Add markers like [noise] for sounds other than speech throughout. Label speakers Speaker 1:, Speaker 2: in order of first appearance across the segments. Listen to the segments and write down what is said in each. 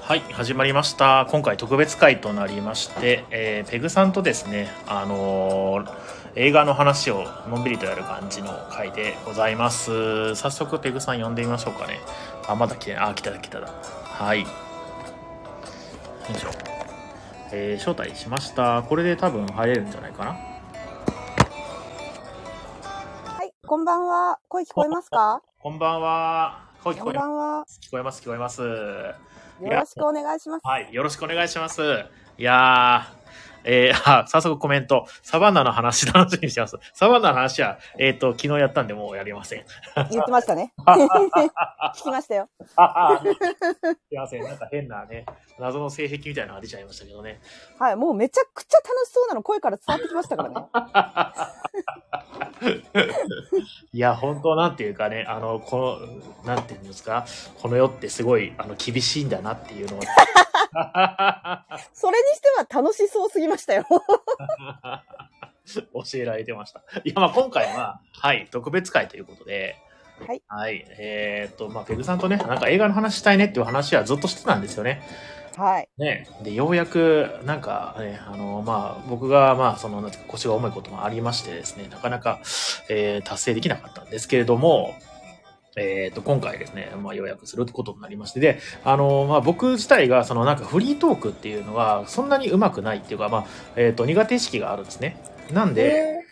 Speaker 1: はい始まりました今回特別会となりまして、えーペグさんとですねあのー映画の話をのんびりとやる感じの回でございます早速ペグさん呼んでみましょうかねあまだ来てないあ来ただ来ただはいよいしょえー招待しましたこれで多分入れるんじゃないかな
Speaker 2: はい、こんばんは。声聞こえますか
Speaker 1: こんばんは [laughs] 声聞
Speaker 2: こ
Speaker 1: こ
Speaker 2: ん
Speaker 1: え
Speaker 2: ば
Speaker 1: ま
Speaker 2: んは。
Speaker 1: す聞こえます聞こえます
Speaker 2: よろしくお願いします。
Speaker 1: はい、よろしくお願いします。いやー、えー、あ、早速コメント。サバンナの話楽しみにしてます。サバンナの話は、えっ、と、昨日やったんでもうやりません。
Speaker 2: 言ってました
Speaker 1: [laughs]
Speaker 2: ね。聞きましたよ。
Speaker 1: ああ、すいません。なんか変なね、謎の性癖みたいなのが出ちゃいましたけどね。
Speaker 2: はい、もうめちゃくちゃ楽しそうなの声から伝わってきましたからね。
Speaker 1: いや、本当なんていうかね、あの、この、なんていうんですか、この世ってすごい、あの、厳しいんだなっていうのを。 [laughs]
Speaker 2: それにしては楽しそうすぎま
Speaker 1: [laughs]
Speaker 2: したよ。
Speaker 1: 教えられてました。いや、まあ今回は、はい、特別会ということで、
Speaker 2: はい。
Speaker 1: えーっと、まあ、ペグさんとね、なんか映画の話したいねっていう話はずっとしてたんですよね。
Speaker 2: はい。
Speaker 1: ね。で、ようやく、なんか、ね、あの、まあ、僕が、まあ、その、なんていうか腰が重いこともありましてですね、なかなか、えー達成できなかったんですけれども、えーっと、今回ですね、まあ、ようやくすることになりまして、で、あの、まあ、僕自体が、その、なんかフリートークっていうのは、そんなに上手くないっていうか、まあ、えーっと、苦手意識があるんですね。なんで、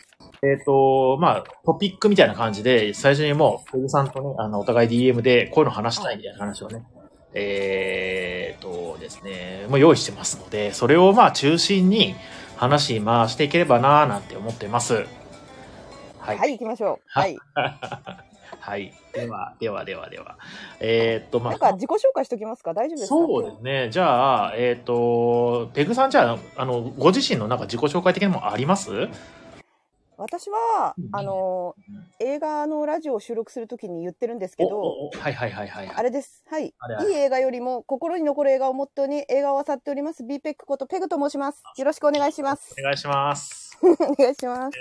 Speaker 2: え
Speaker 1: えっ、と、まあ、トピックみたいな感じで、最初にもう、ペグさんとね、あの、お互い DM で、こういうの話したいみたいな話をね、えっ、とですね、もう用意してますので、それをまあ、中心に話に回していければなぁなんて思ってます。は
Speaker 2: ー
Speaker 1: い。
Speaker 2: はい、行きましょう。はい。
Speaker 1: はい。では、では、では、では。えっ、と、ま
Speaker 2: なん
Speaker 1: あ
Speaker 2: か、自己紹介しときますか大丈夫ですか
Speaker 1: そうですね。じゃあ、えっ、と、ペグさん、じゃあ、あの、ご自身のなんか自己紹介的なものあります
Speaker 2: 私は
Speaker 1: うん、
Speaker 2: あの、映画のラジオを収録するときに言ってるんですけ
Speaker 1: お
Speaker 2: ど、
Speaker 1: おおはいはいはいはい。
Speaker 2: あれです。はい
Speaker 1: あれあ。れ
Speaker 2: いい映画よりも心に残る映画をモットーに映画を漁っております。BPEC ことペグと申します。よろしくお願いします。
Speaker 1: お願いします。
Speaker 2: お願いします。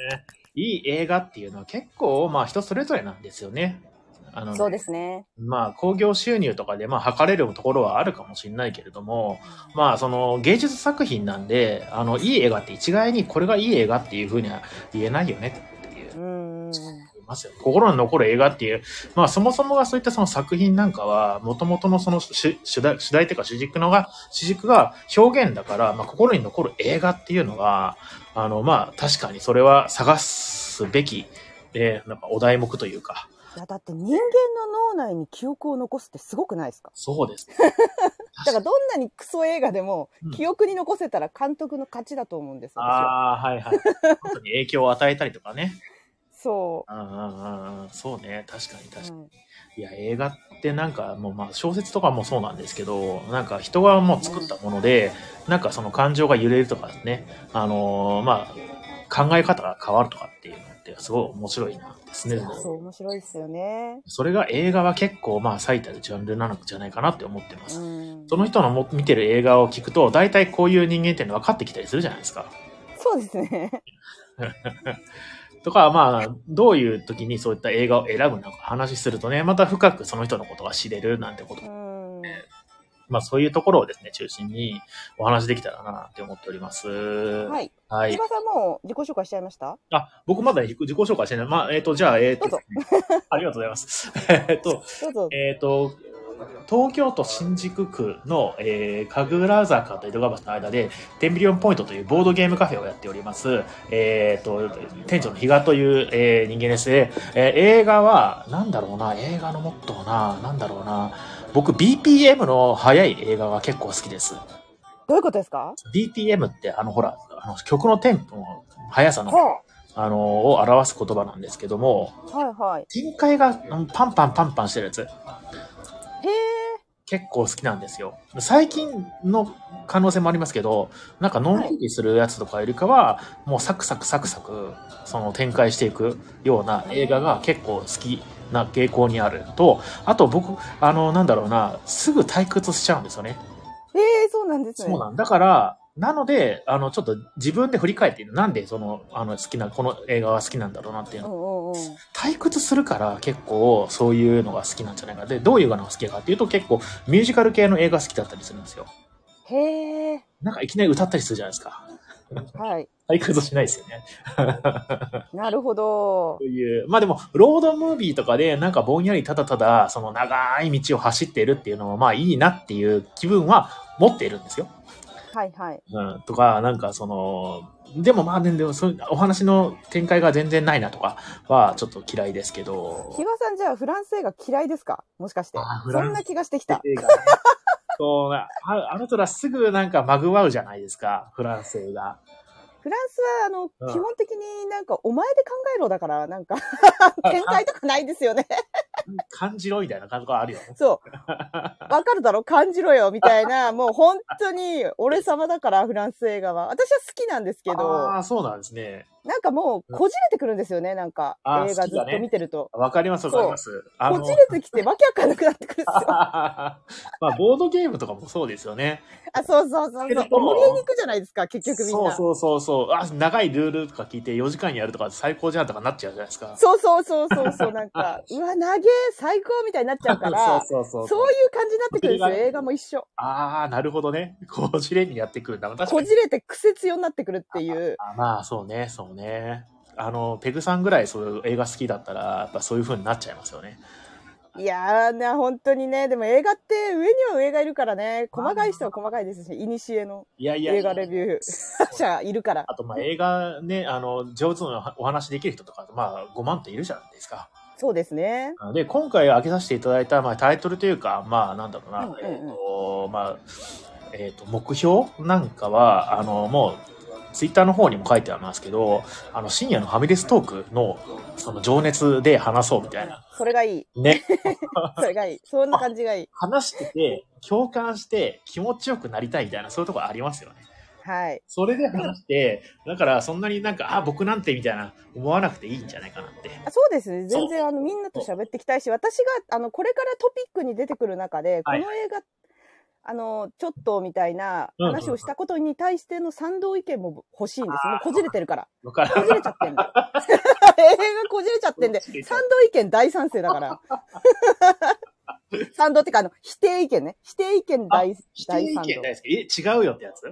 Speaker 1: いい映画っていうのは結構、まあ人それぞれなんですよね。あのね
Speaker 2: そうですね。
Speaker 1: まあ興行収入とかでまあ測れるところはあるかもしれないけれども、まあその芸術作品なんで、あのいい映画って一概にこれがいい映画っていうふうには言えないよねっていう
Speaker 2: う。ん。
Speaker 1: いますよ心に残る映画っていう、まあそもそもがそういったその作品なんかは、もともとのその主主題、主題というか主軸のが、主軸が表現だから、まあ心に残る映画っていうのは、あのまあ確かにそれは探すべき、えーなんかお題目というか、
Speaker 2: いやだって人間の脳内に記憶を残すってすごくないですか
Speaker 1: そうです。
Speaker 2: [laughs] だからどんなにクソ映画でも
Speaker 1: うん
Speaker 2: 記憶に残せたら監督の勝ちだと思うんですよ。私は
Speaker 1: ああ、はいはい。本当に影響を与えたりとかね。
Speaker 2: そ
Speaker 1: うんうんうんうん。そうね。確かに確か
Speaker 2: う、
Speaker 1: に。
Speaker 2: うん
Speaker 1: いや、映画ってなんかもうまあ小説とかもそうなんですけど、なんか人がもう作ったもので、なんかその感情が揺れるとかね、あのーまあ、考え方が変わるとかっていうのってすごい面白いなですね。
Speaker 2: そう面白いですよね。
Speaker 1: それが映画は結構まあ最たるジャンルなのじゃないかなって思ってま
Speaker 2: う
Speaker 1: す。
Speaker 2: ん、
Speaker 1: その人のも見てる映画を聞くと、大体こういう人間っていうの分かってきたりするじゃないですか。
Speaker 2: そうですね。
Speaker 1: [laughs] とか、まあ、どういう時にそういった映画を選ぶのか話するとね、また深くその人のことが知れるなんてこと
Speaker 2: うん、
Speaker 1: まあそういうところをですね、中心にお話できたらなって思っております。は。
Speaker 2: はいい。千葉さんもう自己紹介しちゃいました
Speaker 1: あ、僕まだ自己自己紹介してない。まあ、えっ、と、じゃあ、えっ、
Speaker 2: どう
Speaker 1: と
Speaker 2: ぞ、
Speaker 1: [laughs] ありがとうございます。 [laughs] えっと、
Speaker 2: どうぞ。
Speaker 1: えっ、と、東京都新宿区の、えー、神楽坂と江戸川橋の間で、テンビリオンポイントというボードゲームカフェをやっております。えっ、と、店長の比嘉という、えー人間ですね。えー映画は、なんだろうな、映画のモットーな、なんだろうな、僕 BPM の速い映画が結構好きです。
Speaker 2: どういうことですか
Speaker 1: BPM ってあのほら、あの曲のテンポの速さの、
Speaker 2: は
Speaker 1: あの、を表す言葉なんですけども、
Speaker 2: あはいはい。
Speaker 1: 展開がうんパンパンパンパンしてるやつ、
Speaker 2: へえ。
Speaker 1: 結構好きなんですよ。最近の可能性もありますけど、なんかのんびりするやつとかよりかは、もうサクサクサクサク、その展開していくような映画が結構好きな傾向にあると、あと僕、あの、なんだろうな、すぐ退屈しちゃうんですよね。
Speaker 2: へえ、そうなんですね。
Speaker 1: そうなんだから、なので、あの、ちょっと自分で振り返っている。なんで、その、あの、好きな、この映画は好きなんだろうなっていうの。
Speaker 2: うんうんうん。
Speaker 1: 退屈するから結構そういうのが好きなんじゃないか。で、どういう映画が好きかっていうと結構ミュージカル系の映画好きだったりするんですよ。
Speaker 2: へえ。
Speaker 1: なんかいきなり歌ったりするじゃないですか。
Speaker 2: はい。
Speaker 1: 退屈しないですよね。
Speaker 2: なるほど
Speaker 1: と。いう。まあでも、ロードムービーとかで、なんかぼんやりただただ、その長い道を走っているっていうのは、まあいいなっていう気分は持っているんですよ。
Speaker 2: はいはい。
Speaker 1: うん。とか、なんかその、でもまあね、でもそうお話の展開が全然ないなとかは、ちょっと嫌いですけど。
Speaker 2: 比嘉さんじゃあフランス映画嫌いですかもしかして
Speaker 1: あ。フラ
Speaker 2: そ
Speaker 1: ンス
Speaker 2: んな気がしてきた。
Speaker 1: 映画ねそうなああの人らすぐなんかまぐわうじゃないですか、フランス映画。
Speaker 2: フランスはあの、
Speaker 1: うん
Speaker 2: 基本的になんかお前で考えろだからな
Speaker 1: [laughs]
Speaker 2: んか展開とかないですよね。
Speaker 1: 感じろみたいな感じがあるよね。
Speaker 2: そう。わかるだろ感じろよみた
Speaker 1: [laughs]
Speaker 2: いな、もう本当に俺様だからフランス映画は。私は好きなんですけど
Speaker 1: あ、あ、そうなんですね。
Speaker 2: なんかもうこじれてくるんですよね、なんか
Speaker 1: あー
Speaker 2: 映画
Speaker 1: 好き
Speaker 2: ず
Speaker 1: だ
Speaker 2: っ
Speaker 1: ね
Speaker 2: と見てると。
Speaker 1: わかります、わかります。あ
Speaker 2: こ
Speaker 1: の
Speaker 2: じれてきてわけわかんなくなってくるんですよ。
Speaker 1: [laughs] まあ、ボードゲームとかもそうですよね。
Speaker 2: あ、そうそうそう
Speaker 1: け
Speaker 2: そ
Speaker 1: ど
Speaker 2: う。盛りに行くじゃないですか、結局みん
Speaker 1: そう
Speaker 2: な。
Speaker 1: そうそうそう。あ、長いルールとか聞いて4時間やるとか最高じゃんとかなっちゃうじゃないですか。
Speaker 2: そうそうそうそうそう、なんか、
Speaker 1: [laughs]
Speaker 2: うわ、投げ、最高みたいになっちゃうか
Speaker 1: そう
Speaker 2: ら、
Speaker 1: そうそうそう。
Speaker 2: そういう感じになってくるんですよ、映画も一緒。
Speaker 1: ああ、なるほどね。 [laughs] こじれにやってくるんだ。確か
Speaker 2: こ
Speaker 1: に
Speaker 2: じ。れて癖強になってくるっていう。
Speaker 1: あまあ、そうね、そうね。あの、ペグさんぐらいそういう映画好きだったら、やっぱそういう風になっちゃいますよね。
Speaker 2: いやーね、本当にね、でも映画って上には上がいるからね、細かい人は細かいですし、いにしえの
Speaker 1: いやいやいや
Speaker 2: 映画レビュー [laughs] 者がいるから。
Speaker 1: あと、まあ、映画ね、あの、上手なお話できる人とか、まあ、5万っているじゃないですか。
Speaker 2: そうですね。
Speaker 1: で、今回開けさせていただいた、まあ、タイトルというか、まあ、なんだろうな、
Speaker 2: うんうんうん
Speaker 1: えっ、と、まあ、えっ、と、目標なんかは、あの、もう、ツイッターの方にも書いてありますけど、あの、深夜のファミレストークの、その情熱で話そうみたいな。
Speaker 2: それがいい。
Speaker 1: ね。
Speaker 2: それがいい。そんな感じがいい。
Speaker 1: 話してて、共感して、気持ちよくなりたいみたいな、そういうところありますよね。
Speaker 2: はい。
Speaker 1: それで話して、だから、そんなになんか、あ、僕なんてみたいな、思わなくていいんじゃないかなって。
Speaker 2: あそうですね。
Speaker 1: そう
Speaker 2: 全然あのみんなと喋っていきたいし、私があのこれからトピックに出てくる中で、こ
Speaker 1: は
Speaker 2: の
Speaker 1: い
Speaker 2: 映画、あの、ちょっとみたいな
Speaker 1: うんうんうん
Speaker 2: 話をしたことに対しての賛同意見も欲しいんです。もうこじれてるから。
Speaker 1: わか
Speaker 2: こ
Speaker 1: る。
Speaker 2: じれちゃっ
Speaker 1: [laughs]
Speaker 2: てんで。映画こじれちゃってんで。賛同意見大賛成だ
Speaker 1: [laughs]
Speaker 2: から。賛同ってか、あの、否定意見ね。否定意見大
Speaker 1: 否定
Speaker 2: 大
Speaker 1: 意見
Speaker 2: 賛
Speaker 1: ない
Speaker 2: 同。
Speaker 1: ですけど、え、違うよってやつ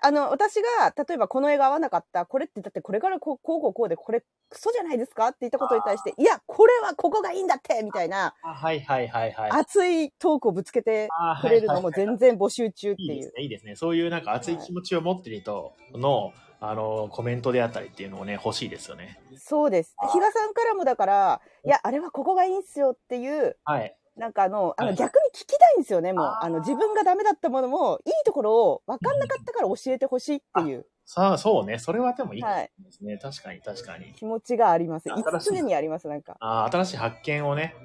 Speaker 2: あの、私が、例えばこの映画合わなかった、これってだってこれからこう、こうこうこうで、これクソじゃないですかって言ったことに対して、いや、これはここがいいんだってみたいな、
Speaker 1: あはいはいはいはい。
Speaker 2: 熱いトークをぶつけて
Speaker 1: あ
Speaker 2: くれるのも
Speaker 1: はいはいはい
Speaker 2: 全然募集中って
Speaker 1: いい
Speaker 2: い
Speaker 1: です
Speaker 2: う。
Speaker 1: ね、いいですね。そういうなんか熱い気持ちを持ってる人の、あの、コメントであったりっていうのをね、欲しいですよね。
Speaker 2: そうです。
Speaker 1: あー
Speaker 2: 比嘉さんからもだから、いや、あれはここがいいんすよっていう、
Speaker 1: はい。
Speaker 2: なんかあの、あ
Speaker 1: は
Speaker 2: の
Speaker 1: い
Speaker 2: 逆に聞きたいんですよね、もう。
Speaker 1: あー
Speaker 2: あの、自分がダメだったものも、いいところを分かんなかったから教えてほしいっていう、
Speaker 1: さあ、そうね。それはでもいい
Speaker 2: はい、
Speaker 1: ですね。確かに確かに。
Speaker 2: 気持ちがあります。い
Speaker 1: 新しい
Speaker 2: 常にあります、なんか。
Speaker 1: ああ、新しい発見をね。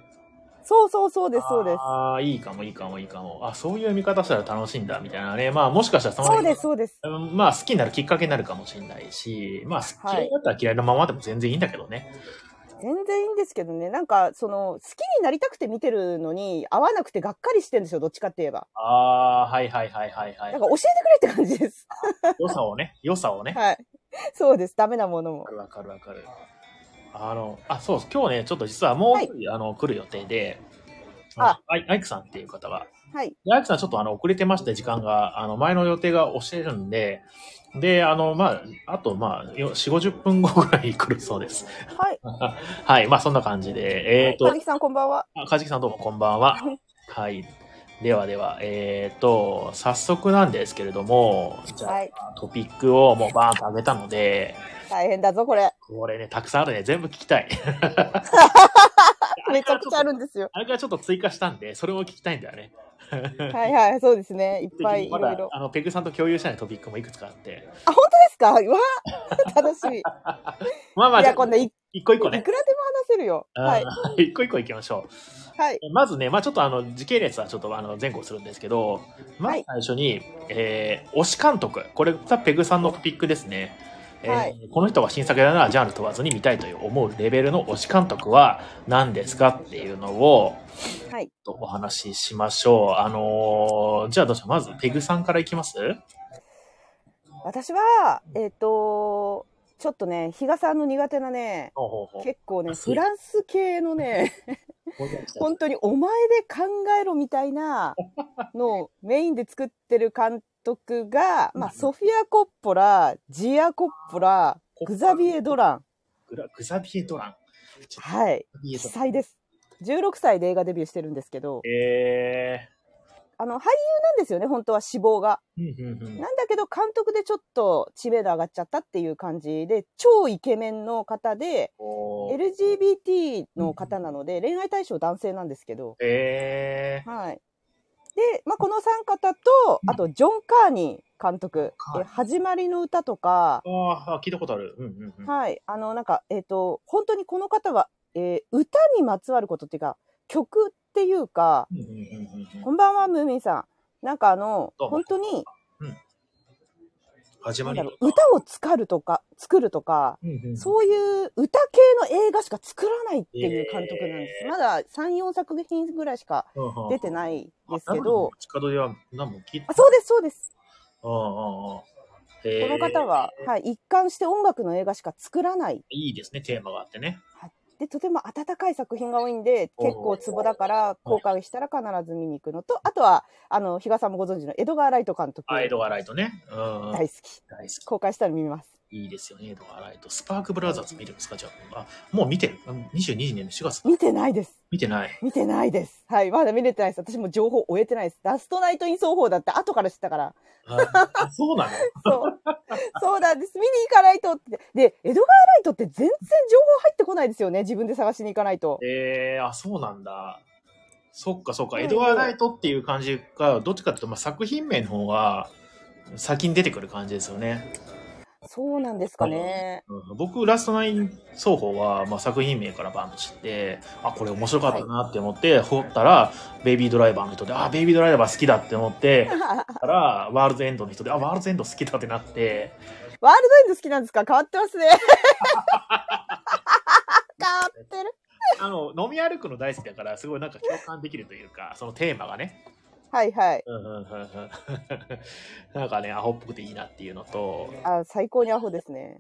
Speaker 2: そうそうそうです、そうです。
Speaker 1: ああ、いいかもいいかもいいかも。あそういう見方したら楽しいんだ、みたいなね。まあ、もしかしたらその
Speaker 2: そうです、そうです。
Speaker 1: うんまあ、好きになるきっかけになるかもしれないし、まあ、
Speaker 2: は
Speaker 1: 嫌
Speaker 2: い
Speaker 1: いだったら嫌いのままでも全然いいんだけどね。
Speaker 2: 全然いいんですけどね、なんか、その、好きになりたくて見てるのに、合わなくてがっかりしてるんですよ、どっちかって言えば。
Speaker 1: ああ、はいはいはいはいは
Speaker 2: なん
Speaker 1: い
Speaker 2: か、。教えてくれって感じです。
Speaker 1: 良さを
Speaker 2: [laughs]
Speaker 1: ね、良さをね。
Speaker 2: はい。そうです、ダメなもの
Speaker 1: わ
Speaker 2: も
Speaker 1: か。るわかるわかる。あの、あ、そうです今日ね、ちょっと実はもう
Speaker 2: はい
Speaker 1: 一人、あの、来る予定で、
Speaker 2: あ
Speaker 1: あの、アイアイクさんっていう方が。
Speaker 2: はい。
Speaker 1: でアイクさんちょっとあの、遅れてまして、時間が、あの、前の予定が押してるんで、で、あの、まあ、あと、まあ、よ4、50分後ぐらいに来るそうです。 [laughs]
Speaker 2: はい。
Speaker 1: はい、まあ、そんな感じで、えっ、ー、と、
Speaker 2: かずきさん、こんばんは。
Speaker 1: あかじきさんどうもこんばんは。はい。ではでは、えっ、と、早速なんですけれども、じゃあ、
Speaker 2: はい
Speaker 1: トピックをもうバーンと上げたので、
Speaker 2: 大変だぞ、これ。
Speaker 1: これね、たくさんあるね。全部聞きたい。 [laughs]
Speaker 2: めちゃくちゃあるんですよ。
Speaker 1: あれからちょっと追加したんで、それも聞きたいんだよね。
Speaker 2: はいはい、そうですね。いっぱいい
Speaker 1: ま
Speaker 2: ろ
Speaker 1: だ
Speaker 2: いろ。
Speaker 1: あのペグさんと共有しないトピックもいくつかあって。
Speaker 2: あ、本当ですかうわ [laughs] 楽しみ。
Speaker 1: [laughs]
Speaker 2: い
Speaker 1: まあまあ、じゃ
Speaker 2: や、
Speaker 1: あ
Speaker 2: こんないい
Speaker 1: 一個一
Speaker 2: く
Speaker 1: 個
Speaker 2: らでも
Speaker 1: ね
Speaker 2: 話。せるよ。はい。
Speaker 1: うん一個一個いきましょ
Speaker 2: はい。
Speaker 1: う。まずね、まあちょっとあの時系列はちょっとあの前後するんですけど、まず最初に、えー推し監督。これ、ペグさんのトピックですね。えー
Speaker 2: はい
Speaker 1: この人が新作だならジャンル問わずに見たいという思うレベルの推し監督は何ですかっていうのを
Speaker 2: はい。
Speaker 1: ちょっとお話ししましょう。あのーじゃあどうしよう。まず、ペグさんからいきます
Speaker 2: 私は、えっ、と、ちょっとね、比嘉さんの苦手なね、
Speaker 1: ほうほうほう
Speaker 2: 結構ね、
Speaker 1: あそう
Speaker 2: フランス系のね、本当にお前で考えろみたいなのをメインで作ってる監督が、まあ、ソフィア・コッポラ、ジア・コッポラ、グザビエ・ドラン。
Speaker 1: グラグザビエドラン。ちょっと
Speaker 2: はい。
Speaker 1: グザビエ
Speaker 2: 奇
Speaker 1: ドラン
Speaker 2: 才です。16歳で映画デビューしてるんですけど、
Speaker 1: え
Speaker 2: あの、俳優なんですよね、本当は志望が。
Speaker 1: ー。うんうんうん。
Speaker 2: なんだけど、監督でちょっと知名度上がっちゃったっていう感じで、超イケメンの方で、
Speaker 1: おー
Speaker 2: LGBT の方なので、恋愛対象男性なんですけど、
Speaker 1: えー。
Speaker 2: はい。で、まあ、この3方と、あと、ジョン・カーニー監督、
Speaker 1: はい
Speaker 2: え始まりの歌とか、
Speaker 1: あーあ、聞いたことある。うんうんうん。
Speaker 2: はい、あの、なんか、えっ、と、本当にこの方は、えー歌にまつわることっていうか、曲っていうか、
Speaker 1: うんうんうんうんう
Speaker 2: こ
Speaker 1: ん
Speaker 2: んばんは、ムーミンさん。なんかあの、
Speaker 1: どうも
Speaker 2: 本当に、
Speaker 1: 始
Speaker 2: な
Speaker 1: ま
Speaker 2: ん
Speaker 1: り
Speaker 2: だ
Speaker 1: の
Speaker 2: ろう、歌を作るとか、作るとか、
Speaker 1: うんうんうん
Speaker 2: そういう歌系の映画しか作らないっていう監督なんです。
Speaker 1: へー
Speaker 2: まだ3、4作品ぐらいしか
Speaker 1: うんうん
Speaker 2: 出てないです
Speaker 1: あ
Speaker 2: け
Speaker 1: なるほ
Speaker 2: ど、
Speaker 1: 近場では何も聞いて
Speaker 2: あそうです、そうです。
Speaker 1: ああああああ
Speaker 2: こ
Speaker 1: へ
Speaker 2: の
Speaker 1: ー
Speaker 2: 方は、はい、一貫して音楽の映画しか作らない。
Speaker 1: いいですね、テーマがあってね。
Speaker 2: で、とても温かい作品が多いんで、
Speaker 1: おー
Speaker 2: 結構ツボだから、公開したら必ず見に行くのと、あとは、あの、比嘉さんもご存知の江戸川ライト監督。
Speaker 1: あ、エドガーライトね。うんうん、
Speaker 2: 大好き。
Speaker 1: 大好
Speaker 2: 公開したら見ます。
Speaker 1: き。いいですよね、エドガーライト。スパークブラザーズ見るんですかじゃあ。あ、もう見てる。うん22年の4月。
Speaker 2: 見てないです。
Speaker 1: 見て
Speaker 2: [laughs]
Speaker 1: ない。
Speaker 2: 見てないです。はい、まだ見れてないです。私も情報終えてないです。ラストナイト・イン奏法だって後から知ったから。
Speaker 1: ああそうなの [laughs]
Speaker 2: そう。そうなんです。見に行かないとって。で、江戸川ライトって全然情報入ってこないですよね。自分で探しに行かないと。
Speaker 1: えー、あ、そうなんだ。そっかそっか、
Speaker 2: うん
Speaker 1: エドワード・ライトっていう感じが、どっちかっていうと、まあ、作品名の方が先に出てくる感じですよね。
Speaker 2: そうなんですかね。
Speaker 1: うん、僕、ラストナイン奏法は、まあ、作品名からバンと知って、あ、これ面白かったなって思って、掘ったら、ベイビードライバーの人で、あ、ベイビードライバー好きだって思って、から、ワールドエンドの人で、あ、ワールドエンド好きだってなって、
Speaker 2: ワールドエンド好きなんですか変わって
Speaker 1: [laughs]
Speaker 2: ますね。変わってる。
Speaker 1: あの、飲み歩くの大好きだから、すごいなんか共感できるというか、そのテーマがね。
Speaker 2: はいはい。
Speaker 1: うんうんうんうん [laughs] なんかね、アホっぽくていいなっていうのと、
Speaker 2: あ最高にアホですね。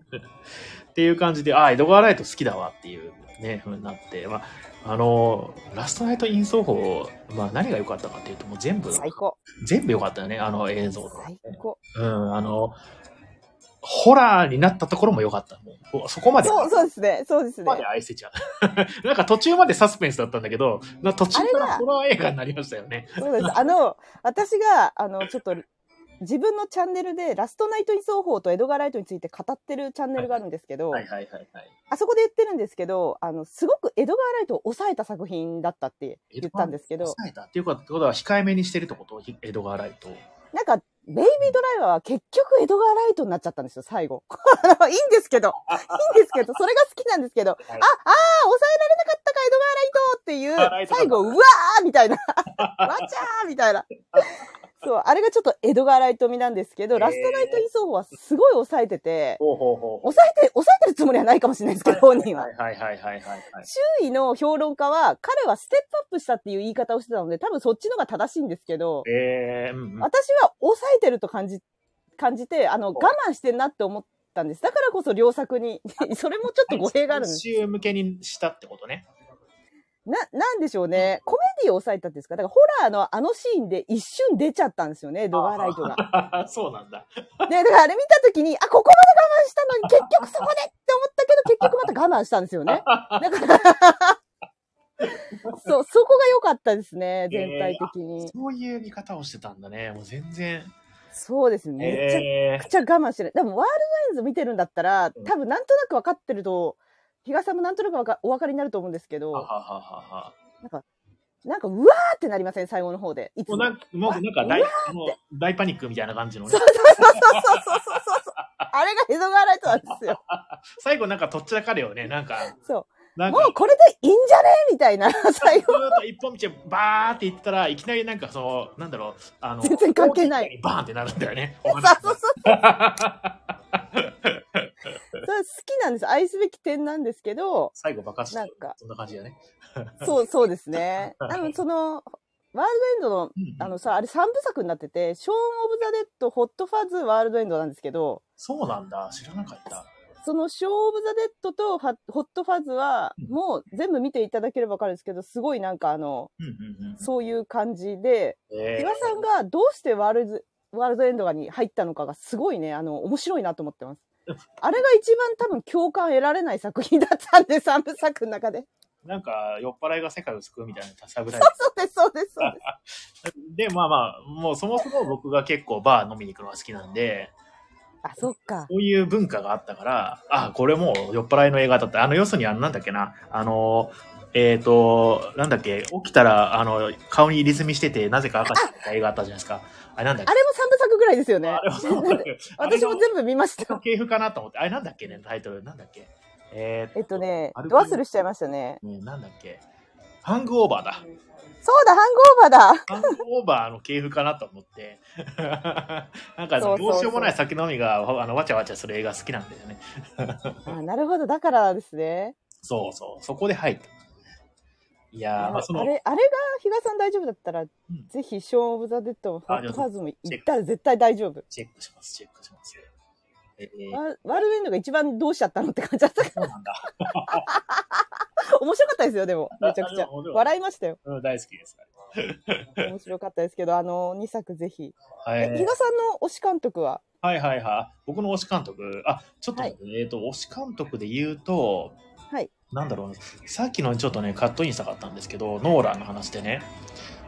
Speaker 1: っていう感じで、あ、江戸川ライト好きだわっていうね、ふうになって、まあ、あの、ラストナイトイン奏法、まあ何が良かったかっていうと、もう全部、
Speaker 2: 最高。
Speaker 1: 全部良かったよね、あの映像の。
Speaker 2: 最高。
Speaker 1: うん、あの、ホラーになったところも良かった。もうそこまで。
Speaker 2: そう、そうですね。そうです
Speaker 1: そ
Speaker 2: ね
Speaker 1: こま。で愛せちゃう。 [laughs] なんか途中までサスペンスだったんだけど、な途中か
Speaker 2: あれ
Speaker 1: ら
Speaker 2: だ
Speaker 1: ホラー映画になりましたよね。
Speaker 2: そうです。あの、私が、あの、ちょっと、自分のチャンネルで、ラストナイト・イン・奏法とエドガー・ライトについて語ってるチャンネルがあるんですけど、
Speaker 1: はいはいはいはい。
Speaker 2: あそこで言ってるんですけど、あの、すごくエドガー・ライトを抑えた作品だったって言ったんですけど、
Speaker 1: 抑えたっていうことはことは控えめにしてるってことひ江戸川ライトを。
Speaker 2: なんか、ベイビードライバーは結局エドガー・ライトになっちゃったんですよ、最後。 [laughs] あのいいんですけど、いいんですけど、それが好きなんですけど、あ、あー、抑えられなかったか、エドガー・ライトっていう、最後、うわーみたい [laughs] な、わちゃーみたいな。そう、あれがちょっとエドガー・ライト味なんですけど、ラストナイト・イン・奏法はすごい抑えてて、
Speaker 1: ほうほうほう。
Speaker 2: 抑えて、抑えてるつもりはないかもしれないですけど、本人は
Speaker 1: は。いはいはいはいはい。
Speaker 2: 周囲の評論家は、彼はステップアップしたっていう言い方をしてたので、多分そっちのが正しいんですけど、
Speaker 1: えー、うんうん。
Speaker 2: 私は抑えてると感じ、感じて、あの、我慢してんなって思ったんです。だからこそ良作に、 [laughs] それもちょっと語弊があるんです。
Speaker 1: 大衆向けにしたってことね。
Speaker 2: な、なんでしょうね。コメディを抑えたんですかだからホラーのあのシーンで一瞬出ちゃったんですよね、ドガーライトが。
Speaker 1: そうなんだ。
Speaker 2: で、だからあれ見た時に、あ、ここまで我慢したのに結局そこでって思ったけど、結局また我慢したんですよ [laughs] ね。だから、 [laughs] そう、そこが良かったですね、全体的に。
Speaker 1: そういう見方をしてたんだね。もう全然。
Speaker 2: そうですね。めちゃ
Speaker 1: え
Speaker 2: くちゃ我慢してる。でも、ワールドエンズ見てるんだったら、
Speaker 1: うん
Speaker 2: 多分なんとなく分かってると、比嘉さんもなんとなくわかお分かりになると思うんですけ
Speaker 1: ー、はは
Speaker 2: ど、
Speaker 1: ははは。
Speaker 2: なんか、うわーってなりません、最後の方で。いつ
Speaker 1: もう
Speaker 2: も。
Speaker 1: なんか、もうなんか
Speaker 2: うわ
Speaker 1: 大もう大パニックみたいな感じのね
Speaker 2: そう。そうそうそうそうそうそうそう。あれが江戸川ライトなんですよ。
Speaker 1: 最後なんかとっちらかるよね。なんか、
Speaker 2: そ
Speaker 1: な
Speaker 2: う。
Speaker 1: ん
Speaker 2: も
Speaker 1: か。
Speaker 2: うこれでいいんじゃねみた
Speaker 1: [laughs]
Speaker 2: いな、最
Speaker 1: ず
Speaker 2: 後。
Speaker 1: ーっと一本道をバーって行ったらいきなりなんかそのなんだろうあの
Speaker 2: 全然関係ない
Speaker 1: 大きバーンってなるんだよねお
Speaker 2: [laughs] そう
Speaker 1: 話
Speaker 2: そうそう。それ好きなんです。愛すべき点なんですけど、
Speaker 1: 最後爆発して
Speaker 2: なんか
Speaker 1: そんな感じだね
Speaker 2: そう、そうですね。多分その、ワールドエンドの、
Speaker 1: うんうん
Speaker 2: あのさ、あれ3部作になってて、ショーン・オブ・ザ・デッド、ホット・ファズ、ワールドエンドなんですけど、
Speaker 1: そうなんだ。知らなかった。
Speaker 2: そのショー・オブ・ザ・デッドとファホット・ファズは
Speaker 1: う、ん
Speaker 2: もう全部見ていただければわかるんですけど、すごいなんかあの、
Speaker 1: うんうんうん。
Speaker 2: そういう感じで、
Speaker 1: う。え
Speaker 2: 比嘉さんがどうしてワールド、ワールドエンドに入ったのかがすごいね、あの、面白いなと思ってます。あれが一番多分共感得られない作品だったんで、3部作の中で。
Speaker 1: なんか、酔っ払いが世界を救うみたいなたさぐらい。
Speaker 2: そうです、そうです、そうです。
Speaker 1: で、まあまあ、もうそもそも僕が結構バー飲みに行くのが好きなんで、
Speaker 2: あ、そっか。
Speaker 1: こういう文化があったから、あ、これもう酔っ払いの映画だった。あの、要するに、あの、なんだっけな、あの、えっ、と、なんだっけ、起きたら、あの、顔に入り墨してて、なぜか赤ちゃんみたいな映画あったじゃないですか。あれなんだっ
Speaker 2: あ
Speaker 1: け
Speaker 2: れも3部作ぐらいですよね
Speaker 1: あ。れもそうなんだけど
Speaker 2: [laughs] 私も
Speaker 1: あれ
Speaker 2: 全部見まし
Speaker 1: の
Speaker 2: た。
Speaker 1: 系譜かなと思って、あれなんだっけね、タイトル、なんだっけ。えー
Speaker 2: えっとね
Speaker 1: アル、コ
Speaker 2: ド
Speaker 1: ール
Speaker 2: アスルしちゃいましたね。
Speaker 1: ねなんだっけ。ハングオーバーだ。
Speaker 2: そうだ、ハングオーバーだ。
Speaker 1: ハングオーバーの系譜かなと思って。 [laughs] なんか、
Speaker 2: そうそうそう
Speaker 1: どうしようもない酒飲みが、あの、わちゃわちゃする映画好きなんだよね。
Speaker 2: あなるほど、だからですね。
Speaker 1: そうそう、そこで入った。い
Speaker 2: い
Speaker 1: や
Speaker 2: や
Speaker 1: ー、
Speaker 2: あ
Speaker 1: まあ、その、
Speaker 2: れ、あれが、比嘉さん大丈夫だったら、ぜひ、ショーン・オブ・ザ・デッドも、ファット・ファズも行ったら絶対大丈夫。
Speaker 1: チェックします、チェックします。え
Speaker 2: ワ
Speaker 1: ー、
Speaker 2: ーワールドエンドが一番どうしちゃったのって感じだったか [laughs]
Speaker 1: そうなんだ。
Speaker 2: ら、面白かったですよ、でも。 [laughs] めちゃくち
Speaker 1: あ
Speaker 2: ゃ
Speaker 1: でも面白。い
Speaker 2: 笑いましたよ。
Speaker 1: うん、大好きです。
Speaker 2: 面白かったですけど、あの、2作ぜひ。
Speaker 1: は
Speaker 2: え
Speaker 1: い、
Speaker 2: 比嘉さんの推し監督は、
Speaker 1: はいはいはい。僕の推し監督、あ、ちょっと待ってね、えっと、推し監督で言うと、
Speaker 2: はい。
Speaker 1: なんだろうね、さっきのちょっとね、カットインしたかったんですけど、ノーランの話でね。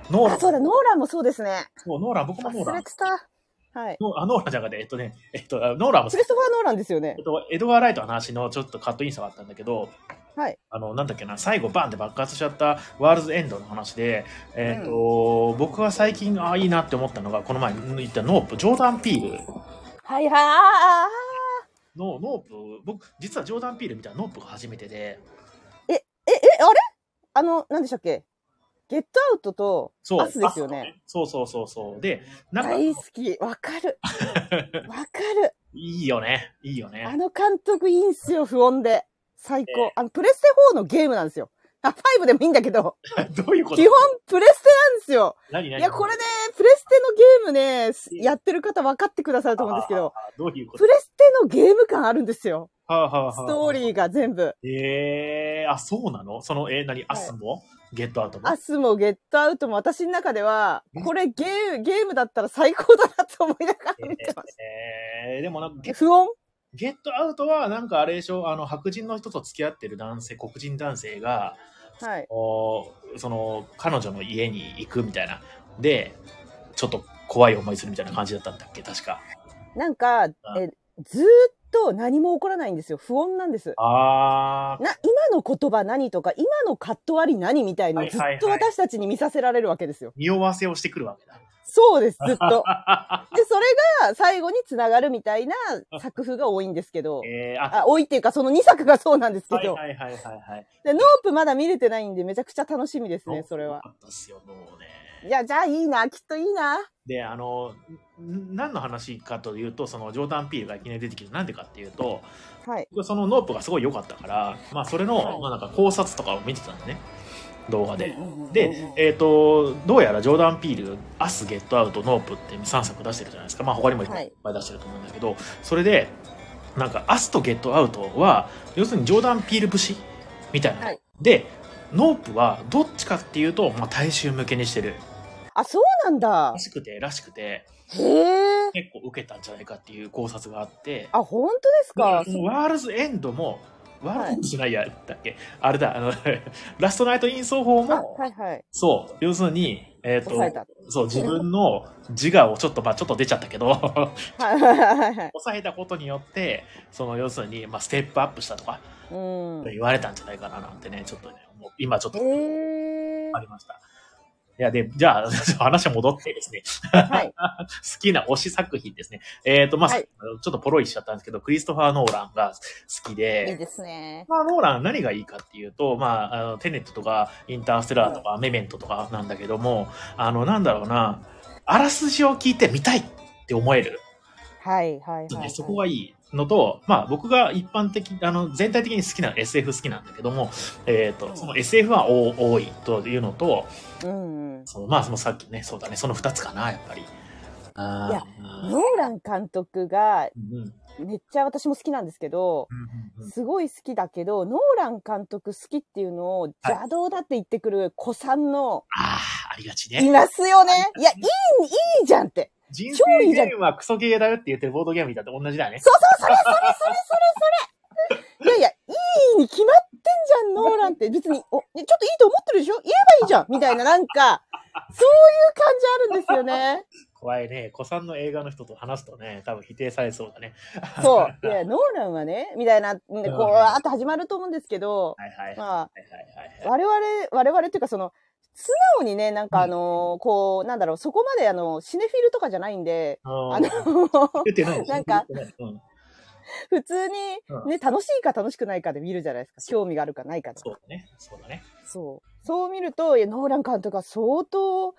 Speaker 1: ノーラ
Speaker 2: あ、
Speaker 1: ン、
Speaker 2: そ
Speaker 1: そう
Speaker 2: だ、ノーランもそうですね。
Speaker 1: う、ノーラン、僕もノー
Speaker 2: 忘
Speaker 1: ラ
Speaker 2: れ
Speaker 1: ン。
Speaker 2: てた。はい。
Speaker 1: ノあ、ノーランじゃなくて、えっとね、えっと、あノーランも
Speaker 2: クリストファー・ノーランですよね
Speaker 1: えっ。と、エドガー・ライトの話のちょっとカットインしたかったんだけど、
Speaker 2: はい
Speaker 1: あのなんだっけな最後バンって爆発しちゃったワールズエンドの話で、えっと僕が最近ああいいなって思ったのがこの前言ったノープジョーダン・ピール
Speaker 2: はいはいあ
Speaker 1: のノープ僕実はジョーダン・ピール見たらノープが初めてで
Speaker 2: ー。え、え、あれあの、なんでしたっけゲットアウトと、
Speaker 1: そう
Speaker 2: アスですよね
Speaker 1: アスそうそうそうそうでなんかい
Speaker 2: 大好き。わ
Speaker 1: [laughs]
Speaker 2: かる。わかる。
Speaker 1: いよねいいよ
Speaker 2: あ
Speaker 1: ね
Speaker 2: の監督いいんすよ、不穏で。最高。あの、プレステ4のゲームなんですよ。あ、5でもいいんだけど、
Speaker 1: [laughs] どういうこと
Speaker 2: 基本プレステなんですよ。
Speaker 1: 何何
Speaker 2: いや、これね、プレステのゲームねす、やってる方分かってくださると思うんですけど、
Speaker 1: あどういうこと
Speaker 2: プレステのゲーム感あるんですよ。
Speaker 1: はあはあはあ
Speaker 2: ストーリーが全部。
Speaker 1: えー、あそうなのそのえー、何アスも、ゲットアウトも
Speaker 2: アスもゲットアウトも私の中では、これゲーゲームだったら最高だなと思いながら見てまし
Speaker 1: えー、でもなんかゲ
Speaker 2: た。不穏
Speaker 1: ゲットアウトはなんかあれでしょあの白人の人と付き合ってる男性黒人男性が
Speaker 2: はい。
Speaker 1: おその彼女の家に行くみたいなでちょっと怖い思いするみたいな感じだったんだっけ確か
Speaker 2: なんか、えずーっと何も起こらないんですよ。不穏なんです。
Speaker 1: あ
Speaker 2: な今の言葉何とか今のカット割り何みたいの
Speaker 1: は
Speaker 2: を
Speaker 1: い
Speaker 2: ず
Speaker 1: はいはい
Speaker 2: っと私たちに見させられるわけですよ。
Speaker 1: 匂わせをしてくるわけだ。
Speaker 2: そうですずっと
Speaker 1: [laughs] あ
Speaker 2: でそれが最後につながるみたいな作風が多いんですけど、
Speaker 1: えー、あ
Speaker 2: あ多いっていうかその2作がそうなんですけど、
Speaker 1: はいはいはいはいはい
Speaker 2: でノープまだ見れてないんでめちゃくちゃ楽しみですねそれ
Speaker 1: よ
Speaker 2: は。
Speaker 1: かったっすよもうね
Speaker 2: いやじゃあいいなきっといいな。
Speaker 1: であのん何の話かというとそのジョーダン・ピールがいきなり出てきてなんでかっていうと
Speaker 2: はい。
Speaker 1: 僕はそのノープがすごい良かったから、まあ、それ
Speaker 2: は
Speaker 1: の、
Speaker 2: い
Speaker 1: まあ、なんか考察とかを見てたんだね動画で
Speaker 2: うんうんうんうん
Speaker 1: で、えー、とどうやらジョーダン・ピール「アス・ゲット・アウト」「ノープ」って3作出してるじゃないですか、まあ、他にもいっぱ
Speaker 2: はいい
Speaker 1: いっぱい出してると思うんだけど、それでなんか「アス」と「ゲット・アウト」は要するにジョーダン・ピール節みたいな、
Speaker 2: はい
Speaker 1: でノープはどっちかっていうと、まあ、大衆向けにしてる
Speaker 2: あそうなんだ
Speaker 1: ら。しくてらしくて
Speaker 2: へえ。
Speaker 1: 結構受けたんじゃないかっていう考察があって
Speaker 2: あ本当ですか。
Speaker 1: そのワールズエンドも、ワールズエンドじゃないや、だっけ、あれだ、あの、 [laughs] ラストナイトイン奏法
Speaker 2: あ
Speaker 1: も、
Speaker 2: はいはい。
Speaker 1: そう、要するに、えっ、
Speaker 2: 抑えた。
Speaker 1: と、そう、自分の自我をちょっと、まあちょっと出ちゃったけど、 [laughs]
Speaker 2: はいはいはいはい。
Speaker 1: 抑えたことによって、その、要するに、まあステップアップしたとか、
Speaker 2: うん。
Speaker 1: 言われたんじゃないかななんてね、ちょっとね、もう今ちょっと、
Speaker 2: へえ
Speaker 1: あ。りました。いや、で、じゃあ、 [laughs] 話戻ってですね、
Speaker 2: はい。
Speaker 1: 好きな推し作品ですね。えっ、と、まあ、
Speaker 2: はい
Speaker 1: ちょっとポロリしちゃったんですけど、クリストファー・ノーランが好きで、
Speaker 2: いいですね。
Speaker 1: まあ、ノーラン何がいいかっていうと、まあ、あのテネットとか、インターステラーとか、メメントとかなんだけども、あの、なんだろうな、あらすじを聞いて見たいって思える。
Speaker 2: はいはいはいはい。
Speaker 1: そこがいいのと、まあ、僕が一般的、あの、全体的に好きな SF 好きなんだけども、えっ、と、その SF は多多いというのと、
Speaker 2: うんうん。ん。
Speaker 1: そうまあ、そのさっきね、そうだね、その2つかな、やっぱり。あー
Speaker 2: いや
Speaker 1: うん
Speaker 2: ノーラン監督が、
Speaker 1: うんうん
Speaker 2: めっちゃ私も好きなんですけど、
Speaker 1: うんうん
Speaker 2: すごい好きだけど、ノーラン監督好きっていうのを邪道だって言ってくる子さんの、
Speaker 1: ああ、ありがちね
Speaker 2: い。ますよね。いや、いい、いいじゃんって。
Speaker 1: 人
Speaker 2: 超
Speaker 1: 生
Speaker 2: いいじ
Speaker 1: ゲ
Speaker 2: ゃん
Speaker 1: ームはクソゲーだよって言ってるボードゲームだって同じだね。
Speaker 2: そうそう、それそれそれそれそれ。いやいや、いいに決まってんじゃん、ノーランって。別に、お、ちょっといいと思ってるでしょ言えばいいじゃんみたいな、なんか、そういう感じあるんですよね。
Speaker 1: 怖いね。子さんの映画の人と話すとね、多分否定されそうだね。
Speaker 2: そう。いや、ノーランはね、みたいな、こう、
Speaker 1: ん
Speaker 2: わーっと始まると思うんですけど、
Speaker 1: はいはい。はい
Speaker 2: まあ、
Speaker 1: はいはい。
Speaker 2: 我々、我々っていうかその、素直にね、なんかあの、こう、なんだろう、そこまであの、シネフィルとかじゃないんで、
Speaker 1: あ
Speaker 2: あの、
Speaker 1: 出てない
Speaker 2: なんか、
Speaker 1: 出てないうん
Speaker 2: 普通に
Speaker 1: うん
Speaker 2: ね、楽しいか楽しくないかで見るじゃないですか。興味があるかないかとか
Speaker 1: そうだね。そうだね。
Speaker 2: そう。そう見ると、いや、ノーラン監督は相当、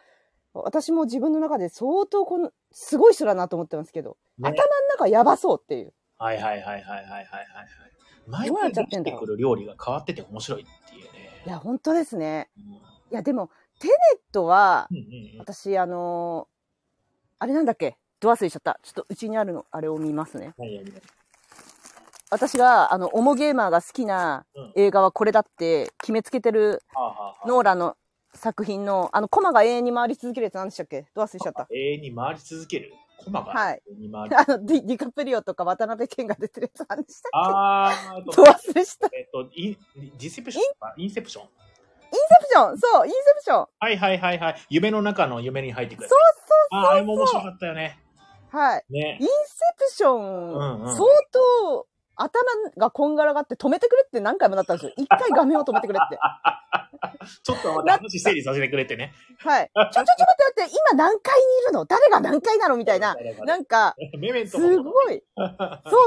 Speaker 2: 私も自分の中で相当この、すごい人だなと思ってますけど、
Speaker 1: ね
Speaker 2: 頭の中やばそうっていう。
Speaker 1: はいはいはいはいはいはいはい。毎
Speaker 2: どうなっ
Speaker 1: 回
Speaker 2: ちゃ
Speaker 1: 出
Speaker 2: ってん
Speaker 1: て
Speaker 2: だろう
Speaker 1: くる料理が変わってて面白いっていう
Speaker 2: い
Speaker 1: ね。
Speaker 2: や、本当ですね。
Speaker 1: うん
Speaker 2: いや、でも、テネットは
Speaker 1: う、んうんうん。
Speaker 2: 私、あのーあれなんだっけド忘れしちゃった。ちょっと、うちにあるの、あれを見ますね。
Speaker 1: はいはいはい
Speaker 2: 私が、あの、オモゲーマーが好きな
Speaker 1: うん
Speaker 2: 映画はこれだって決めつけてる
Speaker 1: はあはあはあ
Speaker 2: ノーランの作品の、あの、コマが永遠に回り続けるやつ何でしたっけド忘れしちゃった。
Speaker 1: 永遠に回り続ける。コマが
Speaker 2: はい
Speaker 1: 永遠に
Speaker 2: [laughs]
Speaker 1: 回る。
Speaker 2: あの、ディディカプリオとか渡辺謙が出てるやつ何でしたっ
Speaker 1: あー、
Speaker 2: けド忘れした。イン
Speaker 1: えっと、イン、ディセプションあインセプション。
Speaker 2: セプションそう、インセプション
Speaker 1: はいはいはいはい。夢の中の夢に入ってくる。
Speaker 2: そう
Speaker 1: ああ、あれも面白かったよね。
Speaker 2: はい。
Speaker 1: ね
Speaker 2: イ。ンセプション、
Speaker 1: んうん
Speaker 2: 相当、頭がこんがらがって止めてくれって何回もなったんですよ。一回画面を止めてくれって。
Speaker 1: ちょっとまた話整理させてくれてね。
Speaker 2: はい。ちょちょちょ待って待って、今何階にいるの誰が何階なのみたいな。なんか、
Speaker 1: メメン
Speaker 2: す
Speaker 1: トも
Speaker 2: ごい。そ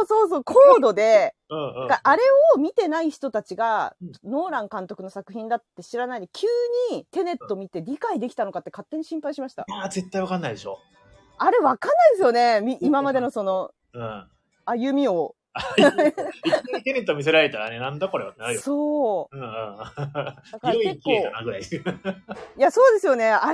Speaker 2: うそうそう、高度で、
Speaker 1: うんうん。
Speaker 2: あれを見てない人たちが、ノーラン監督の作品だって知らないで、急にテネット見て理解できたのかって勝手に心配しました。
Speaker 1: ああ、絶対わかんないでしょ。
Speaker 2: あれわかんないですよね。み今までのその、
Speaker 1: うん。
Speaker 2: 歩みを。
Speaker 1: いきなりテネット見せられたらね、なんだこれはってなるよ。
Speaker 2: そう。
Speaker 1: うんうん。
Speaker 2: だから
Speaker 1: 色
Speaker 2: 結
Speaker 1: い綺麗だ
Speaker 2: 構、
Speaker 1: なぐらい。
Speaker 2: いや、そうですよね。あれも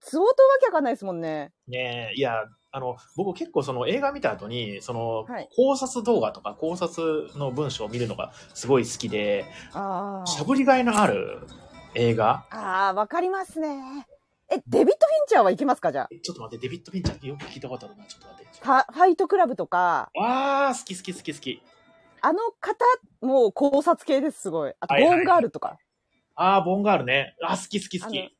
Speaker 2: 相当わけわかんないですもんね。
Speaker 1: ねえ、いや、あの、僕結構その映画見た後に、その、
Speaker 2: はい
Speaker 1: 考察動画とか考察の文章を見るのがすごい好きで、
Speaker 2: あ
Speaker 1: しゃぶりがいのある映画
Speaker 2: あ。ああ、わかりますね。え、デビッド・フィンチャーはいけますかじゃあ。
Speaker 1: えちょっと待って、デビッド・ピンチャーってよく聞いたことあるな。ちょっと待って。
Speaker 2: ファファイトクラブとか、
Speaker 1: ああ、好き好き好き好き。
Speaker 2: あの方も考察系です、すごい。あと、
Speaker 1: はいはい
Speaker 2: ゴーンガールとか。
Speaker 1: ああ、ボンガールね。あー好き好き好き。
Speaker 2: あの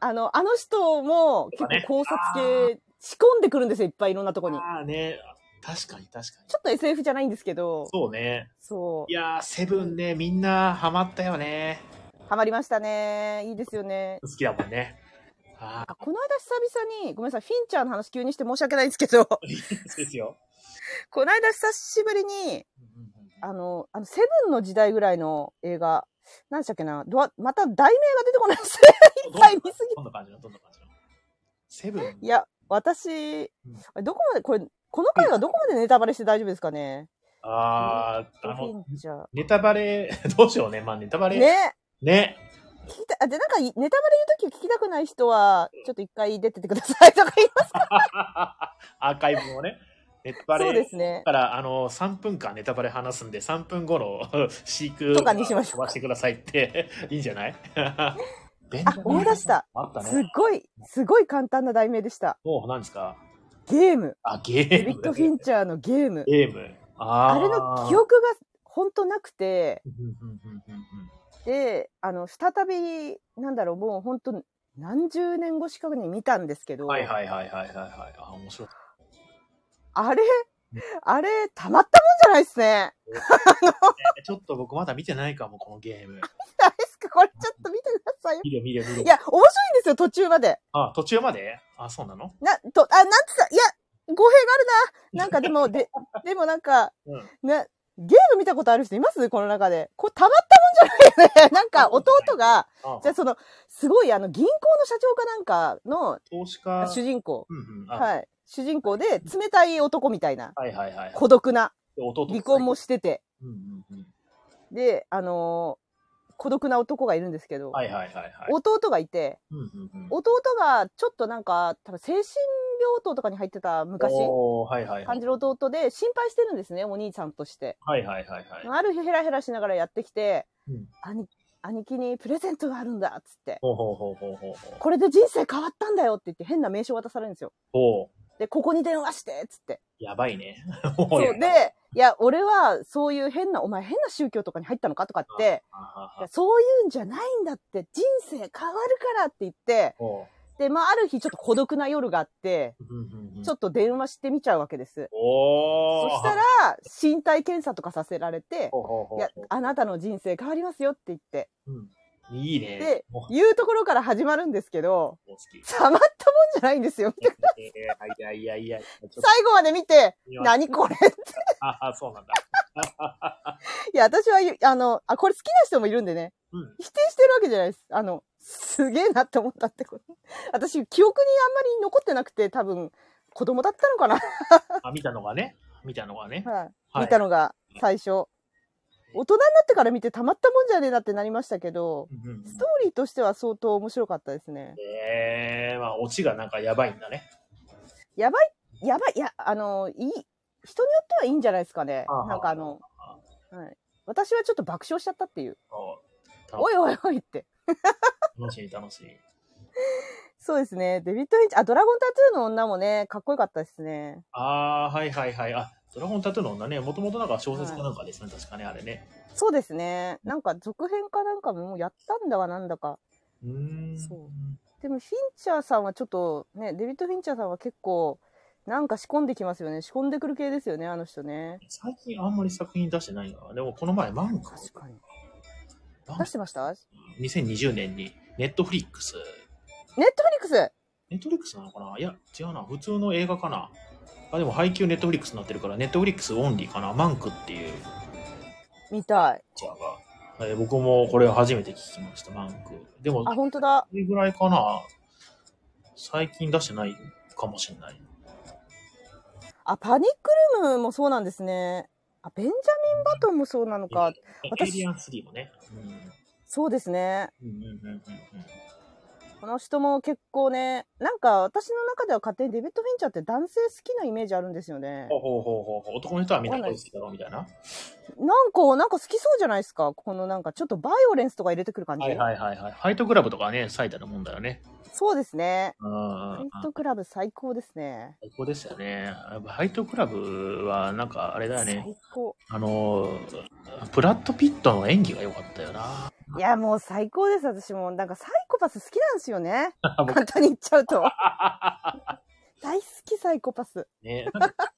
Speaker 2: あの、あの人も結構考察系仕込んでくるんですよ、いっぱいいろんなとこに。
Speaker 1: ああね。確かに確かに。
Speaker 2: ちょっと SF じゃないんですけど、
Speaker 1: そうね。
Speaker 2: そ
Speaker 1: いやー、セブンね、みんなハマったよね。
Speaker 2: う。ハマりましたね。いいですよね。
Speaker 1: 好きだもんね。ああ、
Speaker 2: あこの間久々に、ごめんなさい、フィンチャーの話急にして申し訳ないんです
Speaker 1: [laughs]
Speaker 2: けど、こ
Speaker 1: そうですよ。
Speaker 2: の間久しぶりに、
Speaker 1: うんうんうん
Speaker 2: あの、あの、セブンの時代ぐらいの映画、何でしたっけな、どわまた題名が出てこないです。
Speaker 1: [laughs]
Speaker 2: いっぱい見すぎ
Speaker 1: どんな感じのどんな感じのセブン
Speaker 2: いや、私、どこまで、これ、この回はどこまでネタバレして大丈夫ですかね
Speaker 1: ああ、あ
Speaker 2: フィ
Speaker 1: の、
Speaker 2: ンチャー。
Speaker 1: ネタバレ、 [laughs] どうしようね。まあ、ネタバレ。ね。 [laughs]
Speaker 2: ね聞いた、あ、で、なんか、いネタバレ言うとき聞きたくない人は、ちょっと一回出ててくださいとか言います。
Speaker 1: アーカイブもね。ネタバレ。
Speaker 2: そうですね
Speaker 1: だ。から、あの、3分間ネタバレ話すんで、3分後の [laughs] 飼育
Speaker 2: とかにしましょう
Speaker 1: 飛ばしてくださいって、 [laughs] いいんじゃない便利
Speaker 2: [laughs] あ、思い出した。
Speaker 1: あった
Speaker 2: すっ
Speaker 1: ね。
Speaker 2: ごい、すごい簡単な題名でした。
Speaker 1: おう何ですか
Speaker 2: ゲーム。
Speaker 1: あ、ゲ
Speaker 2: デ
Speaker 1: ー
Speaker 2: ビ
Speaker 1: ム
Speaker 2: ッ。ド・フィンチャーのゲーム。
Speaker 1: ゲーム。あー
Speaker 2: あれの記憶が本当なくて、
Speaker 1: うんうんうんうんうん
Speaker 2: で、あの、再び、なんだろう、もう本当何十年後近くに見たんですけど、
Speaker 1: はいはいはいはいはいはい。あ、面白い。
Speaker 2: あれ、あれ、たまったもんじゃないっすね。
Speaker 1: えちょっと僕まだ見てないかも、このゲーム。
Speaker 2: 大好き、これちょっと見てくださいよ。
Speaker 1: 見る見る見る
Speaker 2: い。や、面白いんですよ、途中まで。
Speaker 1: あ、途中まであ、そうなの
Speaker 2: な、と、あ、なんつった、いや、語弊があるな。なんかで
Speaker 1: [laughs]
Speaker 2: も、で、でもなんか、
Speaker 1: うん
Speaker 2: ね、ゲーム見たことある人いますこの中で。これたまったもんじゃないよね。なんか弟が、
Speaker 1: あ
Speaker 2: じゃあその、すごいあの、銀行の社長かなんかの
Speaker 1: 投資家。
Speaker 2: 主人公。
Speaker 1: うんうん。あ
Speaker 2: はい。主人公で、冷たい男みたいな、
Speaker 1: はいはいはい。
Speaker 2: 孤独な、
Speaker 1: 弟
Speaker 2: 離婚もしてて。
Speaker 1: うんうんうん。
Speaker 2: で、あのー孤独な男がいるんですけど、
Speaker 1: はいはいはいはい。
Speaker 2: 弟がいて、
Speaker 1: うんうんうん
Speaker 2: 弟がちょっとなんか、多分精神病棟とかに入ってた昔、
Speaker 1: おーはいはいはい
Speaker 2: 感。じる弟で心配してるんですね、お兄さんとして。
Speaker 1: はいはいはいはい。
Speaker 2: ある日ヘラヘラしながらやってきて、
Speaker 1: うん
Speaker 2: 兄兄貴にプレゼントがあるんだっつって、
Speaker 1: ほうほうほうほうほうほう。
Speaker 2: これで人生変わったんだよって言って変な名刺を渡されるんですよ。
Speaker 1: ほう。
Speaker 2: で、ここに電話してっつって。
Speaker 1: やばいね。 [laughs]
Speaker 2: そ。
Speaker 1: そう
Speaker 2: で、いや、俺はそういう変な、お前変な宗教とかに入ったのかとかって、いやそういうんじゃないんだって、人生変わるからって言って、
Speaker 1: ほ
Speaker 2: で、まあある日ちょっと孤独な夜があって、
Speaker 1: う。うんうんうん
Speaker 2: ちょっと電話してみちゃうわけです。
Speaker 1: お
Speaker 2: そ
Speaker 1: ー
Speaker 2: したら、身体検査とかさせられて、
Speaker 1: ほうほうほ
Speaker 2: いうや、あなたの人生変わりますよって言って、
Speaker 1: うんいいね。
Speaker 2: で
Speaker 1: もう
Speaker 2: いうところから始まるんですけど、
Speaker 1: 好
Speaker 2: [laughs]
Speaker 1: き。
Speaker 2: たまったもんじゃないんですよ。
Speaker 1: えーいやいやいやいや。ちょっと
Speaker 2: 最後まで見て、
Speaker 1: 見ました
Speaker 2: 何これ
Speaker 1: ああ、そうなんだ。
Speaker 2: いや、私はゆ、あの、あ、これ好きな人もいるんでね、
Speaker 1: うん。
Speaker 2: 否定してるわけじゃないです。あの、すげえなって思ったってこと。私、記憶にあんまり残ってなくて、多分、子供だったのかな、
Speaker 1: あ、見たのがね。見たのがね。
Speaker 2: はい、
Speaker 1: はい
Speaker 2: 見たのが最初。大人になってから見てたまったもんじゃねえなってなりましたけど、
Speaker 1: うんうんうん
Speaker 2: ストーリーとしては相当面白かったですね。
Speaker 1: ええまあ、オチがなんかやばいんだね。
Speaker 2: やばい、やばい、いや、あの、いい、人によってはいいんじゃないですかね
Speaker 1: あは。
Speaker 2: なんかあの、
Speaker 1: あ
Speaker 2: はい。私はちょっと爆笑しちゃったっていう。
Speaker 1: そう
Speaker 2: おいおいおいって。
Speaker 1: 楽しい、楽しい。
Speaker 2: そうですね。デビッド・フィンチ、あ、ドラゴンタトゥーの女もね、かっこよかったですね。
Speaker 1: ああ、はいはいはい。あ、ドラゴンタトゥーの女ね、もともとなんか小説かなんかですね、確かね、あれね。
Speaker 2: そうですね。なんか続編かなんかももうやったんだわ、なんだか。
Speaker 1: うーん。
Speaker 2: そうでもフィンチャーさんはちょっと、ね、デビッド・フィンチャーさんは結構、なんか仕込んできますよね。仕込んでくる系ですよね、あの人ね。
Speaker 1: 最近あんまり作品出してないな。でもこの前、マンク、
Speaker 2: 確かに。
Speaker 1: マン
Speaker 2: 出してましたネッ
Speaker 1: 2020年にネットフリックス、
Speaker 2: トフリックス
Speaker 1: ネットフリックスなのかないや、違うな。普通の映画かな。あ、でも配給ネットフリックスになってるから、ネットフリックスオンリーかな。マンクっていう
Speaker 2: みたい。
Speaker 1: ジャーが。えー僕もこれ初めて聞きました、マンク。でも、
Speaker 2: あ、
Speaker 1: こ
Speaker 2: 本当だ。
Speaker 1: れぐらいかな。最近出してないかもしれない。
Speaker 2: あ、パニックルームもそうなんですね。あ、ベンジャミン・バトンもそうなのか。
Speaker 1: エ
Speaker 2: 私
Speaker 1: イリアン3もね。うん
Speaker 2: そうですね。
Speaker 1: うんうんうんうんうん
Speaker 2: この人も結構ね、なんか私の中では勝手にデビッド・フィンチャーって男性好きなイメージあるんですよね。
Speaker 1: ほうほうほうほうほう。男の人はみんな大好きだろみたいな。
Speaker 2: なんか、なんか好きそうじゃないですか。このなんかちょっとバイオレンスとか入れてくる感じ。
Speaker 1: はいはいはいはい。ファイトクラブとかはね、最たるもんだよね。
Speaker 2: そうですね。
Speaker 1: うんうん
Speaker 2: フ
Speaker 1: う
Speaker 2: ァ
Speaker 1: ん
Speaker 2: イ。トクラブ最高ですね。
Speaker 1: 最高ですよね。ファイトクラブはなんかあれだよね。
Speaker 2: 最高。
Speaker 1: あのー、ブラッド・ピットの演技が良かったよな。
Speaker 2: いや、もう最高です。私もなんかサイコパス好きなんですよね。
Speaker 1: [laughs] 僕
Speaker 2: 簡単に言っちゃう
Speaker 1: [laughs]
Speaker 2: と。大好きサイコパス。
Speaker 1: ね、 [laughs] なんか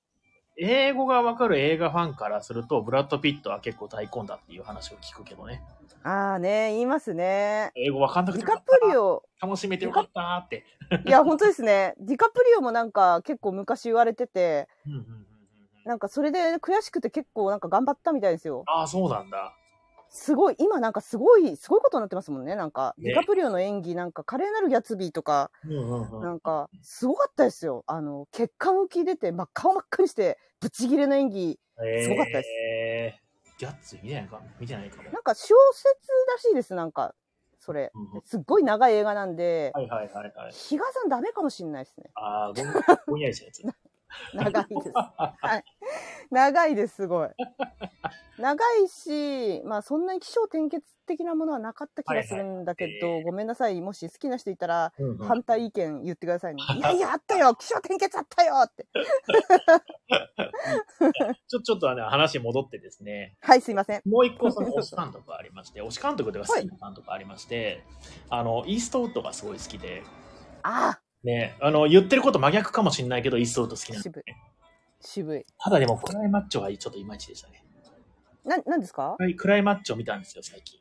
Speaker 1: 英語がわかる映画ファンからすると、ブラッド・ピットは結構大根だっていう話を聞くけどね。
Speaker 2: ああね、言いますね。
Speaker 1: [laughs] 英語わかんなく
Speaker 2: デ
Speaker 1: て
Speaker 2: ィ
Speaker 1: よか
Speaker 2: カ
Speaker 1: っ
Speaker 2: プ
Speaker 1: た
Speaker 2: リオ。
Speaker 1: な楽しめてよかったなって。
Speaker 2: いや、本当ですね。ディカプリオもなんか結構昔言われてて、
Speaker 1: うんうんうんうんうん
Speaker 2: なんかそれで悔しくて結構なんか頑張ったみたいですよ。
Speaker 1: ああ、そうなんだ。
Speaker 2: すごい、今なんかすごい、すごいことになってますもんね。なんか、
Speaker 1: ね
Speaker 2: ディカプリオの演技、なんか華麗なるギャツビーとか、
Speaker 1: うんうんうん
Speaker 2: なんかすごかったですよ。あの、血管を切れて、ま、顔真っ赤にして、ブチギレの演技。すごかったです
Speaker 1: えーギャッツ見てないか見てないかも。
Speaker 2: なんか小説らしいです、なんか、それ。
Speaker 1: うんうん
Speaker 2: すっごい長い映画なんで、
Speaker 1: はいはいはいはい。
Speaker 2: 比嘉さんダメかもしんないです
Speaker 1: [laughs]
Speaker 2: ね。
Speaker 1: ああ、ぼんぼんやりしたやつ。
Speaker 2: 長いです。はい。長いです、すごい。長いし、まあそんなに気象転結的なものはなかった気がするんだけど、
Speaker 1: はいは
Speaker 2: ごめんなさい。もし好きな人いたら、
Speaker 1: うんうん
Speaker 2: 反対意見言ってくださいね。いやいや、あったよ気象転結あったよって。
Speaker 1: ちょ、ちょっとあの話戻ってですね、
Speaker 2: はい、すいません。
Speaker 1: もう一個その推し監督がありまして、推し監督では好きな監督がありまして、あの、イーストウッドがすごい好きで、
Speaker 2: あ
Speaker 1: ね、あの、言ってること真逆かもしれないけど、イーストウッド好き
Speaker 2: あ、
Speaker 1: なんで
Speaker 2: 渋い。渋い。
Speaker 1: ただでも、クライマッチョがちょっといまいちでしたね。
Speaker 2: な、なんですか
Speaker 1: はい、クライマッチョ見たんですよ、最近。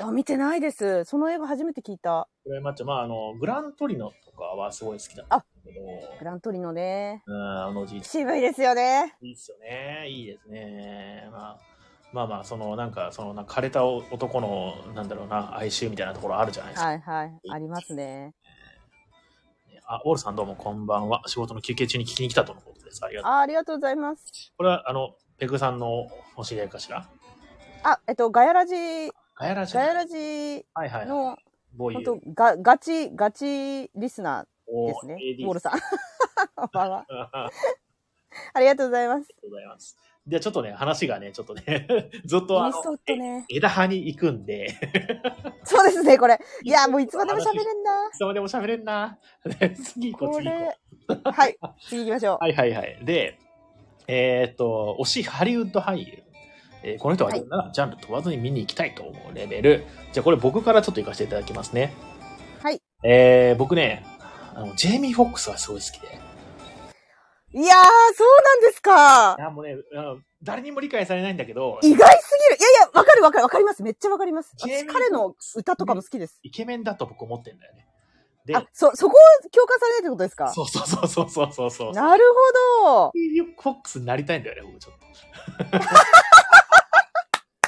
Speaker 2: あ、見てないです。その映画初めて聞いた。
Speaker 1: クライマッチョ、まあ、あの、グラントリノとかはすごい好きだったんですけど、
Speaker 2: グラントリノね。
Speaker 1: うん、あの、実
Speaker 2: 渋いですよね。
Speaker 1: いいっすよね。いいですね。まあ、まあまあ、その、なんか、その、なんか枯れた男の、なんだろうな、哀愁みたいなところあるじゃないですか。
Speaker 2: はいはい。ありますね。
Speaker 1: あ、オールさんどうもこんばんは。仕事の休憩中に聞きに来たとのことです。ありがとう。
Speaker 2: あありがとうございます。
Speaker 1: これは、あの、ペグさんのお知り合いかしら
Speaker 2: あ、えっと、ガヤラジ
Speaker 1: ガヤラジ
Speaker 2: ガヤラジ
Speaker 1: はいはい。
Speaker 2: の、
Speaker 1: ボー
Speaker 2: 本
Speaker 1: イ
Speaker 2: 当ガ、ガチ、ガチリスナー
Speaker 1: お
Speaker 2: で
Speaker 1: ー
Speaker 2: すね
Speaker 1: AD。
Speaker 2: ウォルさん。 [laughs] こんばんは
Speaker 1: [laughs] あ
Speaker 2: ありがとうございます。
Speaker 1: りがとうございます。で、ちょっとね、話がね、ちょっとね、 [laughs] ずっと
Speaker 2: イ
Speaker 1: あ
Speaker 2: ンストウ
Speaker 1: の
Speaker 2: ッ、ドね。
Speaker 1: え枝葉に行くんで、
Speaker 2: そうですね、これ。いや、もういつまでも喋れ
Speaker 1: い
Speaker 2: んな。
Speaker 1: つまでも喋れんな。 [laughs] で次行こう、
Speaker 2: こ
Speaker 1: 次行こう
Speaker 2: れ。。はい。次行きましょう。
Speaker 1: はいはいはい。で、えーっと、推しハリウッド俳優。えーこの人は
Speaker 2: はい
Speaker 1: どんなジャンル問わずに見に行きたいと思うレベル。じゃあこれ僕からちょっと行かせていただきますね。
Speaker 2: はい。
Speaker 1: えー、僕ね、あの、ジェイミー・フォックスがすごい好きで。
Speaker 2: いやー、そうなんですか
Speaker 1: い。や、もうね、あの誰にも理解されないんだけど、
Speaker 2: 意外すぎる。いやいや、わかるわかる。わかります。めっちゃわかります。
Speaker 1: ジェイ
Speaker 2: 私、
Speaker 1: ミー
Speaker 2: 彼の歌とかも好きです。
Speaker 1: イケメンだと僕思ってんだよね。で、
Speaker 2: あ、そ、そこを共感されないってことですか
Speaker 1: そうそうそうそうそうそうそう。ジ
Speaker 2: なるほど。
Speaker 1: ェイミー・フォックスになりたいんだよね、僕ちょっと。
Speaker 2: [laughs]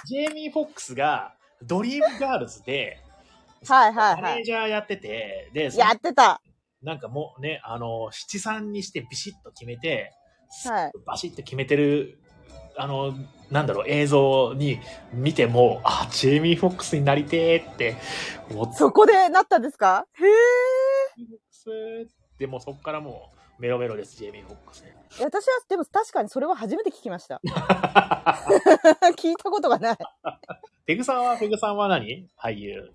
Speaker 1: ジェイミー・フォックスが、ドリームガールズで、
Speaker 2: はいはい
Speaker 1: マ
Speaker 2: は
Speaker 1: ネー
Speaker 2: い。
Speaker 1: ジャーやってて、で、
Speaker 2: やってた。
Speaker 1: なんかもうね、あの、七三にしてビシッと決めて、
Speaker 2: はい。
Speaker 1: バシッと決めてる、あの、なんだろう、映像に見ても、あ、ジェイミー・フォックスになりてーって思って、
Speaker 2: そこでなったんですかへえ。
Speaker 1: でもそっからもうメロメロです、ジェイミー・フォックス。
Speaker 2: 私は、でも確かにそれは初めて聞きま
Speaker 1: [laughs]
Speaker 2: した。聞いたことがない。
Speaker 1: ペグさんは、ペグさんは何俳優。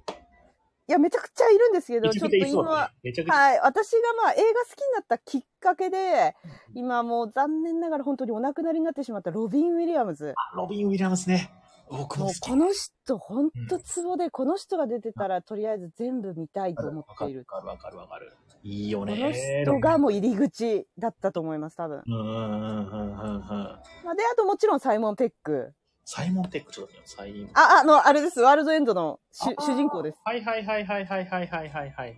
Speaker 2: いや、めちゃくちゃいるんですけど、
Speaker 1: め
Speaker 2: ち
Speaker 1: ち
Speaker 2: ょ
Speaker 1: ゃ
Speaker 2: っ
Speaker 1: くち
Speaker 2: と
Speaker 1: ゃいそう
Speaker 2: 今
Speaker 1: だ、ね。めちゃくちゃ。
Speaker 2: はい。私がまあ映画好きになったきっかけで、今もう残念ながら本当にお亡くなりになってしまったロビン・ウィリアムズ。
Speaker 1: ロビン・ウィリアムスね。僕も
Speaker 2: も
Speaker 1: 好
Speaker 2: う
Speaker 1: き。
Speaker 2: この人本当ツボで、この人が出てたらとりあえず全部見たいと思っている。
Speaker 1: わかるわかるわかる。いいよ
Speaker 2: こ
Speaker 1: ね
Speaker 2: の人がもう入り口だったと思います、多分。
Speaker 1: うんうんうんうんうんうん。
Speaker 2: まあ、で、あともちろんサイモン・ペック。
Speaker 1: サイモンテックちょっと見ようサイモン。
Speaker 2: あ、あの、あれです。ワールドエンドの主
Speaker 1: あー
Speaker 2: 主人公です。
Speaker 1: はいはいはいはいはいはいはいはいはい。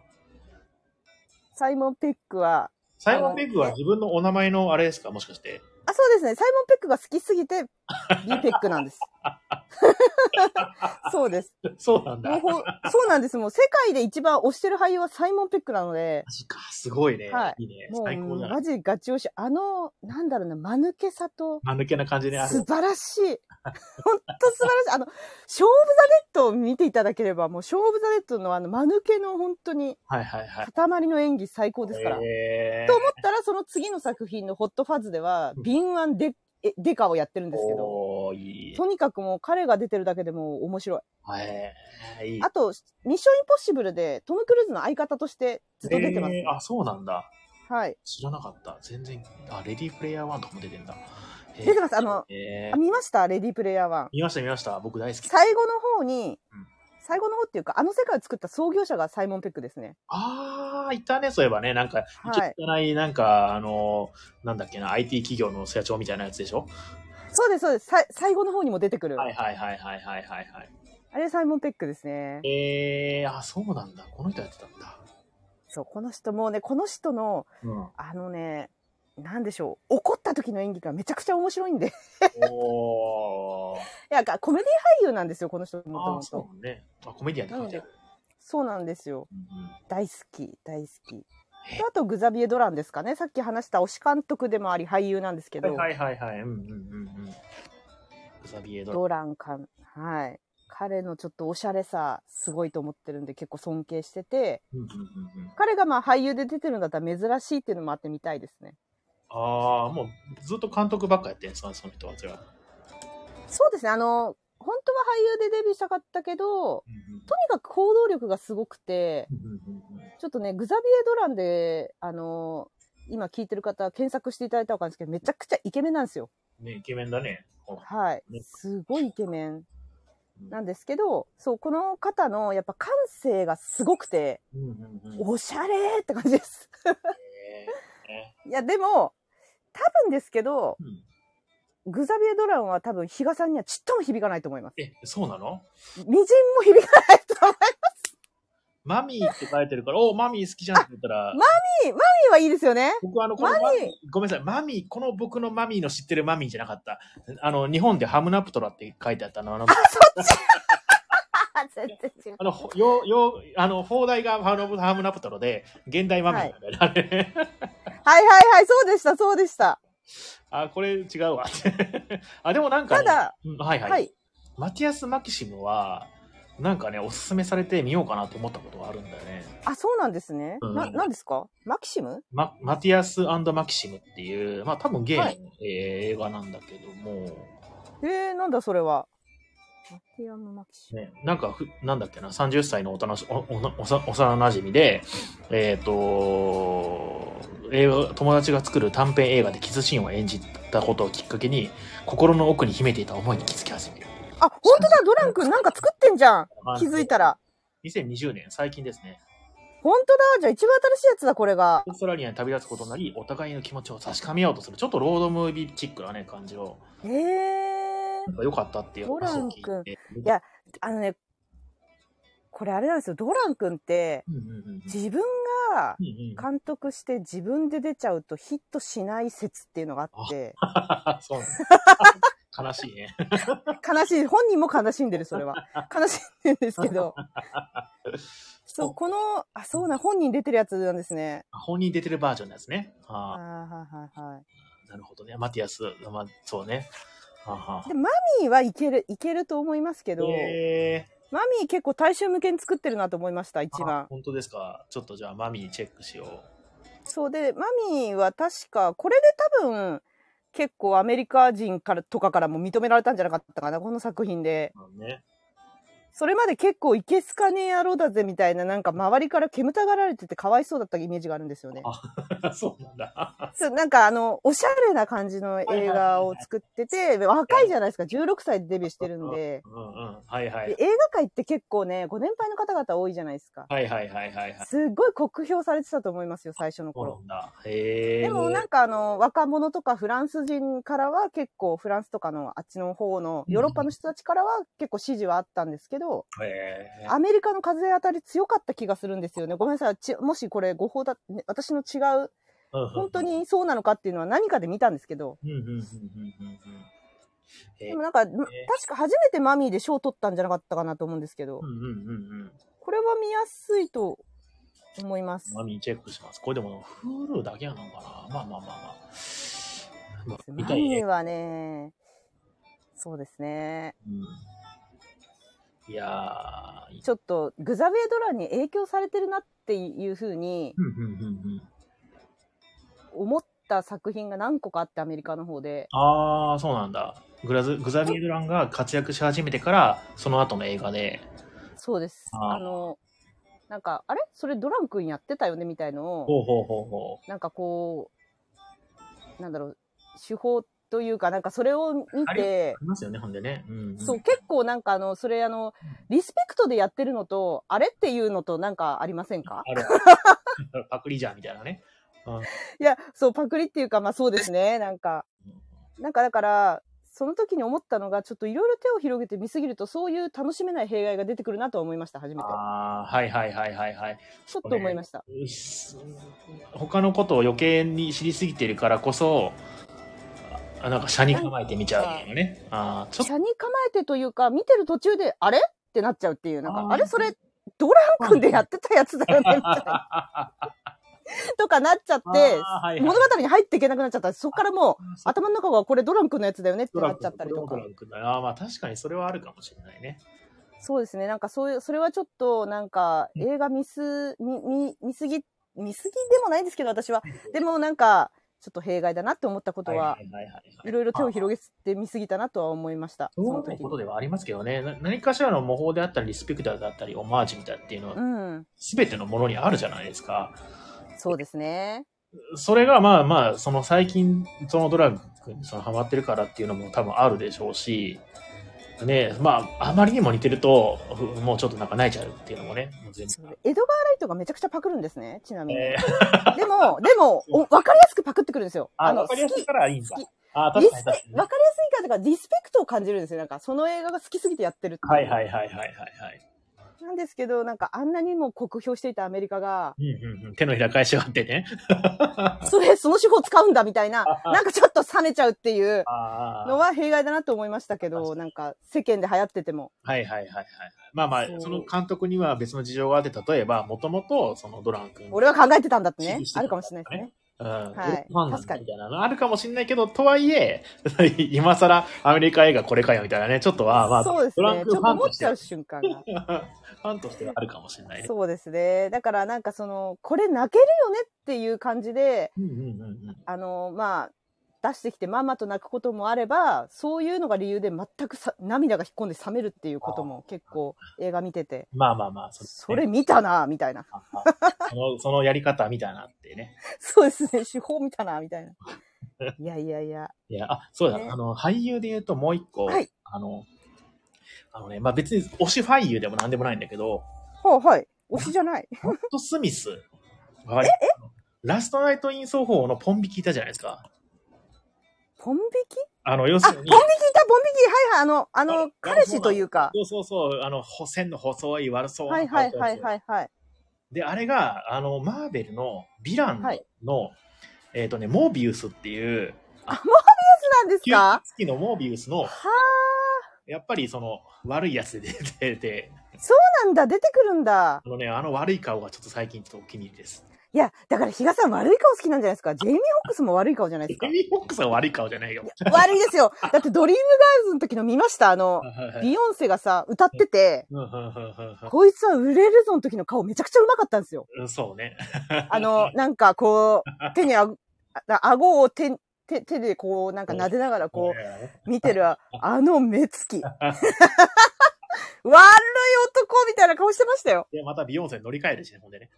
Speaker 2: サイモン・ペックは、
Speaker 1: サイモン・ペックは自分のお名前のあれですかもしかして。 [laughs]
Speaker 2: あ、そうですね。サイモン・ペックが好きすぎて、ビペックなんです。そうです。
Speaker 1: そうなん
Speaker 2: もう
Speaker 1: だ。 [laughs]
Speaker 2: ほんそうなんです。もう世界で一番推してる俳優はサイモン・ペックなので、
Speaker 1: マジか。すごいね。、
Speaker 2: はい
Speaker 1: いね。
Speaker 2: も
Speaker 1: 最高じ
Speaker 2: う
Speaker 1: ゃない
Speaker 2: マ。ジガチ推し。あの、なんだろうな、間抜けさと、
Speaker 1: 間抜けな感じね。ある
Speaker 2: 素晴らしい。 [laughs] 本当素晴らしい。あの、ショー・オブ・ザ・デッドを見ていただければ、もうショー・オブ・ザ・デッドのあの、間抜けの本当に
Speaker 1: はいはいはい。
Speaker 2: 塊の演技最高ですから。
Speaker 1: えー、
Speaker 2: と思ったら、その次の作品のホットファズでは、敏腕デえデカをやってるんですけど、
Speaker 1: おーいい。
Speaker 2: とにかくもう彼が出てるだけでもう面白い。
Speaker 1: えー、いい。
Speaker 2: あと、ミッションインポッシブルでトム・クルーズの相方としてずっと出てます。
Speaker 1: えーあ、そうなんだ。
Speaker 2: はい。
Speaker 1: 知らなかった。全然。あ、レディープレイヤー1とかも出てんだ。えー
Speaker 2: 出てますあの
Speaker 1: え
Speaker 2: あ
Speaker 1: ー
Speaker 2: 見ましたレディープレイヤー1。
Speaker 1: 見ました見ました。僕大好き。
Speaker 2: 最後の方に
Speaker 1: うん、
Speaker 2: 最後の方っていうか、あの世界を作った創業者がサイモン・ペックですね。
Speaker 1: ああ、いたね、そういえばね。なんか、
Speaker 2: はい
Speaker 1: ちょっと汚い、なんか、あの、なんだっけな、IT 企業の社長みたいなやつでしょ、
Speaker 2: そうです、そうです。さ最後の方にも出てくる。
Speaker 1: はいはいはいはいはいはいは
Speaker 2: あれサイモン・ペックですね。
Speaker 1: い。えー、あ、そうなんだ。この人やってたんだ。
Speaker 2: そう、この人もうね、この人の、
Speaker 1: うん。
Speaker 2: あのね、なんでしょう、怒った時の演技がめちゃくちゃ面白いんで。 [laughs]
Speaker 1: おー。
Speaker 2: いや、コメディ俳優なんですよ、この人もと
Speaker 1: あ
Speaker 2: も
Speaker 1: ー、そう
Speaker 2: と。
Speaker 1: もんね。あ、コメディアンって書いてある。
Speaker 2: そうなんですよ。
Speaker 1: うんうん
Speaker 2: 大好き、大好き。とあと、グザビエ・ドランですかね。さっき話した推し監督でもあり、俳優なんですけど、
Speaker 1: はいはいはいはい。うんうんうんうん。グザビエドラ。
Speaker 2: ドラン監、はい。彼のちょっとおしゃれさ、すごいと思ってるんで、結構尊敬してて、
Speaker 1: うんうんうんうん、
Speaker 2: 彼がまあ俳優で出てるんだったら珍しいっていうのもあって見たいですね。
Speaker 1: ああ、もうずっと監督ばっかやってんすか、その人は。じゃあ
Speaker 2: そうですね、あの、本当は俳優でデビューしたかったけど、
Speaker 1: うんうん
Speaker 2: とにかく行動力がすごくて、
Speaker 1: うんうんうんうん
Speaker 2: ちょっとね、グザビエドランで、あの、今聞いてる方、検索していただいたらわかるんですけど、めちゃくちゃイケメンなんですよ。
Speaker 1: ね、イケメンだね。ほら
Speaker 2: はい
Speaker 1: ね。
Speaker 2: すごいイケメンなんですけど、そう、この方のやっぱ感性がすごくて、
Speaker 1: うんうんうん
Speaker 2: おしゃれーって感じです。
Speaker 1: え
Speaker 2: いや、でも、多分ですけど
Speaker 1: ー、うん
Speaker 2: グザビエドランは多分、比嘉さんにはちっとも響かないと思います。
Speaker 1: え、そうなの
Speaker 2: みじんも響かないと思い
Speaker 1: マ
Speaker 2: ま
Speaker 1: ミーって書いてるから、おマミー好きじゃんって言ったら [laughs]
Speaker 2: マ、す。はいいですよね。
Speaker 1: 僕はあの、この
Speaker 2: マ
Speaker 1: マ
Speaker 2: ミー。
Speaker 1: ごめんなさい、マミー、この僕のマミーの知ってるマミーじゃなかった。あの、日本でハムナプトラって書いてあったの、 [laughs] あの、
Speaker 2: あ、全然違う
Speaker 1: あ。の、ほようようあの、放題がハムナハムナプトラで、現代マミーなんだよね、あれ。
Speaker 2: はいはいはい、そうでした、そうでした。
Speaker 1: あ、これ違うわ。あ、でもなんか
Speaker 2: た
Speaker 1: ね、
Speaker 2: だ、
Speaker 1: うんはいはい。
Speaker 2: はい。
Speaker 1: マティアス・マキシムは、なんかね、おすすめされてみようかなと思ったことがあるんだよね。
Speaker 2: あ、そうなんですね。
Speaker 1: うん
Speaker 2: な、なんですかマキシム
Speaker 1: ママティアスマキシムっていう、まあ多分ゲーム、えー映画なんだけども、
Speaker 2: えー、なんだそれは。マテアムマキシム。
Speaker 1: ね、なんかふ、なんだっけな、30歳のお楽しおおなおさ幼馴染みで、えっ、と、映画、友達が作る短編映画でキスシーンを演じたことをきっかけに、心の奥に秘めていた思いに気づき始める。
Speaker 2: あ、本当だドラン君なんか作ってんじゃん気づいたら。
Speaker 1: 2020年、最近ですね。
Speaker 2: 本当だじゃあ一番新しいやつだ、これが。
Speaker 1: オーストラリアに旅立つことになり、お互いの気持ちを確かめようとする。ちょっとロードムービーチックなね、感じを。
Speaker 2: ええ
Speaker 1: なんか良かったっていう話を聞いて。
Speaker 2: いやあのね、これあれなんですよ。ドラン君って、
Speaker 1: うんうんうんうん、
Speaker 2: 自分が
Speaker 1: うんうん
Speaker 2: 監督して自分で出ちゃうとヒットしない説っていうのがあって、
Speaker 1: [laughs]
Speaker 2: [laughs]
Speaker 1: そうなんだ悲しいね。
Speaker 2: 悲しい、本人も悲しんでる、 [laughs] それは。悲しんでるんですけ [laughs] ど。そう、この、あ、そうな、本人出てるやつなんですね。
Speaker 1: 本人出てるバージョンのやつね。あ
Speaker 2: は
Speaker 1: あ
Speaker 2: いはいはいはい。
Speaker 1: なるほどね。マティアス、まあ、そうね。はあはあ
Speaker 2: でマミーはいける、いけると思いますけど、
Speaker 1: え
Speaker 2: マミー結構大衆向けに作ってるなと思いました、一
Speaker 1: ー、あ
Speaker 2: 番。
Speaker 1: 本当ですか。ちょっとじゃあ、マミーチェックしよう。
Speaker 2: そうで、マミーは確か、これで多分、結構アメリカ人からとかからも認められたんじゃなかったかな、この作品で。
Speaker 1: あのね、 [laughs]
Speaker 2: それまで結構いけすかねえ野郎だぜみたいな、なんか周りから煙たがられててかわいそうだったイメージがあるんですよね。
Speaker 1: そうなんだ。
Speaker 2: そうなんかあの、おしゃれな感じの映画を作ってて、若いじゃないですか、16歳でデビューしてるんで。
Speaker 1: うんうん。はいは
Speaker 2: で
Speaker 1: い。
Speaker 2: 映画界って結構ね、ご年配の方々多いじゃないですか。
Speaker 1: はいはいはいはいはい。
Speaker 2: すっごい酷評されてたと思いますよ、最初の
Speaker 1: そう
Speaker 2: 頃。
Speaker 1: なんだ。へえ。
Speaker 2: でもなんかあの、若者とかフランス人からは結構フランスとかのあっちの方のヨーロッパの人たちからは結構支持はあったんですけど、
Speaker 1: へえ。
Speaker 2: アメリカの風当たり強かった気がするんですよね。ごめんなさい。ちもしこれ誤報だ、ね私の違う、
Speaker 1: 本
Speaker 2: 本当。にそうなのかっていうのは何かで見たんですけど、
Speaker 1: うんうんうんうんうんうん。え
Speaker 2: でもなんか、確か初めてマミーで賞取ったんじゃなかったかなと思うんですけど
Speaker 1: う、んうんうんうん。
Speaker 2: これは見やすいと思います。
Speaker 1: マミーチェックします。これでも、Hulu だけなのかなまあまあまあまあ。まあ、見
Speaker 2: マ
Speaker 1: たい
Speaker 2: ミー
Speaker 1: ね。
Speaker 2: はね、そうですね。
Speaker 1: うん、いやー、いい
Speaker 2: ちょっとグザビエドランに影響されてるなっていうふうに
Speaker 1: うんうんうんうん。
Speaker 2: 思った作品が何個かあってアメリカの方で、
Speaker 1: ああ、そうなんだ。グラズグザビエ・ドランが活躍し始めてから、その後の映画で。
Speaker 2: そうです。
Speaker 1: あー
Speaker 2: あの、なんか、あれそれドラン君やってたよねみたいのを、
Speaker 1: ほうほうほうほ
Speaker 2: なんかこう、なんだろう、手法というか、なんかそれを見
Speaker 1: あ
Speaker 2: て
Speaker 1: う。あ、りますよね、ほんでね。うん、うん。
Speaker 2: そう、結構なんかあの、それあの、リスペクトでやってるのと、あれっていうのとなんかありませんか
Speaker 1: ある。
Speaker 2: [laughs]
Speaker 1: パクリじゃんみたいなね。
Speaker 2: いや、そう、パクリっていうか、まあそうですね、なんか。なんかだから、その時に思ったのが、ちょっといろいろ手を広げて見すぎると、そういう楽しめない弊害が出てくるなとは思いました、初めて。
Speaker 1: ああ、はいはいはいはいはい。
Speaker 2: ちょっと思いました。
Speaker 1: うっす他のことを余計に知りすぎてるからこそ、あなんか、車に構えてみちゃうのね。ああ、ちょっと
Speaker 2: 車に構えてというか、見てる途中で、あれってなっちゃうっていう、なんか、
Speaker 1: あ
Speaker 2: あ
Speaker 1: ー
Speaker 2: れそれ、ドラン君でやってたやつだよね、みたいな。
Speaker 1: [laughs]
Speaker 2: とかなっちゃって、
Speaker 1: あーはいはい
Speaker 2: 物語に入っていけなくなっちゃった。そこからもう、頭の中がこれドラン君のやつだよねってなっちゃったりと
Speaker 1: ド
Speaker 2: か
Speaker 1: ラ。ンクだああ、まあ確かにそれはあるかもしれないね。
Speaker 2: そうですね。なんかそういう、それはちょっと、なんか、
Speaker 1: うん
Speaker 2: 映画見す、見、見、見すぎ、見すぎでもないんですけど、私は。でもなんか、ちょっと弊害だなって思ったことは、
Speaker 1: いはいはいはい
Speaker 2: ろいろ手を広げて見すぎたなとは思いました。そ
Speaker 1: そう
Speaker 2: の
Speaker 1: という
Speaker 2: 時
Speaker 1: こ
Speaker 2: に。
Speaker 1: とではありますけどね、な何かしらの模倣であったり、リスペクターだったり、オマージュみたいっていうの
Speaker 2: う
Speaker 1: は、
Speaker 2: ん。
Speaker 1: すべてのものにあるじゃないですか。
Speaker 2: そうですね。
Speaker 1: それがまあまあ、その最近、そのドラッグにそのハマってるからっていうのも多分あるでしょうし、ね、まあ、あまりにも似てると、ふもうちょっとなんか泣いちゃうっていうのもね、もう全然。
Speaker 2: エドガー・ライトがめちゃくちゃパクるんですね、ちなみに。
Speaker 1: えー [laughs]
Speaker 2: でも、でも、おわかりやすくパクってくるんですよ。
Speaker 1: あ、
Speaker 2: の、
Speaker 1: わ
Speaker 2: 好
Speaker 1: か
Speaker 2: き、
Speaker 1: りやす
Speaker 2: リ
Speaker 1: い
Speaker 2: スペ、
Speaker 1: からいいんだ
Speaker 2: 好き。
Speaker 1: あ、
Speaker 2: わかり
Speaker 1: 確
Speaker 2: や
Speaker 1: か
Speaker 2: す
Speaker 1: に確か
Speaker 2: い
Speaker 1: に。
Speaker 2: からだから、リスペクトを感じるんですよ。なんか、その映画が好きすぎてやってるってう
Speaker 1: はいはいはいはいはいはい。
Speaker 2: なんですけど、なんか、あんなにも酷評していたアメリカが、
Speaker 1: うんうんうん、手のひら返しがあってね。
Speaker 2: それ、その手法使うんだみたいな、なんかちょっと冷めちゃうっていう
Speaker 1: ああ
Speaker 2: の。は弊害だなと思いましたけ
Speaker 1: 確か
Speaker 2: ど、なんか世間で流行ってても。
Speaker 1: はいはいはいはい。まあまあ
Speaker 2: そ、う
Speaker 1: その監督には別の事情があって、例えば、もともと、そのドラン君
Speaker 2: 俺は考えてたんだって
Speaker 1: 支
Speaker 2: ね
Speaker 1: 持し。て
Speaker 2: あ
Speaker 1: たんだ
Speaker 2: るかもしれないですね。
Speaker 1: うん
Speaker 2: はい
Speaker 1: ファンなん
Speaker 2: 確か
Speaker 1: だ
Speaker 2: に
Speaker 1: みたいなのあるかもしれないけど、とはいえ、 [laughs] 今更アメリカ映画これかよみたいなね、ちょっとは、まあ、
Speaker 2: そうです
Speaker 1: トラン
Speaker 2: ね。
Speaker 1: ク
Speaker 2: ち
Speaker 1: フ
Speaker 2: ょっと
Speaker 1: ァン
Speaker 2: 思っ
Speaker 1: とし
Speaker 2: ち
Speaker 1: て
Speaker 2: ゃ
Speaker 1: は
Speaker 2: う、瞬間が。
Speaker 1: ファンとしてはあるかもしれないね。
Speaker 2: そうですね。だからなんかその、これ泣けるよねっていう感じで、
Speaker 1: うんうんうんうん。
Speaker 2: あの、まあ、出してきてまんまと泣くこともあれば、そういうのが理由で全くさ涙が引っ込んで冷めるっていうことも結構映画見てて、
Speaker 1: まあまあまあ、そうです
Speaker 2: そ
Speaker 1: ね
Speaker 2: れ見たなみたいな。 [laughs]
Speaker 1: ああその、 [laughs] そのやり方みたいなってね。
Speaker 2: そうですね。手法見たなみたいな。
Speaker 1: [laughs]
Speaker 2: いやいやいや。
Speaker 1: いや、あ、そうだ、
Speaker 2: ね
Speaker 1: あの、俳優で言うともう一個、
Speaker 2: はい
Speaker 1: あの、あのね、まあ別に推し俳優でもなんでもないんだけど、
Speaker 2: はいはい。推しじゃない。
Speaker 1: ホット・スミスがえラストナイト・イン・奏法のポン引きいたじゃないですか。
Speaker 2: ポン引き
Speaker 1: あの、要す
Speaker 2: あ、
Speaker 1: る
Speaker 2: ポン引
Speaker 1: に
Speaker 2: きい、た、ポン引き。はいはい。あの、あ
Speaker 1: あ
Speaker 2: の、彼氏というか。
Speaker 1: そうそうそう、あの、ほ線の細い悪そうな
Speaker 2: はいはいはいはいはい。
Speaker 1: で、あれが、あの、マーベルのヴィランの、
Speaker 2: はい
Speaker 1: えっ、とね、モービウスっていう、
Speaker 2: そうなんです
Speaker 1: 吸
Speaker 2: か
Speaker 1: 血鬼のモービウスの
Speaker 2: は、
Speaker 1: やっぱりその、悪いやつで出てて、
Speaker 2: あ、なんだ、出てくるんだ。
Speaker 1: あのね、あの悪い顔がちょっと最近ちょっとお気に入りです。
Speaker 2: いや、だから、比嘉さん悪い顔好きなんじゃないですか。ジェイミー・ホックスも悪い顔じ [laughs] ゃない
Speaker 1: エ
Speaker 2: ですか。
Speaker 1: ミー・ホックスは悪い顔じゃないよ。
Speaker 2: 悪いですよ。だって、ドリームガールズの時の見ましたあの、
Speaker 1: はいはい
Speaker 2: ビヨンセがさ、歌ってて、
Speaker 1: うんうんうん
Speaker 2: こいつは売れるぞの時の顔めちゃくちゃうまかったんですよ。
Speaker 1: うんうんそうね。
Speaker 2: あの、なんかこう、手にあ、あ顎を手、手、手でこう、なんか撫でながらこう、見てる、あの目つ [laughs] き。悪い男みたいな顔してました [laughs] よ。
Speaker 1: で、またビヨンセに乗り換えるしね、ほんでね。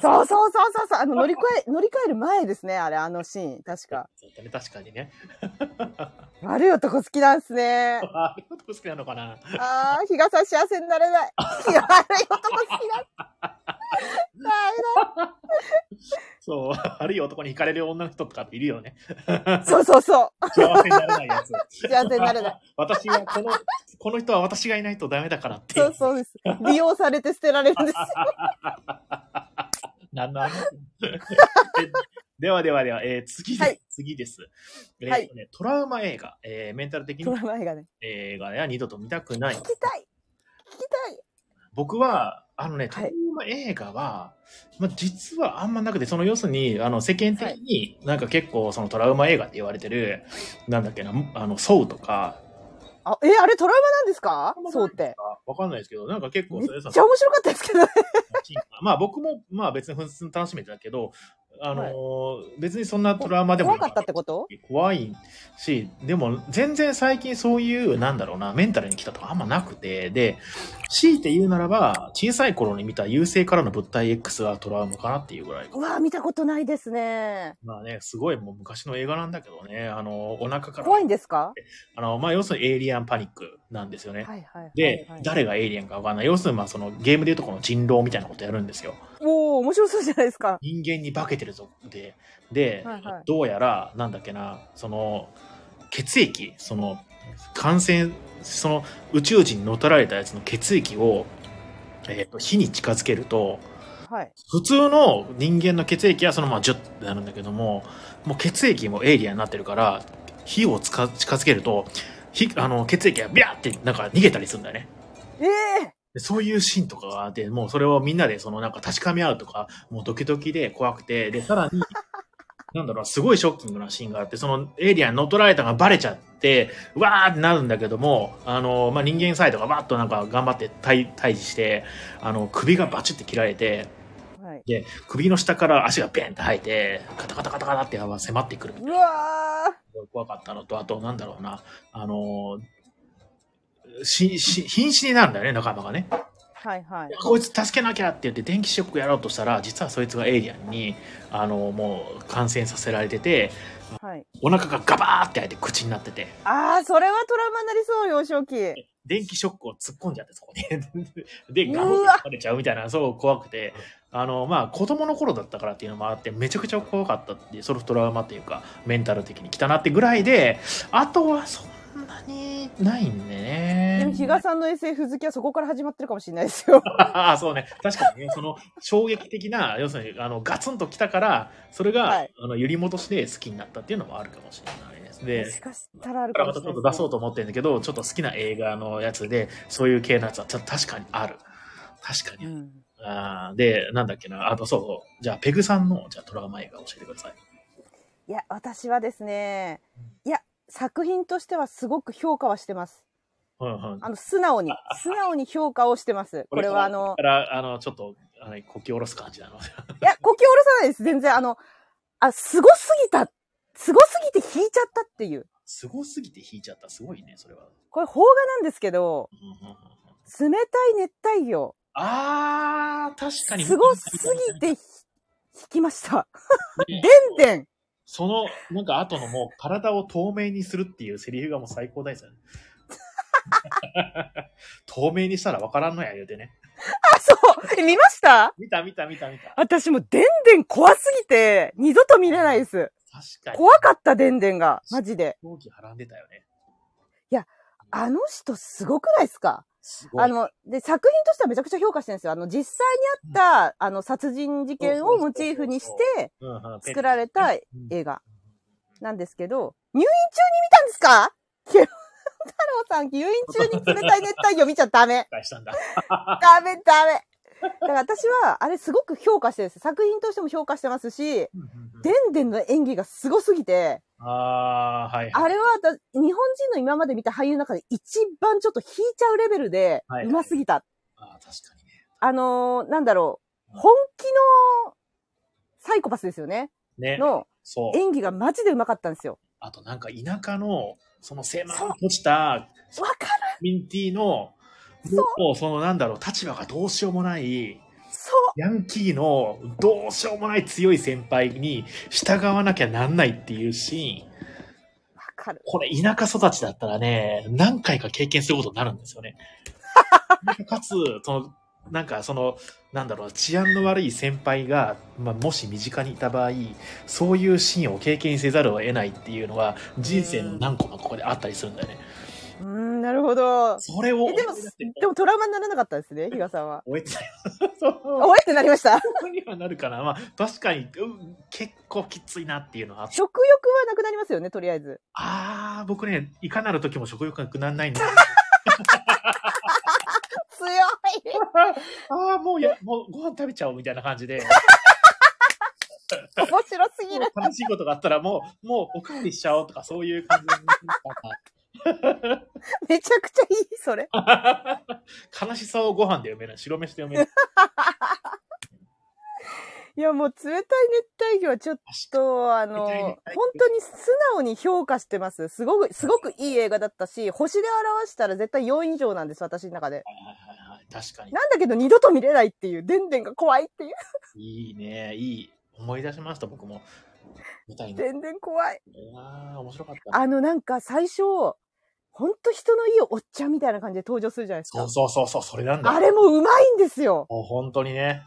Speaker 2: そうそうそうそうそう。あの、乗り越え、乗り換える前ですね、あれ、あのシーン。確か。
Speaker 1: そうだね、確かにね。
Speaker 2: 悪い男好きなんですね。
Speaker 1: ああ、好きなのかな。
Speaker 2: ああ、日傘幸せになれない。悪い男好きなんだ。
Speaker 1: そう、悪い男に惹かれる女の人とかっているよね。
Speaker 2: ダメだ。そうそうそ
Speaker 1: 幸せになれないやつ。
Speaker 2: う。幸せになれない。
Speaker 1: [laughs] 私は、この、この人は私がいないとダメだからって。
Speaker 2: そうそうです。利用されて捨てられるんです。
Speaker 1: なん
Speaker 2: [laughs]
Speaker 1: の話えではではでは、えー次で、
Speaker 2: はい
Speaker 1: 次です。えー
Speaker 2: はい
Speaker 1: とねトラウマ映画、えーメンタル的
Speaker 2: ド
Speaker 1: な
Speaker 2: ラマ映画ね。
Speaker 1: 映画や二度と見たくない
Speaker 2: 聞。きたい。聞きたい。
Speaker 1: 僕は、あのね、ト
Speaker 2: は
Speaker 1: ラ
Speaker 2: い
Speaker 1: ウマ映画は、まあ、実はあんまなくて、その要するに、あの、世間的になんか結構そのトラウマ映画って言われてる、なんだっけな、あの、ソウとか、
Speaker 2: あ、え、あれトラウマなんですかそうって。
Speaker 1: わかんないですけど、なんか結構
Speaker 2: めっ
Speaker 1: それ
Speaker 2: ち
Speaker 1: さ、
Speaker 2: ゃ面白かったですけどね。
Speaker 1: まあ僕も、まあ別に普通に楽しめてたけど、あのー
Speaker 2: は
Speaker 1: 別にそんなトラウマでも
Speaker 2: 怖
Speaker 1: な
Speaker 2: かったってこと
Speaker 1: 怖いし、でも全然最近そういう、なんだろうな、メンタルに来たとかあんまなくて、で、強いて言うならば、小さい頃に見た優勢からの物体 X がトラウマかなっていうぐらい。
Speaker 2: うわー見たことないですね。
Speaker 1: まあね、すごいもう昔の映画なんだけどね、あの、お腹から、
Speaker 2: 怖いんですか
Speaker 1: あの、まあ要するにエイリアンパニックなんですよね。
Speaker 2: はいはいはい。
Speaker 1: で、
Speaker 2: はい
Speaker 1: 誰がエイリアンかわかんない。要するにまあそのゲームでいうとこの人狼みたいなことやるんですよ。
Speaker 2: おお面白そうじゃないですか。
Speaker 1: 人間に化けてるぞでで、
Speaker 2: はいはい
Speaker 1: どうやらなんだっけなその血液その感染その宇宙人に乗っ取られたやつの血液を、えーと火に近づけると
Speaker 2: はい。
Speaker 1: 普通の人間の血液はそのままジュッてなるんだけどももう血液もエイリアンになってるから火をつか近づけると火あの血液がビャーってなんか逃げたりするんだよね。
Speaker 2: ええ
Speaker 1: でそういうシーンとかがあって、もうそれをみんなでそのなんか確かめ合うとか、もうドキドキで怖くて、で、さらに、 [laughs] なんだろう、すごいショッキングなシーンがあって、そのエイリアンに乗っ取られたのがバレちゃって、わーってなるんだけども、あの、まあ、人間サイドがわーっとなんか頑張って退退治して、あの、首がバチって切られて、
Speaker 2: はい。
Speaker 1: で、首の下から足がベンって生えて、カタカタカタカタって迫ってくる。
Speaker 2: うわ
Speaker 1: すごい怖かったのと、あと、なんだろうな、あの、し、し、瀕死になるんだよね、仲間がね。
Speaker 2: ーはいはい。
Speaker 1: こいつ助けなきゃって言って電気ショックやろうとしたら実はそいつがエイリアンにあのもう感染させられてて
Speaker 2: はい。
Speaker 1: お腹がガバーって開いて口になってて
Speaker 2: ああ、それはトラウマになりそう、幼少期。
Speaker 1: 電気ショックを突っ込んじゃってそこに [laughs] で
Speaker 2: う
Speaker 1: ガ
Speaker 2: わ
Speaker 1: ブって取れちゃうみたいなそう怖くてあのまあ子供の頃だったからっていうのもあってめちゃくちゃ怖かったっていうソルフトラウマっていうかメンタル的に来たなってぐらいであとはそんなにないんでね
Speaker 2: でも、比嘉さんの SF 好きはそこから始まってるかもしれないですよ。
Speaker 1: ああ、そうね。確かにね、その衝撃的な、要するに、あの、ガツンときたから、それが、
Speaker 2: はい
Speaker 1: あの、揺り戻しで好きになったっていうのもあるかもしれないです
Speaker 2: も
Speaker 1: ね。
Speaker 2: しかしたらある
Speaker 1: だか
Speaker 2: から
Speaker 1: ま
Speaker 2: もした
Speaker 1: ちょっ
Speaker 2: れない
Speaker 1: と
Speaker 2: で
Speaker 1: 出
Speaker 2: す
Speaker 1: そう
Speaker 2: ね。
Speaker 1: と思ってるんだけど、ちょっと好きな映画のやつで、そういう系のやつはちょっと確かにある。確か
Speaker 2: う
Speaker 1: に。
Speaker 2: ん
Speaker 1: あーで、なんだっけな。あとそうそう。じゃあ、ペグさんの、じゃあ、トラウマ映画教えてください。
Speaker 2: いや、私はですね、いや、作品としてはすごく評価はしてます。
Speaker 1: うんうん。
Speaker 2: あの、素直に、素直に評価をしてます。これはあの
Speaker 1: だ、から、あの、ちょっと、あの、こき下ろす感じなので。 [laughs]
Speaker 2: いや、こき下ろさないです。全然、あの、あ、すごすぎた。すごすぎて引いちゃったっていう。
Speaker 1: すごすぎて引いちゃった。すごいね、それは。
Speaker 2: これ、邦画なんですけど、
Speaker 1: うんうんうんうん
Speaker 2: 冷たい熱帯魚。
Speaker 1: あー、確かに。
Speaker 2: すごすぎてひ引きました。
Speaker 1: ね
Speaker 2: でんでん。
Speaker 1: その、なんか後のもう、体を透明にするっていうセリフがもう最高
Speaker 2: [laughs]
Speaker 1: ですよね。透明にしたらわからんのや、言うてね。
Speaker 2: あ、そう。え見ました
Speaker 1: 見た見た見た見た。
Speaker 2: 私もうでんでん怖すぎて、二度と見れないです。
Speaker 1: 確かに。
Speaker 2: 怖かったでんでん
Speaker 1: [laughs]
Speaker 2: が、マジで。
Speaker 1: 狂気はらんでたよね。
Speaker 2: あの人すごくないですか
Speaker 1: すごい。
Speaker 2: あの、で、作品としてはめちゃくちゃ評価してるんですよ。あの、実際にあった、あの、殺人事件をモチーフにして
Speaker 1: うんうん、
Speaker 2: 作られた映
Speaker 1: うん
Speaker 2: 画なんですけど、入院中に見たんですか太郎さん、入院中に冷たい熱帯魚見ちゃダメ。
Speaker 1: [laughs] 返したんだ。
Speaker 2: ダメダメ。だから私は、あれすごく評価してるんです。作品としても評価してますし、でんでんの演技がすごすぎて、
Speaker 1: ああ、はい。
Speaker 2: あれは私日本人の今まで見た俳優の中で一番ちょっと引いちゃうレベルで
Speaker 1: はい、
Speaker 2: うますぎた。
Speaker 1: あー確かにね。
Speaker 2: あのーなんだろ
Speaker 1: う
Speaker 2: う、
Speaker 1: ん
Speaker 2: 本気のサイコパスですよね。
Speaker 1: ね。
Speaker 2: の
Speaker 1: そう。
Speaker 2: 演技がマジでうまかったんですよ。
Speaker 1: あとなんか田舎の、その狭
Speaker 2: そう
Speaker 1: く落ちた
Speaker 2: わかる
Speaker 1: コミュニティの、
Speaker 2: そう
Speaker 1: もうそのなんだろう、立場がどうしようもない、
Speaker 2: そう
Speaker 1: ヤンキーのどうしようもない強い先輩に従わなきゃなんないっていうシーン、
Speaker 2: わかる。
Speaker 1: これ田舎育ちだったらね、何回か経験することになるんですよね。 [laughs] かつ、その、なんかその、なんだろう、治安の悪い先輩が、まあ、もし身近にいた場合、そういうシーンを経験せざるを得ないっていうのは、人生の何個もここであったりするんだよね。
Speaker 2: うーん、なるほど。
Speaker 1: それを
Speaker 2: え、でも、でもトラウマにならなかったですね、比嘉さんは。
Speaker 1: 終えてたよ。 [laughs] そう
Speaker 2: おえってなりました。
Speaker 1: にはなるかな。まあ、確かに、うん結構きついなっていうのはあっ
Speaker 2: 食欲はなくなりますよね、とりあえず。
Speaker 1: あー、僕ね、いかなる時も食欲がなくならないん [laughs] だ。
Speaker 2: 強い
Speaker 1: あー、もうや、もうご飯食べちゃおうみたいな感じ [laughs] で、
Speaker 2: 面白すぎ
Speaker 1: も
Speaker 2: る。
Speaker 1: う楽しいことがあったらもう、もうおかわりしちゃおうとか、そういう感じに
Speaker 2: めちゃくちゃいい、それ。
Speaker 1: 悲しさをご飯で埋めない。白飯で埋めない。
Speaker 2: いや、もう冷たい熱帯魚はちょっと、あの、
Speaker 1: 冷たい熱帯
Speaker 2: 本
Speaker 1: 魚
Speaker 2: 当に素直に評価してます。すごく、すごくいい映画だったし、星で表したら絶対4以上なんです、私の中で。
Speaker 1: はいはいはい確かに。
Speaker 2: なんだけど二度と見れないっていう、でんでんが怖いっていう。
Speaker 1: いいね、いい。思い出しました、僕も。みたいな。
Speaker 2: でんでん怖い。
Speaker 1: あー、面白かった。
Speaker 2: あの、なんか最初、ほんと人のいいおっちゃんみたいな感じで登場するじゃないです
Speaker 1: そ
Speaker 2: か
Speaker 1: う。そうそうそう、それなんだよ。
Speaker 2: あれもうまいんですよ。
Speaker 1: もう本当にね。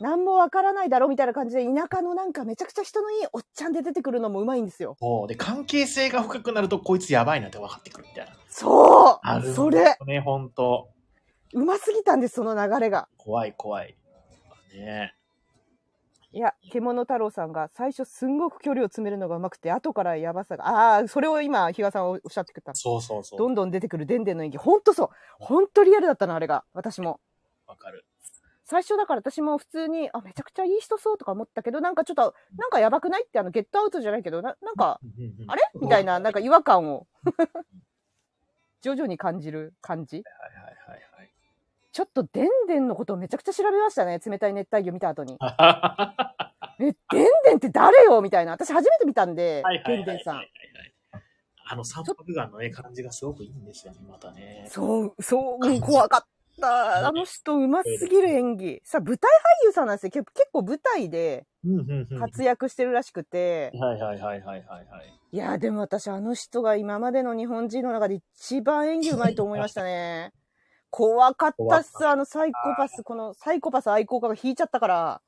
Speaker 2: 何もわからないだろみたいな感じで、田舎のなんかめちゃくちゃ人のいいおっちゃんで出てくるのもうまいんですよ。
Speaker 1: そう。で、関係性が深くなると、こいつやばいなって分かってくるみたいな。
Speaker 2: そ
Speaker 1: あ
Speaker 2: う
Speaker 1: る
Speaker 2: それ
Speaker 1: ね、本当
Speaker 2: うますぎたんです、その流れが。
Speaker 1: 怖い怖い。ね
Speaker 2: いや、獣太郎さんが最初すんごく距離を詰めるのがうまくて、後からやばさが、ああ、それを今、比嘉さんおっしゃってくれた。
Speaker 1: そうそうそ
Speaker 2: ど
Speaker 1: う。
Speaker 2: んどん出てくるでんでんの演技、ほんとそう。ほんとリアルだったの、あれが。私も。
Speaker 1: わかる。
Speaker 2: 最初だから私も普通に、あ、めちゃくちゃいい人そうとか思ったけど、なんかちょっと、なんかやばくないって、あの、ゲットアウトじゃないけど、ななんか、あれみたいな、なん
Speaker 1: か。
Speaker 2: か違和感を [laughs] 徐々に感じる感じ。
Speaker 1: はいはいはい
Speaker 2: ちょっとでんでんのことをめちゃくちゃ調べましたね。冷たい熱帯魚見た後に。
Speaker 1: は
Speaker 2: え、でんでんって誰よみたいな。私初めて見たんで、
Speaker 1: い。はいはい
Speaker 2: でん
Speaker 1: は
Speaker 2: で
Speaker 1: い
Speaker 2: んさん。
Speaker 1: あの三白眼のね、感じがすごくいいんですよね、またね。
Speaker 2: そう、そう、うん怖かった。あの人、うますぎる演技。さ、舞台俳優さんなんですよ。け結構舞台で
Speaker 1: うんうんうん。
Speaker 2: 活躍してるらしくて。
Speaker 1: はいはいはいはいはいはい。
Speaker 2: いや、でも私、あの人が今までの日本人の中で一番演技うまいと思いましたね。怖かったっす。あのサイコパス、このサイコパス愛好家が引いちゃった
Speaker 1: [laughs]
Speaker 2: から。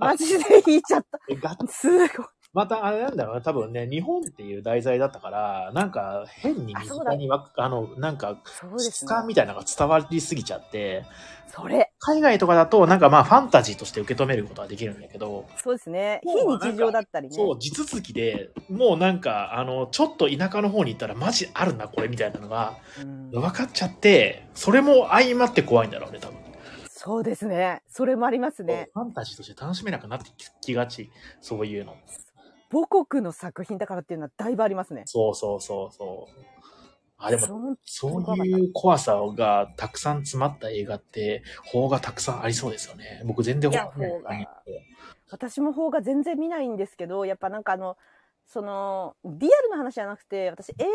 Speaker 2: マジで引いちゃった。
Speaker 1: えが
Speaker 2: すごい。
Speaker 1: またあれなんだろうね、多分ね、日本っていう題材だったから、なんか変に身
Speaker 2: あそうだ
Speaker 1: 近にわくあの、なんか
Speaker 2: そうです
Speaker 1: 質
Speaker 2: ね。
Speaker 1: 感みたいなのが伝わりすぎちゃって、
Speaker 2: それ。
Speaker 1: 海外とかだと、なんかまあファンタジーとして受け止めることはできるんだけど、
Speaker 2: そうですね。非
Speaker 1: そう
Speaker 2: 日常だったりね。
Speaker 1: そう、地続きで、もうなんか、あの、ちょっと田舎の方に行ったら、マジあるな、これみたいなのが、
Speaker 2: うん
Speaker 1: 分かっちゃって、それも相まって怖いんだろうね、多分。
Speaker 2: そうですね。それもありますね。
Speaker 1: ファンタジーとして楽しめなくなってきがち、そういうの。
Speaker 2: 母国の作品だからっていうのはだいぶありますね。
Speaker 1: そうそうそうそう。あ、でも、
Speaker 2: そん
Speaker 1: そういう怖さがたくさん詰まった映画って、法がたくさんありそうですよね。僕全然
Speaker 2: いや
Speaker 1: 邦
Speaker 2: 邦画
Speaker 1: ない
Speaker 2: 私も方が全然見ないんですけどやっぱなんかあのそのリアルな話じゃなくて私映画で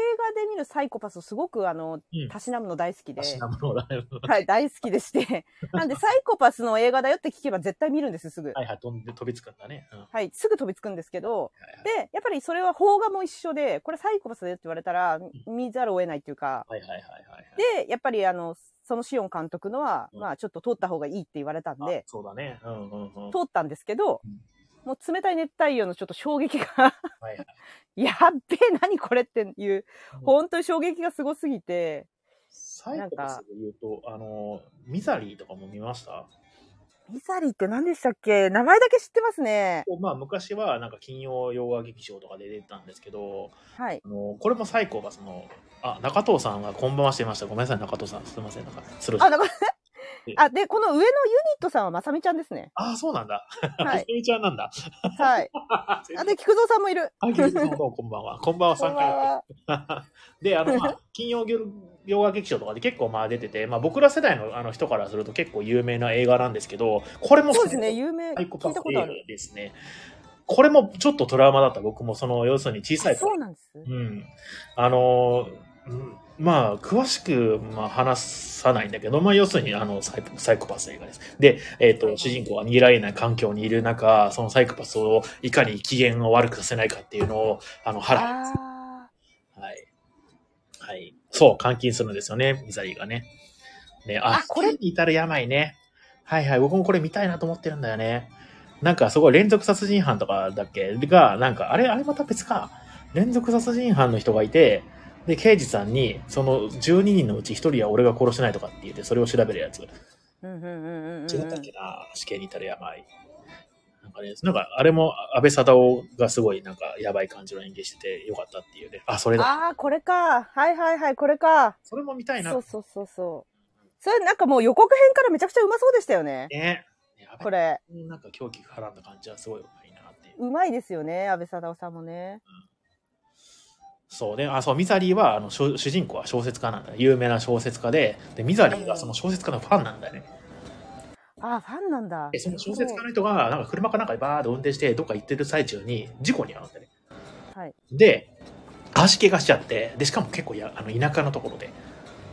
Speaker 2: 見るサイコパスをすごくあの
Speaker 1: うん
Speaker 2: たしなむの大好きで、
Speaker 1: 私なものだよ
Speaker 2: はい、大好きでしてなんでサイコパスの映画だよって聞けば絶対見るんですすぐ、
Speaker 1: はいはい、飛んで飛びつくんだね。うん
Speaker 2: はい、すぐ飛びつくんですけど
Speaker 1: はい
Speaker 2: でやっぱりそれは邦画も一緒でこれサイコパスだよって言われたら見ざるを得ないっていうか
Speaker 1: はいはいはいはいはい。
Speaker 2: でやっぱりあのそのシオン監督のは、
Speaker 1: うん
Speaker 2: まあちょっと通った方がいいって言われたんで
Speaker 1: あそうだね。うんうんうん。
Speaker 2: 通ったんですけど
Speaker 1: うん
Speaker 2: もう冷たい熱帯魚のちょっと衝撃が [laughs]
Speaker 1: はいはい
Speaker 2: やっべえ、何これっていう、本当に衝撃がすごすぎて、
Speaker 1: サイコパスで言うと、あの、ミザリーとかも見ました
Speaker 2: ミザリーって何でしたっけ名前だけ知ってますね。
Speaker 1: まあ昔はなんか金曜洋画劇場とかで出てたんですけど、
Speaker 2: はい。
Speaker 1: あのこれもサイコパスの、あ、中藤さんがこんばんはしてました。ごめんなさい、中藤さん。すいません、なんか、スルーし
Speaker 2: あ、
Speaker 1: た。
Speaker 2: だから、あ、で、この上のユニットさんはまさみちゃんですね。
Speaker 1: あ、そうなんだ。は
Speaker 2: はい
Speaker 1: い。。ちゃんなんだ。
Speaker 2: はい。
Speaker 1: あ、
Speaker 2: あ、で、菊蔵さんもいる。
Speaker 1: あ、菊蔵さんどうもこんばんは。こんばんは、
Speaker 2: こんばん
Speaker 1: 3
Speaker 2: は。
Speaker 1: 回。 [laughs] で、あの、まあ、金曜洋画劇場とかで結構まあ出てて、まあ僕ら世代のあの人からすると結構有名な映画なんですけど、これも
Speaker 2: そうですね、有名。
Speaker 1: サイコパ
Speaker 2: 聞い
Speaker 1: ス
Speaker 2: たこ
Speaker 1: 映
Speaker 2: と
Speaker 1: 画
Speaker 2: ある。
Speaker 1: ですね。これもちょっとトラウマだった、僕も、その、要するに小さい
Speaker 2: そ
Speaker 1: 頃
Speaker 2: う。なんです。
Speaker 1: うん。あのー、うんまあ、詳しく、まあ、話さないんだけど、まあ、要するに、あの、サイサイコパス映画です。で、えっ、と、主人公は逃げられない環境にいる中、そのサイコパスをいかに機嫌を悪くさせないかっていうのを、あの、腹、は
Speaker 2: あ
Speaker 1: い。はい。そう、監禁するんですよね、ミザリーがね。ね、あ、
Speaker 2: あこれ
Speaker 1: 生きに至る病ね。はいはい、僕もこれ見たいなと思ってるんだよね。なんかすごい連続殺人犯とかだっけが、なんか、あれ、あれまた別か。連続殺人犯の人がいて、で、刑事さんに、その12人のうち1人は俺が殺してないとかって言って、それを調べるやつ。違
Speaker 2: ー。うんうんうんうんうんうん。
Speaker 1: ったっけな、死刑に至る病。なんかね、なんか、あれも安倍貞夫がすごい、なんか、やばい感じの演技してて、よかったっていうね。あ、それだ。
Speaker 2: あー、これか。はいはいはい、これか。
Speaker 1: それも見たいな
Speaker 2: そう。そうそうそう。それなんかもう予告編からめちゃくちゃうまそうでしたよね。
Speaker 1: ね。ね安倍
Speaker 2: これ。
Speaker 1: なんか狂気がらんだ感じはすごいいいなっていう。
Speaker 2: うまいですよね、安倍貞夫さんもね。
Speaker 1: そうね、あそうミザリーはあのしょ主人公は小説家なんだ有名な小説家ででミザリーがその小説家のファンなんだよね
Speaker 2: ああ、ファンなんだ
Speaker 1: で。その小説家の人がなんか車かなんかでバーッと運転してどっか行ってる最中に事故に遭うんだよね
Speaker 2: はい。
Speaker 1: で足怪我しちゃってでしかも結構やあの田舎のところで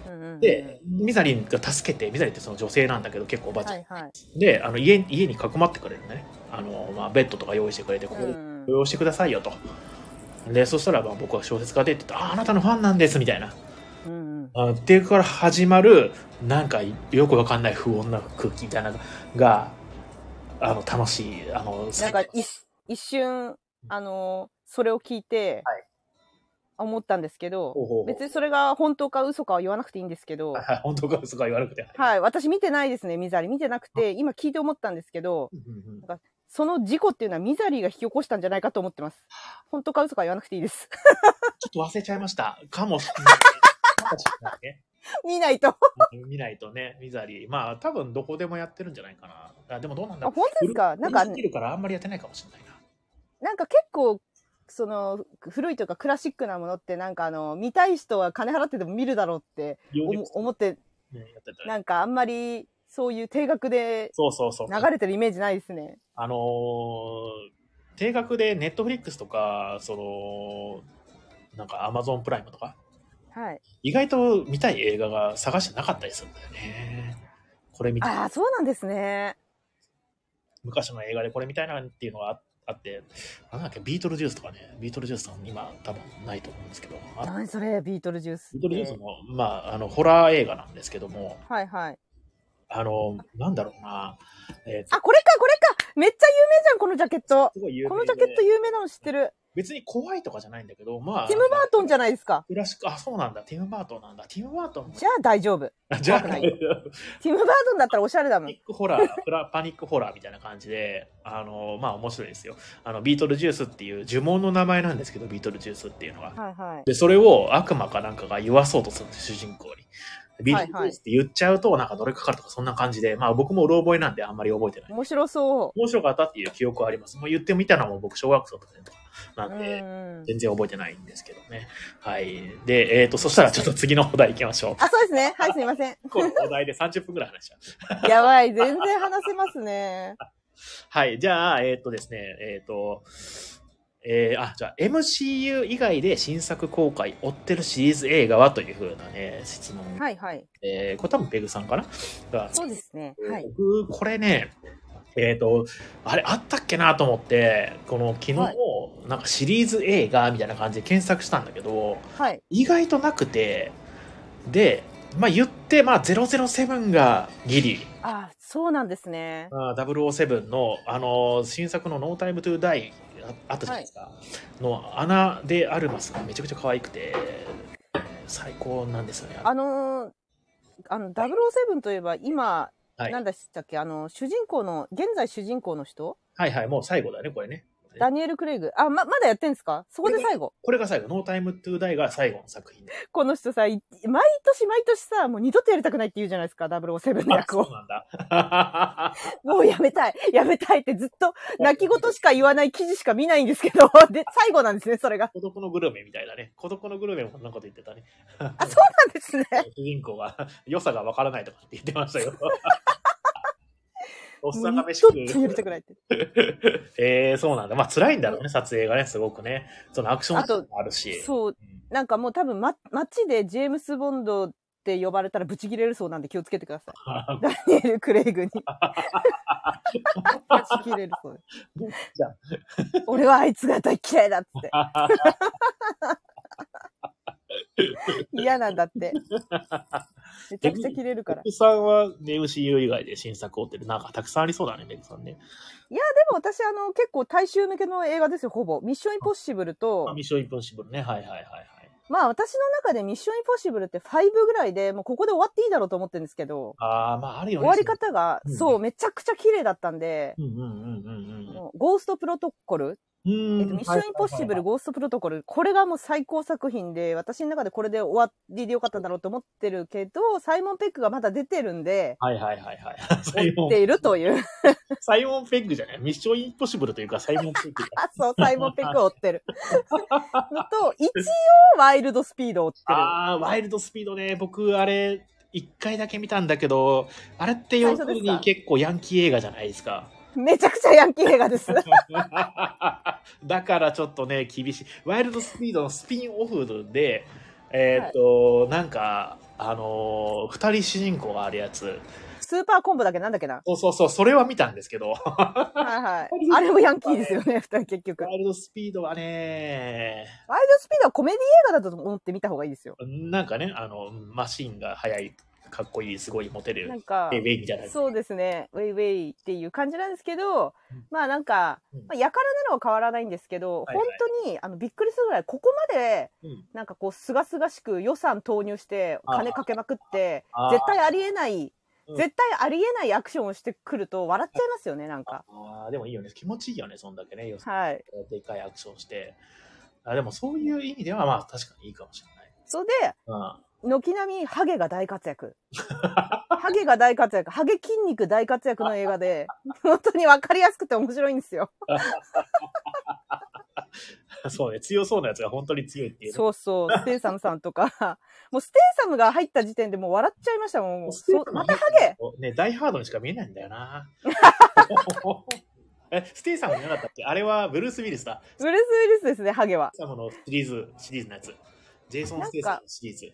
Speaker 2: うんうんうん、
Speaker 1: で、ミザリーが助けてミザリーってその女性なんだけど結構おばあちゃん、
Speaker 2: はいはい。
Speaker 1: であの家家にかくまってくれるんだねあの、まあ、ベッドとか用意してくれてここ
Speaker 2: う
Speaker 1: で
Speaker 2: ん
Speaker 1: 許容してくださいよと。で、そしたらまあ僕は小説家でって言って、ああ、あなたのファンなんですみたいな。
Speaker 2: うんうん。
Speaker 1: あっていうから始まる、なんかよくわかんない不穏な空気みたいなのが、あの、楽しい、あの、
Speaker 2: なんか一一瞬、あのーそれを聞いて、
Speaker 1: はい
Speaker 2: 思ったんですけど、
Speaker 1: ほうほうほう
Speaker 2: 別にそれが本当か嘘かは言わなくていいんですけど、
Speaker 1: はい本当かすごい悪くて。
Speaker 2: はい、私見てないですね、ミザリ。見てなくて、今聞いて思ったんですけど、
Speaker 1: うんうんうん
Speaker 2: その事故っていうのはミザリが引き起こしたんじゃないかと思ってます。本当か嘘か言わなくていいです。
Speaker 1: ちょっと忘れちゃいました。かもしれない。かもしれないね
Speaker 2: 見ないと。あ、
Speaker 1: うん見ないとね、ミザリー。まあ、多分どこでもやってるんじゃないかな。あでもどうなんだ
Speaker 2: 本
Speaker 1: ろ
Speaker 2: 当ですか
Speaker 1: う。
Speaker 2: なんか、
Speaker 1: 古すぎるからあんまりやってないかもしれないな。
Speaker 2: なんか結構、その、古いというかクラシックなものって、なんかあの、見たい人は金払ってでも見るだろうって
Speaker 1: よ
Speaker 2: 思思って、
Speaker 1: ねやってたら
Speaker 2: なんかあんまりそういう定額で
Speaker 1: そうそうそう。
Speaker 2: 流れてるイメージないですね。
Speaker 1: あのー定額でネットフリックスとか、その、なんかアマゾンプライムとか、
Speaker 2: はい。
Speaker 1: 意外と見たい映画が探してなかったりするんだよね。これ見た
Speaker 2: ああ、そうなんですね。
Speaker 1: 昔の映画でこれ見たいなっていうのがああって、なんだっけ、ビートルジュースとかね、ビートルジュースさん今多分ないと思うんですけど、あ
Speaker 2: 何それ、ビートルジュース
Speaker 1: ビ
Speaker 2: って。
Speaker 1: ートルジュースも、まあ、あの、ホラー映画なんですけども、
Speaker 2: はいはい。
Speaker 1: あの、なんだろうな、えー
Speaker 2: あ、これか、これかめっちゃ有名じゃん、このジャケット。
Speaker 1: すごい有名で
Speaker 2: このジャケット有名なの知ってる。
Speaker 1: 別に怖いとかじゃないんだけど、まあ、
Speaker 2: ティム・バートンじゃないですか。
Speaker 1: クラシック、あ、そうなんだ、ティム・バートンなんだ、ティム・バートン
Speaker 2: じゃあ大丈夫。
Speaker 1: じゃあ、
Speaker 2: 怖くない
Speaker 1: パニ
Speaker 2: ティム・バートンだったらおしゃれだもん。
Speaker 1: ックホラー、プラパニックホラーみたいな感じで、あの、まあ面白いですよ。あの、ビートルジュースっていう呪文の名前なんですけど、ビートルジュースっていうのは。
Speaker 2: はいはい。
Speaker 1: で、それを悪魔かなんかが言わそうとするんです、主人公に。ビートルジュースって言っちゃうと、なんかどれかかるとかそんな感じで、まあ僕もうろ覚えなんであんまり覚えてない。
Speaker 2: 面白そう。
Speaker 1: 面白かったっていう記憶はあります。もう言ってみたのも僕、小学生の時とかなんで、
Speaker 2: うん
Speaker 1: 全然覚えてないんですけどね。はい。で、えっ、と、そしたらちょっと次のお題行きまし
Speaker 2: [laughs]
Speaker 1: ょ
Speaker 2: あ、そうですね。はい、すいません。
Speaker 1: う。このお題で30分くらい話しちゃう。
Speaker 2: [laughs] やばい。全然話せますね。
Speaker 1: はい。じゃあ、えっ、とですね、えっ、と、えーあ、じゃあ、MCU 以外で新作公開、追ってるシリーズ映画はというふうなね、質問。
Speaker 2: はい、はい。
Speaker 1: えーこれ多分ペグさんかなが
Speaker 2: そうですね。はい。
Speaker 1: 僕、これね、えっ、と、あれ、あったっけなと思って、この昨日、
Speaker 2: はい
Speaker 1: なんかシリーズ映画みたいな感じで検索したんだけど、
Speaker 2: はい。
Speaker 1: 意外となくて、で、まあ言って、まあ007がギリ、
Speaker 2: あ、そうなんですね。
Speaker 1: あー007の、あのー新作の「ノータイムトゥーダイああったじゃないですか、のアナ・デ・アルマスがめちゃくちゃ可愛くて最高なんですよね。
Speaker 2: あのー、あの、007といえば今、
Speaker 1: はい
Speaker 2: なんだしたっけあの、主人公の、現在主人公の人
Speaker 1: はいはいもう最後だねこれね。
Speaker 2: ダニエル・クレイグ。あ、ま、まだやってんですかそこで最後。
Speaker 1: これが最後「ノータイムトゥーダイが最後の作品で。
Speaker 2: この人さ、い毎年毎年さ、もう二度とやりたくないって言うじゃないですか、007の
Speaker 1: あ
Speaker 2: 役
Speaker 1: そう
Speaker 2: を。
Speaker 1: なんだ。 [laughs]
Speaker 2: もうやめたい、やめたいってずっと泣き言しか言わない記事しか見ないんですけど、で、最後なんですね、それが。
Speaker 1: 孤独のグルメみたいだね。孤独のグルメもこんなこと言ってたね。
Speaker 2: あ、そうなんですね。
Speaker 1: 主人公が良さがわからないとかって言ってました
Speaker 2: [laughs]
Speaker 1: よ。おっさん
Speaker 2: も
Speaker 1: が
Speaker 2: う二
Speaker 1: 飯食う。
Speaker 2: 度とやりたくないって。
Speaker 1: えー、そうなんだ。まあ、辛いんだろうね、撮影がね、すごくね。そのアクションシーンもあるし。
Speaker 2: そう、なんかもう多分、ま、街でジェームス・ボンドって呼ばれたらブチギレるそうなんで気をつけてくだ
Speaker 1: [laughs]
Speaker 2: さい。
Speaker 1: うん
Speaker 2: ダニエル・クレイグに。ブチギレるそう
Speaker 1: じゃ
Speaker 2: です。俺はあいつが大嫌いだっつ
Speaker 1: [laughs]
Speaker 2: って。
Speaker 1: あ
Speaker 2: 嫌なん
Speaker 1: [laughs]
Speaker 2: だって。めちゃくちゃ切れるから。で
Speaker 1: ペグさんは、ね、MCU 以外で新作を追ってる。なんかたくさんありそうだね、ペグさんね。
Speaker 2: も私、あの、結構大衆向けの映画ですよ、ほぼ。ミッション・インポッシブル
Speaker 1: まあ、
Speaker 2: と、
Speaker 1: ミッションインポッシブルね。はいはいはいはい。
Speaker 2: まあ私の中でミッション・インポッシブルって5ぐらいで、もうここで終わっていいだろうと思ってるんですけど、
Speaker 1: ああ、まあ、あるよ
Speaker 2: 終
Speaker 1: ね。
Speaker 2: わり方が、
Speaker 1: うん
Speaker 2: そう、めちゃくちゃ綺麗だったんで、
Speaker 1: うんうんうんうん
Speaker 2: もうゴーストプロトコル、
Speaker 1: うん。
Speaker 2: えっと、ミッションインポッシブル、
Speaker 1: 5。
Speaker 2: ゴーストプロトコル、これがもう最高作品で、私の中でこれで終わりでよかったんだろうと思ってるけど、サイモン・ペックがまだ出てるんで、
Speaker 1: はいはいはい
Speaker 2: [laughs]
Speaker 1: はい。サイ
Speaker 2: 追
Speaker 1: モ
Speaker 2: っ
Speaker 1: ン、
Speaker 2: ているという。
Speaker 1: サイモンペッグじゃないミッションインポッシブルというか、サイモンペッグだ。
Speaker 2: あ、そう、サイモン・ペックを追ってる。のと、一応、ワイルド・スピードを追ってる。
Speaker 1: ああ、ワイルドスピードね。僕、あれ、一回だけ見たんだけど、あれって要する
Speaker 2: 最初です
Speaker 1: に
Speaker 2: か
Speaker 1: 結構ヤンキー映画じゃないですか。
Speaker 2: めちゃくちゃヤンキー映画です。
Speaker 1: [laughs] だからちょっとね厳しいワイルドスピードのスピンオフでえーっと、なんかあのー、2人主人公があるやつ
Speaker 2: スーパーコンボだっけなんだっけな。
Speaker 1: そうそうそうそれは見たんですけど [laughs]
Speaker 2: はいはい。 [laughs] あれもヤンキーですよね、二人結局。ワイ
Speaker 1: ワイルドスピードはね
Speaker 2: ルド・スピードはコメディ映画だと思って見た方がいいですよ。
Speaker 1: なんかねあのマシンが速いかっこいいすごいモテる
Speaker 2: なんか
Speaker 1: ベイ、ベイみたいな
Speaker 2: そうですね、ウェイウェイっていう感じなんですけ
Speaker 1: う
Speaker 2: ど
Speaker 1: ん、
Speaker 2: まあなんか
Speaker 1: うん、
Speaker 2: まあ、やからなのは変わらないんですけど、
Speaker 1: はいはい
Speaker 2: 本当にあのびっくりするぐらい、ここまで
Speaker 1: うん、
Speaker 2: なんかこう、すがすがしく予算投入して、
Speaker 1: あー
Speaker 2: 金かけまくって
Speaker 1: あー、
Speaker 2: 絶対ありえない、
Speaker 1: うん
Speaker 2: 絶対ありえないアクションをしてくると、笑っちゃいますよね、なんか。
Speaker 1: あーでもいいよね気持ちいいよねそんだけね要する
Speaker 2: はい。
Speaker 1: にでかいアクションしてあでもそういう意味ではまあ確かにいいかもしれない、
Speaker 2: それで、
Speaker 1: うん、
Speaker 2: 軒並みハゲが大活躍。ハゲが大活躍。ハゲ筋肉大活躍の映画で、 [laughs] 本当にわかりやすくて面白いんですよ。
Speaker 1: [laughs] そうね、強そうなやつが本当に強いっていうね、
Speaker 2: そうそう、ステイサムさんとか。もうステイサムが入った時点でもう笑っちゃいましたもん。もう
Speaker 1: ステー
Speaker 2: そ
Speaker 1: タ
Speaker 2: う
Speaker 1: の
Speaker 2: ま
Speaker 1: ヘ
Speaker 2: た
Speaker 1: ッ
Speaker 2: ハゲ
Speaker 1: ドね、ダイハードにしか見えないんだよ
Speaker 2: [laughs]
Speaker 1: な。え、ステイサムじゃなかったっけあれはブルース・ウィリスだ。
Speaker 2: ブルース・ウィリスですね、ハゲは。
Speaker 1: ステイサムのシリーズ、シリーズのやつ。ジェイソン・ステイサムのシリーズ。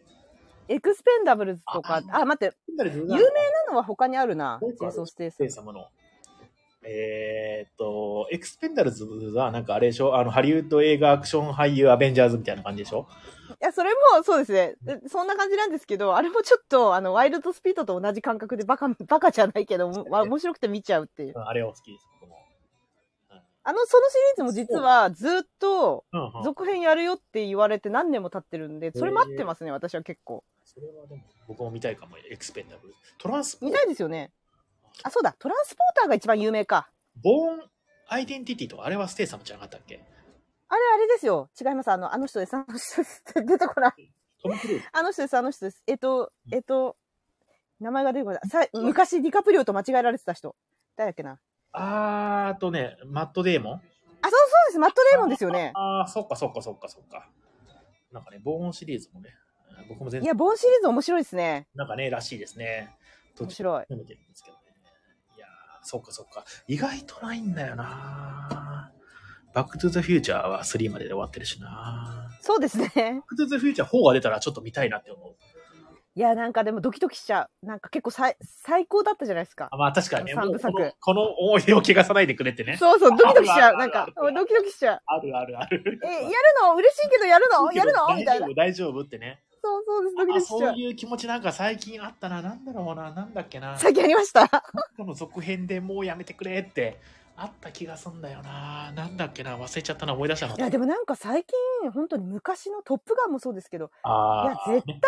Speaker 2: エクスペンダブルズとか、あ、待って、
Speaker 1: 有
Speaker 2: 有名なのは他にあるな
Speaker 1: もう一。個あ
Speaker 2: ジ
Speaker 1: る
Speaker 2: ェイソン・ステイ
Speaker 1: ス
Speaker 2: サ
Speaker 1: テ
Speaker 2: ム
Speaker 1: イ。サムの。えーっと、エクスペンダルズはなんかあれでしょあの、ハリウッド映画アクション俳優アベンジャーズみたいな感じでしょ
Speaker 2: いや、それもそうですね。でそんな感じなんですけど、あれもちょっと、あの、ワイルドスピードと同じ感覚でバカ、バカじゃないけど、わ面白くて見ちゃうっていう
Speaker 1: う。んあれを好きです、僕も。
Speaker 2: あの、そのシリーズも実はずっと
Speaker 1: うんうん
Speaker 2: 続編やるよって言われて何年も経ってるんで、それ待ってますね、私は結構。
Speaker 1: それはでも、僕も見たいかも、エクスペンダブルズ。トランスポー
Speaker 2: 見
Speaker 1: タ
Speaker 2: たいですよね。あ、そうだ、トランスポーターが一番有名か。
Speaker 1: ボーンアイデンティティとか、あれはステイサムじゃなかったっけ
Speaker 2: あれ、あれですよ。違います。あの、あの人です。あの人です。出てこない。
Speaker 1: トム・クルーズ。
Speaker 2: あの人です。あの人です。えっと、えっと、名前が出てこない。さ昔、ディカプリオと間違えられてた人。誰だっけな。
Speaker 1: あーあとね、マット・デーモン。
Speaker 2: あ、そうそうです。マット・レイモンですよね。
Speaker 1: ああ、そっかそっかそっかそっか。なんかね、防音シリーズもね、僕も全
Speaker 2: い
Speaker 1: 然、
Speaker 2: や、ボンシリーズ面白いですね。
Speaker 1: なんかね、らしいですね。途
Speaker 2: 面
Speaker 1: 中
Speaker 2: 白い。
Speaker 1: 読めてるんですけどね。いやー、そっかそっか。意外とないんだよなバックトゥザフューチャーは3までで終わってるしな
Speaker 2: そうですね
Speaker 1: バッ。クトゥザフューチャー4が出たらちょっと見たいなって思う。
Speaker 2: いや、なんかでもドキドキしちゃう。なんか結構さい最高だったじゃないですか
Speaker 1: あ。まあ確かにね、
Speaker 2: 三部作
Speaker 1: もうこのこの思い出を汚さないでくれってね。
Speaker 2: そうそう、ドキドキしちゃう。
Speaker 1: あ
Speaker 2: なん
Speaker 1: るあ
Speaker 2: か
Speaker 1: る、ある
Speaker 2: ドキドキしちゃう。
Speaker 1: あるあるある。
Speaker 2: え、やるの嬉しいけどやるのやるのみた
Speaker 1: 大
Speaker 2: いな
Speaker 1: 丈。夫、大丈夫ってね。
Speaker 2: そうそうです、ドキド
Speaker 1: あ
Speaker 2: キしちゃ
Speaker 1: そう
Speaker 2: う。
Speaker 1: いう気持ちなんか最近あったな、なんだろうな、なんだっけな。
Speaker 2: 最近ありました
Speaker 1: この続編でもうやめてくれってあった気がすんだよな。なんだっけな、忘れちゃったな、思い出したの。
Speaker 2: いや、でもなんか最近、本当に昔のトップガンもそうですけど、いや
Speaker 1: あ、
Speaker 2: 絶対やらない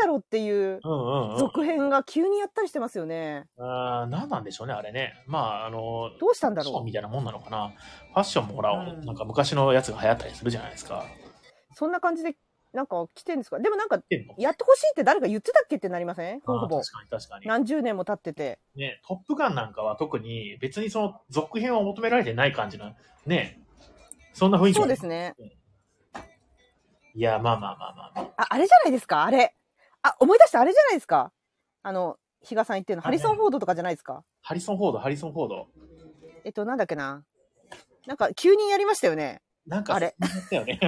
Speaker 2: だろうっていう
Speaker 1: あ、うんうんうん。
Speaker 2: 続編が急にやったりしてますよね。
Speaker 1: あー何なんでしょうね、あれね。まあ、あの、
Speaker 2: どうしたんだ
Speaker 1: ファッション
Speaker 2: ろ
Speaker 1: みたいなもんなのかな。ファッションもほら、
Speaker 2: うん
Speaker 1: なんか昔のやつが流行ったりするじゃないですか。
Speaker 2: うそんな感じで、なんか来てるんですかでもなんか、
Speaker 1: でも
Speaker 2: やってほしいって誰か言ってたっけってなりませんほぼ
Speaker 1: あ
Speaker 2: ほ
Speaker 1: ー
Speaker 2: ぼ
Speaker 1: 確。かに確かに。
Speaker 2: 何十年も経ってて。
Speaker 1: ね、トップガンなんかは特に別にその続編を求められてない感じの、ね、そんな雰囲気
Speaker 2: そうですね。
Speaker 1: いや、まあまあまあまあまあ。
Speaker 2: あ、あれじゃないですかあれ。あ、思い出したあれじゃないですかあの、比嘉さん言ってるの、ハリソン・フォードとかじゃないですか
Speaker 1: ハリソン・フォード、ハリソン・フォード。
Speaker 2: えっと、なんだっけな。なんか、急にやりましたよね。
Speaker 1: なんか、
Speaker 2: あれ
Speaker 1: だったよね。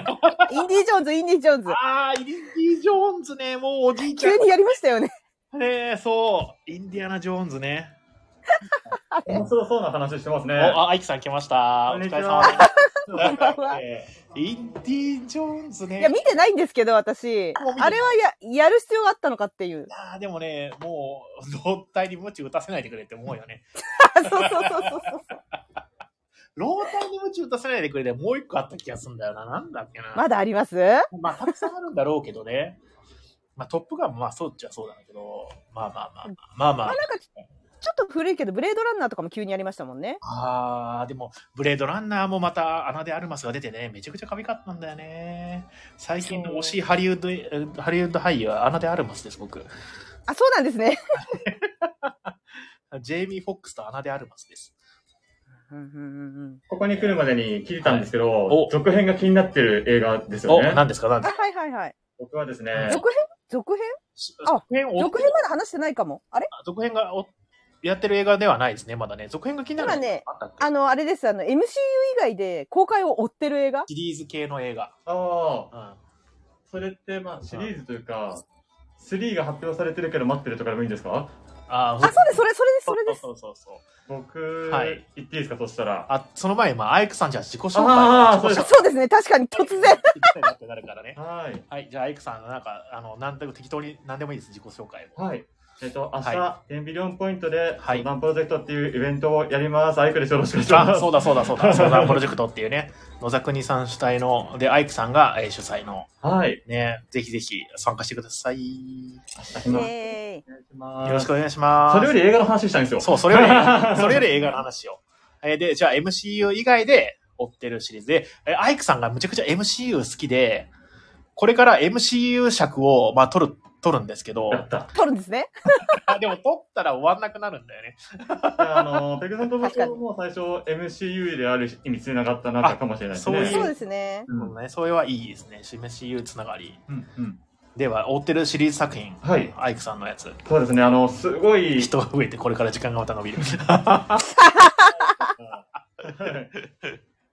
Speaker 2: インディ・ジョーンズ、インディ・ジョーンズ。
Speaker 1: ああ、インディ・ジョーンズね、もうおじいちゃ
Speaker 2: 急
Speaker 1: ん。
Speaker 2: にやりましたよね。
Speaker 1: ねそう、インディアナ・ジョーンズね。
Speaker 2: あれ
Speaker 3: 面白そうな話してますね。
Speaker 1: お、あ、アイキさん来ました。
Speaker 3: こんにち
Speaker 1: お疲れ
Speaker 3: は
Speaker 1: 様です。
Speaker 2: こんばんは
Speaker 1: えーインディ・ジョーンズね。
Speaker 2: いや、見てないんですけど、私。
Speaker 1: もう見てない
Speaker 2: あれはや、やる必要があったのかっていう。
Speaker 1: あーでもね、もう、老体に鞭打たせないでくれって思うよ [laughs] ね。
Speaker 2: あそうそうそうそうそう。
Speaker 1: 老体に鞭打たせないでくれでもう一個あった気がするんだよな。なんだっけな。
Speaker 2: まだあります
Speaker 1: まあ、たくさんあるんだろうけどね。まあ、トップガンもまあ、そうっちゃそうだけど、まあまあまあまあ、まあま
Speaker 2: あ、なんか、ちょっと古いけど、ブレードランナーとかも急にやりましたもんね。
Speaker 1: あ、あーでも、ブレードランナーもまた、アナでアルマスが出てね、めちゃくちゃ可愛かったんだよね。最近の推しハリウッドえー、ハリウッド俳優はアナでアルマスです、僕。
Speaker 2: あ、そうなんですね。
Speaker 1: ジェイミー・フォックスとアナでアルマスです。
Speaker 2: うんうんうんうん
Speaker 3: ここに来るまでに聞いたんですけど、
Speaker 1: いお
Speaker 3: 続編が気になってる映画ですよ
Speaker 1: お、
Speaker 3: ね。
Speaker 1: 何ですか何
Speaker 2: あ、
Speaker 1: ですか
Speaker 2: はいはいはい。
Speaker 3: 僕はですね、
Speaker 2: 続編続編あ
Speaker 1: 続編を
Speaker 2: 続編まだ話してないかも。あれ
Speaker 1: 続編がおやってる映画ではないですね、まだね。続編が気になる
Speaker 2: 今ね
Speaker 1: あったっけ
Speaker 2: あの、あれです。あの、MCU 以外で公開を追ってる映画
Speaker 1: シリーズ系の映画。
Speaker 3: ああ、
Speaker 1: うん
Speaker 3: それってまあシリーズというか、3が発表されてるけど待ってるとかでもいいんですか
Speaker 1: あ
Speaker 2: あ、そうです。それ、それです。それです。
Speaker 1: そうそうそうそう。
Speaker 3: 僕、
Speaker 1: はい
Speaker 3: 言っていいですか、そしたら。
Speaker 1: あ、その前に、まあ、アイクさんじゃあ自己紹介。
Speaker 3: あー
Speaker 1: 自己紹介
Speaker 3: そう
Speaker 2: そうですね。確かに突然。
Speaker 1: ってなるからね。
Speaker 3: はい。
Speaker 1: はい、じゃあ、アイクさん、なんか、あの、なんでも適当に、なんでもいいです、自己紹介を。
Speaker 3: はい。えっと、明日、
Speaker 1: は
Speaker 3: テンビリオンポイントで、
Speaker 1: はい
Speaker 3: 登山プロジェクトっていうイベントをやります。アイクです。よろしくお願いしま
Speaker 1: あ、[laughs]
Speaker 3: す。
Speaker 1: そうだそうだそうだ、サザンプロジェクトっていうね、野沢国さん主体の、で、アイクさんが、えー主催の、
Speaker 3: はい。
Speaker 1: ね、ぜひぜひ参加してください。
Speaker 3: 明日来ます。
Speaker 2: え
Speaker 3: お願いします
Speaker 1: よろしくお願いします。
Speaker 3: それより映画の話したいんですよ。
Speaker 1: そう、それより、そ [laughs] れより映画の話を。えーで、じゃあ MCU 以外で追ってるシリーズで、えーアイクさんがむちゃくちゃ MCU 好きで、これから MCU 尺を、まあ、取る、取るんですけ [laughs] ど、
Speaker 3: [laughs] やった。
Speaker 2: ー、撮るんですね。
Speaker 1: あでも取ったら終わんなくなるんだよね。
Speaker 3: いやあのペグさんと僕も最初 MCU である意味つながったなかもしれないです
Speaker 1: あ
Speaker 3: ね。
Speaker 2: そうですね。
Speaker 3: うん
Speaker 1: うんね、それはいいですね。MCU つながり。
Speaker 3: うんうん
Speaker 1: では、追ってるシリーズ作品、
Speaker 3: はい
Speaker 1: アイクさんのやつ。
Speaker 3: そうですね、あの、すごい、
Speaker 1: 人が増えて、これから時間がまた伸びる。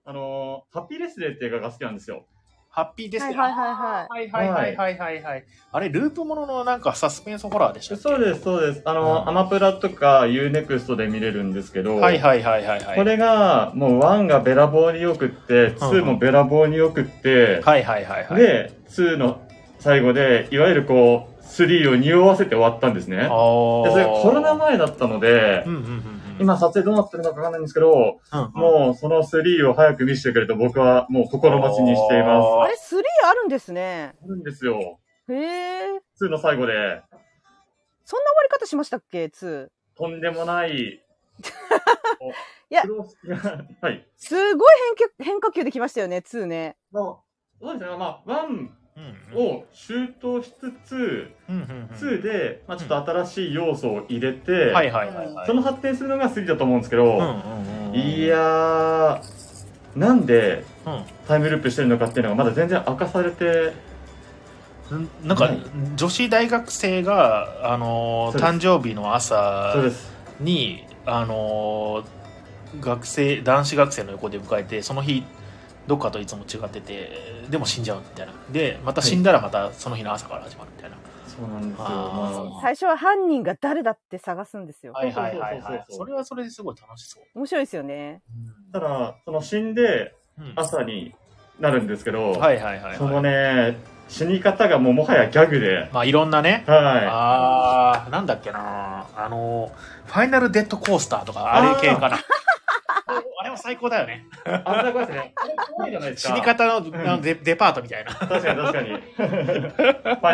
Speaker 3: あの、ハッピーレスデーっていう映画が好きなんですよ。
Speaker 1: ハッピーです
Speaker 2: は
Speaker 1: ね
Speaker 2: いはいはいはい。
Speaker 1: はいはいはいはいはいはい。あれ、ループもののなんかサスペンスホラーでしたっけ
Speaker 3: そうです、そうです。あの、
Speaker 1: うん
Speaker 3: アマプラとか UNEXT で見れるんですけど、
Speaker 1: はいはいはいはいはい。
Speaker 3: これが、もう1がべらぼうによくって、2もべらぼうによくって、
Speaker 1: はいはいはいはい。
Speaker 3: で、2の最後で、いわゆるこう、3を匂わせて終わったんですね。でそれコロナ前だったので、
Speaker 1: うんうんうんうん、
Speaker 3: 今撮影どうなってるのかわかんないんですけど、
Speaker 1: うんうん、
Speaker 3: もうその3を早く見せてくれと僕はもう心待ちにしています。
Speaker 1: あ
Speaker 2: あ
Speaker 1: ー
Speaker 2: れ、3あるんですね。
Speaker 3: あるんですよ。
Speaker 2: へえ。
Speaker 3: 2の最後
Speaker 2: そ
Speaker 3: で、
Speaker 2: んな終わり方しましたっけ ?2。
Speaker 3: とんでもない。お
Speaker 2: いや
Speaker 3: 黒服がはい。
Speaker 2: すごい変化変化球できましたよね、2ね。
Speaker 3: まあ、そうですね。まあ、1
Speaker 1: うんうん
Speaker 3: を周到しつ
Speaker 1: うんうんうん
Speaker 3: つ、2で、まあちょっと新しい要素を入れて、
Speaker 1: はいはいはいはい。
Speaker 3: その発展するのが3だと思ううんですけ
Speaker 1: うんう
Speaker 3: ど、
Speaker 1: んうんうん
Speaker 3: いやー、なんで
Speaker 1: うん
Speaker 3: タイムループしてるのかっていうのがまだ全然明かされて
Speaker 1: んなんか
Speaker 3: ない
Speaker 1: 女子大学生が、あのー
Speaker 3: そう
Speaker 1: 誕
Speaker 3: で
Speaker 1: 生日の朝
Speaker 3: そうです
Speaker 1: に、あのー学生男子学生の横で迎えてその日どっかといつも違っててでも死んじゃうみたいなでまた死んだらまたその日の朝から始まるみたいな、
Speaker 3: そうなんですよ
Speaker 1: あー
Speaker 3: まあ
Speaker 2: 最初は犯人が誰だって探すんですよ。
Speaker 1: はいはいはい
Speaker 3: そう
Speaker 1: は
Speaker 3: そうそう
Speaker 1: い
Speaker 3: そう
Speaker 1: それはそれですごい楽しそう、
Speaker 2: 面白いですよね。
Speaker 3: ただその死んで
Speaker 1: うん
Speaker 3: 朝になるんですけど、
Speaker 1: はいはいはい、
Speaker 3: その
Speaker 1: ね
Speaker 3: ね死に方がもうもはやギャグで
Speaker 1: まあいろんなね
Speaker 3: は
Speaker 1: あーなんだっけなあのファイナルデッドコースターとかあれ系か
Speaker 3: [laughs]
Speaker 1: なあれも最高だよね
Speaker 3: いあれだ怖いですねあれ怖いじゃないです
Speaker 1: 死
Speaker 3: か
Speaker 1: に方のあのデデパートみたいな
Speaker 3: 確かに確かにファイナ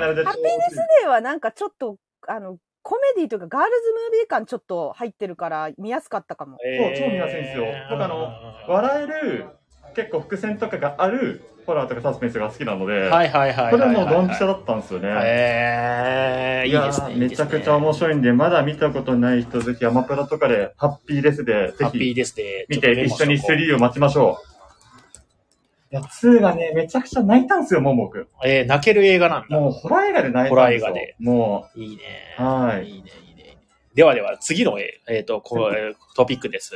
Speaker 3: ルデッド
Speaker 2: ハピネスデーはなんかちょっと、あの、コメディというかガールズムービー感ちょっと入ってるから見やすかったかも。
Speaker 3: そう超見やすいんですよ僕あの
Speaker 1: は
Speaker 3: 笑える結構伏線とかがあるホラーとかサスペンスが好きなので、
Speaker 1: いはいはいはいはい
Speaker 3: これもドンピシャだったんですよね、
Speaker 1: えー、いいですね
Speaker 3: やーめちゃくちゃ面
Speaker 1: い
Speaker 3: 白いんでまだ見たことない人ぜひアマプラとかでハッピーレスで
Speaker 1: い
Speaker 3: ぜ
Speaker 1: ハッピ
Speaker 3: ひ
Speaker 1: ーですね
Speaker 3: 見て一緒に
Speaker 1: り
Speaker 3: 3を待ちましょういや2がねめちゃくちゃ泣いたんですよもう僕
Speaker 1: えー、泣ける映画なんだ
Speaker 3: もうホラー映画で泣いたんです
Speaker 1: ホ
Speaker 3: よ
Speaker 1: ラー映画で
Speaker 3: も
Speaker 1: いいね。
Speaker 3: は
Speaker 1: い
Speaker 3: い
Speaker 1: いね、いいね。ではでは、次の、えーえーと、こう、えートピックです。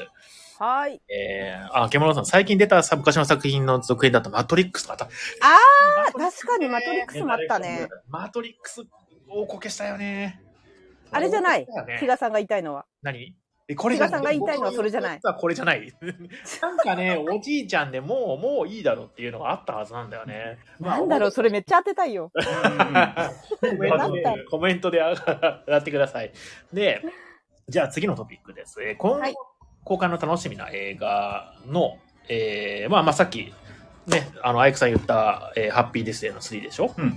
Speaker 2: はい。
Speaker 1: えー、あ、獣さん、最近出たさ昔の作品の続編だと、マトリックスがあった。
Speaker 2: あ
Speaker 1: マ
Speaker 2: あ、
Speaker 1: トリックス
Speaker 2: 確かにマトリックスもあったね。
Speaker 1: マトリックス、大こけしたよね。
Speaker 2: あれじゃない
Speaker 1: そうだね
Speaker 2: 比嘉さんが言いたいのは。
Speaker 1: 何えこれ
Speaker 2: 比嘉さんが言いたいのはそれじゃない。
Speaker 1: 僕のこれじゃ
Speaker 2: [laughs]
Speaker 1: ない。なんかね、おじいちゃんでもう、もういいだろうっていうのがあったはずなんだよね。
Speaker 2: なんだろう、それめっちゃ当てたい [laughs] よ。
Speaker 3: ううん
Speaker 1: コメントで
Speaker 2: なん
Speaker 1: コメントで上 [laughs] がってください。で、じゃあ次のトピックです。えー今後、
Speaker 2: はい
Speaker 1: 公開の楽しみな映画の、えーまあまあさっき、ね、あの、アイクさん言った、えーハッピーデスデーの3でしょ
Speaker 3: うんうん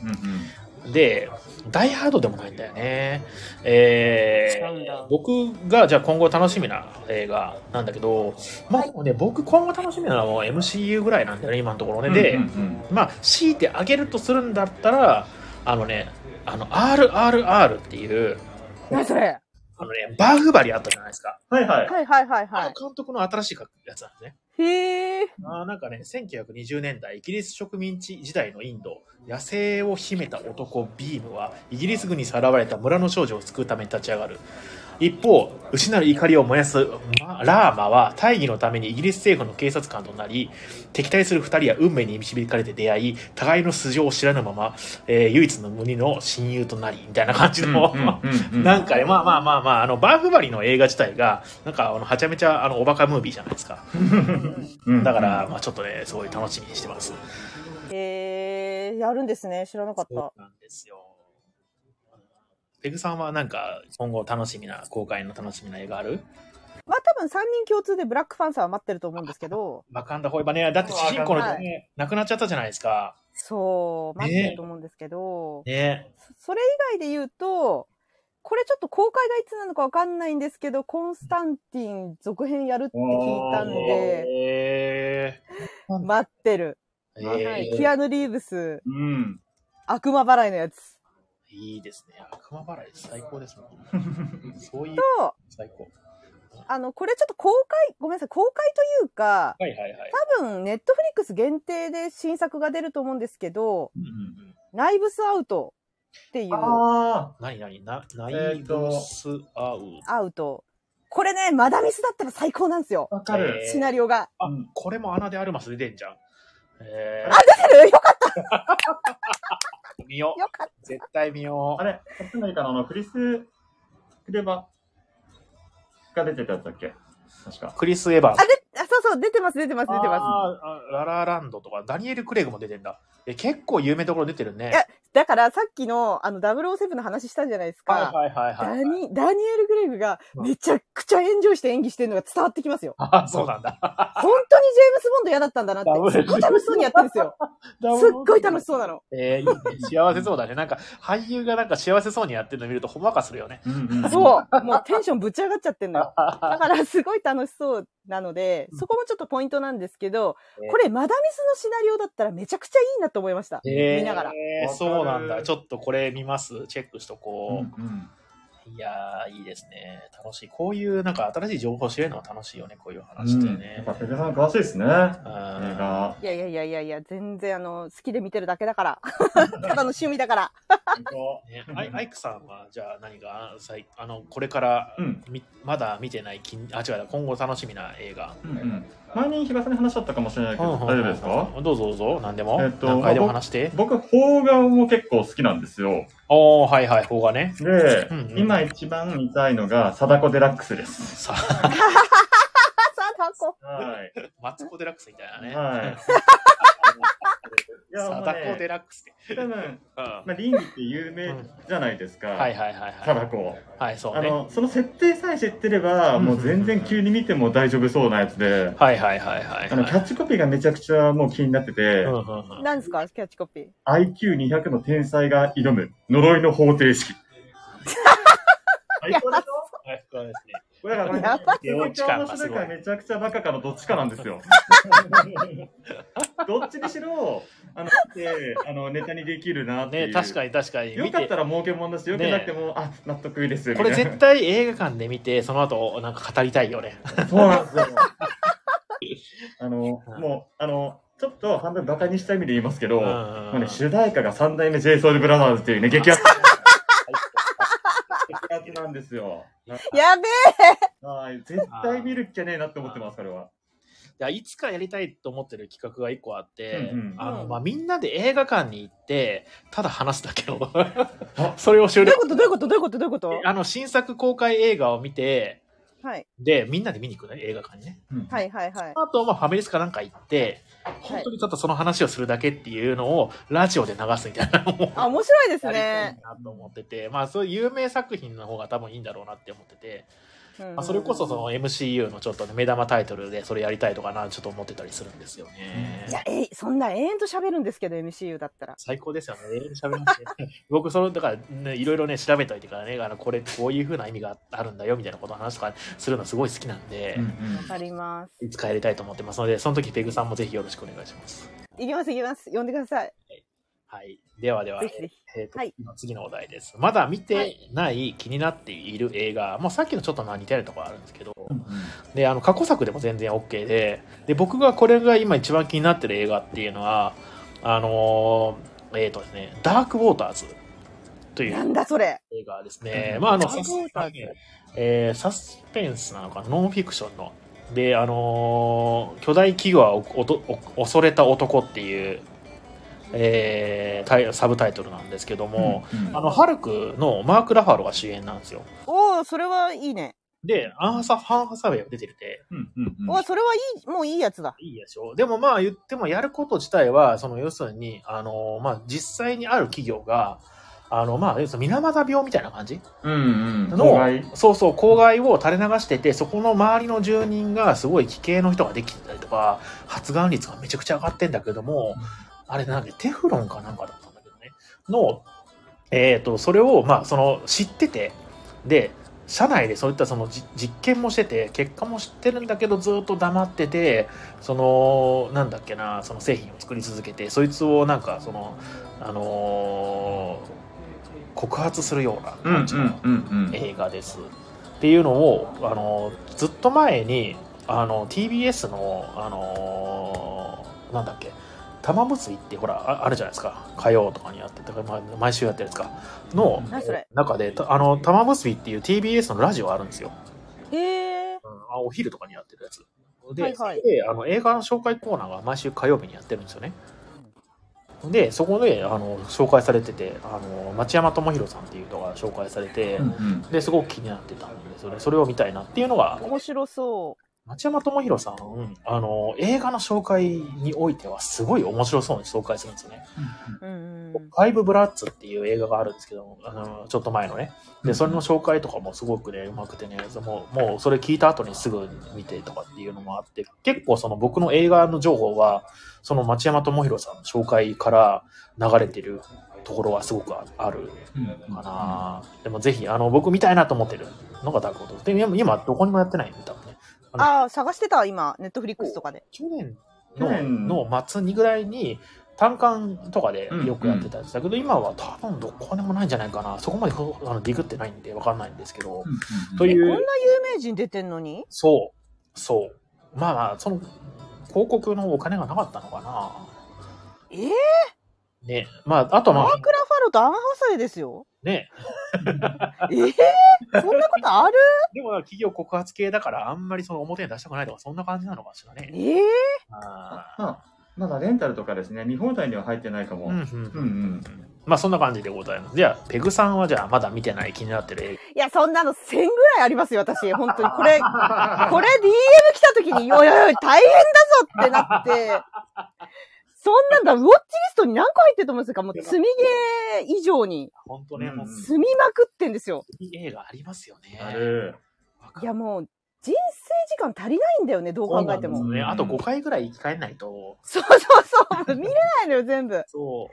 Speaker 3: うん
Speaker 1: で、ダイハードでもないんだよね。え
Speaker 2: 違うんだ
Speaker 1: ー、僕がじゃあ今後楽しみな映画なんだけど、まあでもね、僕今後楽しみなのはもう MCU ぐらいなんだよね、今のところね。で、
Speaker 3: うんうん
Speaker 1: まあ、強いてあげるとするんだったら、あのね、あの、RRR っていう、
Speaker 2: 何それ
Speaker 1: あのね、バーフバリあったじゃないですか。
Speaker 3: うんはいはい
Speaker 2: はいはいはいは
Speaker 1: あの
Speaker 2: い。
Speaker 1: 監督の新しいやつなんですね。
Speaker 2: [laughs] へえ。
Speaker 1: あーなんかね、1920年代、イギリス植民地時代のインド、野生を秘めた男ビームは、イギリス軍にさらわれた村の少女を救うために立ち上がる。一方、失う怒りを燃やす、まラーマは大義のためにイギリス政府の警察官となり、敵対する二人は運命に導かれて出会い、互いの素性を知らぬまま、えー唯一の無二の親友となり、みたいな感じの、
Speaker 3: うんう
Speaker 1: [laughs]
Speaker 3: ん
Speaker 1: なんかね、まあまあまあまあ、あの、バーフバリの映画自体が、なんか、あの、はちゃめちゃ、あの、おバカムービーじゃないですか。
Speaker 3: うん
Speaker 1: だから、まあちょっとね、すごい楽しみにしてます。
Speaker 2: へえ、やるんですね。知らなかっ
Speaker 1: そ
Speaker 2: た。
Speaker 1: うなんですよ。ペグさんはなんか、今後楽しみな、公開の楽しみな映画ある
Speaker 2: まあ多分3人共通でブラックファンサーは待ってると思うんですけど、
Speaker 1: バカンダホイバね、だって主人公の
Speaker 2: はい
Speaker 1: ね、亡くなっちゃったじゃないですか。
Speaker 2: そう、待ってると思うんですけど、
Speaker 1: ね。
Speaker 2: そそれ以外で言うと、これちょっと公開がいつなのかわかんないんですけど、コンスタンティン続編やるって聞いたんで、
Speaker 1: えー
Speaker 2: 待ってる。
Speaker 1: えー
Speaker 2: はい、キアヌ・リーブス、
Speaker 3: うん
Speaker 2: 悪魔払いのやつ
Speaker 1: いいですね。悪魔払い、最高ですも
Speaker 3: [laughs]
Speaker 1: ん。そういう、
Speaker 2: と、
Speaker 1: 最高。
Speaker 2: あの、これちょっと公開、ごめんなさい、公開というか、
Speaker 1: はいはいはい。
Speaker 2: 多分、ネットフリックス限定で新作が出ると思うんですけど、
Speaker 1: うんうんうん
Speaker 2: ナイブスアウトっていう
Speaker 3: あ
Speaker 1: 何何な、ナ
Speaker 3: え
Speaker 1: イ
Speaker 3: ーと
Speaker 1: ブスアウト。
Speaker 2: アウト。これね、マダミスだったら最高なんですよ
Speaker 3: あ。わかる
Speaker 1: えー
Speaker 2: シナリオが。
Speaker 1: あ、これも穴でアルマス出てんじゃん。えー
Speaker 2: あ、出てるよかっ
Speaker 1: 見よ
Speaker 2: たよかっ
Speaker 1: う。絶対見よ
Speaker 3: あ
Speaker 1: う。
Speaker 3: れ、こっちのいいかなあの、フリス・クレバが出てたやつだっけ確か。
Speaker 1: クリス・エヴァンス
Speaker 2: た。あ、。で、あそうそう、出てます、出てます、出てま
Speaker 1: あーあララランドとか、ダニエル・クレイグも出てんだ。え結構有名どころ出てるね
Speaker 2: い。やす。だから、さっきの、あの、007の話したんじゃないです
Speaker 1: はい
Speaker 2: か。
Speaker 1: はいはい
Speaker 2: ダ
Speaker 1: はい。
Speaker 2: ニ、ダニエル・グレイグが、めちゃくちゃ炎上して演技してるのが伝わってきますよ。
Speaker 1: あそうなんだ。
Speaker 2: 本当にジェームス・ボンド嫌だったんだなって。すっごい楽しそうにやってるんですよ。 [laughs] すっごい楽しそうなの。
Speaker 1: えーいいね幸せそうだね。なんか、俳優がなんか幸せそうにやってるの見るとほんわかする
Speaker 2: [laughs]
Speaker 1: よね。
Speaker 3: うん。
Speaker 2: そう。もうテンションぶち上がっちゃってんのよ。
Speaker 1: [laughs]
Speaker 2: だからすごい楽しそうなので、そこもちょっとポイントなんですけど
Speaker 1: え、ー
Speaker 2: これマダミスのシナリオだったらめちゃくちゃいいなと思いました。
Speaker 1: えー
Speaker 2: 見ながら。
Speaker 1: そうなんだ。ちょっとこれ見ます。チェックしとこう。
Speaker 3: うん
Speaker 1: いやー、いいですね。楽しい。こういう、なんか新しい情報知れるのは楽しいよね、こういう話ってね。
Speaker 3: やっぱペグさん詳しいですね。映画。
Speaker 2: いやいやいやいやいや、全然あの、好きで見てるだけだから。ただの趣味だから。
Speaker 1: ねアイアイクさんは、じゃあ何か、さいあの、これから、
Speaker 3: うん
Speaker 1: みまだ見てない、きんあ、違う、今後楽しみな映画。
Speaker 3: うんうん前に日傘に話しちゃったかもしれないけど、大丈夫ですか
Speaker 1: どうぞどうぞ、何でも。
Speaker 3: えっと
Speaker 1: 何回でも話して。
Speaker 3: 僕、邦画も結構好きなんですよ。
Speaker 1: おー、はいはい、邦画ね。
Speaker 3: で、
Speaker 1: うんうん
Speaker 3: 今一番見たいのが、貞子デラックスです。
Speaker 1: さ
Speaker 2: あ、さあ、タコ。
Speaker 3: はい。
Speaker 1: マツコ・デラックスみたいなね。 [laughs]
Speaker 3: はい。いや、も
Speaker 1: サ
Speaker 3: う
Speaker 1: ダコ・デ
Speaker 3: ね、
Speaker 1: ラックスって。
Speaker 3: 多分、
Speaker 1: うん
Speaker 3: まあ、倫理って有名じゃないですか。
Speaker 1: はいはいはいは
Speaker 3: 貞
Speaker 1: い。
Speaker 3: 子。
Speaker 1: はい、そう
Speaker 3: あ
Speaker 1: ね。
Speaker 3: の、その設定さえ知ってれば、
Speaker 1: うん
Speaker 3: もう全然急に見ても大丈夫そうなやつで、
Speaker 1: はいはいはいはい
Speaker 3: あの、キャ
Speaker 1: は
Speaker 3: ッチコピーがめちゃくちゃもう気になってて、
Speaker 1: い。うんうんうん
Speaker 2: 何ですかキャッチコピー。
Speaker 3: IQ200 の天才が挑む呪いの方程式。最高で
Speaker 1: は
Speaker 3: しょ
Speaker 1: いそうですね
Speaker 3: これだから、
Speaker 2: やばい
Speaker 3: めちゃくちゃ面白いかめちゃくちゃバカかのどっちかなんですよ。どっちにしろ、あの、であのネタにできるなっていう。
Speaker 1: ね確かに確かに
Speaker 3: よ
Speaker 1: 見
Speaker 3: かってたら儲けもんだし、よくなくても、あ、納得いいですよ。
Speaker 1: これ
Speaker 3: みたいな
Speaker 1: 絶対映画館で見てその後なんか語りたいよね
Speaker 3: そうなんですよ。あの、もう、あの、ちょっと半分バカにした意味で言いますけど、
Speaker 1: うんうん
Speaker 3: ま
Speaker 1: う
Speaker 3: あ
Speaker 1: ん
Speaker 3: ね主題歌が三代目 JSOUL ブラザーズっていうね、激アツ。激アツなんですよ。
Speaker 2: やべえ
Speaker 3: はい、絶対見るっきゃねえなって思ってます、それは。
Speaker 1: いやいつかやりたいと思ってる企画が一個あって、
Speaker 3: うんうん
Speaker 1: あの
Speaker 2: うん
Speaker 1: まあ、みんなで映画館に行ってただ話すだけを
Speaker 3: あ。
Speaker 1: [laughs] それを終
Speaker 2: どう
Speaker 1: 了
Speaker 2: いうことどういうことどういうことどういうこと
Speaker 1: あの新作公開映画を見て
Speaker 2: はい。
Speaker 1: でみんなで見に行くね映画館にね
Speaker 2: はいいはいはい。
Speaker 1: あとまあファミレスかなんか行って本当にただその話をするだけっていうのをラジオで流すみたいなのを
Speaker 2: あ、面白いです
Speaker 1: やりたい
Speaker 2: ね。
Speaker 1: なと思ってて、まあそういう有名作品の方が多分いいんだろうなって思ってて、
Speaker 2: ま
Speaker 1: まあ、それこそその MCU のちょっとね目玉タイトルでそれやりたいとかなちょっと思ってたりするんですよね
Speaker 2: い。や、えい、そんな永遠と喋るんですけど、MCU だったら。
Speaker 1: 最高ですよね。永遠に喋りますね [laughs] 僕、その、だから、ね、いろいろね、調べといてからね、あの、これ、こういうふうな意味があるんだよ、みたいなことを話とかするのすごい好きなんで、
Speaker 3: うんうん
Speaker 2: わかります。
Speaker 1: いつかやりたいと思ってますので、その時、ペグさんもぜひよろしくお願いします。
Speaker 2: いきますいきます。呼んでください。
Speaker 1: はい。ではでは、
Speaker 2: ぜひぜひ。
Speaker 1: えーと
Speaker 2: はい
Speaker 1: 次のお題です。まだ見てない、気になっている映画、もうさっきのちょっとまあ似てるところあるんですけど、であの過去作でも全然 OK でで僕がこれが今一番気になってる映画っていうのはあのーえっ、とですね「ダークウォーターズ」とい
Speaker 2: なん
Speaker 1: う
Speaker 2: だそれ。
Speaker 1: 映画ですね、まああの
Speaker 2: ダークウォーターズ
Speaker 1: えーサスペンスなのかなノンフィクションのであのー巨大企業はおおとお恐れた男」っていう、えータイサブタイトルなんですけども、
Speaker 3: うん
Speaker 1: あのハルクのマーク・ラファロが主演なんですよ
Speaker 2: おお、それはいいね。
Speaker 1: でアンハサハンハサウェイが出てるて
Speaker 3: うんうんうん
Speaker 2: おお、それはいい、もういいやつだ。
Speaker 1: いいでしょう。でもまあ言ってもやること自体は、その要するに、あの、まあ実際にある企業が、あの、まあ、要するに水俣病みたいな感じ
Speaker 3: うんうん。
Speaker 1: の、
Speaker 3: 公害
Speaker 1: そうそう、公害を垂れ流してて、そこの周りの住人がすごい危険の人ができてたりとか、発がん率がめちゃくちゃ上がってんだけども、あれなんだっけテフロンかなんかだったんだけどね、の、えっ、と、それを、まあ、その、知ってて、で、社内でそういったそのじ実験もしてて、結果も知ってるんだけど、ずっと黙ってて、その、なんだっけな、その製品を作り続けて、そいつをなんか、その、あのー告発するような
Speaker 3: うんう
Speaker 1: 感じの、
Speaker 3: んうんうん。
Speaker 1: 映画です。っていうのをあのずっと前にあの TBS のあのなんだっけ玉結びってほらああるじゃないですか火曜とかにやってて、まあ、毎週やってるんですかの
Speaker 2: 何それ
Speaker 1: 中でたあの玉結びっていう TBS のラジオあるんですよ、
Speaker 2: へえ。
Speaker 1: うんあお昼とかにやってるやつで,、
Speaker 2: はいはい
Speaker 1: であの映画の紹介コーナーが毎週火曜日にやってるんですよねでそこであの紹介されててあの町山智博さんっていう人が紹介されて、
Speaker 3: うんうん
Speaker 1: ですごく気になってたんですよね。それを見たいなっていうのが、
Speaker 2: 面白そ
Speaker 1: 町山智博さん、あの、映画の紹介においてはすごい面白そうに紹介するんですよね。
Speaker 2: う。うんうん。
Speaker 1: ファイブブラッツっていう映画があるんですけど、あの、ちょっと前のね。で、それの紹介とかもすごくね、うまくてね、もう、もうそれ聞いた後にすぐ見てとかっていうのもあって、結構その僕の映画の情報は、その町山智博さんの紹介から流れてるところはすごくああるかな、でもぜひあの僕見たいなと思ってるのがダークウォーターズで今今どこにもやってないんで多分ね
Speaker 2: ああ、探してた、今、ネットフリックスとかで。
Speaker 1: 去年
Speaker 3: 去年
Speaker 1: のの末にぐらいに単館とかでよくやってたんですだけど、今は多分どこにもないんじゃないかな。そこまでふあのディグってないんでわかんないんですけど。と
Speaker 2: え
Speaker 1: い
Speaker 2: こん
Speaker 1: う
Speaker 2: な有名人出てんのに
Speaker 1: そう、そう。まあまあ、その、広告のお金がなかったのかな。
Speaker 2: えー、
Speaker 1: ね。まあ、あとま
Speaker 2: マ
Speaker 1: あ
Speaker 2: ー、クラ・ファロとアンハサウェイですよ。
Speaker 1: ね。
Speaker 2: えー、そんなことある
Speaker 1: でも、企業告発系だから、あんまりその表に出したくないとか、そんな感じなのかしら
Speaker 2: え
Speaker 1: ね。
Speaker 2: ー、
Speaker 1: あ
Speaker 3: まあ、まだレンタルとかですね、見放題には入ってないか
Speaker 1: ー
Speaker 3: も。
Speaker 1: うん、うん
Speaker 3: うんうん。
Speaker 1: まあそんな感じでございます。じゃあ、ペグさんはじゃあまだ見てない気になってる映画。
Speaker 2: いや、そんなの1000ぐらいありますよ、私。本当に。これ、これ DM 来た時に、よいよいよい、大変だぞってなって、そんなんだ、ウォッチリストに何個入ってると思うんですかもう積みゲー以上に、
Speaker 1: 本当ね、
Speaker 3: うん
Speaker 1: もうす
Speaker 2: 積みまくってんですよ。
Speaker 1: ごい映画ありますよね。
Speaker 3: ある。
Speaker 1: わか
Speaker 2: い
Speaker 1: る
Speaker 2: や、もう、人生時間足りないんだよね、どう考えて
Speaker 1: そう
Speaker 2: も。
Speaker 1: なんですね、あと5回ぐらい生き返んないと。
Speaker 2: そうそうそう、見れないのよ、全部。
Speaker 1: そ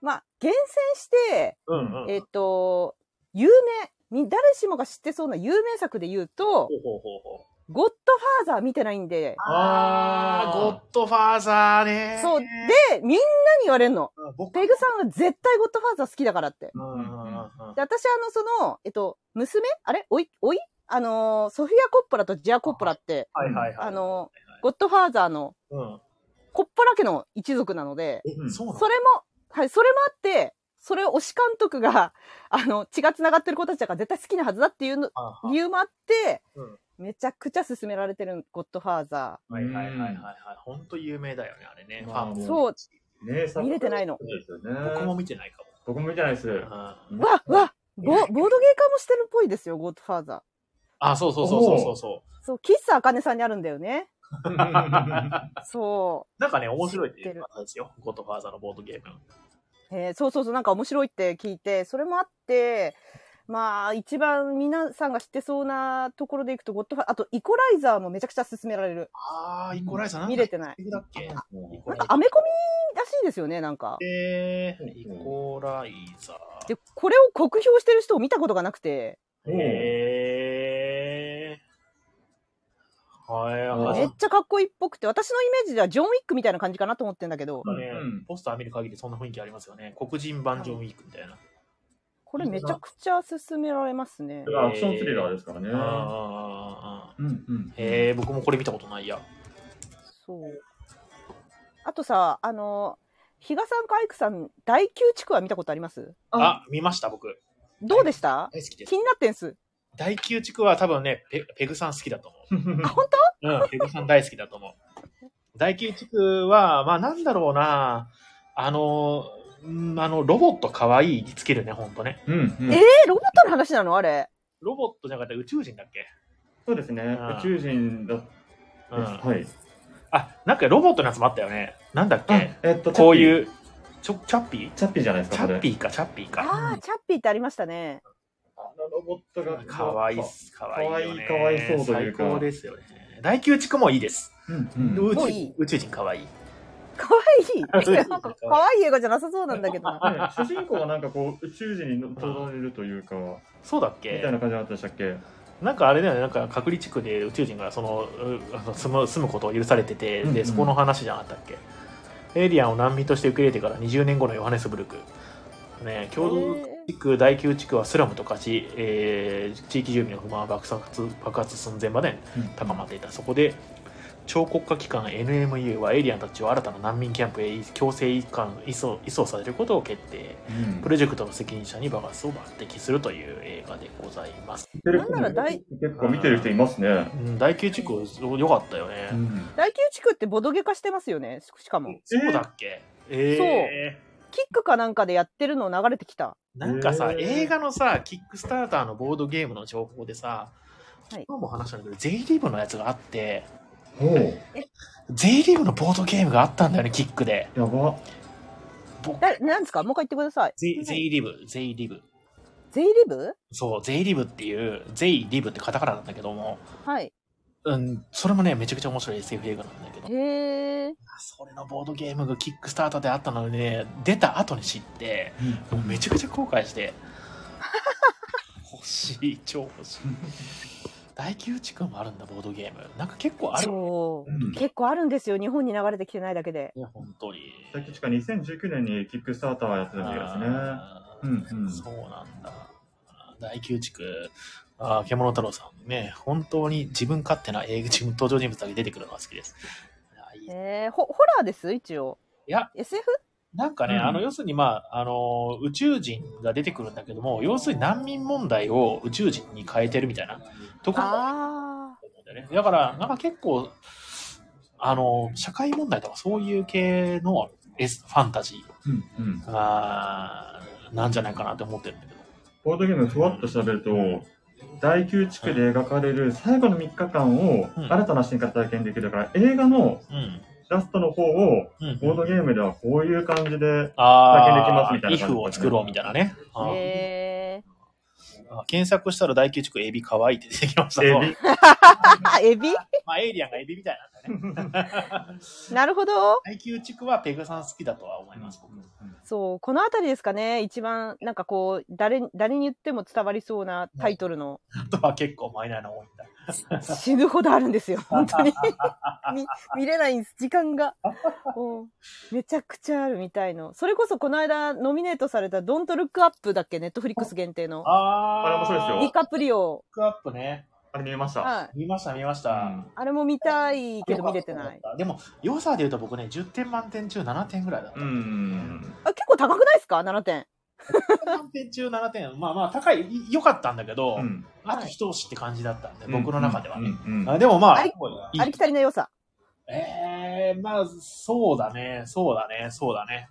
Speaker 2: まあ、厳選して、
Speaker 1: う。うんうん。
Speaker 2: えっ、と、有名、み誰しもが知ってそうな有名作で言うと
Speaker 1: ほ、うほうほうほう。
Speaker 2: ゴッドファーザー見てないんで、
Speaker 1: あ
Speaker 3: あ
Speaker 1: ー、
Speaker 3: ー
Speaker 1: ゴッドファーザーね。
Speaker 2: そう、で、みんなに言われんの。
Speaker 1: うん、僕
Speaker 2: ペグさんは絶対ゴッドファーザー好きだからって。
Speaker 1: うんうんうんうん
Speaker 2: で、私、あの、その、えっと、娘あれおい、おいあのー、ソフィア・コッポラとジア・コッポラって、
Speaker 1: はいはいはい。
Speaker 2: あのー、ゴッドファーザーの
Speaker 1: うん。
Speaker 2: コッポラ家の一族なので、
Speaker 1: え、そうなの
Speaker 2: それも、はい、それもあって、それを推し監督が、 [laughs] あの、血が繋がってる子たちだから絶対好きなはずだっていうの
Speaker 1: あは
Speaker 2: 理由もあって、
Speaker 1: うん
Speaker 2: めちゃくちゃ勧められてるゴッドファーザ
Speaker 1: はいはいはいはいはい。本当有名だよね、あれね。フ
Speaker 3: まあ
Speaker 1: ァン
Speaker 2: ー。
Speaker 1: も。
Speaker 2: そう、
Speaker 3: ねえ、
Speaker 2: 見れてないの
Speaker 3: そうですよね。
Speaker 1: 僕も見てないかも。
Speaker 3: 僕も見てないです。
Speaker 1: うん
Speaker 3: うん
Speaker 2: わ、
Speaker 3: [laughs]
Speaker 2: わ、ボボードゲーカーもしてるっぽいですよ、ゴッドファーザー。
Speaker 1: あ、そうそうそうそうそうそ。
Speaker 2: そう、喫茶あかねさんにあるんだよね。
Speaker 3: あ
Speaker 2: そう
Speaker 1: なんかね、面白いって
Speaker 2: 知
Speaker 1: 言
Speaker 2: ってる
Speaker 1: ったんですよ。ゴッドファーザーのボードゲーム。
Speaker 2: う。えーそうそうそう、なんか面白いって聞いて、それもあって、まあ、一番皆さんが知ってそうなところでいくと、ゴッドファー、あと、イコライザーもめちゃくちゃ勧められる。
Speaker 1: あー、イコライザーなん
Speaker 2: 見れてない。
Speaker 1: だっけ
Speaker 2: なんか、アメコミらしいですよね、なんか。
Speaker 1: えー、イコライザー。
Speaker 2: で、これを酷評してる人を見たことがなくて、
Speaker 1: へー。はい、
Speaker 3: あ
Speaker 2: め
Speaker 1: は
Speaker 2: っちゃかっこいいっぽくて、私のイメージではジョン・ウィックみたいな感じかなと思ってんだけど、
Speaker 1: ね
Speaker 3: うん、
Speaker 1: ポスター見る限りそんな雰囲気ありますよね。黒人版ジョンウィークみたいな。
Speaker 2: これめちゃくちゃ勧められますね。
Speaker 3: アクションスリラーですからね。
Speaker 1: あー
Speaker 3: うんうん
Speaker 1: へえ、僕もこれ見たことないや。
Speaker 2: そう。あとさ、あの、比嘉さんかアイクさん、大宮地区は見たことあります
Speaker 1: あ、見ました、僕。
Speaker 2: どうでした
Speaker 1: 大好きです。
Speaker 2: 気になってんす。
Speaker 1: 大宮地区は多分ね、ペペグさん好きだと思
Speaker 2: あ、本当
Speaker 1: う。うん、ペグさん大好きだと思う。大宮地区は、まあなんだろうな、あの、うんあの、ロボット可愛いにつけるね、ほんとね。
Speaker 3: うんうん
Speaker 2: えー、ロボットの話なのあれ。
Speaker 1: ロボットじゃなくて宇宙人だっけ
Speaker 3: そうですね。
Speaker 1: うん
Speaker 3: 宇宙人だった。
Speaker 1: うん。
Speaker 3: はい。
Speaker 1: あ、なんかロボットのやつもあったよね。なんだっ
Speaker 3: あ
Speaker 1: け
Speaker 3: えっと、
Speaker 1: こう
Speaker 3: う。
Speaker 1: いう、ちょ、チャッピー
Speaker 3: チャッピーじゃないです
Speaker 1: チ
Speaker 3: か、
Speaker 1: ャッピ
Speaker 3: ー。
Speaker 1: ーか、チャッピーか。
Speaker 2: ああ、チャッピーってありましたね。
Speaker 3: あのロボットが
Speaker 1: かわいいっす、かわいいよね。
Speaker 3: かわいそうというか
Speaker 1: 最高ですよね。大宮地区もいいです。
Speaker 3: うんうん。
Speaker 1: 宇
Speaker 2: も
Speaker 1: 宙
Speaker 2: ういい
Speaker 1: 宇宙人かわいい。
Speaker 2: かわ
Speaker 3: [laughs]
Speaker 1: あ
Speaker 2: い
Speaker 1: そう
Speaker 2: い。
Speaker 1: で
Speaker 2: な
Speaker 1: す
Speaker 2: んか、かわいい映画じゃなさそうなんだけどな。
Speaker 3: ね主人公はなんかこう宇宙人に乗っ取られるというか、み
Speaker 1: そうだっけ
Speaker 3: たいな感じだったでしたっけ
Speaker 1: なんかあれだよね、なんか隔離地区で宇宙人がそのうあの住む住むことを許されてて、
Speaker 3: うんう
Speaker 1: で
Speaker 3: ん
Speaker 1: そこの話じゃなかったっけ、エイリアンを難民として受け入れてから20年後のヨハネスブルク、ね、共同地区、大宮地区はスラムと化し、えー地域住民の不満は爆発爆発寸前まで高まっていた、そこで超国家機関 NMU はエイリアンたちを新たな難民キャンプへ強制移管移送移送されることを決定、
Speaker 3: うん
Speaker 1: プロジェクトの責任者にバガスを抜擢するという映画でございます。
Speaker 2: なんなら大
Speaker 3: 結構見てる人いますね。
Speaker 1: うん、大宮地区良かったよね、
Speaker 3: うん
Speaker 2: 大宮地区ってボドゲ化してますよね。ししかも、
Speaker 1: そうだっけえ
Speaker 2: キックかなんかでやってるの流れてきた。
Speaker 1: ーなんかさ、
Speaker 3: えー
Speaker 1: 映画のさキックスターターのボードゲームの情報でさ
Speaker 2: はい
Speaker 1: 今日も話したんだけど、ゼイリーブのやつがあって
Speaker 3: ほう。
Speaker 1: ゼイリーブのボードゲームがあったんだよねキックで
Speaker 3: やば。
Speaker 1: 僕
Speaker 2: だ、なんですかもう一回言ってください。
Speaker 1: ゼイゼイリブゼイリブ
Speaker 2: ゼイリブ
Speaker 1: そうゼイリブっていうゼイリブってカタカナなんだけども
Speaker 2: はい。
Speaker 1: うん、それもね、めちゃくちゃ面白い SF 映画なんだけど、
Speaker 2: へえ。
Speaker 1: それのボードゲームがキックスターターであったので、ね、出た後に知って、もうめ [laughs] ちゃくちゃ後悔して欲しい超欲しい大木内くんもあるんだ、ボードゲーム。なんか結構ある。
Speaker 2: そう、
Speaker 3: うん
Speaker 2: 結構あるんですよ。日本に流れてきてないだけで。
Speaker 1: ね、本当に。
Speaker 3: 大吉か2019年にキックスターターやってたみたいですね。
Speaker 1: あー
Speaker 3: うんうん
Speaker 1: そうなんだ。大宮地区、あー獣太郎さんね、本当に自分勝手な英語自分登場人物だけ出てくるのが好きです。あーいい
Speaker 2: えー、ほホラーです一応。
Speaker 1: いや、
Speaker 2: SF?
Speaker 1: なんかね、
Speaker 3: うん
Speaker 1: あの、要するに、まあ、あの、宇宙人が出てくるんだけども、要するに難民問題を宇宙人に変えてるみたいなところがあ
Speaker 2: あ
Speaker 1: るんだよね。だから、なんか結構、あの、社会問題とかそういう系の S ファンタジー
Speaker 3: うんうん、
Speaker 1: あーなんじゃないかなって思ってるんだけど。
Speaker 3: ボードゲームふわっと喋ると、第9地区で描かれる最後の3日間を
Speaker 1: うん
Speaker 3: 新たな視点から体験できるから、映画の
Speaker 1: うん。
Speaker 3: ラストの方を
Speaker 1: うん、
Speaker 3: ボードゲームではこういう感じで、
Speaker 1: あ
Speaker 3: 体験できますみたいな
Speaker 1: イ
Speaker 3: 感じ
Speaker 1: フを作ろうみたいなね。あ
Speaker 2: あ。
Speaker 1: ー
Speaker 2: え
Speaker 1: あ検索したら大宮地区エビ可愛いって出てきました。
Speaker 3: エビ
Speaker 1: そう
Speaker 2: ー。エビ
Speaker 1: まあエイリアンがエビみたいなんだね。
Speaker 2: なるほど。
Speaker 1: 大宮地区はペグさん好きだとは思います、僕。
Speaker 2: そう、このあたりですかね。一番、なんかこう、誰に、誰に言っても伝わりそうなタイトルの、
Speaker 1: あとは結構マイナーな多いんだ。
Speaker 2: 死ぬほどあるんですよ。本当に。 [laughs] 見、見れないんです。時間が。うんめちゃくちゃあるみたいの。それこそこの間、ノミネートされた、ドントルックアップだっけ、ネットフリックス限定の。
Speaker 1: あ
Speaker 3: あれもそうですよ
Speaker 2: ディカプリオ。
Speaker 1: クアップね。
Speaker 3: あれ見えました。
Speaker 2: はい。
Speaker 1: 見ました、見まし
Speaker 3: う
Speaker 1: た。
Speaker 3: ん
Speaker 2: あれも見たいけど見れてない。。
Speaker 1: でも、良さで言うと僕ね、10点満点中7点ぐらいだった。
Speaker 3: う、ん。
Speaker 2: あ、結構高くないですか ?7 点。
Speaker 1: 満点中7点。まあまあ、高い、い良かったんだけど、
Speaker 3: うん
Speaker 1: あと一押しって感じだったんで、僕の中ではね。
Speaker 3: うんうん
Speaker 1: あでもまあ、
Speaker 2: あり
Speaker 1: すごいいい
Speaker 2: ありきたりな良さ。
Speaker 1: ええまあ、そうだね、そうだね、そうだね。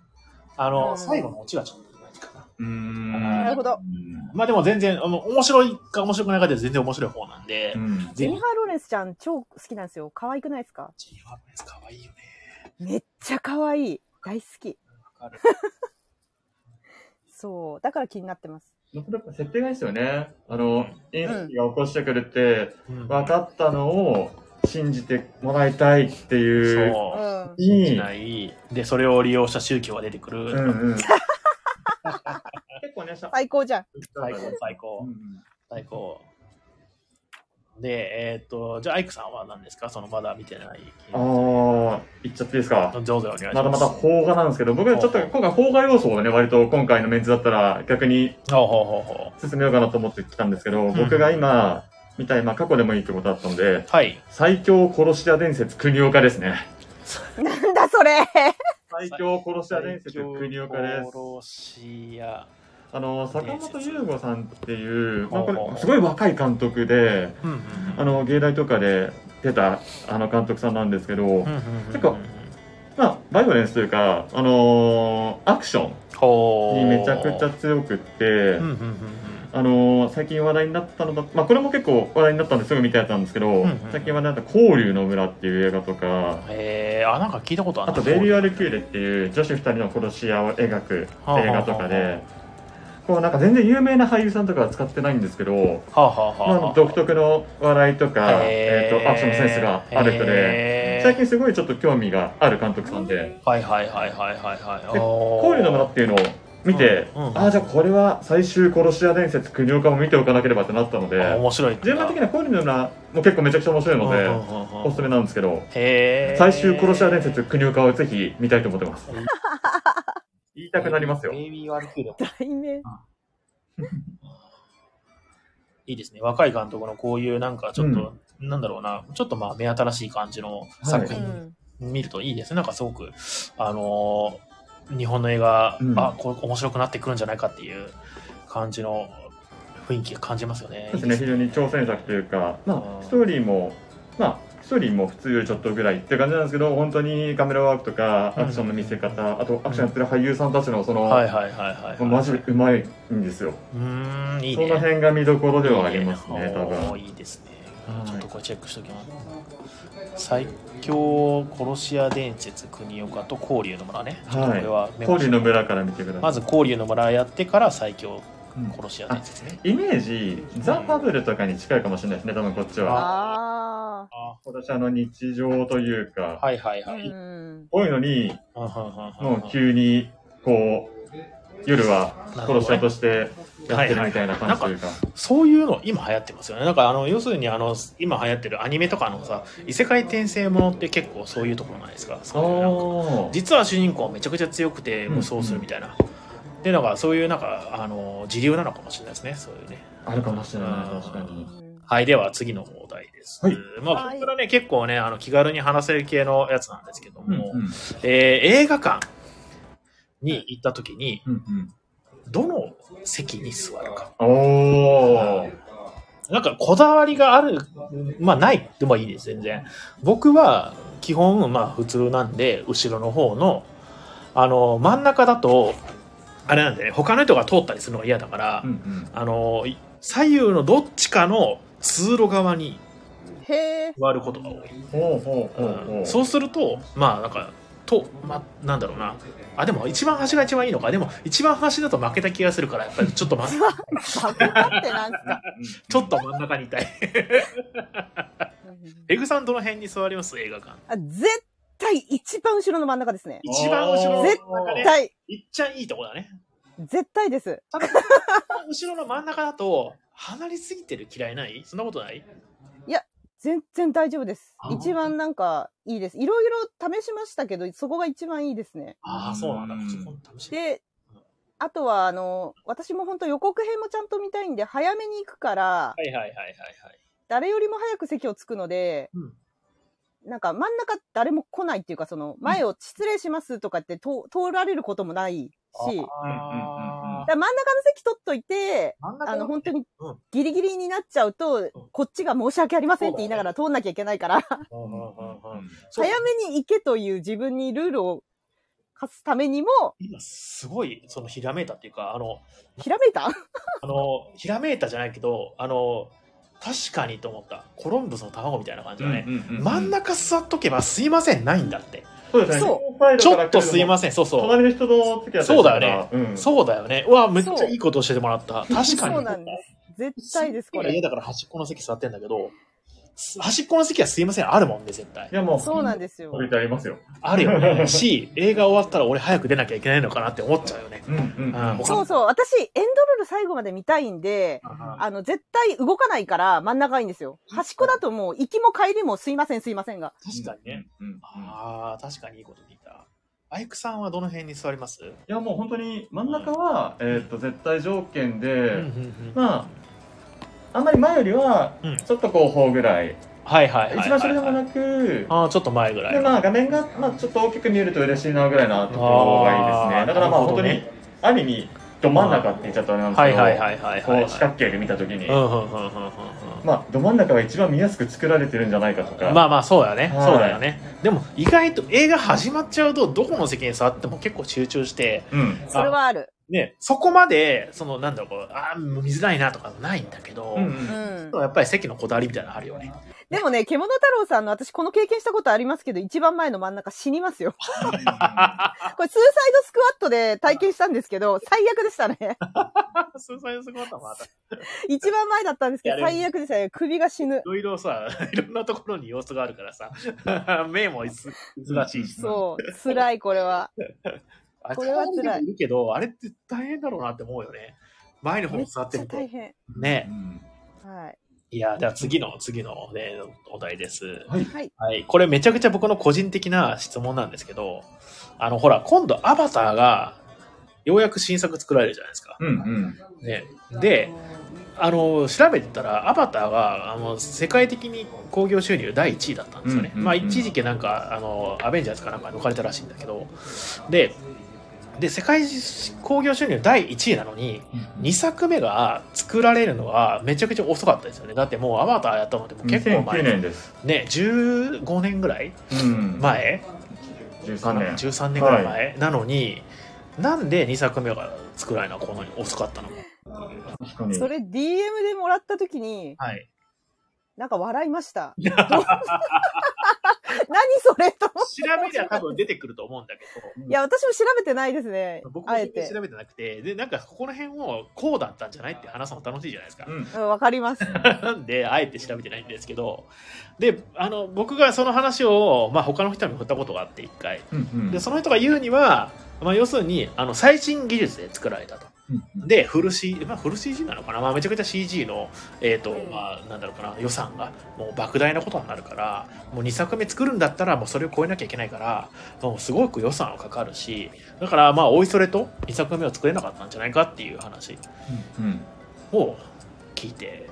Speaker 1: あの、
Speaker 2: うん
Speaker 1: 最後のオチがちょっとないかな。
Speaker 3: うん
Speaker 1: な
Speaker 2: るほど
Speaker 3: うん
Speaker 1: まあでも全然、あの面白いか面白くないかで全然面白い方なんで、
Speaker 3: うん
Speaker 2: ジェ
Speaker 1: 全
Speaker 2: ニ
Speaker 1: 然
Speaker 2: ファー・ローレンスちゃん超好きなんですよ。可愛くないですか
Speaker 1: ジェニファーロレンス可愛いよね。
Speaker 2: めっちゃ可愛い。大好き。
Speaker 1: わかる。
Speaker 2: そう。だから気になってます。
Speaker 3: やっぱ設定がいいですよね。あの、隕石が起こしてくるって、
Speaker 1: うん
Speaker 3: 分かったのを信じてもらいたいっていう。
Speaker 2: う
Speaker 1: そう。
Speaker 2: ん。
Speaker 3: いい。
Speaker 1: ない。で、それを利用した宗教が出てくる。
Speaker 3: うんうん。結構ね、社
Speaker 2: 最高じゃん。
Speaker 1: 最高、最
Speaker 3: う
Speaker 1: 高
Speaker 3: ん、うん
Speaker 1: 最高。で、えーっと、じゃあ、アイクさんは何ですかそのまだ見てない。
Speaker 3: ああ、いっちゃっていいですか。
Speaker 1: どうぞお願いします。
Speaker 3: まだまだ邦画なんですけど、僕はちょっと今回邦画要素をね、割と今回のメンツだったら逆に
Speaker 1: ほうほうほうほ
Speaker 3: 進めようかなと思ってきたんですけど、
Speaker 1: ん
Speaker 3: 僕が今、みたい、まあ過去でもいいってことだったので、
Speaker 1: う。はい。
Speaker 3: 最強殺し屋伝説国岡ですね。
Speaker 2: なんだそれ [laughs]
Speaker 3: 最強殺し屋伝説国岡です。
Speaker 1: 殺し屋。
Speaker 3: あの、坂本龍吾さんっていう、まあ、
Speaker 1: ほうほう
Speaker 3: これすごい若い監督で、
Speaker 1: うんうん
Speaker 3: あの、芸大とかで出た、あの、監督さんなんですけ
Speaker 1: う
Speaker 3: ど
Speaker 1: ん、うんうんうん。
Speaker 3: 結構まあ、バイオレンスというか、あのーアクション
Speaker 1: ほう
Speaker 3: にめちゃくちゃ強くって
Speaker 1: うん、うんうん
Speaker 3: あのー最近話題になったのだ、まあ、これも結構話題になったんですぐ見たやつなんですけど、
Speaker 1: んうん
Speaker 3: 最近話題になった「紅龍の村」っていう映画とか、
Speaker 1: えー、あなんか聞いたことある
Speaker 3: あと「ベイビー・アル・キューレ」っていう女子2人の殺し屋を描く映画とか
Speaker 1: はあはあは
Speaker 3: で、こうなんか全然有名な俳優さんとかは使ってないんですけど、
Speaker 1: はあはあはあ
Speaker 3: まあ、独特の笑いとか、
Speaker 1: へ
Speaker 3: えーとアクションのセンスがある人で、
Speaker 1: へー
Speaker 3: 最近すごいちょっと興味がある監督さんで。
Speaker 1: はいはいはいはいはいはい
Speaker 3: で
Speaker 1: おー
Speaker 3: 氷の村っていうのを見て、
Speaker 1: うんうん
Speaker 3: ああじゃあこれは最終殺し屋伝説国岡も見ておかなければってなったの
Speaker 1: あ
Speaker 3: で
Speaker 1: 面白い
Speaker 3: 全般的
Speaker 1: に
Speaker 3: には氷の村も結構めちゃくちゃ面白いのでおすすめなんですけど
Speaker 1: へえ
Speaker 3: 最終殺し屋
Speaker 1: [laughs]
Speaker 3: 伝説国岡をぜひ見たいと思ってます言いたくなりますよ
Speaker 1: ベイビーワルキューレも
Speaker 2: 題名。
Speaker 1: いいですね若い監督のこういうなんかちょっと、なんだろうなちょっとまあ目新しい感じの作
Speaker 2: う
Speaker 1: 品
Speaker 2: ん。
Speaker 1: 見るといいですね、なんかすごく、あのー日本の映画、
Speaker 3: うん
Speaker 1: あこう面白くなってくるんじゃないかっていう感じの雰囲気が感じますよね。
Speaker 3: そうですね非常に挑戦作というかま
Speaker 1: うん
Speaker 3: あストーリーもまあストーリーも普通よりちょっとぐらいって感じなんですけど本当にカメラワークとかアクションの見せ方あとアクションやってる俳優さんたちのその、
Speaker 1: はいはいはいはい、
Speaker 3: マジでうまいんですよ
Speaker 1: うーん、いい
Speaker 3: そ
Speaker 1: ね。
Speaker 3: の辺が見どころではあります
Speaker 1: いい
Speaker 3: ね
Speaker 1: ね
Speaker 3: 多
Speaker 1: お
Speaker 3: 分
Speaker 1: ーいいですね
Speaker 3: は。い
Speaker 1: ちょっとこれチェックしときます。最強殺し屋伝説国岡と交流の村ね。ちょっとこれはメモ
Speaker 3: 氷
Speaker 1: し
Speaker 3: の村から見てください
Speaker 1: まず交流の村やってから最強
Speaker 3: うん
Speaker 1: 殺し屋伝説ね。
Speaker 3: イメージザ・ファブルとかに近いかもしれないですね多分こっちは
Speaker 2: あ
Speaker 1: あ
Speaker 3: 私あの日常というか、
Speaker 1: はいはい
Speaker 2: あ。
Speaker 1: は
Speaker 2: う
Speaker 1: い。
Speaker 2: ん。
Speaker 3: 多いのに
Speaker 1: も
Speaker 3: もう急にこう夜は
Speaker 1: なるほどね
Speaker 3: 殺し屋としてやってるみたいな感じというか、
Speaker 1: そういうの今流行ってますよね。なんかあの要するにあの今流行ってるアニメとかのさ異世界転生ものって結構そういうところないですか。そういうなんか
Speaker 3: おー
Speaker 1: 実は主人公めちゃくちゃ強くて無双するみたいな。でなんかそういうなんかあの自流なのかもしれないですね。そういうね。
Speaker 3: あるかもしれない確かに
Speaker 1: はい、では次のお題です。
Speaker 3: はい
Speaker 1: まあ、
Speaker 2: はい
Speaker 1: これはね、結構ね、あの気軽に話せる系のやつなんですけども、
Speaker 3: うんうん
Speaker 1: えー映画館に行った時に、
Speaker 3: うんうん
Speaker 1: どの席に座るか。
Speaker 3: おー
Speaker 1: なんかこだわりがある、まあないでもいいです、全然。僕は基本、まあ普通なんで、後ろの方の、あの、真ん中だと、あれなんでね、他の人が通ったりするのが嫌だから、
Speaker 3: うんうん
Speaker 1: あの、い左右のどっちかの通路側に
Speaker 2: へえ。
Speaker 1: 座ることが多い。
Speaker 3: ほうほうほうほう
Speaker 1: そうするとまあなんかとまあなんだろうなあでも一番端が一番いいのかでも一番端だと負けた気がするからやっぱりちょ
Speaker 3: [laughs]
Speaker 1: っと、ま、ち
Speaker 2: バカってなんす
Speaker 1: [laughs]
Speaker 2: か。
Speaker 1: ょっと真ん中にいたいエグさんどの辺に座ります映画館
Speaker 2: あ絶対一番後ろの真ん中ですね。
Speaker 1: 一番後ろの
Speaker 2: 絶
Speaker 1: 真ん中ね
Speaker 2: 絶対、
Speaker 1: いっちゃいいとこだね
Speaker 2: 絶対です。
Speaker 1: ただ [laughs] 後ろの真ん中だと離れすぎてる嫌いないそんなことない
Speaker 2: 全然大丈夫です
Speaker 1: あ。
Speaker 2: 一番なんかいいです。いろいろ試しましたけど、そこが一番いいですね。
Speaker 1: ああそうなんだ
Speaker 3: うん
Speaker 1: そこ楽しい
Speaker 2: で、あとはあの、私も本当予告編もちゃんと見たいんで、早めに行くから、
Speaker 1: はいはいはいはいはい
Speaker 2: 誰よりも早く席をつくので、
Speaker 1: うん
Speaker 2: なんか真ん中誰も来ないっていうか、その前を失礼しますとかってと通られることもないし、だか
Speaker 1: あー
Speaker 2: ら真ん中の席取っといて、
Speaker 1: 真ん中
Speaker 2: あの、本当に
Speaker 1: うん
Speaker 2: ギリギリになっちゃうと、こっちが申し訳ありませんって言いながら通んなきゃいけないから、
Speaker 1: うんうんうんうんそう
Speaker 2: 早めに行けという自分にルールを課すためにも、
Speaker 1: 今すごいそのひらめいたっていうかあの
Speaker 2: ひらめいた
Speaker 1: あの、ひらめいたじゃないけど、あの、確かにと思った。コロンブスの卵みたいな感じだね。真ん中
Speaker 3: 中
Speaker 1: 座っとけばすいませんないんだって。
Speaker 3: そうですね
Speaker 2: そう
Speaker 3: 両サイド
Speaker 1: ち
Speaker 3: か
Speaker 1: ょ
Speaker 3: ら来るの
Speaker 1: っとすいません、そうそう。
Speaker 3: 隣の人の付き合
Speaker 1: そうだよ
Speaker 3: ね
Speaker 1: そうだよね。うわ、めっち
Speaker 2: そ
Speaker 1: ゃ
Speaker 2: う
Speaker 1: いいこと教えてもらった。確かに。
Speaker 2: そうなんです。絶対です、こ
Speaker 1: 家
Speaker 2: れ。
Speaker 1: だから端っこの席座ってんだけど、す端っこの席はすいませんあるもんね、絶対
Speaker 3: い。やもう
Speaker 2: そうなん
Speaker 3: で
Speaker 2: ですよ。
Speaker 3: 置いてありますよ
Speaker 1: あるよね。し、映画終わったら俺早く出なきゃいけないのかなって思っちゃうよね。
Speaker 3: うんうん
Speaker 1: あー他
Speaker 2: そうそう。私、エンドロール最後まで見たいんで、あの、絶対動かないから真ん中がいいんですよ。端っこだともう、行きも帰りもすいませんすいませんが。
Speaker 1: 確かにね。
Speaker 3: うんうんうん
Speaker 1: ああ、確かにいいこと聞いた。アイクさんはどの辺に座ります
Speaker 3: いやもう本当に真ん中はえーっと絶対条件
Speaker 1: うんうん
Speaker 3: で
Speaker 1: うん
Speaker 3: まああんまり前よりは
Speaker 1: うん
Speaker 3: ちょっと後方ぐらい
Speaker 1: はいはいはいはいはい。
Speaker 3: 一番それでもなく
Speaker 1: ああ、ちょっと前ぐらい。
Speaker 3: でまあ画面がまあちょっと大きく見えると嬉しいなぐらいなところがいいです
Speaker 1: あー
Speaker 3: ねだからまあ
Speaker 1: なるほ
Speaker 3: 本
Speaker 1: ど
Speaker 3: 当
Speaker 1: ね
Speaker 3: にある意味ど真ん中って言っちゃったらあれ
Speaker 1: はいはい
Speaker 3: なんで
Speaker 1: はいはい
Speaker 3: すけど
Speaker 1: はい。
Speaker 3: こう四角形で見た時に
Speaker 1: うんうんうんうんうん
Speaker 3: まあど真ん中が一番見やすく作られてるんじゃないかと
Speaker 1: う
Speaker 3: か
Speaker 1: ん。まあまあそうだね、
Speaker 3: はい
Speaker 1: そうだよねでも意外と映画始まっちゃうとどこの席に座っても結構集中して
Speaker 3: うん
Speaker 2: それはある。
Speaker 1: ねそこまでそのなんだろうこうああ見づらいなとかないんだけど、
Speaker 3: うんう
Speaker 2: うんん。
Speaker 1: やっぱり席のこだわりみたいなのあるよね
Speaker 2: でもね、獣太郎さんの私この経験したことありますけど、一番前の真ん中死にますよ。これ、スーサイドスクワットで体験したんですけど、最悪でしたね。
Speaker 1: [laughs] そうそうそうこともあったい
Speaker 2: 一番前だったんですけど、
Speaker 1: いやでも
Speaker 2: 最悪でしたね。首が死ぬ。
Speaker 1: ろいろさいろんなところに様子があるからさ [laughs] 目もいつ忙しいしさ
Speaker 2: そう。辛い、これは。
Speaker 1: あ
Speaker 2: これは辛い
Speaker 1: いるけどあれって大変だろうなって思うよね前の方
Speaker 2: め
Speaker 1: に
Speaker 2: っち
Speaker 1: 座
Speaker 2: ゃ
Speaker 1: ってると
Speaker 2: 大変。
Speaker 1: ね
Speaker 2: はい
Speaker 1: や、では次の、次の、ね、お題です。
Speaker 3: はい
Speaker 2: い。はい。
Speaker 1: はい。これめちゃくちゃ僕の個人的な質問なんですけど、あの、ほら、今度アバターが、ようやく新作作られるじゃないですか。
Speaker 3: うんうん
Speaker 1: ね。で、あの、調べてたら、アバターが、あの、世界的に興行収入第1位だったんですよね。
Speaker 3: うんうんうん
Speaker 1: まあ、一時期なんか、あの、アベンジャーズかなんかに抜かれたらしいんだけど、で、で、世界興行収入第1位なのに、2作目が作られるのはめちゃくちゃ遅かったですよねだってもう「アバター」やったのってもう結構前
Speaker 3: 2009年です。
Speaker 1: ね15年ぐらい
Speaker 3: うん
Speaker 1: 前かな
Speaker 3: 13年。
Speaker 1: 13年ぐらい前、なのになんで2作目が作られるのはこんなに遅かったのか
Speaker 3: 確かに
Speaker 2: そ。れ DM でもらったときに、
Speaker 1: はい
Speaker 2: なんか笑いました。どう [laughs] 何それと思
Speaker 1: 調べりゃ多分出てくると思うんだけど
Speaker 2: ういや、私も調べてないですね。
Speaker 1: 僕も
Speaker 2: あえ
Speaker 1: 全然
Speaker 2: て。
Speaker 1: 調べてなくてでなんかここら辺をこうだったんじゃないって話すのも楽しいじゃないですか
Speaker 3: う、ん
Speaker 2: うん、わかります。
Speaker 1: なんで、あえて調べてないんですけど、で、あの、僕がその話を、まあ、他の人にも振ったことがあって、一回。
Speaker 3: うんうん
Speaker 1: でその人が言うにはまあ、要するにあの最新技術で作られたと。
Speaker 3: うん
Speaker 1: で、フル C、まあ、フル CG なのかな、まあ、めちゃくちゃ CG の、えっ、と
Speaker 2: う、ん
Speaker 1: まあ、なんだろうかな、予算が、もう莫大なことになるから、もう2作目作るんだったら、もうそれを超えなきゃいけないから、もうすごく予算はかかるし、だから、まあ、おいそれと2作目を作れなかったんじゃないかっていう話 [laughs]
Speaker 3: うん
Speaker 1: を聞いて、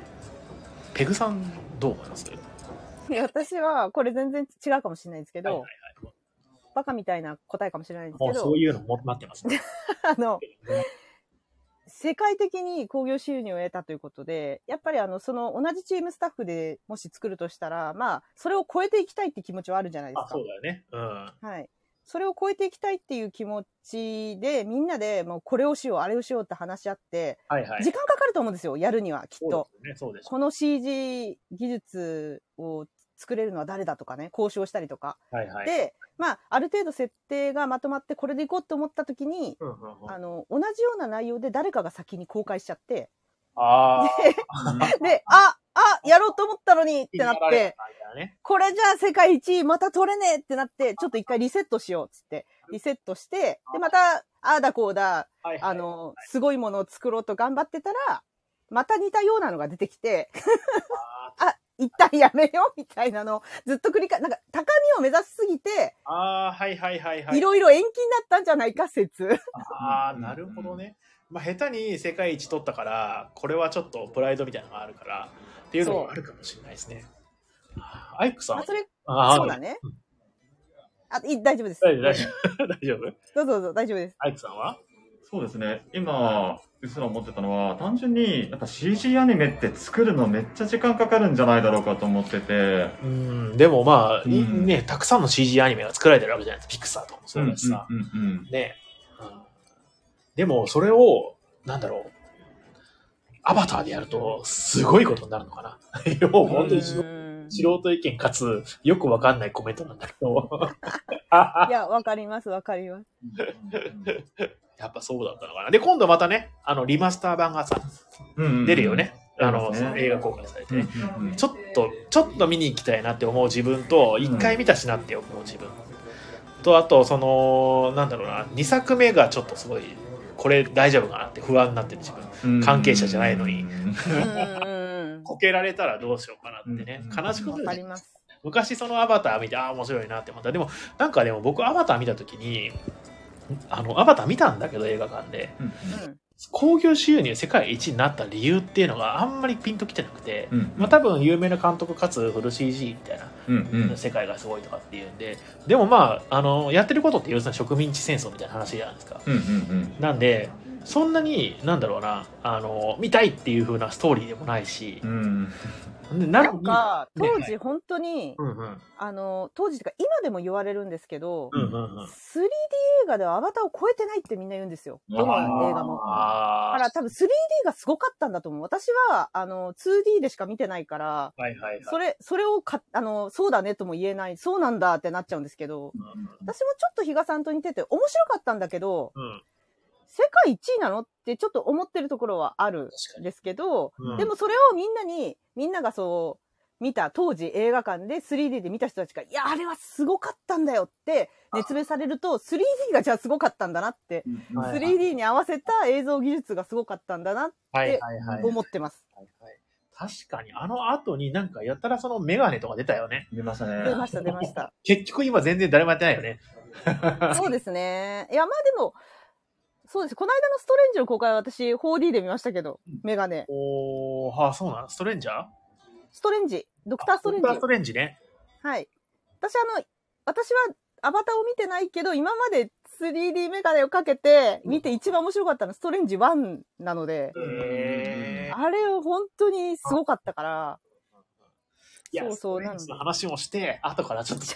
Speaker 1: ペグさん、どう思います
Speaker 2: いや私は、これ全然違うかもしれないんですけど、
Speaker 1: はいはい
Speaker 2: バカみたいな答えかもしれないんです
Speaker 1: も
Speaker 2: け
Speaker 1: う
Speaker 2: ど、
Speaker 1: そういうのもな
Speaker 2: [laughs]
Speaker 1: ってますね。
Speaker 2: あの、世界的に興行収入を得たということで、やっぱりあの、その同じチームスタッフでもし作るとしたら、まあ、それを超えていきたいって気持ちはあるじゃないです
Speaker 1: あ、
Speaker 2: か
Speaker 1: そう。だよね。うん。
Speaker 2: はい。それを超えていきたいっていう気持ちで、みんなでもうこれをしよう、あれをしようって話し合って、
Speaker 1: はいはい。
Speaker 2: 時間かかると思うんですよ、やるには、きっ
Speaker 1: そ
Speaker 2: と。
Speaker 1: うですね、そうです。
Speaker 2: この CG 技術を作れるのは誰だとかね、交渉したりとか。
Speaker 1: はいはい。
Speaker 2: で、まあ、ある程度設定がまとまって、これでいこうと思った時に、
Speaker 1: うんうんうん、
Speaker 2: あの、同じような内容で誰かが先に公開しちゃ [laughs] って、
Speaker 1: あー
Speaker 2: で、あ、あ、やろうと思ったのにってなっ
Speaker 1: やられ
Speaker 2: て
Speaker 1: た、んだね
Speaker 2: これじゃあ世界一位また取れねえってなって、ちょっと一回リセットしようっつって、リセットして、で、また、ああだこうだ、
Speaker 1: はいはい
Speaker 2: あの、すごいものを作ろうと頑張ってたら、また似たようなのが出てきて、 [laughs] あ、一旦やめようみたいなのをずっと繰り返、なんか高みを目指しすぎて、
Speaker 1: ああ、はいはいはいはいい。
Speaker 2: ろいろ延期になったんじゃないか説。
Speaker 1: ああ、なるほどね。まあ、下手に世界一取ったから、これはちょっとプライドみたいなのがあるから、っていうのもあるかもしれないですね。あーアイクさん
Speaker 2: [laughs] あ、それ、
Speaker 1: あー
Speaker 2: そうだね。あ、いい大丈夫です。
Speaker 1: 大丈夫、大丈夫。 [laughs] 大丈夫
Speaker 2: どうぞどうぞ、大丈夫です。
Speaker 1: アイクさんは
Speaker 3: そうですね今うっすら思ってたのは単純にやっぱ CG アニメって作るのめっちゃ時間かかるんじゃないだろうかと思ってて
Speaker 1: うん、でもまあ、い
Speaker 3: うん
Speaker 1: ね、たくさんの CG アニメが作られてるわけじゃないですか。ピクサーとかもそうだしさ。
Speaker 3: うんうんうんうん
Speaker 1: ね、うん、でもそれをなんだろうアバターでやるとすごいことになるのかな [laughs] 要は本当に素
Speaker 2: うん
Speaker 1: 素人意見かつよくわかんないコメントなんだけど [laughs]
Speaker 2: いや、わかります、わかります。
Speaker 1: やっぱそうだったのかなで今度またねあのリマスター版がさ
Speaker 3: うんうん
Speaker 1: 出るよね、あの
Speaker 3: そうですね
Speaker 1: 映画公開されて
Speaker 3: うんう
Speaker 1: ね、
Speaker 3: んうん
Speaker 1: ちょっとちょっと見に行きたいなって思う自分と一回見たしなって思う自分、とあとそのなんだろうな2作目がちょっとすごいこれ大丈夫かなって不安になってる自分関係者じゃないのに
Speaker 2: うんうん
Speaker 1: こけられたらどうしようかなってね、
Speaker 3: うん
Speaker 1: 悲しく
Speaker 2: うん。
Speaker 1: なる
Speaker 2: わか
Speaker 1: ね
Speaker 2: ります。
Speaker 1: 昔そのアバター見てああ面白いなって思ったでもなんかでも僕アバター見た時にあのアバター見たんだけど映画館で
Speaker 3: うん
Speaker 2: うん。
Speaker 1: 興行収入世界一になった理由っていうのがあんまりピンときてなくて、
Speaker 3: うん
Speaker 1: まあ、多分有名な監督かつフル CG みたいな
Speaker 3: うんうん
Speaker 1: 世界がすごいとかっていうんででもまああのやってることって要するに植民地戦争みたいな話じゃないですか
Speaker 3: うんうん
Speaker 1: なんでそんなになんだろうなあの見たいっていう風なストーリーでもないし
Speaker 3: う、んうん
Speaker 1: でな
Speaker 2: な
Speaker 1: の
Speaker 2: ん
Speaker 1: に
Speaker 2: か、
Speaker 1: ね
Speaker 2: 当時本当に、
Speaker 1: うんうん
Speaker 2: あの、当時とか今でも言われるんですけど、
Speaker 1: うんうんうん
Speaker 2: 3D 映画ではアバターを超えてないってみんな言うんですよ。どの映画も。だ
Speaker 1: あ
Speaker 2: から多分 3D がすごかったんだと思う。私は、あの、2D でしか見てないから、
Speaker 1: あ、はいはいはい。
Speaker 2: それ、それをか、あの、そうだねとも言えない、そうなんだってなっちゃうんですけど、私もちょっと比嘉さんと似てて面白かったんだけど、
Speaker 1: うん、
Speaker 2: 世界一位なのってちょっと思ってるところはある
Speaker 1: 確か
Speaker 2: ん
Speaker 1: に
Speaker 2: ですけど、
Speaker 1: うん
Speaker 2: でもそれをみんなに、みんながそう、見た、当時映画館で 3D で見た人たちが、いや、あれはすごかったんだよって熱弁されると、3D がじゃあすごかったんだなって、
Speaker 1: はい
Speaker 2: 3D に合わせた映像技術がすごかったんだな
Speaker 1: はいはいはい。
Speaker 2: と思ってます。
Speaker 1: 確かに、あの後になんかやったらそのメガネとか出たよね。
Speaker 3: 出ましたね
Speaker 2: 出
Speaker 1: [laughs]
Speaker 2: ました、出ました。
Speaker 1: 結局今全然誰もやってないよね。
Speaker 2: そうですね。いや、まあでも、そうです。この間のストレンジの公開は私、4D で見ましたけど、メガネ。
Speaker 1: おー、はあ、そうなのストレンジャー
Speaker 2: ストレンジ。ドクターストレンジ
Speaker 1: ドクター。ストレンジね。
Speaker 2: はい。私あの、私はアバターを見てないけど、今まで 3D メガネをかけて、見て一番面白かったのはストレンジ1なので、
Speaker 1: へー
Speaker 2: あれを本当にすごかったから、
Speaker 1: いや
Speaker 2: そうそう
Speaker 1: ストレンジの話もして、後からちょっと、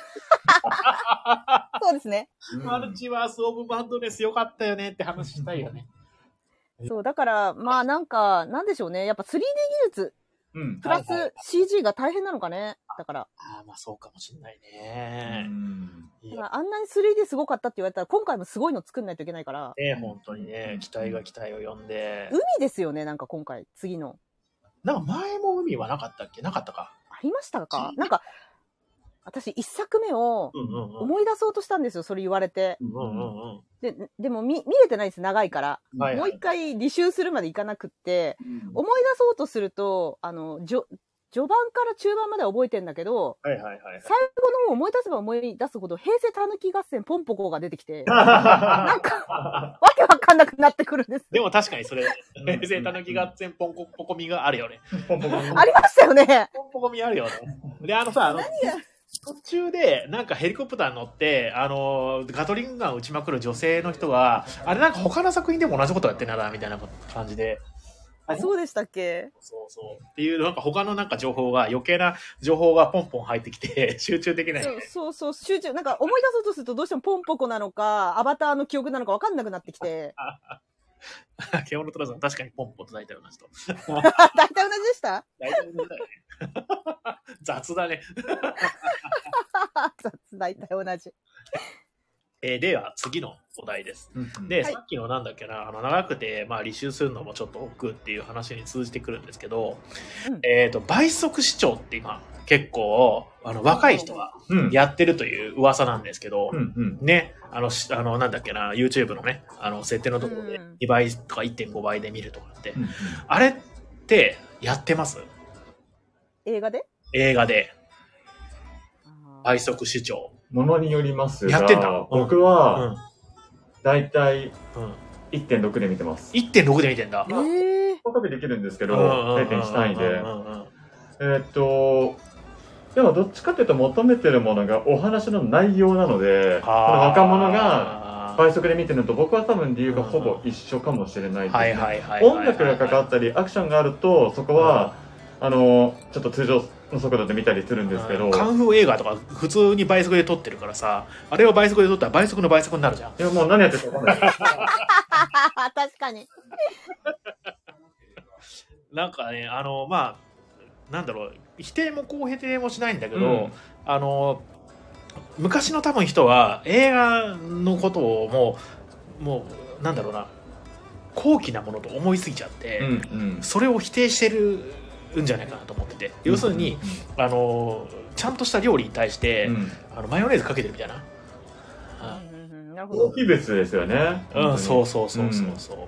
Speaker 2: そうですね。
Speaker 1: マルチワース・オブ・バンドネスよかったよねって話したいよね。
Speaker 2: そう、だから、まあなんか、なんでしょうね。やっぱ 3D 技術、
Speaker 3: うん
Speaker 2: プラ
Speaker 1: はいは
Speaker 2: ス CG が大変なのかね。だから、
Speaker 1: ああ、まあそうかもしんないうね。
Speaker 3: ん
Speaker 1: い
Speaker 2: だ
Speaker 1: や
Speaker 2: からあんなに 3D すごかったって言われたら、今回もすごいの作んないといけないから、
Speaker 1: ね、本当にね、期待が期待を呼んで
Speaker 2: 海。ですよね、なんか今回、次の。
Speaker 1: なんか前も海はなかったっけなかったか。
Speaker 2: ありましたかなんか、私一作目を
Speaker 1: うんうんうん
Speaker 2: 思い出そうとしたんですよ、それ言われて。
Speaker 1: うんうんうん
Speaker 2: で、でも見、見れてないです、長いから。
Speaker 1: はい
Speaker 2: も
Speaker 1: は
Speaker 2: う
Speaker 1: い
Speaker 2: 一回履修するまでいかなくって、思い出そうとすると、あの、じょ序盤から中盤までは覚えてんだけど、
Speaker 1: はいはいはい
Speaker 2: 最後の方思い出せば思い出すほど、平成たぬき合戦ポンポコが出てき [laughs] て、
Speaker 1: は
Speaker 2: なんか、わけわかんなくなってくるんです。
Speaker 1: [laughs] い。でも確かにそれ、平成たぬき合戦ポンコポコミがあるよね。
Speaker 3: ポンポコミ
Speaker 2: ありましたよね。
Speaker 1: ポンポコミあるよね。で、あのさ、あの、途中で、なんかヘリコプターに乗って、あの、ガトリンガン撃ちまくる女性の人が、あれなんか他の作品でも同じことやってんなだ、みたいな感じで。
Speaker 2: そうでしたっけ
Speaker 1: そうそう。っていう、なんか他のなんか情報が、余計な情報がポンポン入ってきて、 [laughs] 集中できない。
Speaker 2: そうそうそう、集中、なんか思い出そうとするとどうしてもポンポコなのか、アバターの記憶なのかわかんなくなってきて、
Speaker 1: 獣トラさん、確かにポンポンと大体同じと。
Speaker 2: あ [laughs] 大体同じでした
Speaker 1: 大体同じだよね。 [laughs] 雑だね。
Speaker 2: 雑大体同じ。
Speaker 1: えーでは、次のお題です。で、
Speaker 2: はい
Speaker 1: さっきのなんだっけな、あの長くて、まあ、履修するのもちょっと億劫っていう話に通じてくるんですけど、
Speaker 2: うん
Speaker 1: えっ、と、倍速視聴って今、結構、あの、若い人が
Speaker 3: うん
Speaker 1: やってるという噂なんですけど、
Speaker 3: うんうん
Speaker 1: ね、あの、しあの、なんだっけな、YouTube のね、あの、設定のところで
Speaker 2: うん
Speaker 1: 2倍とか1.5倍で見るとかって、
Speaker 3: うん
Speaker 1: あれってやってます
Speaker 2: 映画で
Speaker 1: 映画で
Speaker 2: い。
Speaker 1: 倍速視聴。
Speaker 3: ものによりますが
Speaker 1: やってんだうん
Speaker 3: 僕
Speaker 1: う
Speaker 3: は
Speaker 1: ん。
Speaker 3: だいたい
Speaker 1: うん。
Speaker 3: 1.6で見てます
Speaker 1: 1.6で見てんだ。
Speaker 2: えー、
Speaker 3: 比べできるんですけど
Speaker 1: うん
Speaker 3: 0.1単位で
Speaker 1: うんうんうん
Speaker 3: えーっとでもどっちかっていうと求めてるものがお話の内容なのでこの若者が
Speaker 1: あー
Speaker 3: 倍速で見てるのと僕は多分理由がほぼ一緒かもしれないですね
Speaker 1: はいはいはいはいはい
Speaker 3: 音楽がかかったりアクションがあるとそこはあのちょっと通常の速度で見たりするんですけど
Speaker 1: カンフー映画とか普通に倍速で撮ってるからさあれを倍速で撮ったら倍速の倍速になるじゃん
Speaker 3: いやもう何やってるか分かんない
Speaker 2: [laughs] 確かに。
Speaker 1: なんかねあのまあなんだろう否定も肯定もしないんだけど、
Speaker 3: けど
Speaker 1: あの昔の多分人は映画のことをもうもうなんだろうな高貴なものと思いすぎちゃって、
Speaker 3: うんうん
Speaker 1: それを否定してるんじゃないかなと思ってて要するに、あのちゃんとした料理に対して、
Speaker 3: うん
Speaker 1: あのマヨネーズかけてるみたいな。あ
Speaker 2: うんうんうんなるほ
Speaker 3: 大
Speaker 2: ど。
Speaker 3: きい別ですよね
Speaker 1: うん、そう
Speaker 3: そ
Speaker 1: そうそうそうそう、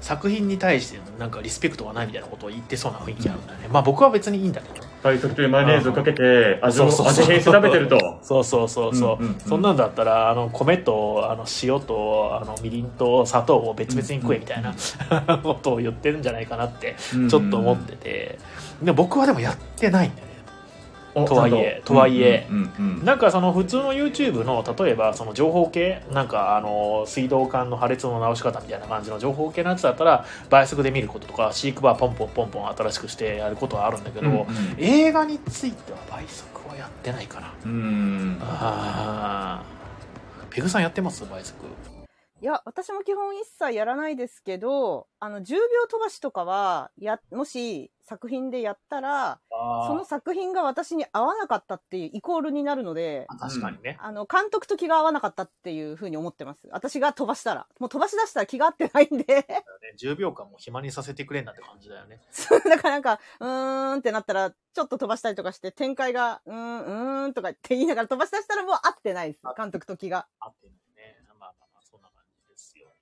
Speaker 1: 作品に対してなんかリスペクトがないみたいなことを言ってそうな雰囲気あるんだね、まあ僕は別にいいんだけど
Speaker 3: 倍速というマヨネーズをかけて味を
Speaker 1: そうそうそう
Speaker 3: 味変して食べてると
Speaker 1: そうそうそうそう、
Speaker 3: うんうんうん
Speaker 1: そんなんだったらあの米とあの塩とあのみりんと砂糖を別々に食えみたいな [laughs] ことを言ってるんじゃないかなって
Speaker 3: ち
Speaker 1: ちょっと思ってて、でも僕はでもやってないんだよねと
Speaker 3: と
Speaker 1: はいえとはいえ
Speaker 3: うんうん
Speaker 1: なんかその普通の YouTube の例えばその情報系なんかあの水道管の破裂の直し方みたいな感じの情報系のやつだったら倍速で見ることとか飼育バーポンポンポンポン新しくしてやることはあるんだけど、
Speaker 3: うんうん
Speaker 1: 映画については倍速はやってないかな
Speaker 3: うん
Speaker 1: あーペグさんやってます倍速
Speaker 2: いや、私も基本一切やらないですけど、あの、10秒飛ばしとかは、や、もし作品でやったら、その作品が私に合わなかったっていうイコールになるので、
Speaker 1: 確かにね、
Speaker 2: あの、監督と気が合わなかったっていうふうに思ってます。私が飛ばしたら。もう飛ばし出したら気が合ってないんで。 [laughs]
Speaker 1: 10秒間も暇にさせてくれんなって感じだよね
Speaker 2: そうだからなんか、うーんってなったら、ちょっと飛ばしたりとかして、展開が、うーん、うーんとかって言いながら飛ばし出したらもう合ってないです。監督と気が。
Speaker 1: あってね、まあまあまあ、そんな感じですよね。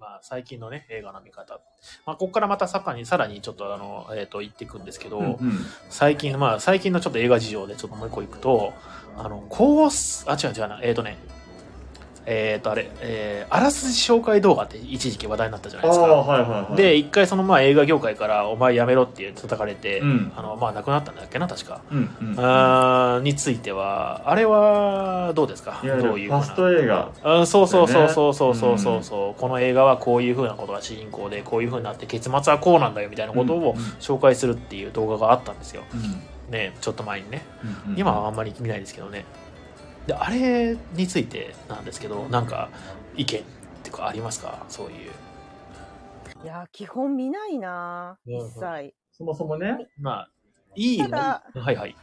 Speaker 1: まあ、最近のね、映画の見方。まあ、ここからまたさらに、さらにちょっと、あの、えっ、と、言っていくんですけど、
Speaker 3: うんうん
Speaker 1: 最近、まあ、最近のちょっと映画事情で、ちょっともう一個いくと、あの、こうす、あ、違う違うな、えっ、とね、えっ、と、あれ、えーあらすじ紹介動画って一時期話題になったじゃな
Speaker 3: あ
Speaker 1: い
Speaker 3: あ
Speaker 1: ですか。
Speaker 3: はいはいはい
Speaker 1: で、一回その、まあ、映画業界から、お前やめろって叩かれて、
Speaker 3: うん
Speaker 1: あの、まあ、亡くなったんだっけな、確か。
Speaker 3: うんうん
Speaker 1: あーについては、あれは、どうですか
Speaker 3: いわゆる
Speaker 1: どういう
Speaker 3: フ
Speaker 1: かな
Speaker 3: ァスト映画
Speaker 1: うん、そうそうそう
Speaker 3: ね
Speaker 1: そうそうそうそうそう、この映画はこういうふうなことが主人公でこういうふうになって結末はこうなんだよみたいなことを
Speaker 3: うんうん
Speaker 1: 紹介するっていう動画があったんですよねちょっと前にね
Speaker 3: うんうん
Speaker 1: 今はあんまり見ないですけどねであれについてなんですけどなんか意見ってかありますかそういう
Speaker 2: いやー、基本見ないな
Speaker 1: うんう
Speaker 2: ー
Speaker 1: ん
Speaker 2: 一切。
Speaker 3: そもそもね
Speaker 1: まあいい
Speaker 2: ただ
Speaker 1: はいはい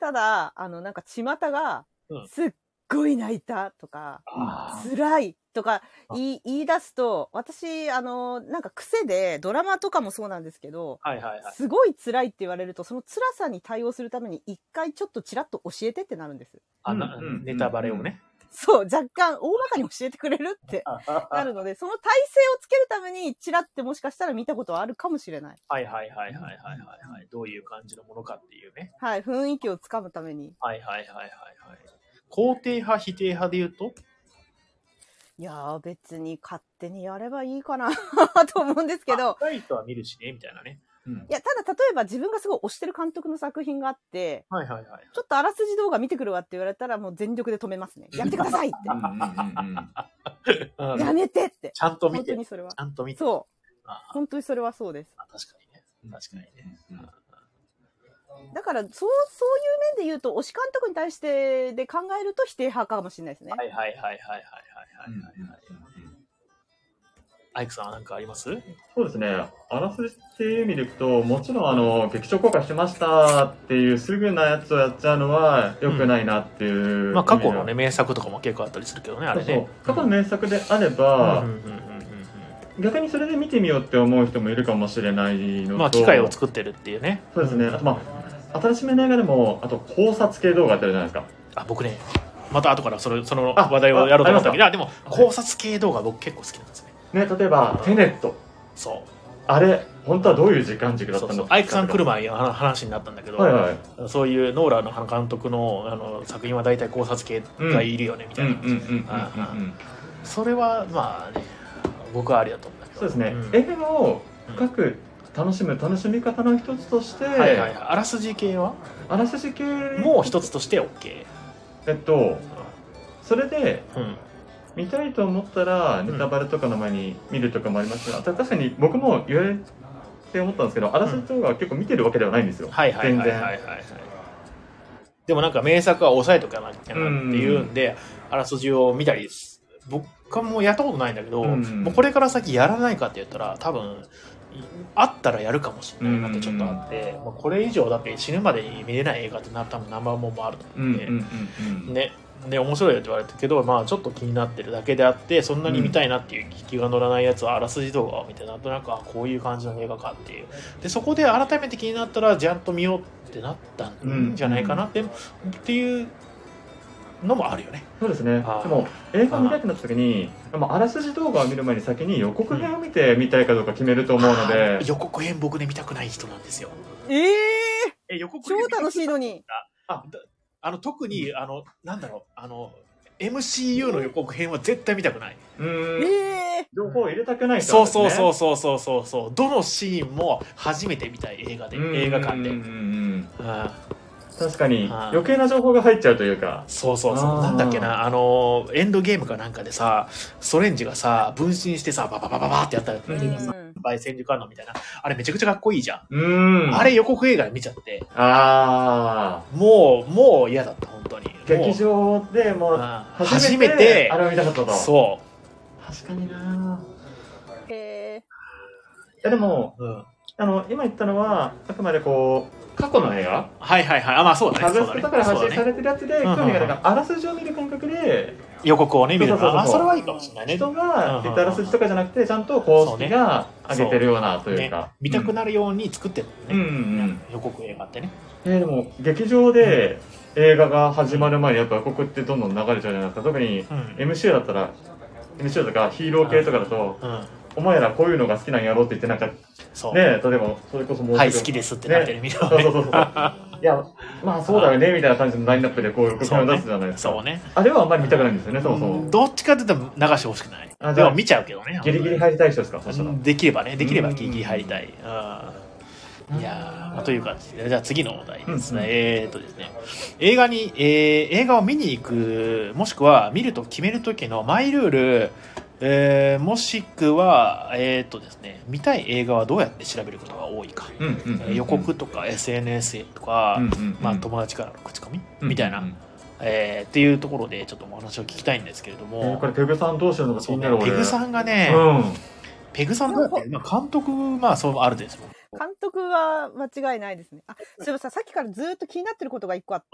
Speaker 2: ただ、あの、なんか、巷が
Speaker 1: うん、
Speaker 2: すっごい泣いたとか、
Speaker 3: あ
Speaker 2: 辛いとか言い言い出すと、私、あの、なんか癖で、ドラマとかもそうなんですけど、
Speaker 1: はいはいはい。
Speaker 2: すごい辛いって言われると、その辛さに対応するために、一回ちょっとちらっと教えてってなるんです。
Speaker 1: あな
Speaker 3: うんうん
Speaker 1: ネタバレをね。
Speaker 2: そう、若干、大まかに教えてくれるってな
Speaker 1: は
Speaker 2: るので、その体勢をつけるために、ちらってもしかしたら見たことはあるかもしれない。
Speaker 1: いはいはいはいはいはいはい。どういう感じのものかっていうね。
Speaker 2: はい、雰囲気をつかむために。
Speaker 1: はいはいはいはいはい。肯定派否定派で言うと
Speaker 2: いやー、別に勝手にやればいいかな [laughs] と思うんですけど、
Speaker 1: ライトは見るしねみたいなね。
Speaker 3: うん
Speaker 2: いや、ただ例えば自分がすごい推してる監督の作品があって、
Speaker 1: はいはいはい。
Speaker 2: ちょっとあらすじ動画見てくるわって言われたら、もう全力で止めますね。やめてくださいっ
Speaker 3: うん
Speaker 2: て。
Speaker 3: うんうんうん
Speaker 1: うん
Speaker 2: やめてって。
Speaker 1: ちゃんと見
Speaker 2: 本
Speaker 1: て。
Speaker 2: 当
Speaker 1: ち
Speaker 2: にそれは。
Speaker 1: ゃんと見て。
Speaker 2: そう。
Speaker 1: あ
Speaker 2: 本当にそれはそうです。
Speaker 1: あ確かにね。確かにね。
Speaker 3: うん
Speaker 2: だから、そう、そういう面で言うと、推し監督に対してで考えると否定派かもしれないですね。
Speaker 1: はいはいはいはいはいはいはいはいはい。
Speaker 3: うん
Speaker 1: アイクさんは何かありますはい
Speaker 3: そうですね、あらすじっていう意味でいくと、もちろんあの劇場公開しましたっていう、すぐなやつをやっちゃうのは良くないなっていう、
Speaker 1: まあ過去のね、、名作とかも結構あったりするけどね、あ
Speaker 3: そう
Speaker 1: れ
Speaker 3: そ
Speaker 1: ね
Speaker 3: う。過去の名作であれ
Speaker 1: う
Speaker 3: ば
Speaker 1: ん、うんうんうんうん
Speaker 3: 逆にそれで見てみようって思う人もいるかもしれないの
Speaker 1: う
Speaker 3: と、
Speaker 1: んまあ機械を作ってるっていうね。
Speaker 3: そうですね、あとまあ、新しめの映画でも、あと考察系動画ってあるじゃないですか。
Speaker 1: あ、僕ね、また後からそれその
Speaker 3: あ
Speaker 1: 話題をやろうと思ったけど、あでも
Speaker 3: はい
Speaker 1: 考察系動画僕結構好きなんですね。
Speaker 3: ね、例えば、テネット。
Speaker 1: そ
Speaker 3: あれ、本当はどういう時間軸
Speaker 1: う。
Speaker 3: だっ
Speaker 1: そ
Speaker 3: た
Speaker 1: う
Speaker 3: の
Speaker 1: そうアイクさん来る前にあの話になったんだけど、
Speaker 3: はいはい。
Speaker 1: そういうノーラーの監督のあの作品は大体考察系がいるよね、み
Speaker 3: う
Speaker 1: た
Speaker 3: ん
Speaker 1: い
Speaker 3: うん
Speaker 1: な、
Speaker 3: うんうんうんうん。
Speaker 1: それはまあね僕はありだと思うんだけど
Speaker 3: そうですね、
Speaker 1: ん
Speaker 3: 映画を深く楽しむ楽しみ方の一つとして、
Speaker 1: はいはいはいあらすじ系は
Speaker 3: あらすじ系
Speaker 1: もう一つとして OK、
Speaker 3: えっとそれで
Speaker 1: うん、
Speaker 3: 見たいと思ったらネタバレとかの前に見るとかもありますが、あと確かに僕も言われて思ったんですけどあらすじとかは結構見てるわけではないんですよ、
Speaker 1: はいはいはいはいはいはいでもなんか名作は抑えとかなきゃなっていうんで、あらすじを見たりです僕はもうやったことないんだけど、
Speaker 3: うん
Speaker 1: もうこれから先やらないかって言ったら多分あったらやるかもしれないなってちょっとあって、まあ、これ以上だって死ぬまでに見れない映画ってな多分ナンバーワンもあると
Speaker 3: う
Speaker 1: 思うん
Speaker 3: ん
Speaker 1: で、
Speaker 3: うんうん
Speaker 1: ねで面白いよって言われたけど、まあ、ちょっと気になってるだけであってそんなに見たいなっていう気が乗らないやつはあらすじ動画を見てなんとなくあこういう感じの映画かっていうでそこで改めて気になったらちゃんと見ようってなったんじゃないかなって,、っていうのもあるよね。
Speaker 3: そうですねで
Speaker 1: あー
Speaker 3: も映画見たくなった時にまああらすじ動画を見る前に先に予告編を見て見たいかどうか決めると思うので、
Speaker 1: 予告編僕ね見たくない人なんですよ。
Speaker 2: ええ
Speaker 1: え予告
Speaker 2: 超楽しいのに。
Speaker 1: あの特にあのなんだろうあの MCU の予告編は絶対見たくない。
Speaker 3: うーん
Speaker 2: ええ
Speaker 3: 情報を入れたくない人
Speaker 1: そうそうそう
Speaker 3: そ
Speaker 1: そうそうそうそうどのシーンも初めて見たい映画で映画館で
Speaker 3: うんうんうん
Speaker 1: うん
Speaker 3: 確かに
Speaker 1: はい
Speaker 3: 余計な情報が入っちゃうというか
Speaker 1: そうそう
Speaker 3: あ
Speaker 1: そう
Speaker 3: ー
Speaker 1: なんだっけなあのエンドゲームかなんかでさストレンジがさ分身してさバババババってやったら
Speaker 3: う
Speaker 2: う
Speaker 3: ー
Speaker 1: 「
Speaker 2: ん
Speaker 1: バイ千手観音」みたいなあれめちゃくちゃかっこいいじゃん、
Speaker 3: うーん
Speaker 1: あれ予告映画で見ちゃって
Speaker 3: ああ
Speaker 1: もうもう嫌だった本当にもう
Speaker 3: 劇場でもう
Speaker 1: あー
Speaker 3: 初
Speaker 1: 初め
Speaker 3: め
Speaker 1: て
Speaker 3: てあれを見たかったと
Speaker 1: そ
Speaker 3: 確かにな
Speaker 2: へえ
Speaker 3: いやでも
Speaker 1: う、うん、
Speaker 3: あの今言ったのはあくまでこう過去の映画
Speaker 1: はいはいはいあまあそうだ
Speaker 3: サ
Speaker 1: ねそ
Speaker 3: ブ
Speaker 1: う
Speaker 3: ス
Speaker 1: だ
Speaker 3: ク
Speaker 1: ね
Speaker 3: とかで
Speaker 1: そ
Speaker 3: 発
Speaker 1: う
Speaker 3: 信
Speaker 1: だ
Speaker 3: さ
Speaker 1: ね
Speaker 3: れてるやつで
Speaker 1: うん
Speaker 3: 興味がなんかあらすじを見る感覚で
Speaker 1: 予告をね見るの
Speaker 3: そうそうそうそう
Speaker 1: あそれはいいかもしれないね
Speaker 3: 人
Speaker 1: う
Speaker 3: が
Speaker 1: ん
Speaker 3: 言ったあらすじとかじゃなくてちゃんと公式が上げてるようなという
Speaker 1: ね
Speaker 3: か
Speaker 1: 見たくな
Speaker 3: る
Speaker 1: るように作ってる
Speaker 3: うんう
Speaker 1: ね、
Speaker 3: ん
Speaker 1: 予告映画ってね
Speaker 3: うんえーでも劇場で映画が始まる前にやっぱここってどんどん流れちゃうじゃないですか特に
Speaker 1: うん
Speaker 3: MCU だったら MCU とかヒーロー系とかだと
Speaker 1: うん
Speaker 3: お前らこういうのが好きなんやろって言ってなんかね
Speaker 1: そう、
Speaker 3: 例えばそれこそもう
Speaker 1: はい好き
Speaker 3: で
Speaker 1: ですってなってるみたいな
Speaker 3: そう
Speaker 1: ね
Speaker 3: そうそうそういやまあそうだよねみたいな感じのラインナップでこう予告を出すじゃないですか、
Speaker 1: そうね
Speaker 3: あれはあんまり見たくないんですよねそもそも、
Speaker 1: どっちかって言ったら流してほしくない
Speaker 3: あじ
Speaker 1: で
Speaker 3: ゃあ
Speaker 1: も見ちゃうけどね
Speaker 3: ギリギリ入りたい人ですかそしたら、
Speaker 1: できればねできればギリギリ入りたいうんいやーまあという感じでじゃあ次のお題ですね、
Speaker 3: うんうん
Speaker 1: えーっとですね映画に、えー映画を見に行くもしくは見ると決める時のマイルール、えーもしくはえーっとですね見たい映画はどうやって調べることが多いか、
Speaker 3: うんうんうんうん
Speaker 1: 予告とか SNS とか、
Speaker 3: うんうんうん
Speaker 1: まあ、友達からの口コミ、
Speaker 3: うん
Speaker 1: みたいな、
Speaker 3: うんうん
Speaker 1: えーっていうところでちょっとお話を聞きたいんですけれども、
Speaker 3: えーこれペグさんどうしようのか気
Speaker 1: そう
Speaker 3: に
Speaker 1: ね
Speaker 3: なる、
Speaker 1: ペ
Speaker 3: 俺
Speaker 1: グさんがね、
Speaker 3: うん
Speaker 1: ペグさんだって、まあ、監督、まあ、そうあるですもん。
Speaker 2: 監督は間違いないですね。あ、すいません。さっきからずーっと気になってることが一個あって、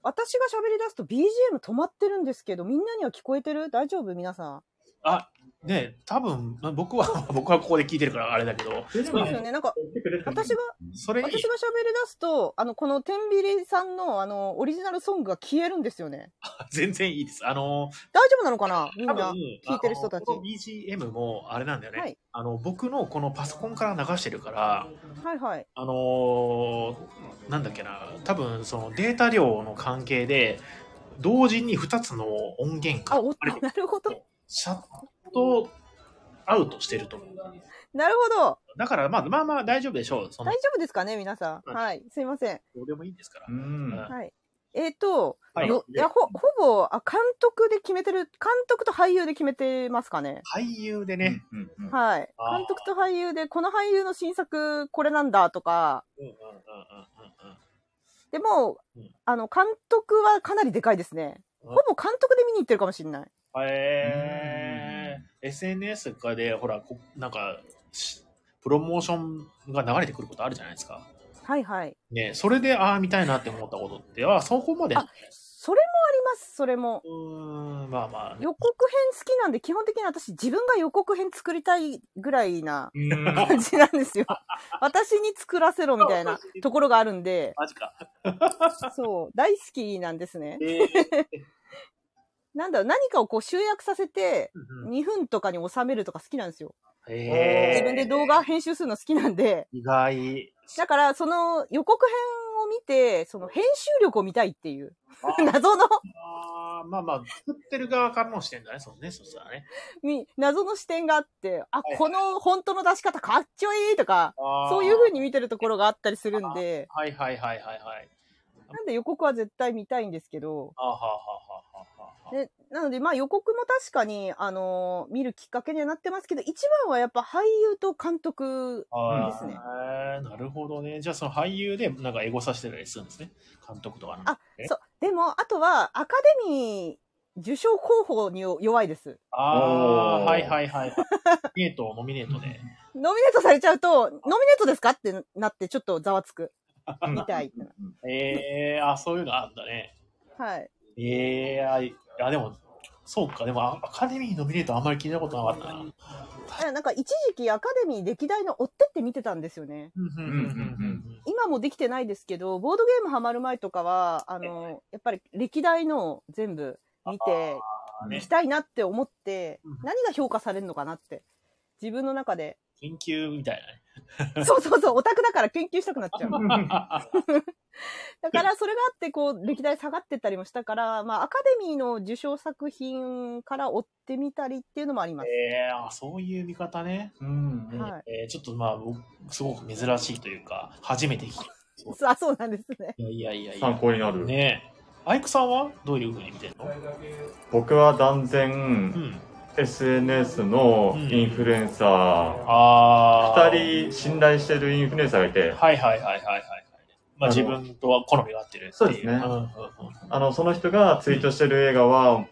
Speaker 2: 私が喋り出すと BGM 止まってるんですけど、みんなには聞こえてる大丈夫皆さん。
Speaker 1: あ、ねえ多分、まあ僕は、 [laughs] 僕はここで聞いてるからあれだけど、
Speaker 3: そう
Speaker 2: そうですよね。なんか、私が、
Speaker 1: それいい
Speaker 2: 私が喋り出すと、あの、この天秤さんの、あの、オリジナルソングが消えるんですよね。
Speaker 1: 全然いいです。あの、
Speaker 2: 大丈夫なのかなみん
Speaker 1: 多
Speaker 2: な。
Speaker 1: 分、
Speaker 2: は
Speaker 1: 聞
Speaker 2: 聞いてる人たち
Speaker 1: この BGM もあれなんだよね、
Speaker 2: はい
Speaker 1: あの、僕のこのパソコンから流してるから、
Speaker 2: いはい。
Speaker 1: あのーなんだっけな、多分そのデータ量の関係で、同時に2つの音源
Speaker 2: あ、
Speaker 1: が
Speaker 2: おっ
Speaker 1: あれ
Speaker 2: と、なるほど。
Speaker 1: シャットアウトしてると思う。
Speaker 2: なるほど。
Speaker 1: だから、まあまあまあ大丈夫でしょう。その
Speaker 2: 大丈夫ですかね皆さ
Speaker 1: う
Speaker 2: ん。
Speaker 1: ん
Speaker 2: はい。すいません。
Speaker 1: どうでもいいんですから
Speaker 3: う。ん。
Speaker 1: は
Speaker 2: はい。えっ、と、
Speaker 1: はい
Speaker 2: よいやほ、ほぼ、あ、監督で決めてる、監督と俳優で決めてますかね
Speaker 1: 俳優でね、
Speaker 3: うん。うんうん
Speaker 2: はい。
Speaker 1: あー
Speaker 2: 監督と俳優で、この俳優の新作、これなんだとか、
Speaker 1: うんうんうんう
Speaker 2: でも
Speaker 1: うん、
Speaker 2: あの、監督はかなりでかいですね。
Speaker 1: う
Speaker 2: ほ
Speaker 1: ん
Speaker 2: ぼ監督で見に行ってるかもしれない。
Speaker 1: んうん。へえ SNS かで、ほら、こなんか、しプロモーションが流れてくることあるじゃないですか。
Speaker 2: はいはい。
Speaker 1: ねそれで、ああ、見たいなって思ったことって、ああ、そこまで。
Speaker 2: あそれもあります、それも
Speaker 1: う。ーん、まあまあ、ね。
Speaker 2: 予告編好きなんで、基本的に私自分が予告編作りたいぐらいな
Speaker 3: うん
Speaker 2: 感じなん
Speaker 1: [laughs]
Speaker 2: ですよ。私に作らせろみたいなところがある
Speaker 1: [laughs]
Speaker 2: んで、
Speaker 1: マジか。
Speaker 2: そう、大好きなんですね。
Speaker 1: えー
Speaker 2: なんだろう、何かをこう集約させて、
Speaker 1: うん
Speaker 2: 2分とかに収めるとか好きなんですよ。
Speaker 1: えー
Speaker 2: 自分で動画編集するの好きなんで。
Speaker 1: 意外。
Speaker 2: だから、その予告編を見て、その編集力を見たいっていう、 [laughs] 謎の、
Speaker 1: あーまあまあ、作ってる側からの視点だね、そうね、そしたらね。
Speaker 2: み謎の視点があって、あ、
Speaker 1: いはい
Speaker 2: この本当の出し方かっちょいいとか、そういう風に見てるところがあったりするんで、
Speaker 1: はいはいはいはいはい。
Speaker 2: なんで予告は絶対見たいんですけど、
Speaker 1: あはははははは。
Speaker 2: でなので、まあ予告も確かに、あのー見るきっかけにはなってますけど、一番はやっぱ俳優と監督、
Speaker 1: あー
Speaker 2: ですね
Speaker 1: えーなるほどね。じゃあその俳優でなんかエゴさせてたりするんですね。監督とかの。
Speaker 2: あ
Speaker 1: え、
Speaker 2: そう、でも、あとはアカデミー受賞候補に弱いです。
Speaker 1: あー
Speaker 3: おー
Speaker 1: はいはいはい。ノミネート、ノミネートで。
Speaker 2: ノミネートされちゃうと、ノミネートですかってなって、ちょっとざわつく。みたいってな。
Speaker 1: えー、あ、そういうのあるんだね。
Speaker 2: はい。
Speaker 1: ええー、あいや、でも、そうか、でもあアカデミーノミネートあんまり聞いたことなかったな。
Speaker 2: あなんか一時期アカデミー歴代の追ってって見てたんですよね。
Speaker 1: うんうんうんうん
Speaker 2: 今もできてないですけど、ボードゲームハマる前とかは、あの、やっぱり歴代の全部見て、
Speaker 1: うん
Speaker 2: 行
Speaker 1: ね
Speaker 2: きたいなって思って
Speaker 1: うん、
Speaker 2: 何が評価されるのかなって。自分の中で。
Speaker 1: 研究みたいなね。
Speaker 2: そうそう [laughs] そう、オタクだから研究したくなっちゃう。
Speaker 1: あ
Speaker 2: だからそれがあって、こう、歴代下がってったりもしたから、まあ、アカデミーの受賞作品から追ってみたりっていうのもあります。
Speaker 1: えー、あそういう見方ね。
Speaker 3: うん
Speaker 2: はい
Speaker 1: えーちょっとまあ、僕すごく珍しいというか、初めて聞いた。
Speaker 2: そうあ、そうなんですね。
Speaker 1: いやいやいやい
Speaker 3: 参
Speaker 1: や。
Speaker 3: 考になる。
Speaker 1: ねえ。アイクさんはどういうふうに見てるの
Speaker 3: 僕は断
Speaker 1: う
Speaker 3: 然、
Speaker 1: ん。
Speaker 3: SNS のインフルエンサー、
Speaker 1: ああ。
Speaker 3: 2人信頼してるインフルエンサーがいて、
Speaker 1: はいはいはいはいはい。まあ
Speaker 3: あの
Speaker 1: 自分とは好みが合ってるっていう。
Speaker 3: そうですね
Speaker 1: んうんうん
Speaker 3: あの、その人がツイートしてる映画は、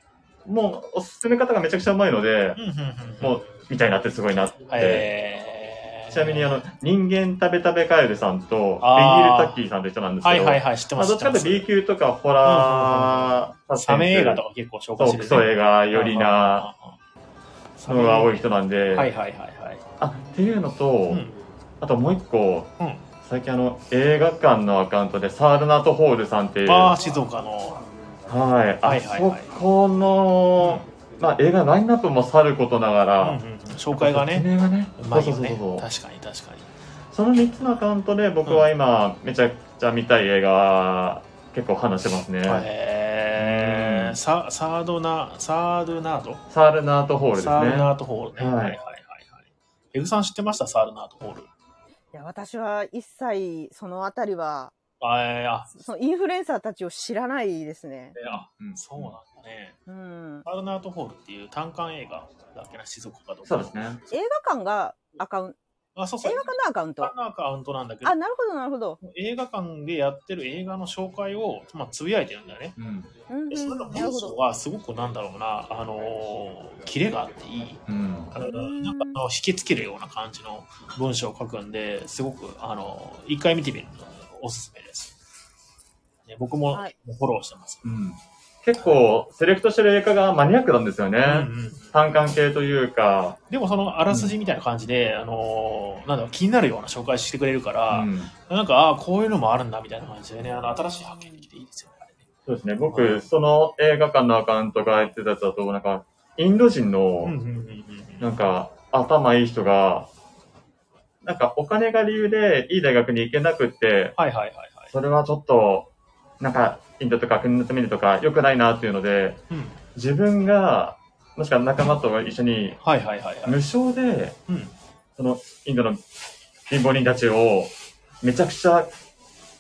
Speaker 3: もう、おすすめ方がめちゃくちゃうまいので、
Speaker 1: うんうんうん。
Speaker 3: もう、みたいになってすごいなって。
Speaker 1: えー、
Speaker 3: ちなみに、あの、人間食べ食べカエルさんと、ビギル・
Speaker 1: あー
Speaker 3: タッキーさんって人なんです
Speaker 1: は
Speaker 3: け
Speaker 1: い
Speaker 3: ど、
Speaker 1: はいはい、知って
Speaker 3: ま
Speaker 1: ま
Speaker 3: あ、
Speaker 1: す。
Speaker 3: どっちかというと
Speaker 1: 知
Speaker 3: B
Speaker 1: て
Speaker 3: 級とかホラー、
Speaker 1: ますサメ映画と
Speaker 3: か、
Speaker 1: か結構紹介して
Speaker 3: そう、
Speaker 1: る
Speaker 3: ク
Speaker 1: ね
Speaker 3: ソ映画よりなのが多い人な
Speaker 1: う
Speaker 3: んで、
Speaker 1: んはいはいはいはい。
Speaker 3: あ、っていうのと、
Speaker 1: うん。
Speaker 3: あともう一個、
Speaker 1: うん
Speaker 3: 最近あの、映画館のアカウントで、サールナート・ホールさんっていう、
Speaker 1: あ
Speaker 3: は
Speaker 1: あ、静岡の。
Speaker 3: い、
Speaker 1: は
Speaker 3: あ
Speaker 1: いはいはい
Speaker 3: そこの、まあ、映画ラインナップもさることなが
Speaker 1: うんうん
Speaker 3: ら
Speaker 1: う、ん紹介が
Speaker 3: 説
Speaker 1: ね、
Speaker 3: 明がね、
Speaker 1: うまいよ
Speaker 3: そう
Speaker 1: ね
Speaker 3: そう。そうそう
Speaker 1: 確かに確かに。
Speaker 3: その3つのアカウントで僕は今、めちゃくちゃ見たい映画、結構話してますね。
Speaker 1: え
Speaker 3: う
Speaker 1: ー、
Speaker 3: ん
Speaker 1: ササードナ、サードナード
Speaker 3: サールナート・ホールですね。
Speaker 1: サールナートホールね。
Speaker 3: はい
Speaker 1: はいはいはいはい。エグさん知ってましたサールナートホール。
Speaker 2: いや、私は一切そのあたりは、
Speaker 1: あえー、あ、
Speaker 2: そのインフルエンサーたちを知らないですね。
Speaker 1: えーあ
Speaker 3: うん
Speaker 1: そうなんだね。
Speaker 2: うん。
Speaker 1: サールナートホールっていう単館映画だっけな、静岡かどうか。
Speaker 3: そうです。ね。
Speaker 2: 映画館がアカウン
Speaker 1: あ、そうそ
Speaker 2: ト、
Speaker 1: う。
Speaker 2: 映画館のアカウント。
Speaker 1: 館のアカウントなんだけど
Speaker 2: あ、、なるほど、なるほど。
Speaker 1: 映画館でやってる映画の紹介を、まあ、つぶやいてるんだよね。
Speaker 3: うん。
Speaker 2: うん、うん
Speaker 1: で、それの
Speaker 2: なる
Speaker 1: 文
Speaker 2: ほ
Speaker 1: 章
Speaker 2: ど。
Speaker 1: はすごくなんだろうな、あのーキレがあっていい。
Speaker 3: うん。
Speaker 1: あの
Speaker 2: うん
Speaker 1: なんかあの引きつけるような感じの文章を書くんで、すごく、あのー一回見てみるのがおすすめです。ね僕も
Speaker 2: はい
Speaker 1: フォローしてます。
Speaker 3: うん結構、セレクトしてる映画がマニアックなんですよね。
Speaker 1: うんうん
Speaker 3: 単管系というか、
Speaker 1: でもそのあらすじみたいな感じで、あのーなんだろう気になるような紹介してくれるから、
Speaker 3: うん
Speaker 1: なんかああこういうのもあるんだみたいな感じでねあの新しい発見できていいですよねあれね。
Speaker 3: そうですね。
Speaker 1: はい
Speaker 3: 僕、その映画館のアカウントがやってたやつだと、なんか、インド人
Speaker 1: うん
Speaker 3: の、
Speaker 1: うんうんうん
Speaker 3: なんか、頭いい人が、なんか、お金が理由でいい大学に行けなくって、
Speaker 1: はいはいはいはい。
Speaker 3: それはちょっと、なんか、インドとか国のためにとか、良くないなっていうので、
Speaker 1: うん、
Speaker 3: 自分が、もしくは仲間と一緒に、
Speaker 1: はいはいはいはい。
Speaker 3: 無償で、
Speaker 1: うん
Speaker 3: その、インドの貧乏人たちを、めちゃくちゃ、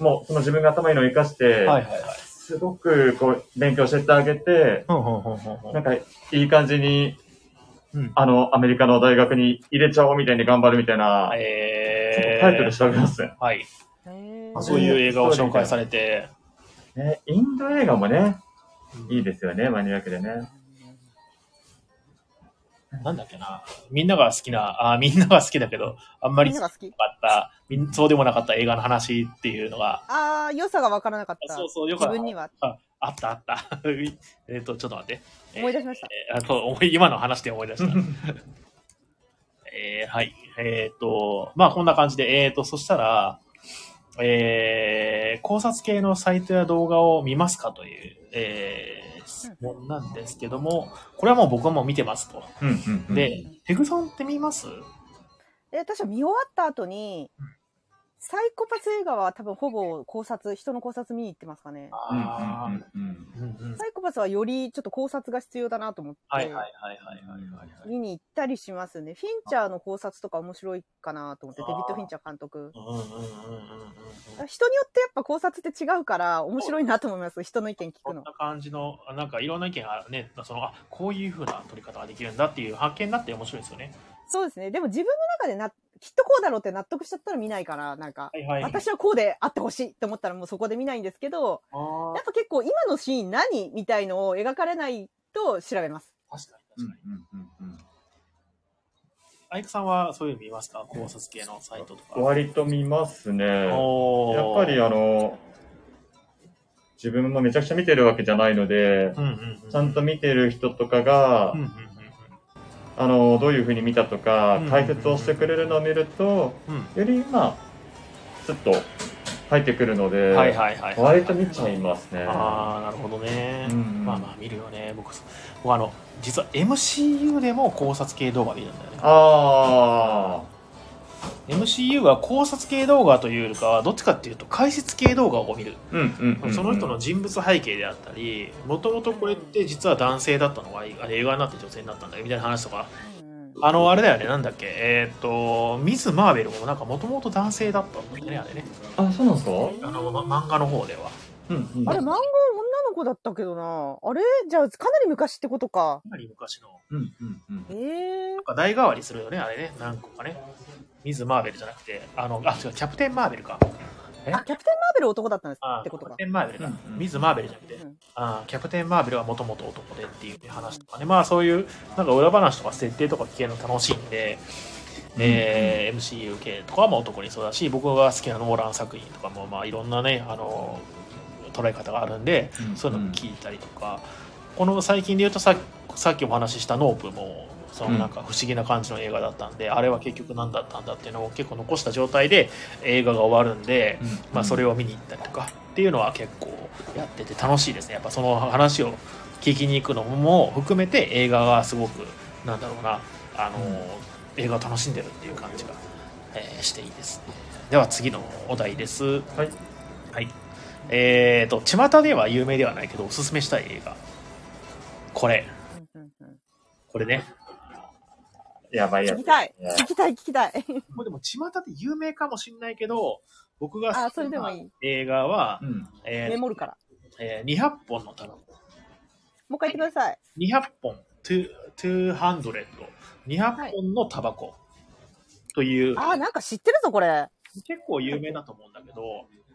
Speaker 3: もう、その自分が頭いいのを生かして、
Speaker 1: はいはいはい。
Speaker 3: すごく、こう、勉強してってあげて、
Speaker 1: うんうんうんうんう
Speaker 3: なんんか、いい感じに、
Speaker 1: うん
Speaker 3: あの、アメリカの大学に入れちゃおうみたいに頑張るみたいな、
Speaker 1: えー
Speaker 3: タイトル調べますね。
Speaker 1: はい、
Speaker 2: へ
Speaker 1: あ
Speaker 2: ー
Speaker 1: そういう映画を紹介されて、
Speaker 3: ね、インド映画もね、いい
Speaker 1: で
Speaker 3: ですよね、マニアックで [laughs] ね。
Speaker 1: なんだっけな、みんなが好きな、あみんなが好きだけど、あんま
Speaker 2: み
Speaker 1: り
Speaker 2: んな
Speaker 1: 好き
Speaker 2: が好き。
Speaker 1: なかった、みんそうでもなかった映画の話っていうのが、
Speaker 2: ああ、良さが分からなかった。
Speaker 1: そうそう、よか
Speaker 2: 自
Speaker 1: った
Speaker 2: 分。には。
Speaker 1: ああったあった。 [laughs] えっと、ちょっと待って。
Speaker 2: 思い出しました。
Speaker 1: えーあと思い今の話で思い出した。えーはい。えっ、と、まあこんな感じで、えっ、と、そしたら、えー考察系のサイトや動画を見ますかという、えー質問なんですけども、これはもう僕はもう見てますと。
Speaker 3: うんうんうん
Speaker 1: で、ペグさんって見ます
Speaker 2: え、私は見終わった後に、サイコパス映画は多分ほぼ考察、人の考察見に行ってますかね。
Speaker 3: うんうん
Speaker 1: あー
Speaker 3: うんうん
Speaker 1: うんうん
Speaker 2: サイコパスはよりちょっと考察が必要だなと思って、
Speaker 1: はいはいはいはいはいはい。
Speaker 2: 見に行ったりしますね。フィンチャーの考察とか面白いかなと思って、
Speaker 1: あ
Speaker 2: デ
Speaker 1: ー
Speaker 2: ビッド・フィンチャー監督。
Speaker 1: うんうんうんうんうんうん
Speaker 2: 人によってやっぱ考察って違うから面白いなと思います。人の意見聞
Speaker 1: こ
Speaker 2: く
Speaker 1: ん
Speaker 2: の。
Speaker 1: な感じの、あなんかいろんな意見がね、その、あ、こういう風な取り方ができるんだっていう発見になって面白いですよね。
Speaker 2: そうですね。でも自分の中でな、きっとこうだろうって納得しちゃったら見ないから、なんか、
Speaker 1: はいはい。
Speaker 2: 私はこうであってほしいって思ったらもうそこで見ないんですけど、
Speaker 1: あー
Speaker 2: やっぱ結構今のシーン何みたいのを描かれないと調べます。
Speaker 1: 確かに
Speaker 3: うん
Speaker 1: 確かに。
Speaker 3: うんうんうん
Speaker 1: アイクさんはそういうの見ますか考察系のサイトとか。
Speaker 3: 割と見ますね。やっ
Speaker 1: おー
Speaker 3: ぱりあ、の、自分もめちゃくちゃ見てるわけじゃないので、
Speaker 1: うんうんうん、
Speaker 3: ちゃんと見てる人とかが、
Speaker 1: うんうん
Speaker 3: あの、どういうふうに見たとか
Speaker 1: うん、
Speaker 3: 解説をしてくれるのを見ると、
Speaker 1: うんうん
Speaker 3: よりまあちょっと入ってくるので、
Speaker 1: うん。はいはいはい。
Speaker 3: 割と見ちゃいますね。
Speaker 1: ああ、なるほどね。
Speaker 3: うん
Speaker 1: まあまあ見るよね。僕、僕あの、実は MCU でも考察系動画見るんだよね。
Speaker 3: あ
Speaker 1: MCU は考察系動画というよりかは、どっちかっていうと解説系動画を見る。
Speaker 3: ーうんうんうん
Speaker 1: その人の人物背景であったり、もともとこれって実は男性だったのがあれ映画になって女性になったんだよみたいな話とか
Speaker 2: うん
Speaker 1: あの、あれだよね、なんだっけ、えーっ、と、ミズ・マーベルもなんかもともと男性だったんだよね、あれね。
Speaker 3: あそうなんですか？
Speaker 1: あの、ま、漫画の方では。
Speaker 3: うんうん
Speaker 2: あれ、漫画女の子だったけどな。あれじゃあ、かなり昔ってことか。
Speaker 1: かなり昔の、
Speaker 3: うんうんうん
Speaker 2: ええ
Speaker 1: なんか代替わりするよね、あれね、何個かね。ミズ・マーベルじゃなくて、あの、あ、違う、キャプテン・マーベルか。え
Speaker 2: あ、キャプテンマーベル男だったんです
Speaker 1: あ
Speaker 2: っ
Speaker 1: キ
Speaker 2: てこ
Speaker 1: ャ
Speaker 2: とか
Speaker 1: プ。テン・マーベルだ。
Speaker 3: うんうん
Speaker 1: ミズ・マーベルじゃなくて
Speaker 2: う、ん
Speaker 1: あキャプテン・マーベルはもともと男でっていう話とかね、まあそういう、なんか裏話とか設定とか聞けるの楽しいんで、えー MCU 系とかも男にそうだし僕が好きなノーラン作品とかも、まあ、いろんなねあの捉え方があるんで
Speaker 3: うん
Speaker 1: そういうのも聞いたりとか、この最近で言うとささっきお話しした「ノープも」そのなんか不思議な感じの映画だったんで、あれは結局何だったんだっていうのを結構残した状態で映画が終わるんで、
Speaker 3: うん
Speaker 1: まあ、それを見に行ったりとかっていうのは結構やってて楽しいですねやっぱその話を聞きに行くのも含めて映画がすごくなんだろうなあの、映画を楽しんでるっていう感じが、えーしていいですねでは次のお題です
Speaker 3: はい
Speaker 1: はいえー、と巷では有名ではないけどおすすめしたい映画これ
Speaker 2: うんうんうん
Speaker 1: これね
Speaker 3: やばいや
Speaker 2: 聞
Speaker 3: つ
Speaker 2: きたい。
Speaker 3: いや
Speaker 2: 聞きたい、聞きた [laughs] い。
Speaker 1: これでも巷で有名かもしれないけど僕が
Speaker 2: あ、そ
Speaker 1: 好
Speaker 2: れ
Speaker 1: き
Speaker 2: でも
Speaker 1: ない
Speaker 2: い。
Speaker 1: 映画は
Speaker 3: う、ん
Speaker 1: え
Speaker 2: メ
Speaker 1: ー
Speaker 2: モるから。
Speaker 1: えー200本の束
Speaker 2: もう一回言ってください。
Speaker 1: 200本、200 200、200本のタバコという、
Speaker 2: あ、なんか知ってるぞ、これ。
Speaker 1: 結構有名だと思うんだけど、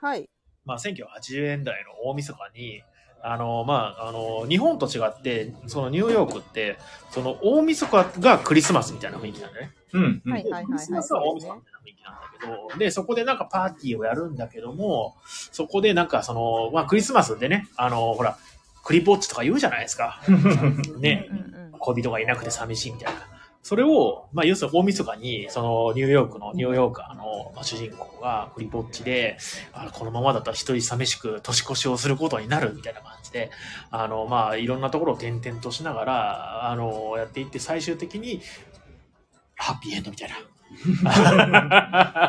Speaker 2: はい。
Speaker 1: まあ、1980年代の大晦日に、あの、まあ、あの、日本と違って、そのニューヨークって、その大晦日がクリスマスみたいな雰囲気なんだね。
Speaker 3: うん。うん
Speaker 2: はいはいはいはい
Speaker 1: クリスマスは大晦日みたいな雰囲気なんだけど、で、そこでなんかパーティーをやるんだけども、そこでなんかその、まあ、クリスマスでね、あの、ほら、クリぼっちとか言うじゃないですか。ね
Speaker 2: う。んうん
Speaker 1: 恋人がいなくて寂しいみたいな。それを、まあ、要するに大晦日に、その、ニューヨークの、ニューヨーカーのまあ主人公が、クリぼっちで、あこのままだったら一人寂しく年越しをすることになるみたいな感じで、あの、まあ、いろんなところを転々としながら、あの、やっていって、最終的に、ハッピーエンドみ [laughs] たいな。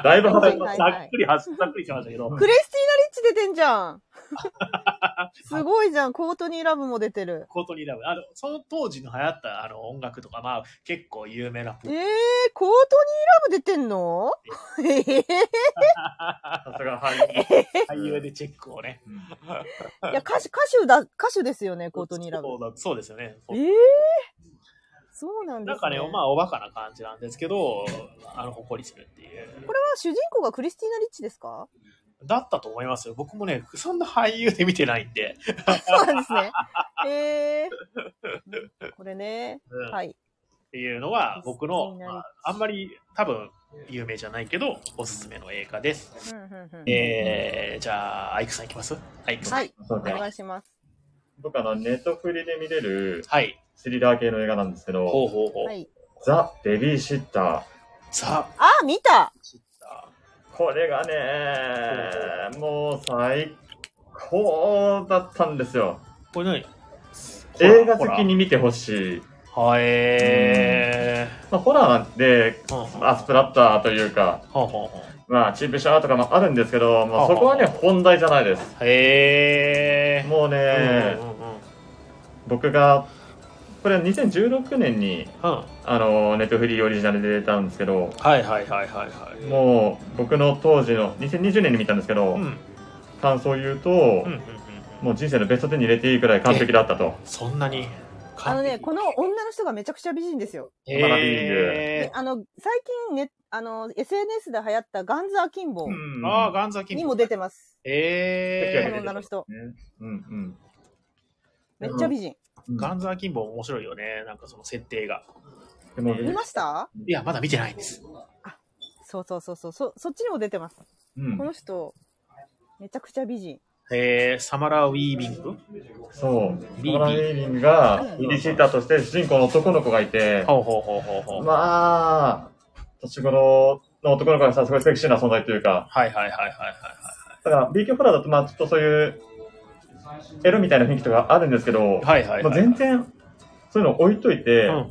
Speaker 3: だいぶ
Speaker 1: ざ
Speaker 3: は
Speaker 1: っ
Speaker 3: た
Speaker 2: はいはい
Speaker 1: くりは、ざっくりしましたけど、
Speaker 2: クレスティーナ・リッチ出てんじゃ [laughs] ん。すごいじゃん。コートニー・ラブも出てる。
Speaker 1: コートニーラブ。あの、その当時の流行った、あの、音楽とか、まあ、結構有名な
Speaker 2: えー、コートニー・ラブ出てんのえー
Speaker 3: さすが俳
Speaker 1: 俳優でチェックをね。
Speaker 3: 優。うん
Speaker 2: いや、歌手、歌手だ、歌手ですよね、コートニー・ラブ。
Speaker 1: そうだそうですよね。
Speaker 2: ええー、そうなんですね。
Speaker 1: なんかね、まあ、おバカな感じなんですけど、あの、ほっこりするっていう。
Speaker 2: これは主人公がクリスティーナ・リッチですか
Speaker 1: だったと思いますよ。僕もね、そんな俳優で見てないんで。
Speaker 2: [laughs] そうなんですね。 [laughs] ええこれね。
Speaker 1: うん
Speaker 2: はい。
Speaker 1: っていうのは、僕の、
Speaker 2: 気になる
Speaker 1: まあ、あんまり多分、有名じゃないけど、おすすめの映画です。
Speaker 2: うんうんうん
Speaker 1: えー、じゃあ、アイクさんいきますアイクさん。。
Speaker 2: はいい。
Speaker 3: そう
Speaker 2: お
Speaker 3: か
Speaker 2: 願いします。
Speaker 3: 僕あの、ネットフリで見れる
Speaker 1: はい。
Speaker 3: スリラー系の映画なんですけ
Speaker 1: ほ
Speaker 3: ど、
Speaker 1: うほうほう。
Speaker 2: はい。
Speaker 3: ザ・ベビーシッタ
Speaker 1: ザ・
Speaker 2: あ、見た
Speaker 1: シッタ
Speaker 3: ー。これがね、もう最高だったんですよ。
Speaker 1: ー。これ何
Speaker 3: 映画好き。に見てほしい。
Speaker 1: ほらはい。え
Speaker 3: まあ、ホラーなんで、
Speaker 1: ー。ほうほう
Speaker 3: まあ、スプラッターというか、
Speaker 1: ほうほうほ
Speaker 3: まあ、チープシャーとかもあるんですけど、ま
Speaker 1: は
Speaker 3: あ、
Speaker 1: あはあ
Speaker 3: そこはね、本題じゃないです。
Speaker 1: う。へー。
Speaker 3: もう
Speaker 1: う
Speaker 3: ね、
Speaker 1: んうんうんうん。
Speaker 3: 僕が、これは2016年に、
Speaker 1: うん
Speaker 3: あの、ネットフリーオリジナルで出たんですけど、
Speaker 1: はいはいはいはいはい。
Speaker 3: もう、僕の当時の、2020年に見たんですけど、
Speaker 1: うん、うん
Speaker 3: 感想を言うと、
Speaker 1: うんうんうん、
Speaker 3: もう人生のベスト10に入れていいくらい完璧だったと。
Speaker 1: そんなに
Speaker 2: あ
Speaker 1: 完
Speaker 2: の
Speaker 1: 璧。
Speaker 2: ね、この女の人がめちゃくちゃ美人ですよ。
Speaker 1: へー
Speaker 3: バナナビーング
Speaker 2: であの、最近ね、あの、SNS で流行ったガンズ・アキンボ
Speaker 3: うん
Speaker 1: ああ、ガンザキン
Speaker 2: に
Speaker 1: グ。
Speaker 2: も出てます。こ
Speaker 1: え
Speaker 2: の女の人。
Speaker 3: ねうんうん
Speaker 2: めっちゃ美人。
Speaker 3: うん。
Speaker 1: ガンザーキンボ面白いよね。なんかその設定が。
Speaker 3: でも
Speaker 2: 見ました
Speaker 1: いや、まだ見てないんです。
Speaker 2: そうそうそうそう。そ、そっちにも出てます。
Speaker 3: うん
Speaker 2: この人、めちゃくちゃ美人。
Speaker 1: えー、サマラ・ウィービング
Speaker 3: そう、
Speaker 1: ビービー
Speaker 3: ノラ・ウィービングがベビーシッターとして主人公の男の子がいて、
Speaker 1: ほうほうほうほうほう。
Speaker 3: まあ、年頃の男の子がさ、すごいセクシーな存在というか、
Speaker 1: はいはいはいはいはい
Speaker 3: だから B 級ホラーだと、まあ、ちょっとそういう、エロみたいな雰囲気とかあるんですけど、
Speaker 1: はい。はいはい、
Speaker 3: ま
Speaker 1: は
Speaker 3: あ、
Speaker 1: い。
Speaker 3: 全然、そういうの置いといて、
Speaker 1: うんうんうん。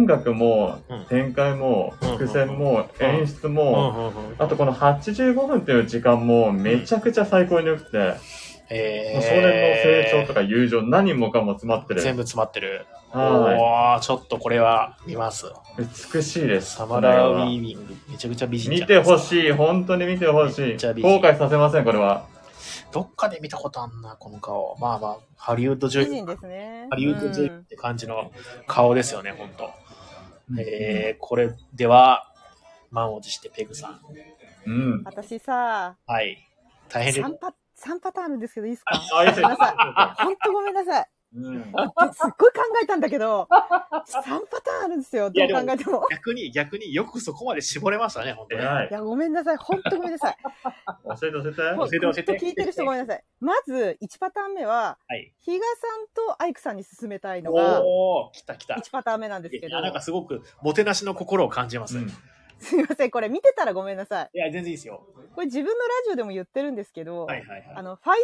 Speaker 3: 音楽も
Speaker 1: うん、
Speaker 3: 展開も、
Speaker 1: うん
Speaker 3: 伏線も、
Speaker 1: うん
Speaker 3: 演出
Speaker 1: うん
Speaker 3: も、
Speaker 1: うんうん。
Speaker 3: あとこの85分っていう時間もめちゃくちゃ最高に良くて、
Speaker 1: えー、
Speaker 3: もう少年の成長とか友情何もかも詰まってる。
Speaker 1: 全部詰まってる。
Speaker 3: は
Speaker 1: おーちょっとこれは見ます。
Speaker 3: い。美しいです。
Speaker 1: サマラ・ウィービング、めちゃくちゃ美人じ
Speaker 3: 見
Speaker 1: ゃない
Speaker 3: て
Speaker 1: ですか
Speaker 3: ほしい。本当に見てほし
Speaker 1: め
Speaker 3: い。
Speaker 1: っちゃ美
Speaker 3: 後
Speaker 1: 人
Speaker 3: 悔させません、これは。
Speaker 1: どっかで見たことあんな、この顔。まあまあ、ハリウッド女
Speaker 2: 美
Speaker 1: 優
Speaker 2: 人、ですね。
Speaker 1: ハリウッド女優
Speaker 2: うん
Speaker 1: って感じの顔ですよね、ほんと。えー、これでは、満を持してペグさん。
Speaker 3: うん。
Speaker 2: 私さ、
Speaker 1: はい。大変で
Speaker 2: 3パ、三パターンあるんですけどいいですか
Speaker 3: あ、いいですね
Speaker 2: ほんとごめんなさい。
Speaker 3: う
Speaker 2: す
Speaker 3: ん
Speaker 2: っごい考えたんだけど、3パターンあるんですよ。どう考えても。
Speaker 1: 逆に、逆によくそこまで絞れましたね、本当に。
Speaker 3: 偉
Speaker 2: い
Speaker 3: い。
Speaker 2: や、ごめんなさい。ほんとごめんなさい。
Speaker 3: 教えて教えて。
Speaker 1: 教えて教えて。
Speaker 2: 聞いてる人ごめんなさい。まず、1パターン目は、
Speaker 1: はい。
Speaker 2: 比嘉さんとアイクさんに勧めたいのが、
Speaker 1: おー、来た来た。
Speaker 2: 1パターン目なんですけ
Speaker 1: い
Speaker 2: ど
Speaker 1: や、なんかすごく、もてなしの心を感じます。
Speaker 3: うん
Speaker 1: い
Speaker 2: すいません。これ見てたらごめんなさい。
Speaker 1: や、全然いいですよ。
Speaker 2: これ自分のラジオでも言ってるんですけど、
Speaker 1: はいはいは
Speaker 2: あ
Speaker 1: い。
Speaker 2: の、ファイ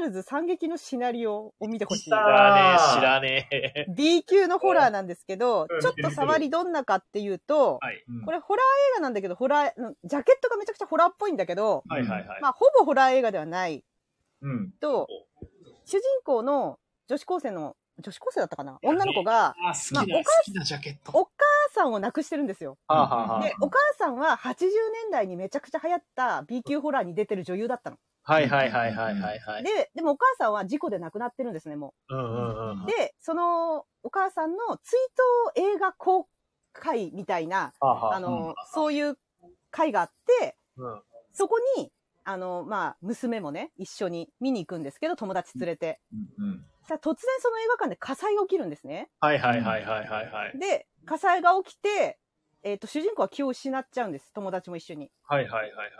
Speaker 2: ナルガールズ惨劇のシナリオを見てほしい
Speaker 1: 知。らねえ、知らねえ。
Speaker 2: B 級のホラーなんですけど
Speaker 3: うん、
Speaker 2: ちょっと触りどんなかっていうと、
Speaker 1: はい。
Speaker 3: うん
Speaker 2: これホラー映画なんだけど、ホラー、ジャケットがめちゃくちゃホラーっぽいんだけど、
Speaker 1: はいはいはい。
Speaker 2: まあ、ほぼホラー映画ではない
Speaker 3: うん。
Speaker 2: と、主人公の女子高生の、女子高生だったかな女の子が、
Speaker 1: あ、好きな、
Speaker 2: まあ
Speaker 1: 好き
Speaker 2: お
Speaker 1: なジャケット。
Speaker 2: お母さんを亡くしてるんですよ。
Speaker 1: はあはあはあ
Speaker 2: で、お母さんは80年代にめちゃくちゃ流行った B 級ホラーに出てる女優だったの。
Speaker 1: はいはいはいはいはいはい。
Speaker 2: で、でもお母さんは事故で亡くなってるんですね、も
Speaker 1: うんうんうん。
Speaker 2: う。で、そのお母さんの追悼映画公開みたいな、
Speaker 1: はあはあ
Speaker 2: あの、そういう会があって、
Speaker 1: うん
Speaker 2: そこに、あの、まあ、娘もね、一緒に見に行くんですけど、友達連れて。
Speaker 3: うん
Speaker 2: ただ突然その映画館で火災が起きるんですね。
Speaker 1: はいはいはいはいはいはい。
Speaker 2: で、火災が起きて、えっ、と、主人公は気を失っちゃうんです。友達も一緒に。
Speaker 1: はいはいはいはいはい。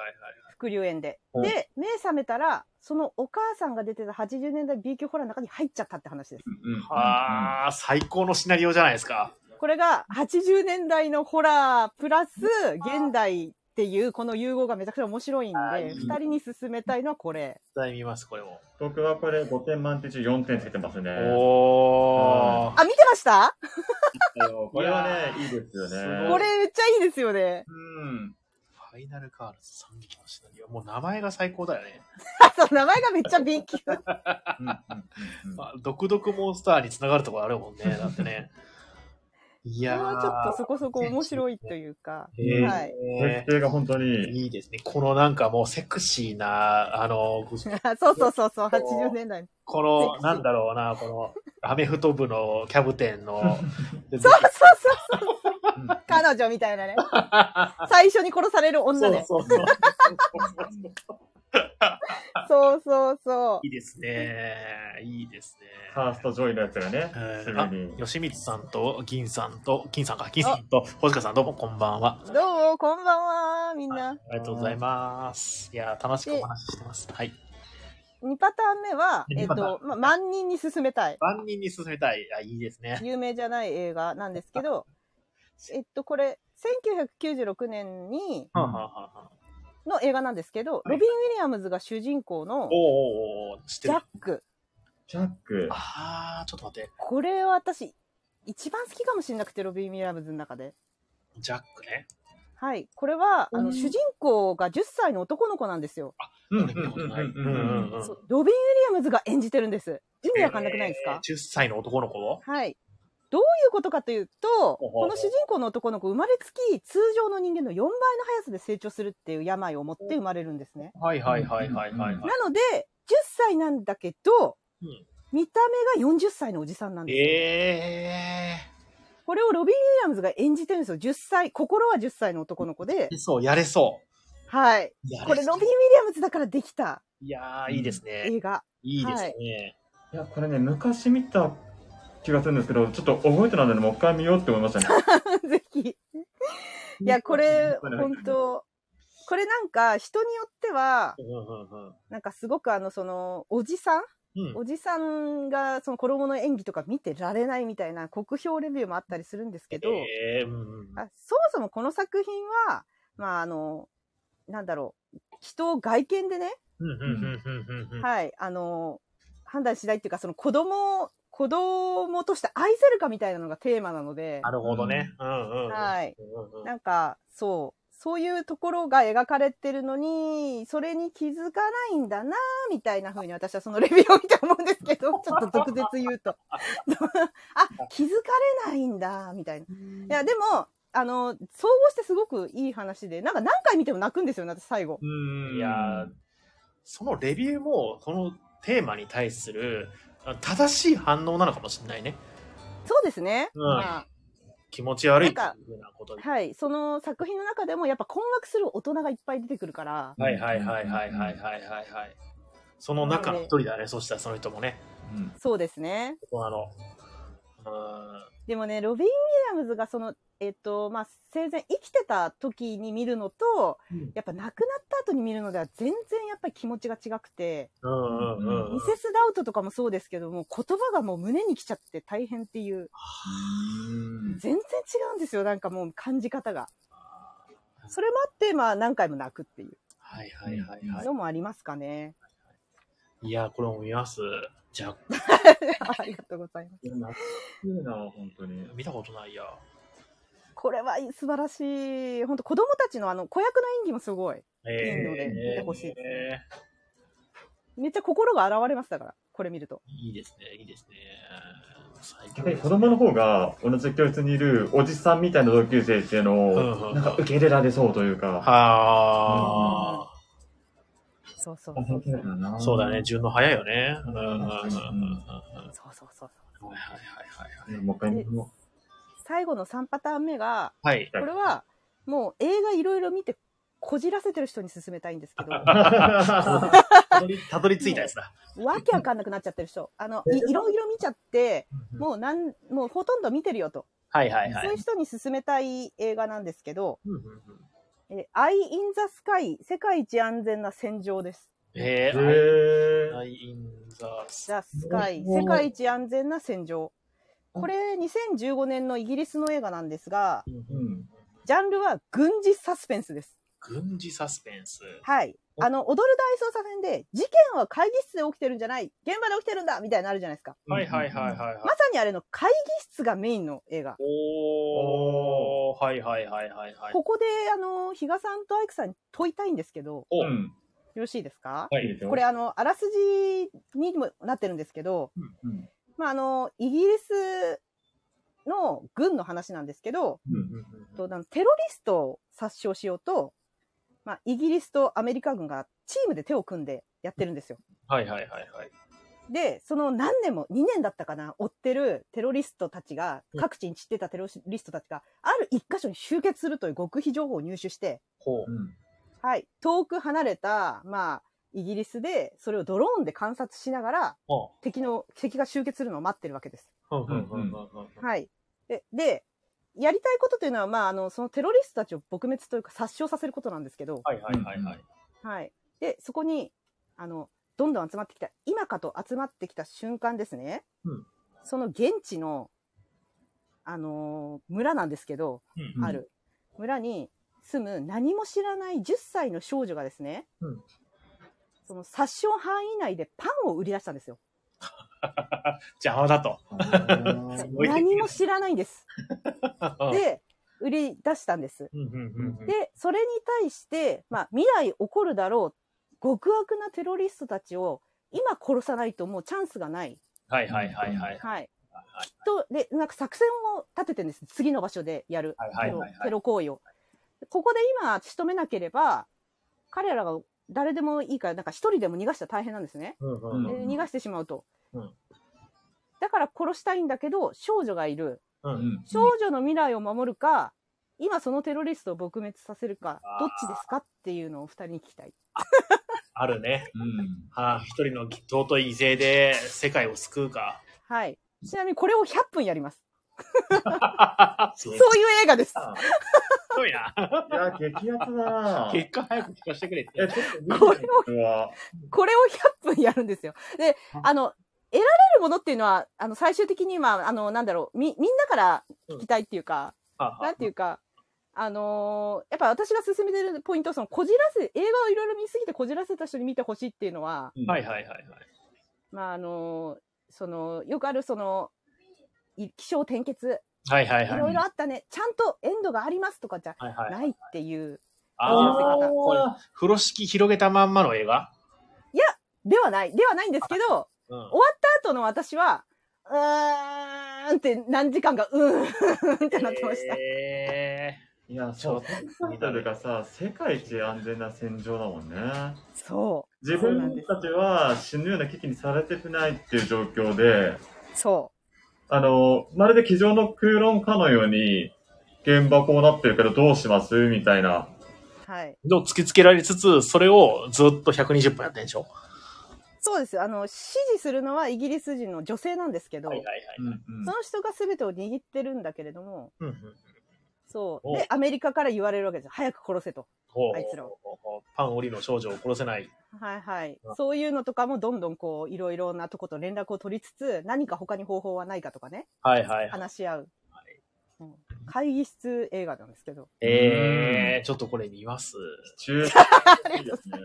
Speaker 2: 副流園で。
Speaker 3: うん
Speaker 2: で、目覚めたら、そのお母さんが出てた80年代 B 級ホラーの中に入っちゃったって話です。
Speaker 3: うんうん
Speaker 1: あー、最高のシナリオじゃないですか。
Speaker 2: これが80年代のホラープラス現代っていうこの融合がめちゃくちゃ面白いん
Speaker 1: あーいい
Speaker 2: で、二人に勧めたいのはこれ。
Speaker 1: 絶対見ます、これも。
Speaker 3: 僕はこれ5点満点中4点つけてますね。
Speaker 1: おー。
Speaker 2: あ、見てました
Speaker 3: これはね、いいですよね。
Speaker 2: これめっちゃいいですよね。 [laughs]
Speaker 3: うん。
Speaker 1: ファイナルカールズ惨劇のシナリオ。もう名前が最高だよね。
Speaker 2: あ、そう、名前がめっちゃ B 級。
Speaker 3: うんうんうん
Speaker 1: まあ、独独モンスターにつながるところあるもんね。だって [laughs] ね。い
Speaker 2: こ
Speaker 1: や
Speaker 2: れは
Speaker 1: ー。
Speaker 2: ちょっとそこそこ面白いというか。
Speaker 1: えー
Speaker 2: はい。
Speaker 3: 設定が本当に、
Speaker 1: いいですね。このなんかもうセクシーな、あの、
Speaker 2: あ [laughs] そうそうそうそう、80年代。
Speaker 1: こ
Speaker 2: セク
Speaker 1: の、
Speaker 2: シー
Speaker 1: なんだろうな、この、アメフト部のキャブテン [laughs] の、
Speaker 2: そうそうそう
Speaker 3: うん
Speaker 2: そう、彼女みたいなね。最初に殺される女ね。
Speaker 1: そうそうそう。
Speaker 2: そうそうそう
Speaker 1: い。いですね。いいですね。
Speaker 3: ファーストジョイのやつがね
Speaker 1: え、
Speaker 3: す
Speaker 1: ーあ
Speaker 3: ぐに。
Speaker 1: 吉光さんと銀さんと金さんか金さんと星川さんどうもこんばんは
Speaker 2: どうも、こんばんは、みんな。
Speaker 1: ありがとうございますいやー楽しくお話ししてますはい
Speaker 2: 2パターン目は、え
Speaker 1: 二
Speaker 2: っ
Speaker 1: パターン
Speaker 2: と、まあ、万人に勧めたい。
Speaker 1: 万人に勧めたいあいいですね
Speaker 2: 有名じゃない映画なんですけど、えっと、これ、1996年に、
Speaker 1: はんはんはんはん
Speaker 2: の映画なんですけど、ロビン・ウィリアムズが主人公の
Speaker 1: おーおーおー知って
Speaker 2: ジャ
Speaker 1: る
Speaker 2: ック。
Speaker 3: ジャック。
Speaker 1: あーちょっと待って
Speaker 2: これは私、一番好きかもしれなくて、ロビン・ウィリアムズの中で。
Speaker 1: ジャックね
Speaker 2: はい。これは、あ
Speaker 3: う
Speaker 2: の、
Speaker 3: ん
Speaker 2: 主人公が10歳の男の子なんですよ。
Speaker 3: うん
Speaker 1: 俺見たことない
Speaker 3: うんうんうんうん
Speaker 1: うん
Speaker 2: そうロビン・ウィリアムズが演じてるんです。意味わかんなくないですか、
Speaker 1: えー10歳の男の子を
Speaker 2: はい。どういうことかというと、
Speaker 1: ほうほう
Speaker 2: この主人公の男の子、生まれつき、通常の人間の4倍の速さで成長するっていう病を持って生まれるんですね。
Speaker 1: はいはいはいはいはいは
Speaker 2: なので、10歳なんだけど、
Speaker 1: うん
Speaker 2: 見た目が40歳のおじさんなん
Speaker 1: い
Speaker 2: です。
Speaker 1: え
Speaker 2: これをロビン・ウィリアムズが演じてるんですよ。10歳、心は10歳の男の子で
Speaker 1: ー、そうやれそ
Speaker 2: はい。
Speaker 1: うやれそう
Speaker 2: これ、ロビン・ウィリアムズだからできた
Speaker 1: いやーいいですね
Speaker 2: 映画。 [laughs]
Speaker 1: いいですね、
Speaker 3: いや、これね、昔見た気がするんですけど、ちょっと覚えてないので、もう一回見ようって思いましたね。
Speaker 2: ぜひ。いや、これ、本当これなんか、人によっては、
Speaker 1: うんうんうん
Speaker 2: なんかすごくあの、その、おじさん
Speaker 1: うん
Speaker 2: おじさんがその子供の演技とか見てられないみたいな酷評レビューもあったりするんですけど、
Speaker 1: えーうんうん
Speaker 2: あそもそもこの作品は、まああの、なんだろう、人を外見でね、
Speaker 1: うんうんうんうんうんうん
Speaker 2: はい、あの、判断しないっていうか、その子供を、子供として愛せるかみたいなのがテーマなので
Speaker 1: な、るほどね。うんうんうん。
Speaker 2: はい
Speaker 1: うんうんうん。
Speaker 2: なんか、そう、そういうところが描かれてるのに、それに気づかないんだな、みたいな風に私はそのレビューを見て思うんです
Speaker 1: [laughs]
Speaker 2: けど、ちょっと毒舌言うと。 [laughs] あ、気づかれないんだ、みたいな。いや、でも、あの、総合してすごくいい話で、なんか何回見ても泣くんですよね、私最後。
Speaker 1: うんいやーそのレビューも、このテーマに対するあ正しい反応なのかもしれないね。
Speaker 2: そうですね。
Speaker 1: うん
Speaker 2: まあ
Speaker 1: 気持ち悪いってい
Speaker 2: なんか
Speaker 1: うふうなことで。
Speaker 2: はい。その作品の中でもやっぱ困惑する大人がいっぱい出てくるから、
Speaker 1: はいはいはいはいはいはいはいはい。その中の一人だね。そしたらその人もね。
Speaker 3: うん
Speaker 2: そうですね。
Speaker 1: あの、うん
Speaker 2: でもね、ロビン・ウィリアムズがその、えっと、まあ、生前生きてた時に見るのと、
Speaker 1: うん
Speaker 2: やっぱ亡くなった後に見るのでは全然やっぱり気持ちが違くて、
Speaker 1: うんうんうんうん。
Speaker 2: ミセス・ダウトとかもそうですけども、言葉がもう胸に来ちゃって大変っていう、
Speaker 3: うん
Speaker 2: 全然違うんですよ、なんかもう感じ方が。それもあって、まあ何回も泣くってい
Speaker 1: はいはいはいは
Speaker 2: うのもありますか [laughs] ね。
Speaker 1: い。いやー、これも見ます。じゃあ、
Speaker 2: ありがとうございます。
Speaker 3: いや懐かしいな、本当に。
Speaker 1: 見たことないや。
Speaker 2: これは素晴らしい。本当子供たちのあの子役の演技もすごい。
Speaker 1: え
Speaker 2: いいので見てほしい
Speaker 1: えー
Speaker 2: めっちゃ心が現れましたから、これ見ると。
Speaker 1: いいですね、いいですね。最高
Speaker 3: で
Speaker 1: です
Speaker 3: 子供の方が同じ教室にいるおじさんみたいな同級生っていう
Speaker 1: うん
Speaker 3: の
Speaker 1: う
Speaker 3: を
Speaker 1: ん
Speaker 3: なんか受け入れられそうというか、
Speaker 1: はあ、
Speaker 2: そうそう
Speaker 3: あ
Speaker 2: そ
Speaker 3: 本
Speaker 2: う
Speaker 3: 当だな
Speaker 1: そうだね、。順の早いよね。うんうんうんうんうんはい
Speaker 2: そうそうそう。
Speaker 1: はい
Speaker 3: いやもう一回見よ
Speaker 2: 最後の3パターン目が、
Speaker 1: はいはい。はい。
Speaker 2: これはもう映画いろいろ見てこじらせてる人に勧めたいんです
Speaker 1: [laughs]
Speaker 2: けど、わ
Speaker 1: たどりたどり着いたやつだ。
Speaker 2: けわかんなくなっちゃってる人、あの、いいろいろ見ちゃって、もうなん、もうほとんど見てるよと。
Speaker 1: はいはいは
Speaker 2: そういう
Speaker 1: い。
Speaker 2: 人に勧めたい映画なんですけど、
Speaker 1: うんうんうん
Speaker 2: え、アイ・イン・ザ・スカイ、世界一安全な戦場です。
Speaker 1: えー、
Speaker 3: え
Speaker 1: アイインザス
Speaker 2: ザ・スカイ、
Speaker 1: おー
Speaker 2: 世界一安全な戦場。
Speaker 1: うん
Speaker 2: これ、2015年のイギリスの映画なんですが、
Speaker 3: うん
Speaker 2: ジャンルは軍事サスペンスです。
Speaker 1: 軍事サスペンス。
Speaker 2: はい。
Speaker 1: お
Speaker 2: あの、踊る大捜査線で、事件は会議室で起きてるんじゃない、現場で起きてるんだみたいになのあるじゃないですか。
Speaker 1: はいはいはいはいはい
Speaker 2: ま。さにあれの会議室がメインの映画。
Speaker 1: おー、はいはいはいはいはい。
Speaker 2: ここで、あの、比嘉さんとアイクさんに問いたいんですけど、
Speaker 1: お
Speaker 3: うん
Speaker 2: よろしいですか
Speaker 1: はい
Speaker 3: いですよ
Speaker 2: これ、あの、あらすじにもなってるんですけど、
Speaker 3: うん
Speaker 2: まあ、あの、イギリスの軍の話なんですけど、
Speaker 1: うんうんうん
Speaker 2: とあのテロリストを殺傷しようと、まあ、イギリスとアメリカ軍がチームで手を組んでやってるんですよ。
Speaker 1: はいはいはいはい。
Speaker 2: で、その何年も、2年だったかな、追ってるテロリストたちが、
Speaker 1: うん
Speaker 2: 各地に散ってたテロリストたちが、ある一箇所に集結するという極秘情報を入手して、
Speaker 1: ほ
Speaker 3: う
Speaker 1: う。
Speaker 3: ん
Speaker 2: はい、遠く離れた、まあ、イギリスで、それをドローンで観察しながら、
Speaker 1: ほ
Speaker 2: 敵の、敵が集結するのを待ってるわけです。
Speaker 1: う。うんうんうんうんうん
Speaker 2: はい。で、で、やりたいことというのは、まあ、あの、そのテロリストたちを撲滅というか殺傷させることなんですけど、
Speaker 1: はいはいはいはい。
Speaker 2: はい。で、そこに、あの、どんどん集まってきた、今かと集まってきた瞬間ですね。
Speaker 1: うん
Speaker 2: その現地の、あのー村なんですけど、
Speaker 1: うん
Speaker 2: ある。村に住む何も知らない10歳の少女がですね、
Speaker 1: うん
Speaker 2: その殺傷範囲内でパンを売り出したんですよ。
Speaker 1: 邪魔だと。
Speaker 3: うん
Speaker 1: 置いて
Speaker 2: 何も知らないんです。
Speaker 1: で、
Speaker 2: で、売り出したんです。
Speaker 1: うんうんうんうん
Speaker 2: で、それに対して、まあ、未来起こるだろう、極悪なテロリストたちを、今殺さないともうチャンスがない。
Speaker 1: はいはいはいはい。
Speaker 2: はい。きっと、で、なんか作戦を立ててるんです。次の場所でやる。
Speaker 1: はいはい
Speaker 2: テロ
Speaker 1: はいはい
Speaker 2: テロ行為を。ここで今、仕留めなければ、彼らが誰でもいいから、なんか一人でも逃がしたら大変なんですね。
Speaker 1: うんうん
Speaker 2: で
Speaker 3: うん
Speaker 2: 逃がしてしまうと。
Speaker 1: うん
Speaker 2: だから殺したいんだけど、少女がいる。
Speaker 1: う。
Speaker 3: うんん
Speaker 2: 少女の未来を守るか、今そのテロリストを撲滅させるか、どっちですかっていうのをお二人に聞きたい。
Speaker 1: あるね。
Speaker 3: うん
Speaker 1: はあ、一人の尊い犠牲で世界を救うか。
Speaker 2: はい。ちなみにこれを100分やります。
Speaker 1: そ
Speaker 2: そうう
Speaker 1: す
Speaker 2: いう映画です。
Speaker 1: ごいな。
Speaker 3: いや激アツだな
Speaker 1: 結果早く聞かせてくれって。
Speaker 3: えちょっと見てみ
Speaker 2: これを、
Speaker 3: これは
Speaker 2: これを100分やるんですよ。で、あの、得られるものっていうのは、あの、最終的に、まあ、あの、なんだろう、み、みんなから聞きたいっていうか、なんていうか、あのーやっぱ私が勧めてるポイント、その、こじらせ、映画をいろいろ見すぎてこじらせた人に見てほしいっていうのは、
Speaker 3: うん
Speaker 1: はいはいはいはい。
Speaker 2: まあ、あのーその、よくある、その、い起承転結、
Speaker 1: はいはい
Speaker 2: い
Speaker 1: はい。
Speaker 2: ろいろあったね、ちゃんとエンドがありますとかじゃ
Speaker 1: はいはい。
Speaker 2: ないっていう、
Speaker 1: ああ、これ、風呂敷広げたまんまの映画
Speaker 2: ではない、ではないんですけど、
Speaker 1: うん
Speaker 2: 終。わった後の私は、うーんって何時間か、うーんってなってました。
Speaker 1: え
Speaker 3: いや
Speaker 1: ちょ
Speaker 3: そう
Speaker 1: っ
Speaker 3: タイトルがさ世界一安全な戦場だもんね
Speaker 2: そ
Speaker 3: 自分たちは死ぬような危機にされてないっていう状況で
Speaker 2: う、そ
Speaker 3: あのまるで机上の空論かのように現場こうなってるけどどうしますみたいな
Speaker 2: う、はい。
Speaker 1: と突きつけられつつ、それをずっと120分やってんでしょ
Speaker 2: そうですよ。あの、指示するのはイギリス人の女性なんですけど、
Speaker 1: はいはいはい。
Speaker 3: うんうん
Speaker 2: その人が全てを握ってるんだけれども、
Speaker 1: うんうん
Speaker 2: そう。
Speaker 1: お
Speaker 2: で、アメリカから言われるわけですよ。早く殺せと。
Speaker 1: ほう
Speaker 2: あいつらを
Speaker 1: ほうほうパン折りの少女を殺せない。
Speaker 2: はいはい
Speaker 1: うん。
Speaker 2: そういうのとかもどんどんこう、いろいろなとこと連絡を取りつつ、何か他に方法はないかとかね、
Speaker 1: はいはいはい。
Speaker 2: 話し合う。うん会議室映画なんですけど。
Speaker 1: ええー、ちょっとこれ見ます。う
Speaker 3: 中いいですね
Speaker 1: ーん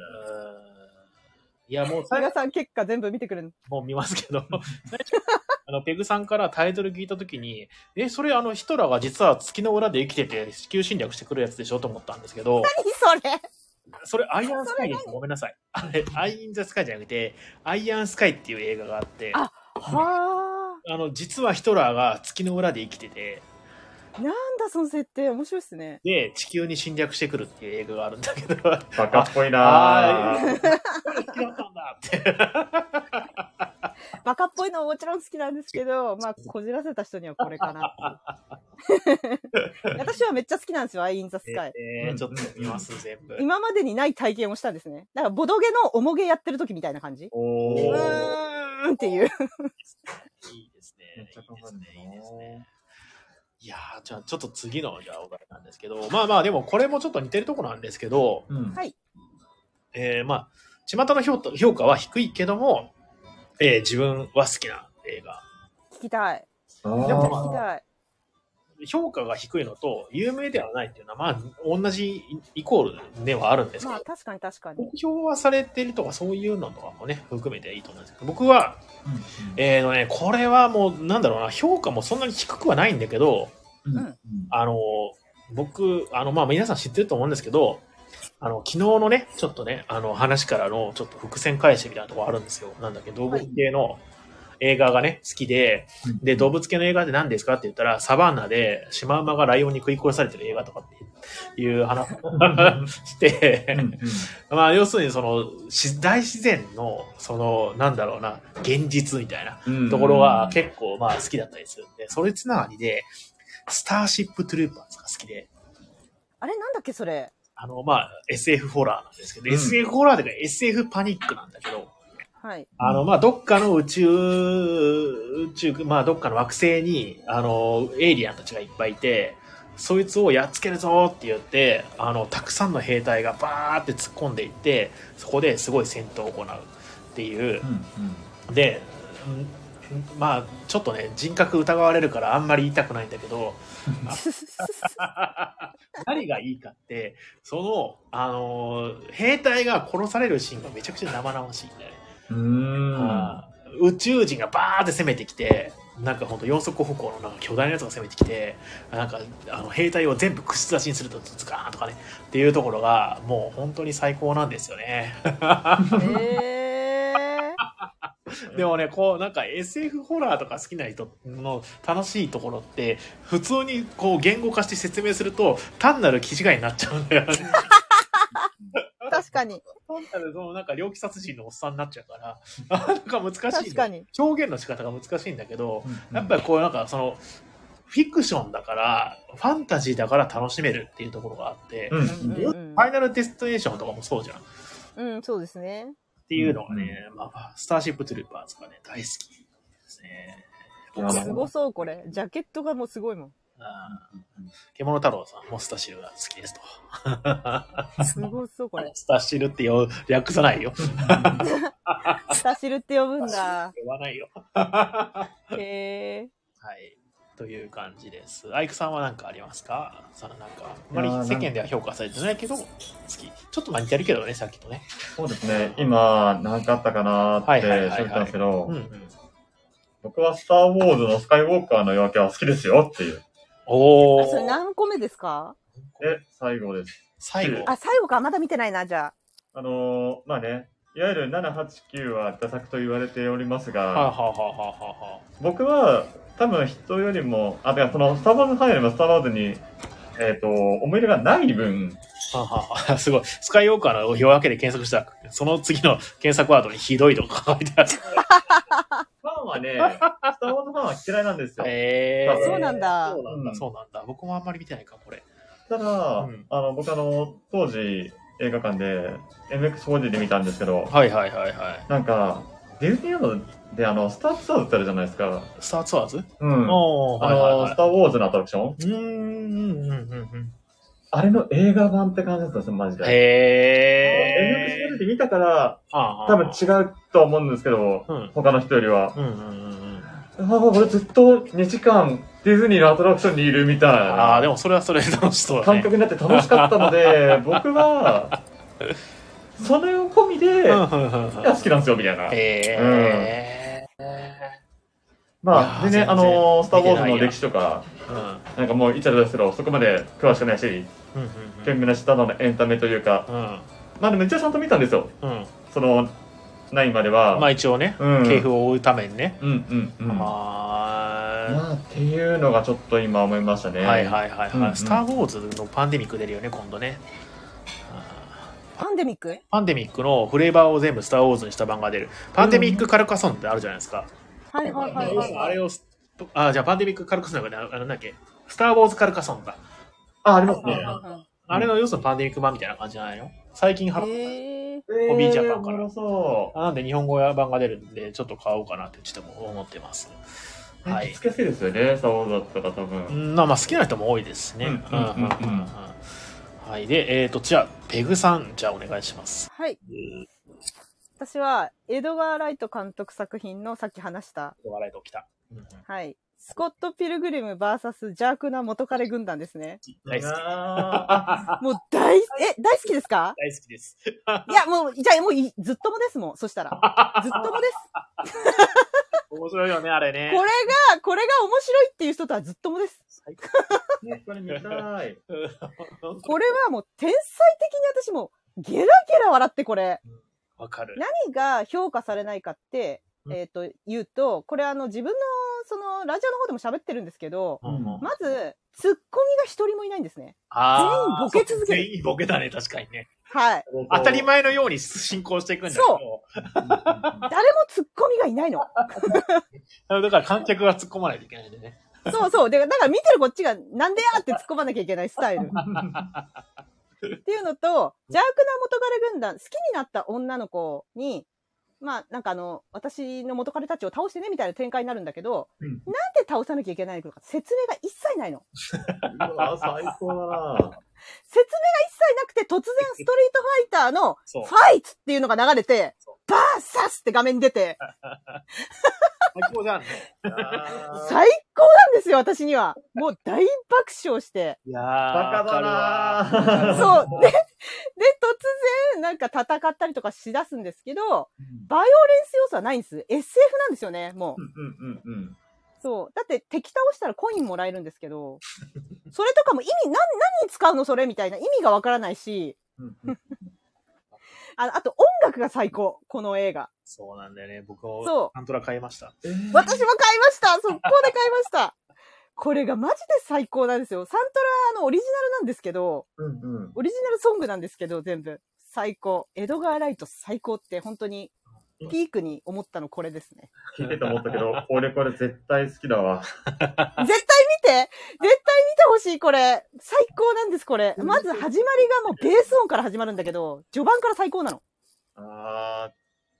Speaker 1: いや、もう
Speaker 2: 皆
Speaker 1: 最後、
Speaker 2: さん結果全部見てくるん
Speaker 1: もう見ますけ [laughs] ど、最初あの、ペグさんからタイトル聞いたときに、え、それあの、ヒトラーが実は月の裏で生きてて、地球侵略してくるやつでしょと思ったんですけど、
Speaker 2: 何それ
Speaker 1: それ、アイアンスカイです。ごめんなさい。あれ、アイ・イン・ザ・スカイじゃなくて、アイアンスカイっていう映画があって、あ
Speaker 2: あはあ。
Speaker 1: の、実はヒトラーが月の裏で生きてて、
Speaker 2: なんだその設定面白いっすね。
Speaker 1: で、地球に侵略してくるっていう映画があるんだけど、あ
Speaker 3: バカっぽいな
Speaker 1: あ
Speaker 3: ぁ。
Speaker 1: ー、嫌ったんだって。
Speaker 2: バカっぽいのももちろん好きなんですけど、まあ、こじらせた人にはこれかな
Speaker 1: [laughs]
Speaker 2: っていう。私はめっちゃ好きなんですよ、アイ・イン・ザ・スカイ。
Speaker 1: えー、ちょっと見ます、全部。
Speaker 2: 今までにない体験をしたんですね。だから、ボドゲのおもげやってる時みたいな感じ。
Speaker 1: お
Speaker 2: う
Speaker 1: ー
Speaker 2: ーんってい
Speaker 1: いい
Speaker 2: う。
Speaker 1: ですね。
Speaker 3: めっちゃ
Speaker 1: い
Speaker 3: か
Speaker 1: いで
Speaker 3: か
Speaker 1: す
Speaker 3: る
Speaker 1: ね。いいですね。
Speaker 3: ない
Speaker 1: やーじゃあちょっと次のじゃあお題なんですけどまあまあでもこれもちょっと似てるとこなんですけど、
Speaker 3: うん
Speaker 2: はい
Speaker 1: えーまあ巷の評と評価は低いけども、えー自分は好きな映画
Speaker 2: 聞きたい。
Speaker 1: でも
Speaker 2: 聞き
Speaker 3: あ
Speaker 2: たい。
Speaker 1: 評価が低いのと有名ではないっていうのはまあ同じイコールではあるんですけ
Speaker 2: ま
Speaker 1: ど
Speaker 2: あ、確かに確かに。
Speaker 1: 目標はされてるとかそういうのとかもね含めていいと思うんですけど僕は
Speaker 3: ーうん
Speaker 1: えーのねこれはもうなんだろうな評価もそんなに低くはないんだけど
Speaker 3: うん
Speaker 2: うん
Speaker 1: あの、僕、あの、まあ、皆さん知ってると思うんですけど、あの、昨日のね、ちょっとね、あの、話からの、ちょっと伏線返しみたいなところあるんですよ。なんだっけ、動物系の映画がね、好きで、
Speaker 3: うん
Speaker 1: で、動物系の映画って何ですかって言ったら、サバンナでシマウマがライオンに食い殺されてる映画とかっていう
Speaker 3: [laughs]
Speaker 1: 話をして、
Speaker 3: うんうん
Speaker 1: まあ、要するに、その、し大自然の、その、なんだろうな、現実みたいな、
Speaker 3: うん
Speaker 1: ところが結構まあ好きだったりするんで、それつながりで、スターシップトゥルーパーズが好きで、
Speaker 2: あれなんだっけ、それ。
Speaker 1: あのまあ SF ホラーなんですけど、
Speaker 3: うん
Speaker 1: SF ホラーというか SF パニックなんだけど、 [laughs]
Speaker 2: はい。
Speaker 1: あのまあどっかの宇宙、宇宙、まあどっかの惑星に、あの、エイリアンたちがいっぱいいて、そいつをやっつけるぞって言って、あの、たくさんの兵隊がバーって突っ込んでいって、そこですごい戦闘を行うっていう
Speaker 3: う、んうん
Speaker 1: で、うんまあちょっとね人格疑われるからあんまり言いたくないんだけど何がいいかってその、あのー兵隊が殺されるシーンがめちゃくちゃ生々しいんだよね、
Speaker 3: うーん
Speaker 1: あー宇宙人がバーって攻めてきてなんかほんと四足歩行のなんか巨大なやつが攻めてきてなんかあの兵隊を全部串刺しにするとズカーンとかねっていうところがもう本当に最高なんですよね。
Speaker 2: えー。
Speaker 1: でもね、こう、なんか SF ホラーとか好きな人の楽しいところって、普通にこう言語化して説明すると、単なる気違いになっちゃうんだよね。
Speaker 2: 確かに。
Speaker 1: 単なるそのなんか猟奇殺人のおっさんになっちゃうから、なんか難しいの。
Speaker 2: 確かに。
Speaker 1: 表現の仕方が難しいんだけど、
Speaker 3: うん
Speaker 1: やっぱりこうなんかその、フィクションだから、ファンタジーだから楽しめるっていうところがあって、
Speaker 3: うん
Speaker 2: うん
Speaker 1: ファイナルデスティネーションとかもそうじゃん。っ
Speaker 2: うん、そうですね。
Speaker 1: ていうのがね、まあ、スターシップトゥルーパーズがね、大好きですね。
Speaker 3: やばい
Speaker 2: すごそう、これ。ジャケットがもうすごいもん。
Speaker 1: あー獣太郎さんもスタシルが好きですと。
Speaker 2: すごそう、これ。
Speaker 1: スタシルってよ略さないよ。
Speaker 2: スタシルって呼ぶんだ。
Speaker 1: 言わないよ。
Speaker 2: へえ。
Speaker 1: はい。という感じです。アイクさんは何かありますかそのなんか、あんまり
Speaker 3: いやー
Speaker 1: 世間では評価されてないけど、好き。ちょっとまあ似てるけどね、さっきとね。
Speaker 3: そうですね今何かあったかなーって
Speaker 1: はいはいはいはい
Speaker 3: 喋ったんですけ
Speaker 1: うんう
Speaker 3: ど
Speaker 1: ん。
Speaker 3: 僕は「スター・ウォーズ」のスカイウォーカーの夜明けは好きですよっていう
Speaker 1: お
Speaker 2: あ、それ
Speaker 1: ー。
Speaker 2: 何個目ですか
Speaker 3: で最後です
Speaker 1: 最後。
Speaker 2: あ、最後か。まだ見てないな、じゃ
Speaker 3: あのーまあねいわゆる789は打作と言われております
Speaker 1: はあ、は
Speaker 3: が
Speaker 1: あはあはあは
Speaker 3: 僕は多分人よりもあだからその「スター・ウォーズ」ファンよりも「スター・ウォーズに」えっと思い入れがない分
Speaker 1: あはあはあはあ、すごい。スカイウォーカーの夜明けで検索したら、その次の検索ワードにひどいとか書いてある。
Speaker 3: ファンはね
Speaker 1: [laughs]
Speaker 3: スター・ウォーズファンは嫌いなんですよ
Speaker 1: えー、
Speaker 2: そうなんだ
Speaker 1: そうなんだ、
Speaker 3: うん
Speaker 1: そうなんだ。僕もあんまり見てないか、これ。
Speaker 3: ただ、
Speaker 1: うん
Speaker 3: あの僕あの当時映画館で MX4D で見たんですけど
Speaker 1: はいはいはいはい。
Speaker 3: なんかディズニーランドであのスターツアーズってあるじゃないですか
Speaker 1: スターツアーズ
Speaker 3: うんあ
Speaker 1: おー、はいはい
Speaker 3: の
Speaker 1: は
Speaker 3: ス
Speaker 1: い
Speaker 3: ター・ウォーズのアトラクション。
Speaker 1: うーんうんうんうん
Speaker 3: あれの映画版って感じだったんですよマジ
Speaker 1: うん。
Speaker 3: で
Speaker 1: へ
Speaker 3: MX4D
Speaker 1: ー。
Speaker 3: で見たから
Speaker 1: ああ
Speaker 3: 多分違うと思うんですけど
Speaker 1: うん。
Speaker 3: 他の人よりは
Speaker 1: うんうんうんうん。
Speaker 3: ああ俺ずっと2時間ディズニーのアトラクションにいるみたい
Speaker 1: ああ、で
Speaker 3: な
Speaker 1: もそれはそれで楽しそうだ
Speaker 3: 感
Speaker 1: ね。
Speaker 3: 覚になって楽しかった
Speaker 1: [laughs]
Speaker 3: ので僕はそれを込みで
Speaker 1: うんうんうんうん
Speaker 3: いや好きなんですよみたいな
Speaker 1: へ
Speaker 3: まあ、
Speaker 1: いやー
Speaker 3: 全然、あ
Speaker 1: 全然
Speaker 3: のースター・ウォ
Speaker 1: 見
Speaker 3: ーズの
Speaker 1: てないや
Speaker 3: 歴史とか、
Speaker 1: ー。うん。
Speaker 3: なんかもう、イチャラですけど、そこまで詳しくないし、
Speaker 1: うんうんう
Speaker 3: 懸
Speaker 1: ん。
Speaker 3: 命なただのエンタメというか、
Speaker 1: うん。
Speaker 3: まあ、でも、一応ちゃんと見たんですよ。
Speaker 1: うん。
Speaker 3: その、9までは。
Speaker 1: まあ一応ね、
Speaker 3: うん
Speaker 1: 系譜を追うためにね。
Speaker 3: うんうんうん。
Speaker 1: あ
Speaker 3: まあ、っていうのがちょっと今思いましたね。
Speaker 1: はいはいはいはい、
Speaker 3: うんうん
Speaker 1: スター・ウォーズのパンデミック出るよね、今度ね。あー
Speaker 2: パンデミック
Speaker 1: パンデミックのフレーバーを全部スター・ウォーズにした版が出る。パンデミック・カルカソンってあるじゃないですか。
Speaker 2: はいはいはいはい。
Speaker 1: あれをす、あ、じゃあパンデミック・カルカソンだあのなんだっけ、スター・ウォーズ・カルカソンか。
Speaker 3: あ、あります
Speaker 2: はい
Speaker 3: ね。
Speaker 2: は
Speaker 1: あれの要するにパンデミック版みたいな感じじゃないの最近
Speaker 2: い
Speaker 1: は
Speaker 2: はい。へえ。
Speaker 1: ホビージャパンから
Speaker 3: えーおもろそう。
Speaker 1: なんで日本語版が出るんで、ちょっと買おうかなってちょっとも思ってます。は
Speaker 3: はい。
Speaker 1: い
Speaker 3: つ。けやすいですよね、サボーズだったら多
Speaker 1: う
Speaker 3: 分。
Speaker 1: んまあまあ好きな人も多いですね。
Speaker 3: うんうんうんうん
Speaker 1: はい。で、えっ、と、じゃあ、ペグさん、じゃあお願いします。
Speaker 2: はい。私は、エドガー・ライト監督作品のさっき話した、
Speaker 1: お笑いときた。
Speaker 2: はい。スコット・ピルグリム VS 邪悪な元彼軍団ですね。
Speaker 1: 大好き。
Speaker 3: あ
Speaker 2: もう大、え、大好きですか
Speaker 1: 大好きです。 [laughs]
Speaker 2: いや、もう、じゃあもうい、ずっともですもん。そしたら。ずっともです。
Speaker 1: 面白いよね、あれ [laughs] ね。
Speaker 2: これが、これが面白いっていう人とはずっともです。
Speaker 1: 最高
Speaker 3: ーねこれ見たい。
Speaker 2: これはもう天才的に私もうゲラゲラ笑ってこれ。
Speaker 1: わかる。
Speaker 2: 何が評価されないかって、
Speaker 1: うん
Speaker 2: えっ、と、言うと、これあの自分のそのラジオの方でも喋ってるんですけど、
Speaker 1: [laughs] うんうん
Speaker 2: まず、ツッコミが一人もいないんですね。
Speaker 1: あー
Speaker 2: 全員ボケ続ける
Speaker 1: そう全員ボケだね、確かにね。
Speaker 2: はい。
Speaker 1: [laughs] 当たり前のように進行していくんだけど。
Speaker 3: う
Speaker 2: 誰もツッコミがいないの。
Speaker 1: だから観客が突っ込まないといけないんでね。
Speaker 2: そうそう。で、だから見てるこっちがなんでやって突っ込まなきゃいけないスタイル。っていうのと、邪悪な元彼軍団、好きになった女の子に、まあ、なんかあの、私の元彼たちを倒してねみたいな展開になるんだけど、
Speaker 3: うん
Speaker 2: なんで倒さなきゃいけないのか、説明が一切ないの。
Speaker 3: うわ
Speaker 2: 説
Speaker 3: 最高だな。
Speaker 2: 明が一切なくて、突然ストリートファイターの
Speaker 1: そう
Speaker 2: フ。ァイツっていうのが流れて
Speaker 1: そ、
Speaker 2: バーサスって画面に出て、
Speaker 1: 最高じゃんね。
Speaker 3: あー
Speaker 2: 最高なんですよ、私には。もう大爆笑して。
Speaker 1: いやー、
Speaker 3: バカだ
Speaker 1: わ
Speaker 3: な
Speaker 1: かるわ
Speaker 2: そう。で、で、突然、なんか戦ったりとかしだすんですけど、バイオレンス要素はないんです。SF なんですよね、も
Speaker 3: う
Speaker 2: う。
Speaker 3: んうんうんうん。
Speaker 2: そう。だって敵倒したらコインもらえるんですけど、それとかも意味、なん、何に使うのそれみたいな意味がわからないし、
Speaker 3: うんうん
Speaker 2: ああと音楽が最高、この映画。
Speaker 1: そうなんだよね。僕を、
Speaker 2: そう
Speaker 1: サントラ買いました。
Speaker 3: え
Speaker 2: 私も買い
Speaker 3: ー
Speaker 2: ました速攻で買いましたこれがマジで最高なんですよ。サントラあのオリジナルなんですけど、
Speaker 3: うんうん
Speaker 2: オリジナルソングなんですけど、全部。最高。エドガー・ライト最高って本当にピークに思ったのこれですね。
Speaker 3: 聞いてて思っ
Speaker 2: [laughs]
Speaker 3: たけど、俺これ絶対好きだわ。
Speaker 2: 絶対見て絶対見てほしいこれ最高なんですこれまず始まりがもうベース音から始まるんだけど、序盤から最高なの。
Speaker 3: あ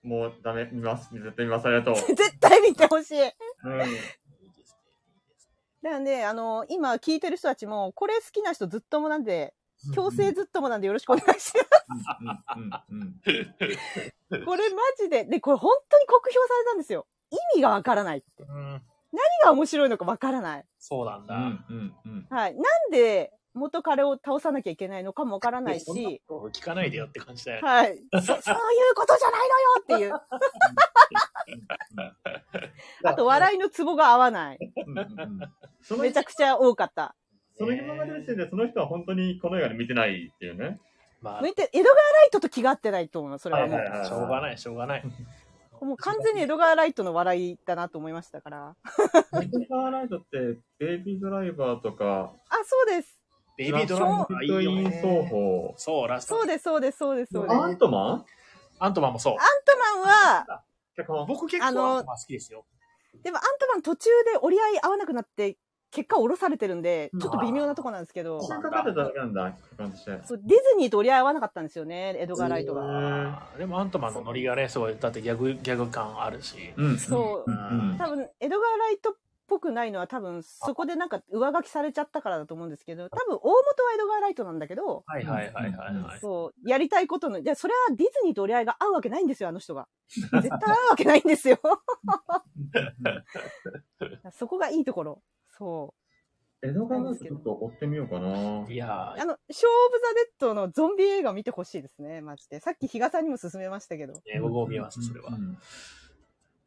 Speaker 3: ー、もうダメ、見ます。絶対見ます。ありがと [laughs] う。
Speaker 2: 絶対見てほしい
Speaker 3: うん。
Speaker 2: だからね、あの、今聞いてる人たちも、これ好きな人ずっともなんで、強制ずっともなんでよろしくお願いします。
Speaker 3: うんうんうん。
Speaker 2: これマジで、で、これ本当に酷評されたんですよ。意味がわからないって。
Speaker 1: うん、
Speaker 2: 何が面白いのかわからない。
Speaker 1: そうなんだ。
Speaker 3: うんうん
Speaker 2: はい。なんで元彼を倒さなきゃいけないのかもわからない
Speaker 1: そんな
Speaker 2: し、
Speaker 1: こと聞かないでよって感じだよね。
Speaker 2: はい。そ、 [laughs] そういうことじゃないのよっていう。あと、笑いのツボが合わない。
Speaker 3: うんうんうん。その
Speaker 2: めちゃくちゃ多かった。
Speaker 3: その今までの時点でその人は本当にこの映画で見てないっていうね。
Speaker 1: まあ、
Speaker 2: 向いて、エドガー・ライトと気が合ってないと思うの、それはも。
Speaker 3: はいはいう
Speaker 1: しょうがない、しょうがない。
Speaker 2: もう完全にエドガー・ライトの笑いだなと思いましたから。
Speaker 3: メトカーライトって、ベイビードライバーとか、
Speaker 2: あ、そうです。
Speaker 1: ベイビードラゴンがいいよ
Speaker 3: イン
Speaker 1: ね。
Speaker 3: 奏法。
Speaker 1: そう、ラスト。
Speaker 2: そうです、そうです、そうです、そうです。アン
Speaker 3: アントマン
Speaker 1: アントマンもそう。
Speaker 2: トマンは、
Speaker 3: 脚本。
Speaker 1: 僕結構ア
Speaker 2: あ
Speaker 1: ン
Speaker 2: の
Speaker 1: トマン好きですよ。
Speaker 2: でもアントマン途中で折り合い合わなくなって結果降ろされてるんでちょっと微妙なとこなんですけど
Speaker 1: あー
Speaker 3: 中かかるだけなんだ、脚本として。
Speaker 2: そうディズニーと折り合い合わなかったんですよねエドガー・ライト
Speaker 3: う
Speaker 2: が。
Speaker 3: ん
Speaker 1: あーでもアントマンのノリがね、すごい、だってギャグ、ギャグ感あるし。
Speaker 3: うん。
Speaker 2: そう
Speaker 3: うん
Speaker 2: 多分エドガー・ライトっぽくないのは多分そこでなんか上書きされちゃったからだと思うんですけど多分大元はエドガー・ライトなんだけど
Speaker 1: はいはいはいはいはい。
Speaker 2: そうやりたいことのいやそれはディズニーと折り合いが合うわけないんですよあの人が。絶対合うわけないんです
Speaker 1: [laughs]
Speaker 2: よ。そこがいいところ。そう
Speaker 3: 江戸川のちょっと追ってみようかな。
Speaker 1: いやー
Speaker 2: あの、ショー・オブ・ザ・デッドのゾンビ映画見てほしいですね、マジで。さっき比嘉さんにも勧めましたけど、
Speaker 1: ね、僕も見ます、それは。
Speaker 3: うん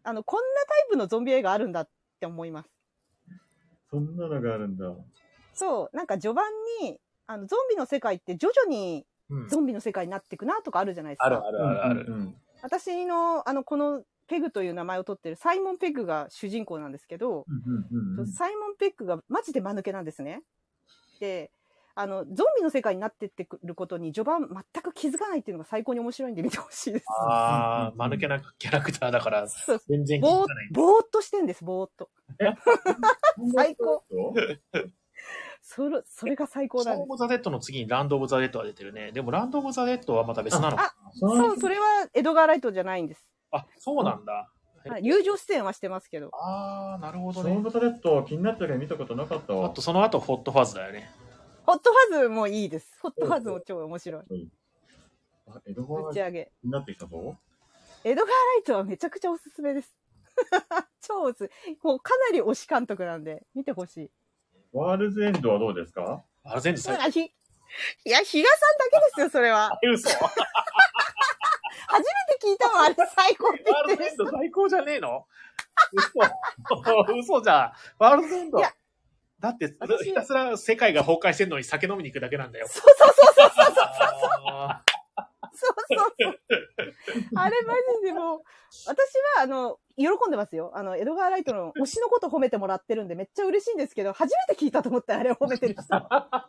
Speaker 2: あの、こんなタイプのゾンビ映画あるんだって思います。
Speaker 3: そんなのがあるんだ。
Speaker 2: そう、なんか序盤に、あの、ゾンビの世界って徐々に
Speaker 1: うん
Speaker 2: ゾンビの世界になっていくなとかあるじゃないですか。
Speaker 1: あるあるあるある。
Speaker 3: うん
Speaker 2: 私の、あの、このペグという名前を取ってるサイモン・ペグが主人公なんですけど、サイモン・ペックがマジで間抜けなんですね。で、あの、ゾンビの世界になってってくることに序盤全く気づかないっていうのが最高に面白いんで見てほしいです。
Speaker 1: ああ、間抜けなキャラクターだから、
Speaker 2: そう
Speaker 1: 全然気づ
Speaker 2: ぼー
Speaker 1: かない。
Speaker 2: ぼーっとしてんです、ぼーっと。最高。それ、それが最高
Speaker 1: ラ
Speaker 2: な
Speaker 1: ンド・
Speaker 2: んで
Speaker 1: オ
Speaker 2: す。
Speaker 1: ブ・ザ・デッドの次にランド・オブ・ザ・デッドは出てるね。でもランド・オブ・ザ・デッドはまた別なのか。
Speaker 2: そう、それはエドガー・ライトじゃないんです。
Speaker 1: あ、そうなんだ。
Speaker 2: はい、友情出演はしてますけど。
Speaker 1: ああ、なるほ
Speaker 3: シ
Speaker 1: ど
Speaker 3: ョー
Speaker 1: ね。
Speaker 3: ン・タレット気になったけど見たことなかった
Speaker 1: あ
Speaker 3: わ
Speaker 1: とその後、ホット・ファズだよね。
Speaker 2: ホットファズもいいです。ホットファズも超面白い。
Speaker 3: あ江戸
Speaker 2: 打
Speaker 3: 川
Speaker 2: ち
Speaker 3: が
Speaker 2: 上げ。
Speaker 3: 気になってきたぞ
Speaker 2: エドガー・ライトはめちゃくちゃおすすめです。 [laughs] 超おすすめ。もうかなり推し監督なんで、見てほしい。
Speaker 3: ワールズ・エンドはどうですか
Speaker 1: あれ全部
Speaker 2: そ
Speaker 1: 最
Speaker 2: う
Speaker 1: 高。
Speaker 2: だ、ひ、いや、比嘉さんだけですよ、それは。
Speaker 1: え嘘ワ
Speaker 2: 初めて聞いたもん、あれ最高って
Speaker 1: ー
Speaker 2: 言
Speaker 1: ルド
Speaker 2: ってる
Speaker 1: エンド最高じゃねえの嘘 [laughs] 嘘じゃん。ワールドエンド
Speaker 2: いや。
Speaker 1: だって、
Speaker 2: 私
Speaker 1: ひたすら世界が崩壊してんのに酒飲みに行くだけなんだよ。
Speaker 2: そうそうそうそうそう
Speaker 1: あ
Speaker 2: そうそうそう。あれマジでもう、私はあの、喜んでますよ。あの、江戸川ライトの推しのこと褒めてもらってるんでめっちゃ嬉しいんですけど、初めて聞いたと思ってあれを褒めてる人。
Speaker 1: ー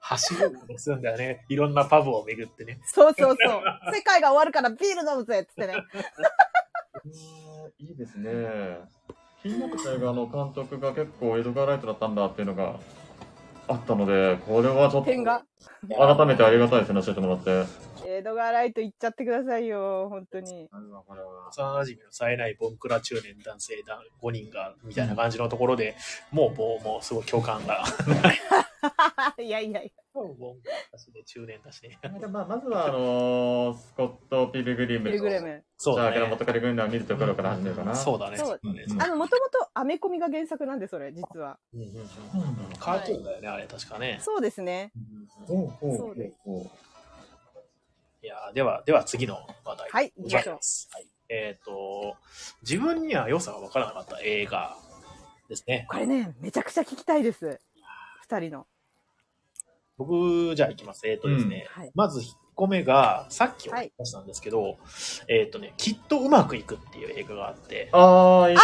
Speaker 1: 走るんでするんだよね。いろんなパブを巡ってね。
Speaker 2: そうそうそう。世界が終わるからビール飲むぜっつってね。
Speaker 3: いいですね気になった映画の監督が結構エドガー・ライトだったんだっていうのがあったのでこれはちょっと
Speaker 2: 点が。
Speaker 3: 改めてありがたいですね教えてもらって
Speaker 2: 江戸川ライト行っちゃってくださいよ、本当に。 [laughs]
Speaker 1: 幼馴染の冴えないボンクラ中年男性だ5人が、みたいな感じのところで、もう、もう、もう、すごい共感が。
Speaker 2: いやいやい
Speaker 1: ボンクラだしね、中年だしね。
Speaker 3: まあ、まずはあのースコット・ピルグリ
Speaker 2: や。
Speaker 3: ム
Speaker 2: ビ
Speaker 3: と
Speaker 2: ルグレム。
Speaker 1: そう
Speaker 3: じゃ
Speaker 1: だ
Speaker 3: あ、から
Speaker 1: ね
Speaker 3: 元。彼軍団を見るところから始めるかな。
Speaker 1: そうだね。
Speaker 2: そう
Speaker 1: だね
Speaker 2: あの、もともとアメコミが原作なんで、それ、実は。
Speaker 1: うんうんうん
Speaker 3: うん。
Speaker 1: カートゥーンだよね、あれ、確かね。
Speaker 2: そうですね。
Speaker 3: ほうほう
Speaker 2: そ
Speaker 3: ほ
Speaker 2: うで
Speaker 3: うほう。
Speaker 1: いやーでは、では次の話題。
Speaker 2: はい、行きましょう
Speaker 1: ま。す。はい、えっ、と、自分には良さが分からなかった映画ですね。
Speaker 2: これね、めちゃくちゃ聞きたいです。二人の。
Speaker 1: 僕、じゃあ行きます。えっ、とですね、
Speaker 2: はい。
Speaker 1: まず1個目が、さっきお話ししたんですけど、えっ、とね、きっとうまくいくっていう映画があって、
Speaker 3: あー、いい。
Speaker 2: あ、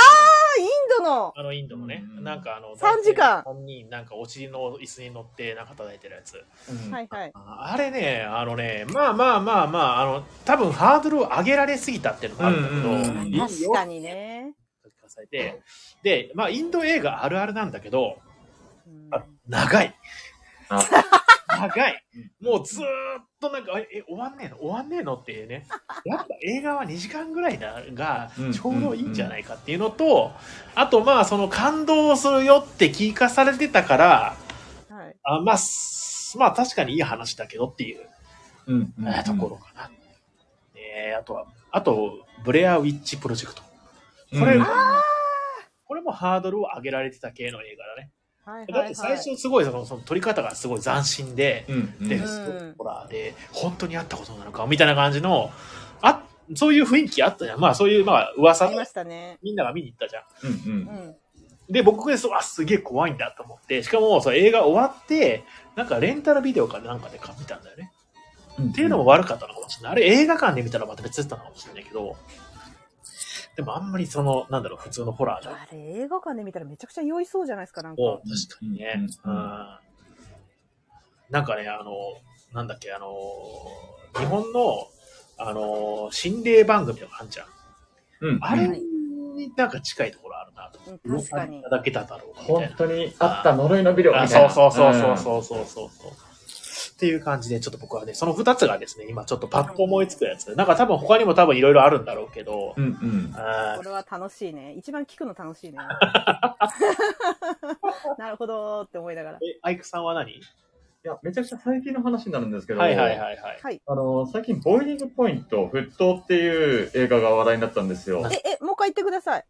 Speaker 2: インドの
Speaker 1: あの、インドのね、
Speaker 3: うん
Speaker 1: なんかあの、
Speaker 2: 3時間
Speaker 1: 3人、なんかお尻の椅子に乗って、なんか叩いてるやつ。
Speaker 3: うん
Speaker 2: はいはい。
Speaker 1: ああれね、あのね、まあまあまあまあ、あの、多分ハードルを上げられすぎたっていうのがあるんだけど、
Speaker 3: うんうんうん
Speaker 1: いいよ
Speaker 2: 確かにね。
Speaker 1: 聞かされて、で、まあ、インド映画あるあるなんだけど、
Speaker 2: うん
Speaker 1: あ長い。
Speaker 3: あ
Speaker 1: 長い。もうずーっとなんか、あれえ、終わんねえの終わんねえのっていう
Speaker 3: [laughs]
Speaker 1: ね。やっぱ映画は2時間ぐらいだが
Speaker 3: うん、
Speaker 1: ちょうどいいんじゃないかっていうのと、あとまあ、その感動するよって聞かされてたから、
Speaker 2: はい。
Speaker 1: あまあ、すまあ確かにいい話だけどっていう
Speaker 3: うん。
Speaker 1: えーところかな。えーあとは、あと、ブレアウィッチプロジェクト。
Speaker 3: うん。
Speaker 1: これ
Speaker 3: うん
Speaker 1: これもハードルを上げられてた系の映画だね。
Speaker 2: はい
Speaker 1: だ
Speaker 2: は
Speaker 1: っ
Speaker 2: い
Speaker 1: て
Speaker 2: は
Speaker 1: 最
Speaker 2: い。
Speaker 1: 初すごいそのその撮り方がすごい斬新で、
Speaker 3: うん。
Speaker 1: で、
Speaker 3: うん
Speaker 2: うん
Speaker 1: ホラーで本当にあったことなのかみたいな感じのあそういう雰囲気あったじゃんまあそういうまあ
Speaker 2: あ
Speaker 1: 噂
Speaker 2: りましたね。
Speaker 1: みんなが見に行ったじゃん
Speaker 3: うん
Speaker 2: う。ん。
Speaker 1: で僕ですわすげえ怖いんだと思ってしかもその映画終わってなんかレンタルビデオかなんかで見たんだよね
Speaker 3: うん。
Speaker 1: っていうのも悪かったのかもしれないあれ映画館で見たらまた別だったのかもしれないけどでもあんまりそのなんだろう普通のホラーじゃん
Speaker 2: あれ、映画館で見たらめちゃくちゃ酔いそうじゃないですか、なんか。
Speaker 1: お確かにね。う
Speaker 3: うんん
Speaker 1: なんかね、あの、なんだっけ、あの、日本の、あの、心霊番組のあんじゃん。
Speaker 3: うん。
Speaker 1: あれ
Speaker 2: はい
Speaker 1: になんか近いところあるなと。
Speaker 2: うん確かに
Speaker 1: い。ただけただろうかみたい
Speaker 3: 本
Speaker 1: な。
Speaker 3: 当にあった呪いのビデオみた
Speaker 1: あ
Speaker 3: いな。
Speaker 1: そうそうそうそう
Speaker 3: う
Speaker 1: そうそうそうそう。っていう感じで、ちょっと僕はね、その2つがですね、今ちょっとパッと思いつくやつ。なんか多分他にも多分いろいろあるんだろうけど、
Speaker 3: ん。うんうん。
Speaker 1: あ
Speaker 2: これは楽しいね。一番聞くの楽
Speaker 1: [laughs]
Speaker 2: しいね。なるほどーって思いながら
Speaker 1: ー。え、アイクさんは何
Speaker 3: いや、めちゃくちゃ最近の話になるんですけど、
Speaker 1: はいはいはいはい。
Speaker 2: はい。
Speaker 3: あの、最近、ボイリングポイント、沸騰っていう映画が話題になったんですよ
Speaker 1: は。
Speaker 2: え、え、もう一回言ってください。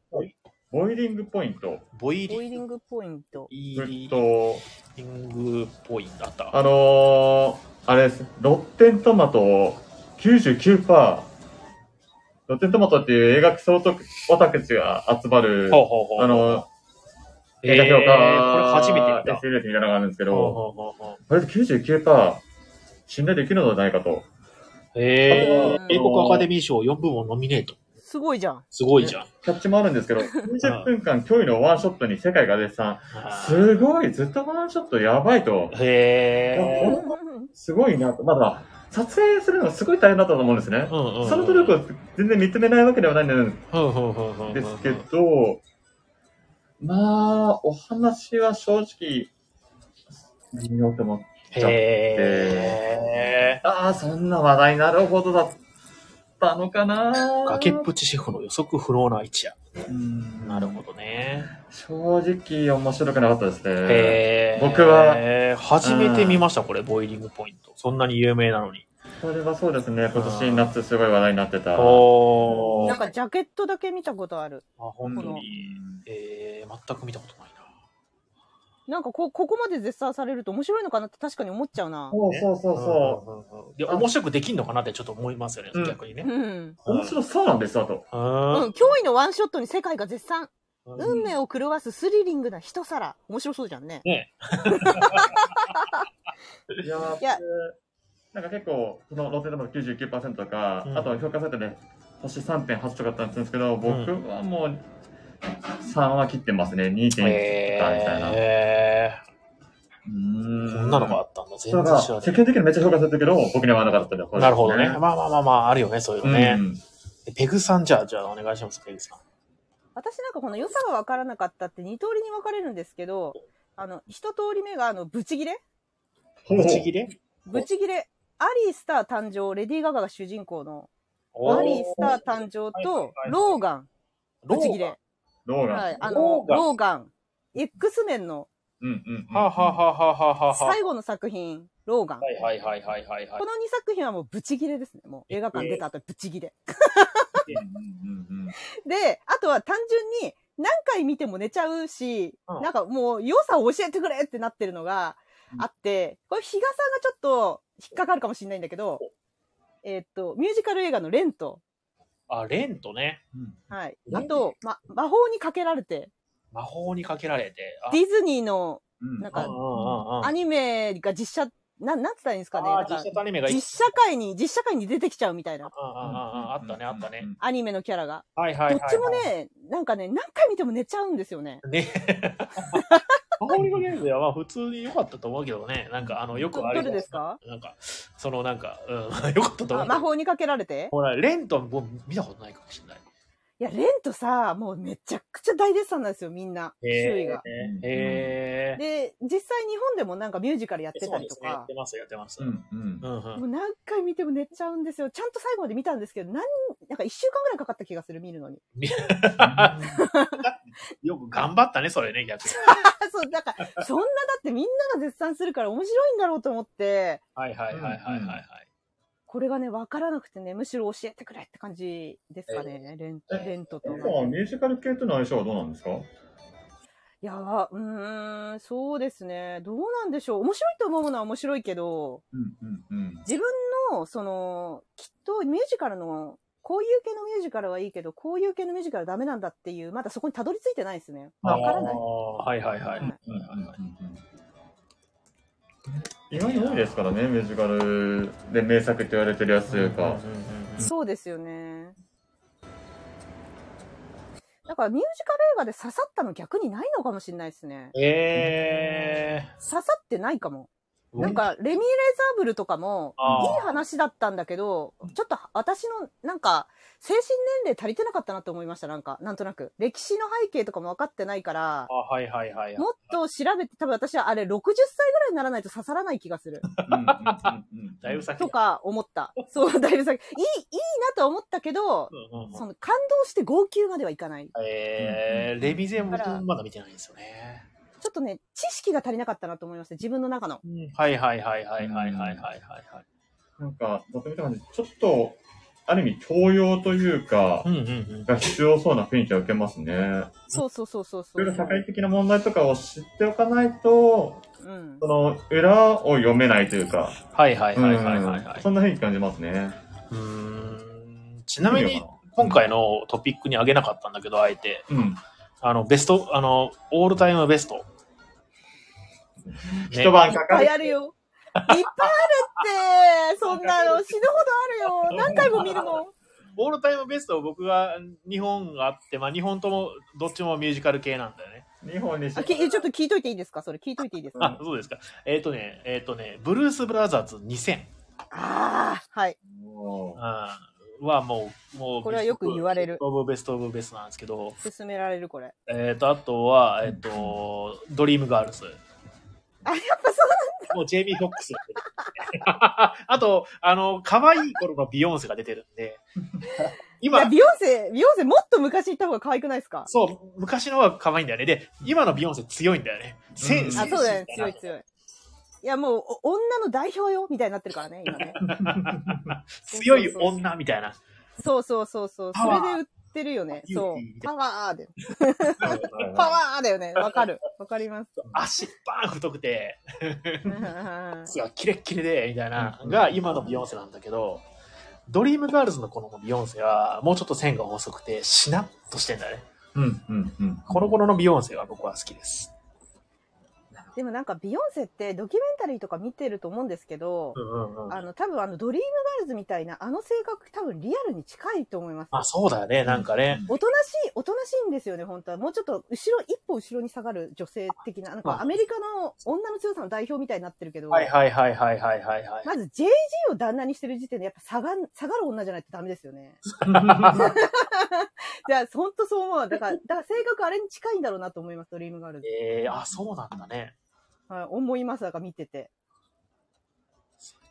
Speaker 3: ボイリングポイント、
Speaker 1: ボイ
Speaker 2: ボイ
Speaker 1: リ
Speaker 2: リングポイント。
Speaker 1: ン
Speaker 3: 沸
Speaker 1: グ
Speaker 3: 騰。
Speaker 1: リングっぽいんだった。
Speaker 3: あのー、あれです。ロッテントマト99%。ロッテントマトっていう映画総督オタクたちが集まる、
Speaker 1: ほうほうほう。
Speaker 3: あの、
Speaker 1: えー、
Speaker 3: 映画評
Speaker 1: こ
Speaker 3: 価、
Speaker 1: れ初めて見た。
Speaker 3: SLS みたいなのがあるんですけ
Speaker 1: ほう
Speaker 3: ど、
Speaker 1: ほうほうほ
Speaker 3: これで99%信頼できるのではないかと。
Speaker 1: うえ
Speaker 2: うん
Speaker 1: ー、英国アカデミー賞4部門ノミネート。
Speaker 2: すごいじゃん。
Speaker 1: すごいじゃん。
Speaker 3: キャッチもあるんです
Speaker 1: [laughs]
Speaker 3: けど、20分間距離のワンショットに世界が出てた。すごい、ずっとワンショットやばいと。
Speaker 1: へ
Speaker 3: うんすごいなと。まだ、撮影するのすごい大変だったと思うんですね
Speaker 1: ー。。うんうんうん
Speaker 3: その努力を全然認めないわけではないん
Speaker 1: うんうんうんうんうん
Speaker 3: ですけど、まあ、お話は正直、微妙と思って、
Speaker 1: へ
Speaker 3: ああ、そんな話題になるほどだったのかな。
Speaker 1: ー。崖っぷちシェフの予測不能な一夜。
Speaker 3: うん
Speaker 1: なるほどね。
Speaker 3: 正直面白くなかったですね。
Speaker 1: へー。
Speaker 3: 僕は
Speaker 1: へー初めて見ました、これ、ボイリングポイント。そんなに有名なのに。
Speaker 3: それはそうですね。今年夏すごい話題になってた。
Speaker 1: おー。
Speaker 2: なんかジャケットだけ見たことある。
Speaker 1: あ、本当
Speaker 2: この
Speaker 1: に。えー、全く見たことないな。
Speaker 2: なんかこ、ここまで絶賛されると面白いのかなって確かに思っちゃうな。
Speaker 3: そうそうそうそ
Speaker 1: うん。で、面白くできんのかなってちょっと思いますよね、
Speaker 3: うん
Speaker 1: 逆に
Speaker 2: う
Speaker 1: ね。
Speaker 2: ん。
Speaker 3: う。面白そうなんですよ、あと。
Speaker 1: う
Speaker 2: うん
Speaker 1: ん。、
Speaker 2: 驚異のワンショットに世界が絶賛。運命を狂わすスリリングな一皿。面白そうじゃんね。
Speaker 3: いやー
Speaker 2: いや
Speaker 3: なんか結構、そのロテでも99%とか、
Speaker 1: うん
Speaker 3: あと評価サイトで星3.8とかだったんですけど、僕
Speaker 1: うん
Speaker 3: はもう3は切ってますね。2.1とかみたいな。
Speaker 1: え
Speaker 3: う
Speaker 1: ー、
Speaker 3: ー
Speaker 1: こんなのがあったんだ。全
Speaker 3: そ
Speaker 1: 然
Speaker 3: うだ
Speaker 1: 知ら
Speaker 3: 世
Speaker 1: ない。
Speaker 3: 間的にめっちゃ評価されてるけど、僕には合わなかったんだよ。これ
Speaker 1: なるほどね。
Speaker 3: です
Speaker 1: まあまあまあまあ、あるよね、そういうの
Speaker 3: う
Speaker 1: ね。
Speaker 3: ん
Speaker 1: ペグさん、じゃあ、じゃあお願いします、ペグさん。
Speaker 2: 私なんかこの良さが分からなかったって二通りに分かれるんですけど、あの、一通り目があの、ブチギレ
Speaker 3: ほう
Speaker 1: ぶ
Speaker 3: ほう
Speaker 1: ち切れ
Speaker 2: ブチギレ。アリースター誕生、レディー・ガガが主人公の、
Speaker 1: お
Speaker 2: アリースター誕生
Speaker 1: はいはい
Speaker 2: と
Speaker 1: はい、
Speaker 2: ローガン、ブチギレ。
Speaker 3: ど
Speaker 2: は
Speaker 3: うが
Speaker 2: い、あ
Speaker 1: ロー
Speaker 2: の、
Speaker 1: ガン
Speaker 2: ローガン。X メンの
Speaker 3: うんうんうん。
Speaker 1: はあ、はあはあはあはあはあ
Speaker 2: 最後の作品、ローガン。
Speaker 1: はいはいはいはいはいはい
Speaker 2: この2作品はもうブチギレですね。もう映画館出た後ブチギレ。
Speaker 3: うんうんうん
Speaker 2: で、あとは単純に何回見ても寝ちゃうし、
Speaker 1: うん
Speaker 2: なんかもう良さを教えてくれってなってるのがあって、これ比嘉さんがちょっと引っかかるかもしれないんだけど、えーっと、ミュージカル映画のレント。
Speaker 1: あ、レントね。
Speaker 3: うん
Speaker 2: はい。
Speaker 1: レ
Speaker 2: あ
Speaker 1: ン
Speaker 2: と、ま、魔法にかけられて、
Speaker 1: 魔法にかけられて。あ
Speaker 2: ディズニーの
Speaker 3: うん
Speaker 2: なん
Speaker 1: う
Speaker 2: か
Speaker 1: んうんうんうん。
Speaker 2: アニメが実写、なん、なんつったらいいんですかね。
Speaker 1: あ
Speaker 2: な
Speaker 1: あ
Speaker 2: ん
Speaker 1: 実
Speaker 2: か
Speaker 1: 写とアニメがいい。
Speaker 2: 実写界に、実写界に出てきちゃうみたいな。
Speaker 1: あああああったね、あったね。。
Speaker 2: アニメのキャラが。
Speaker 1: はいはいはい。
Speaker 2: どっちも。ね、なんかね、何回見ても寝ちゃうんですよね。
Speaker 1: ね。魔法にかけられてはまあ普通に良かったと思うけどね。なんかあの、よく
Speaker 2: ど
Speaker 1: ある
Speaker 2: どれですか
Speaker 1: なんか、そのなんか、うん、良かったと思
Speaker 2: あ
Speaker 1: う。
Speaker 2: 魔。法にかけられて
Speaker 1: ほら、レントも見たことないかもしれない。
Speaker 2: いや、レントさ、もうめちゃくちゃ大絶賛なんですよ、みんな。周囲が。
Speaker 1: へえ。
Speaker 2: で、実際日本でもなんかミュージカルやってたりと
Speaker 1: やっ
Speaker 2: か
Speaker 1: て、ます、やってます。
Speaker 3: う
Speaker 1: うん
Speaker 3: んうん
Speaker 1: う。ん。
Speaker 2: もう何回見ても寝ちゃうんですよ。ちゃんと最後まで見たんですけど、なん、なんか一週間ぐらいかかった気がする、見るのに。 [laughs]
Speaker 1: よく頑張ったね、それね、逆に。
Speaker 2: あそう、なんか、そんなだってみんなが絶賛するから面白いんだろうと思って、
Speaker 1: はいはいはいはいはいはい。
Speaker 2: これがね、わからなくてね、むしろ教えてくれって感じですかね、レン
Speaker 3: え
Speaker 2: レントと。
Speaker 3: 今はミュージカル系との相性はどうなんですか
Speaker 2: いやー、うーん、そうですね。どうなんでしょう。面白いと思うものは面白いけど、
Speaker 3: うんうんうん。
Speaker 2: 自分の、その、きっとミュージカルの、こういう系のミュージカルはいいけど、こういう系のミュージカルはダメなんだっていう、まだそこにたどり着いてないですね。わからない。
Speaker 1: はいはいはい。
Speaker 3: 意外に多いですからね、ミュージカルで名作って言われてるやつというか。
Speaker 2: そうですよね。だからミュージカル映画で刺さったの逆にないのかもしれないですね。
Speaker 1: ええ
Speaker 2: 刺さってないかも。なんか、レミー・レザーブルとかも、
Speaker 1: あ
Speaker 2: い
Speaker 1: ー
Speaker 2: い話だったんだけど、ちょっと私の、なんか、精神年齢足りてなかったなと思いました、なんか、なんとなく。歴史の背景とかも分かってないから
Speaker 1: あ、はいはいはいはい。
Speaker 2: もっと調べて、多分私はあれ60歳ぐらいにならないと刺さらない気がする。
Speaker 1: [laughs] だいぶ先
Speaker 2: とか思った。そう、だいぶ先。いい、いいなと思ったけど、
Speaker 1: うんうんうん
Speaker 2: その感動して号泣まではいかない。ち
Speaker 1: えー、レミゼも
Speaker 2: だから
Speaker 1: まだ見てないんですよね。
Speaker 2: ょっとね、知識が足りなかったなと思いました、自分の中の。
Speaker 1: はいはいはいはいはいはいはいはいはい。
Speaker 3: なんか、ざっと見た感じ、ちょっと、ある意味、教養というか
Speaker 1: う、んうんうん。
Speaker 3: が必要そうな雰囲気は受けますね。
Speaker 2: そうそうそうそう
Speaker 3: い
Speaker 2: そ
Speaker 3: ろいろ
Speaker 2: う。
Speaker 3: 社会的な問題とかを知っておかないと、
Speaker 2: うん
Speaker 3: そ。の、裏を読めないというか、
Speaker 1: はいはいはいはいはいは
Speaker 3: うん
Speaker 1: い
Speaker 3: そ。んな雰囲気感じますね。
Speaker 1: うーんちなみに今回のトピックにあげなかったんだけど、あえて、
Speaker 3: うん。
Speaker 1: あの、ベスト、あの、オールタイムベスト。ね
Speaker 3: 一晩
Speaker 2: いっ
Speaker 3: かか
Speaker 2: ぱい
Speaker 3: る。
Speaker 2: あるよ。いっぱいあるって、そんなの死ぬほどあるよ。何回も見るもん。
Speaker 1: オールタイムベストを僕が2本があって、まあ、2本ともどっちもミュージカル系なんだよね。
Speaker 3: 日本にし
Speaker 2: あきえちょっと聞いといていいですかそれ聞いといていいですか
Speaker 1: あ、そうですか。えっ、とね、えっ、とね、ブルース・ブラザーズ2000
Speaker 2: ああ、はい。
Speaker 3: も
Speaker 1: うんはもう、もう、
Speaker 2: これはよく言われる
Speaker 1: ベストオブベストオブベストなんですけど、
Speaker 2: 勧められるこれ。
Speaker 1: えっ、と、あとは、えっ、と、ドリームガールズ。
Speaker 2: あ、やっぱそう
Speaker 1: もうジェイミー・フォックス。 [laughs] あと、あの、可愛い頃のビヨンセが出てるん
Speaker 2: [laughs]
Speaker 1: で、
Speaker 2: いや、
Speaker 1: 今、
Speaker 2: ビヨンセ、ビヨンセもっと昔行った方が可愛くないですか
Speaker 1: そう、昔の方が可愛いんだよね。で、今のビヨンセ強いんだよね。セン
Speaker 3: うん
Speaker 1: ス。
Speaker 2: あ、そうだよね。強い強い。いや、もう、お女の代表よみたいになってるからね、今
Speaker 3: [laughs]
Speaker 2: ね。
Speaker 1: 強い女みたいな。
Speaker 2: そうそうそうそう。それで売ってるよね。
Speaker 1: 勇
Speaker 2: そ
Speaker 1: 気み
Speaker 2: う。
Speaker 1: た
Speaker 2: パワーで。
Speaker 3: うはい
Speaker 2: パ
Speaker 3: は
Speaker 2: ワーだよね。わかる。わかり
Speaker 3: [laughs]
Speaker 2: ます。
Speaker 1: 足バーン太くて、
Speaker 2: うん
Speaker 1: 靴がキレッキレで、みたいな、
Speaker 3: うん
Speaker 1: が今のビヨンセなんだけど、ドリームガールズの頃のビヨンセは、もうちょっと線が細くて、しなっとしてんだね。
Speaker 3: いうんうんうん。
Speaker 1: この頃のビヨンセは僕は好きです。
Speaker 2: でもなんか、ビヨンセってドキュメンタリーとか見てると思うんですけど、
Speaker 1: うんうんうん。
Speaker 2: あの、多分あの、ドリームガールズみたいな、あの性格、多分リアルに近いと思います。
Speaker 1: まあそうだよね、なんかね。
Speaker 2: おとなしい、おとなしいんですよね、本当は。もうちょっと、後ろ、一歩後ろに下がる女性的な、なん
Speaker 1: うん
Speaker 2: かアメリカの女の強さの代表みたいになってるけど、
Speaker 1: はいはいはいはいはいはいはい。
Speaker 2: まず JG を旦那にしてる時点で、やっぱ下がん、下がる女じゃないとダメですよね。
Speaker 1: [laughs]
Speaker 2: じゃあ、ほんとそう思う。だから、だから性格あれに近いんだろうなと思います、ドリームガールズ。
Speaker 1: えー、あ、そうなんだね。
Speaker 2: はい、思います、だから見てて。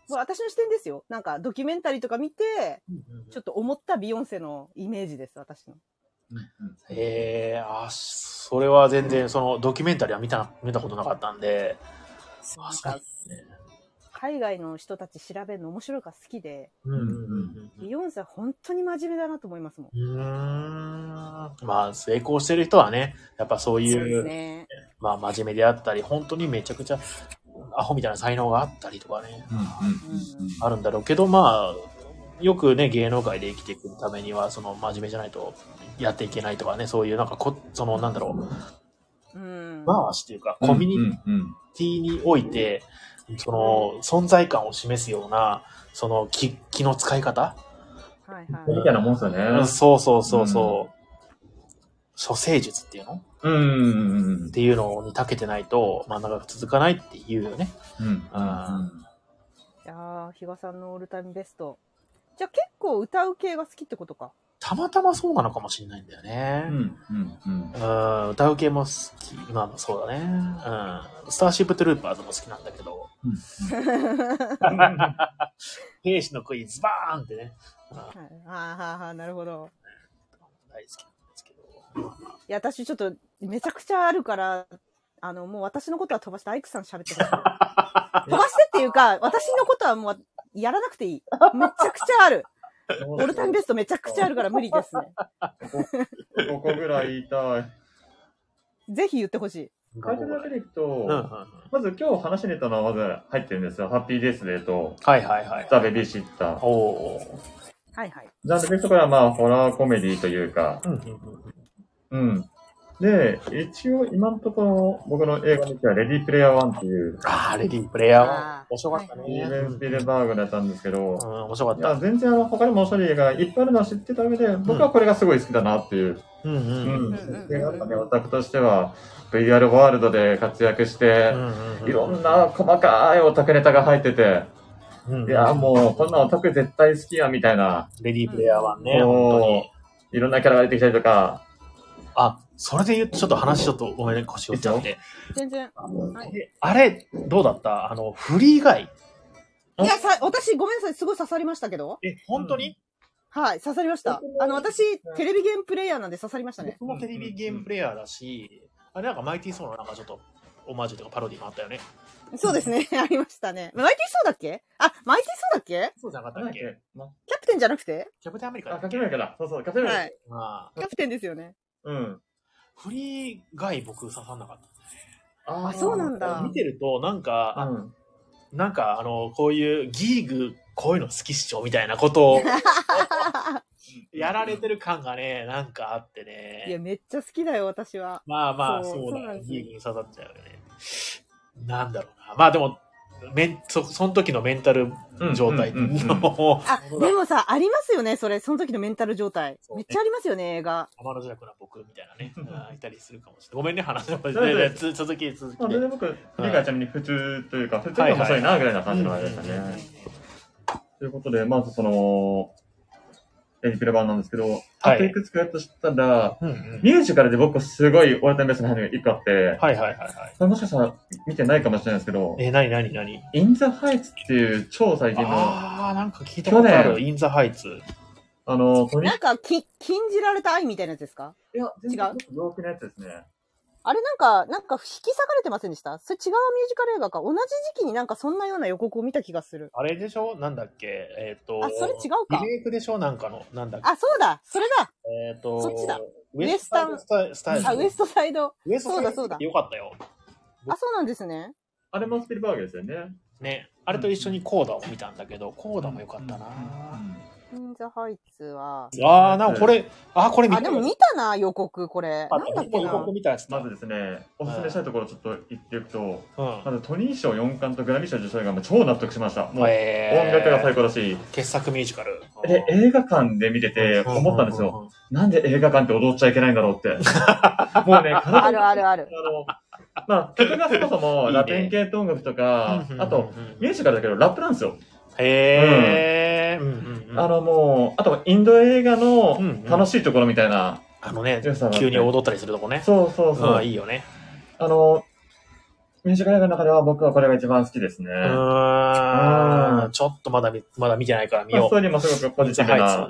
Speaker 2: これ私の視点ですよ。なんか、ドキュメンタリーとか見て、ちょっと思ったビヨンセのイメージです、私の。
Speaker 1: えー、あ、それは全然、そのドキュメンタリーは見た、見たことなかったんで、あそう
Speaker 2: なんか
Speaker 1: ね
Speaker 2: 海外の人たち調べるの面白いから好きで、
Speaker 1: うんうんうん
Speaker 2: ビヨンセは本当に真面目だなと思いますもん。
Speaker 1: うん。うーん。まあ、成功してる人はね、やっぱそうい
Speaker 2: そうで
Speaker 1: う、
Speaker 2: すね。
Speaker 1: まあ、真面目であったり、本当にめちゃくちゃ、アホみたいな才能があったりとかね、あるんだろうけど、まあ、よくね、芸能界で生きていくためには、その、真面目じゃないと、やっていけないとかね、そういう、なんかこ、その、なんだろう、
Speaker 2: うん。
Speaker 1: 回しというか、コミュニコミュニティにおいて、その存在感を示すような、その気気の使い方、
Speaker 2: はいは
Speaker 3: みたいなもんですよね。
Speaker 1: そうそうそうそう、処世術っていうの
Speaker 3: うん
Speaker 1: っていうのに長けてないと、まあ、長く続かないっていうよね。
Speaker 3: うん。
Speaker 2: い。いやー、比嘉さんのオールタイムベスト。じゃあ結構歌う系が好きってことか。
Speaker 1: たまたまそうなのかもしれないんだよね。
Speaker 3: う
Speaker 1: うん
Speaker 3: んうん
Speaker 1: 歌う系も好き。まあまあそうだね。うん。スターシップトゥルーパーズも好きなんだけど、兵士のクイーンズバーンってね、
Speaker 2: はい、あーはーはーなるほど。
Speaker 1: 大好きなんですけど。
Speaker 2: いや、私ちょっとめちゃくちゃあるから、あの、もう私のことは飛ばして、アイクさん喋っ
Speaker 1: [laughs]
Speaker 2: てほしい飛ばしてっていうか、私のことはもうやらなくていい。めちゃくちゃある。オールタイムベストめちゃくちゃあるから無理ですね。
Speaker 3: ここぐらい言いたい。
Speaker 2: ぜひ言ってほしい。
Speaker 3: 会社だけでいく
Speaker 1: うんうんう
Speaker 3: と、
Speaker 1: ん
Speaker 3: まず今日話してたのはまず入ってるんですよ。ハッピーデスデーと、
Speaker 1: はいはいはい。
Speaker 3: ザ・ベビーシッター。
Speaker 1: おお。
Speaker 2: はいはい。
Speaker 3: ジャンルベストからまあ、ホラーコメディというか、
Speaker 1: うんうん
Speaker 3: うん。で、一応今のところ僕の映画の時はレディープレイヤー1っていう、
Speaker 1: ああ、レディープレイヤー
Speaker 2: あ
Speaker 1: は
Speaker 2: ー
Speaker 1: 面白かった
Speaker 2: は
Speaker 1: ね。
Speaker 2: い
Speaker 3: イー
Speaker 1: う
Speaker 3: ベン・
Speaker 1: ん
Speaker 3: スピルバーグだったんですけど、
Speaker 1: うん、面白かっ
Speaker 3: い
Speaker 1: た。
Speaker 3: や、全然あの、他にも面白い映画いっぱいあるのは知ってた上で、僕はこれがすごい好きだなっていう。
Speaker 1: うんうん
Speaker 3: う
Speaker 1: うん
Speaker 3: ん。
Speaker 2: ん
Speaker 3: で、やっぱね、オタクとしては、VR ワールドで活躍して、
Speaker 1: うん。
Speaker 3: いろんな細かいオタクネタが入ってて、
Speaker 1: うん。
Speaker 3: いや、もう、こんなオタク絶対好きや、みたいな。
Speaker 1: レディープレイヤーはね、
Speaker 3: うん
Speaker 1: 本当に。
Speaker 3: いろんなキャラが出てきたりとか、
Speaker 1: あ、それで言うと、ちょっと話ちょっとごめんね、腰折っちゃって。
Speaker 2: 全然。はい
Speaker 1: えあれ、どうだったあの、フリー以外。
Speaker 2: いや、さ、私ごめんなさい。すごい刺さりましたけど。
Speaker 1: え、本当に
Speaker 2: はい、刺さりました。あの、私、テレビゲームプレイヤーなんで刺さりましたね。
Speaker 1: 僕もテレビゲームプレイヤーだし、あれなんかマイティーソーのなんかちょっと、オマージュとかパロディもあったよね。
Speaker 2: そうですね。 [laughs] ありましたね。マイティーソーだっけあ、マイティーソーだっけ
Speaker 1: そうじゃなかったっけ
Speaker 2: キャプテンじゃなくて
Speaker 1: キャプテンアメリカだ
Speaker 3: あ、
Speaker 1: っけ
Speaker 3: かけるかだ。そうそう、かける
Speaker 2: はい。
Speaker 1: まあ
Speaker 2: キャプテンですよ
Speaker 3: [laughs]
Speaker 2: ね。
Speaker 3: うん。
Speaker 1: フリー外僕刺さんなかっ
Speaker 3: あ
Speaker 2: あそうなん
Speaker 1: た。
Speaker 2: だ
Speaker 1: 見てると、なんか、あ
Speaker 3: うん。
Speaker 1: なんかあのこういうギーグこういうの好きっしょみたいなことをやられてる感がねなんかあって
Speaker 2: いや、
Speaker 1: ね
Speaker 2: めっちゃ好きだよ、私は。
Speaker 1: まあまあ
Speaker 2: そう
Speaker 1: そう
Speaker 2: そう
Speaker 1: だ
Speaker 2: なん
Speaker 1: ね
Speaker 2: です
Speaker 1: ギ
Speaker 2: よ
Speaker 1: ーグに刺さっちゃうよねなんだろうなまあでもめんそその時のメンタル状態
Speaker 3: うんうんうんうん
Speaker 1: の
Speaker 2: あ、でもさ、ありますよね、それ。その時のメンタル状態。めっちゃありますよね、映画。
Speaker 1: 天の弱な僕みたいなね、うんいたりするかもしれない。ごめんね、話の
Speaker 3: 全然
Speaker 1: つ続き、続き
Speaker 3: まあ、
Speaker 1: で。
Speaker 3: 全然僕、理解ちなみに普通というか、普通に面白いな、ぐらいな感じのあれでしたね。ということで、まずその、エニプレ版なんですけど、あといくつかやるとしたら、
Speaker 1: うんうん
Speaker 3: ミュージカルで僕すごいオルタンベースの話が一個あって、
Speaker 1: はいはいはいはい。
Speaker 3: それもしかしたら見てないかもしれないですけど、
Speaker 1: え、なになになに
Speaker 3: インザハイツっていう超最近の、あ
Speaker 1: あー、なんか聞いたことあ
Speaker 3: 去
Speaker 1: る。インザハイツ。
Speaker 3: の、トニ
Speaker 2: なんか、き、禁じられた愛みたいなやつですか
Speaker 3: いや、全
Speaker 2: 然違う
Speaker 3: 洋服のやつですね。
Speaker 2: あれなんか、なんか引き裂かれてませんでしたそれ違うミュージカル映画か。同じ時期になんかそんなような予告を見た気がする。
Speaker 1: あれでしょなんだっけえっ、と。
Speaker 2: あそれ違うか
Speaker 1: リメイクでしょなんかの。なんだっけ
Speaker 2: あ、そうだそれだ
Speaker 1: えっ、と。
Speaker 2: そっちだ。
Speaker 1: ウエスタンスタイル。スタイル
Speaker 2: あ、ウエストサイド。
Speaker 1: ウエスト
Speaker 2: そうだそうだ
Speaker 1: よかったよ。
Speaker 2: あ、そうなんですね。
Speaker 3: あれもスピルバーグですよね。
Speaker 1: ね。あれと一緒にコーダを見たんだけど、コーダもよかったな。
Speaker 2: インザハイツは。
Speaker 1: あー、なんかこれ、あー、これ見
Speaker 2: あ、
Speaker 1: た
Speaker 2: でも見たな、予告、これ。なんだっけ
Speaker 1: 予
Speaker 2: な
Speaker 1: 告。見たやつだ
Speaker 3: まずですね、おすすめしたいところちょっと言っていくと、
Speaker 1: うん
Speaker 3: まずトニー賞4冠とグラミー賞受賞がもう超納得しました。もう
Speaker 1: えー
Speaker 3: 音楽が最高だし、
Speaker 1: 傑作ミュージカル。
Speaker 3: で、映画館で見てて思ったんですよ。
Speaker 1: よ。
Speaker 3: なんで映画館って踊っちゃいけないんだろうって。もうね、体が
Speaker 2: あるあるある。
Speaker 3: あの、まあ、曲がそもそも
Speaker 1: いいね
Speaker 3: ラテン系と音楽とか、あと、、ミュージカルだけどラップなんですよ。
Speaker 1: へえ、うんうんうん
Speaker 3: あのもう、あとインド映画の
Speaker 1: うんうん
Speaker 3: 楽しいところみたいな。
Speaker 1: あのね
Speaker 3: 良さがあっ、て
Speaker 1: 急に踊ったりするとこね。
Speaker 3: そうそうそうう。
Speaker 1: ん、いいよね。
Speaker 3: あの、ミュージカル映画の中では僕はこれが一番好きですね。
Speaker 1: う
Speaker 3: まう
Speaker 1: ー
Speaker 3: ん
Speaker 1: ん、ちょっとまだ見まだ見てないから見
Speaker 3: あ、
Speaker 1: よ
Speaker 3: スト
Speaker 1: う。
Speaker 3: ーリーもすごくポジティブな
Speaker 1: は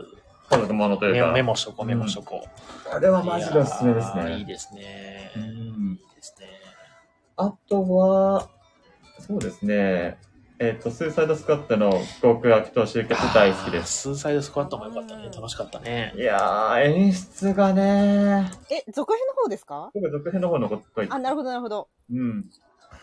Speaker 3: 家族ものと
Speaker 1: い
Speaker 3: いうか
Speaker 1: メ、モしとこう、メモしとこ
Speaker 3: これ
Speaker 1: う。
Speaker 3: はマジでおすすめです
Speaker 1: いやーいい
Speaker 3: ね。
Speaker 1: ですね
Speaker 3: う。ん
Speaker 1: いいですね。
Speaker 3: あとは、そうですね。えっと、スーサイドスクワットの極悪と集結大好きです。
Speaker 1: スーサイドスクワットもよかったね
Speaker 2: う。ん
Speaker 1: 楽しかったね。
Speaker 3: いやー、演出がね
Speaker 2: え、続編の方ですか
Speaker 3: 僕は続編の方のことっぽい。
Speaker 2: あ、なるほど、なるほど。
Speaker 3: うん。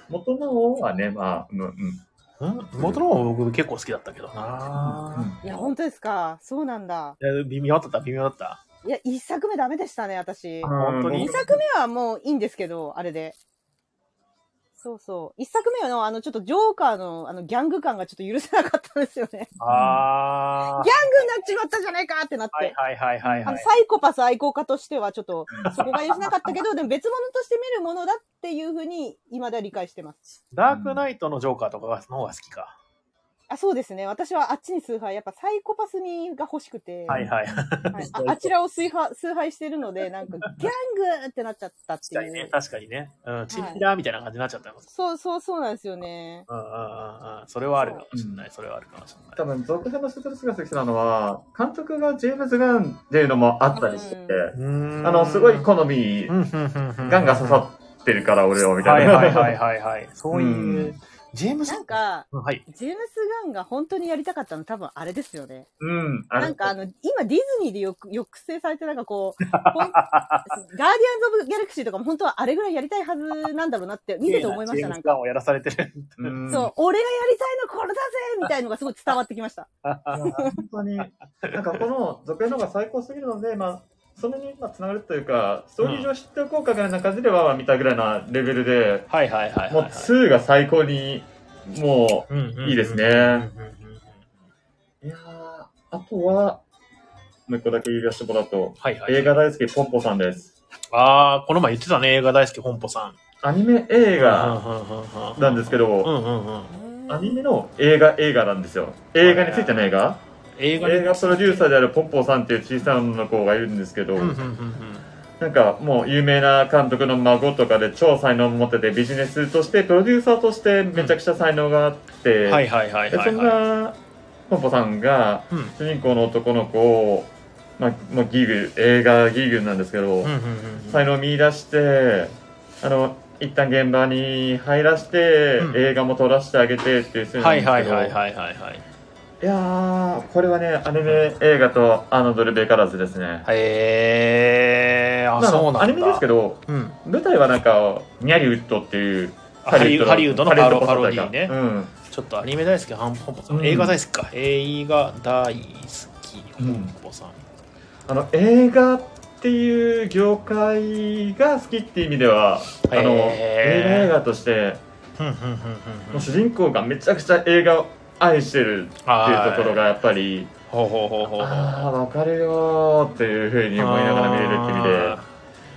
Speaker 3: 元の方はね、まあ、うんうん。
Speaker 1: うん元の方僕結構好きだったけど
Speaker 3: うん
Speaker 1: な。
Speaker 2: いや、本当ですか。そうなんだ。
Speaker 1: いや微妙だった、微妙だった。
Speaker 2: いや、一作目ダメでしたね、私。
Speaker 1: 本当に
Speaker 2: 二作目はもういいんですけど、あれで。そうそう。一作目の、あの、ちょっとジョーカーの、あの、ギャング感がちょっと許せなかったんですよね。
Speaker 1: あー。
Speaker 2: ギャングになっちまったじゃないかってなって。
Speaker 1: はいはいはいはい
Speaker 2: あ
Speaker 1: は
Speaker 2: の
Speaker 1: い。
Speaker 2: サイコパス愛好家としては、ちょっと、そこが許せなかった
Speaker 1: [laughs]
Speaker 2: けど、でも別物として見るものだっていうふうに、未だ理解してます。
Speaker 1: ダークナイトのジョーカーとかの方が好きか。
Speaker 2: あ、そうですね。私はあっちに崇拝、やっぱサイコパス味が欲しくて、
Speaker 1: はいはい。
Speaker 2: はいああちらを崇拝崇拝してるので、なんか、ギャングってなっちゃったって
Speaker 1: 確かに
Speaker 2: い
Speaker 1: ね
Speaker 2: う、。
Speaker 1: 確かにね。うん、チンピラみたいな感じになっちゃったよ。
Speaker 2: そうそうそうなんですよね。
Speaker 1: うんうんうんうん。それはあるかもしれない。それはあるかもしれ
Speaker 3: 多分、続編のスーサイドスクワットが好きなのは、監督がジェームズ・ガンっていうのもあったりして、
Speaker 1: ない。
Speaker 3: あの、すごい好み、
Speaker 1: うんうんうんうん
Speaker 3: ガンが刺さってるから俺を、みた
Speaker 1: はいい
Speaker 3: な。
Speaker 1: はいはいはいはい。そういうう、ジェームス
Speaker 2: なん、か、
Speaker 1: うんはい。
Speaker 2: ジェームス・ガンが本当にやりたかったの多分あれですよね。
Speaker 3: うん。あれ
Speaker 2: なんかあの、今ディズニーでよく抑制されてなんかこう、ほんガーディアンズ・オブ・ギャラクシーとかも本当はあれぐらいやりたいはずなんだろうなって見てて思いました、
Speaker 1: ジェーム
Speaker 2: な
Speaker 1: ス
Speaker 2: ん
Speaker 1: ガ
Speaker 2: か。
Speaker 1: ンをやらされてる。
Speaker 3: うん
Speaker 2: そう、俺がやりたいのこれだぜみたいのがすごい伝わってきました。
Speaker 3: いや本当に。なんかこの続編の方が最高すぎるので、まあ、それにまあつながるというか、ストーリー上知っておこうかぐらいな感じではまあ見たぐらいなレベルで、
Speaker 1: はいはいはいはい
Speaker 3: もう
Speaker 1: はい。
Speaker 3: 2が最高に、も
Speaker 1: うんうんうん
Speaker 3: ういいですね。いやーあとは、もう一個だけ指輪してもらうと、
Speaker 1: はいはい。
Speaker 3: 映画大好きポンポさんです。
Speaker 1: ああ、この前言ってたね、映画大好き、本舗さん。
Speaker 3: アニメ映画
Speaker 1: 画
Speaker 3: なんですけど、
Speaker 1: うんうんうん。
Speaker 3: アニメの映画映画なんですよ。映画についての映画
Speaker 1: 映画に
Speaker 3: 映画プロデューサーであるポンポさんっていう小さな女の子がいるんですけど、
Speaker 1: うんうんうんうん。
Speaker 3: なんかもう有名な監督の孫とかで超才能を持っててビジネスとしてプロデューサーとしてめちゃくちゃ才能があって、
Speaker 1: はいはいはい
Speaker 3: で
Speaker 1: は
Speaker 3: そ
Speaker 1: い
Speaker 3: ん
Speaker 1: は
Speaker 3: なポンポさんが
Speaker 1: い。うん
Speaker 3: 主人公の男の子を、まあ、まあギグ映画ギグなんですけど、
Speaker 1: うんうんうん
Speaker 3: 才能を見出してあの一旦現場に入らして、
Speaker 1: うん
Speaker 3: 映画も撮らせてあげてっていうス
Speaker 1: う
Speaker 3: ー
Speaker 1: ん
Speaker 3: ンなん
Speaker 1: はい
Speaker 3: ですけど
Speaker 1: はいはいはいはいはい。
Speaker 3: いやーこれはねアニメ映画とアナドルベからずですね、
Speaker 1: へえー、あ、
Speaker 3: まあ
Speaker 1: そうなんだ。
Speaker 3: アニメですけど
Speaker 1: うん。
Speaker 3: 舞台はなんかニャリウッドっていう
Speaker 1: ハリウハリウッドの
Speaker 3: ハ
Speaker 1: パロパ
Speaker 3: ポスター
Speaker 1: ロ
Speaker 3: が
Speaker 1: ディね
Speaker 3: う。ん
Speaker 1: ちょっとアニメ大好き、ハンポンポさ
Speaker 3: うん
Speaker 1: ん。映画大好きか。映画大好き、ハ
Speaker 3: うん
Speaker 1: ンポンさん。
Speaker 3: あの映画っていう業界が好きっていう意味ではあの
Speaker 1: へー
Speaker 3: 映画映画としてもう主人公がめちゃくちゃ映画を愛してるっていうところがやっぱり、
Speaker 1: ほうほうほうほう
Speaker 3: ああ、わかるよーっていうふうに思いながら見れるって意味で、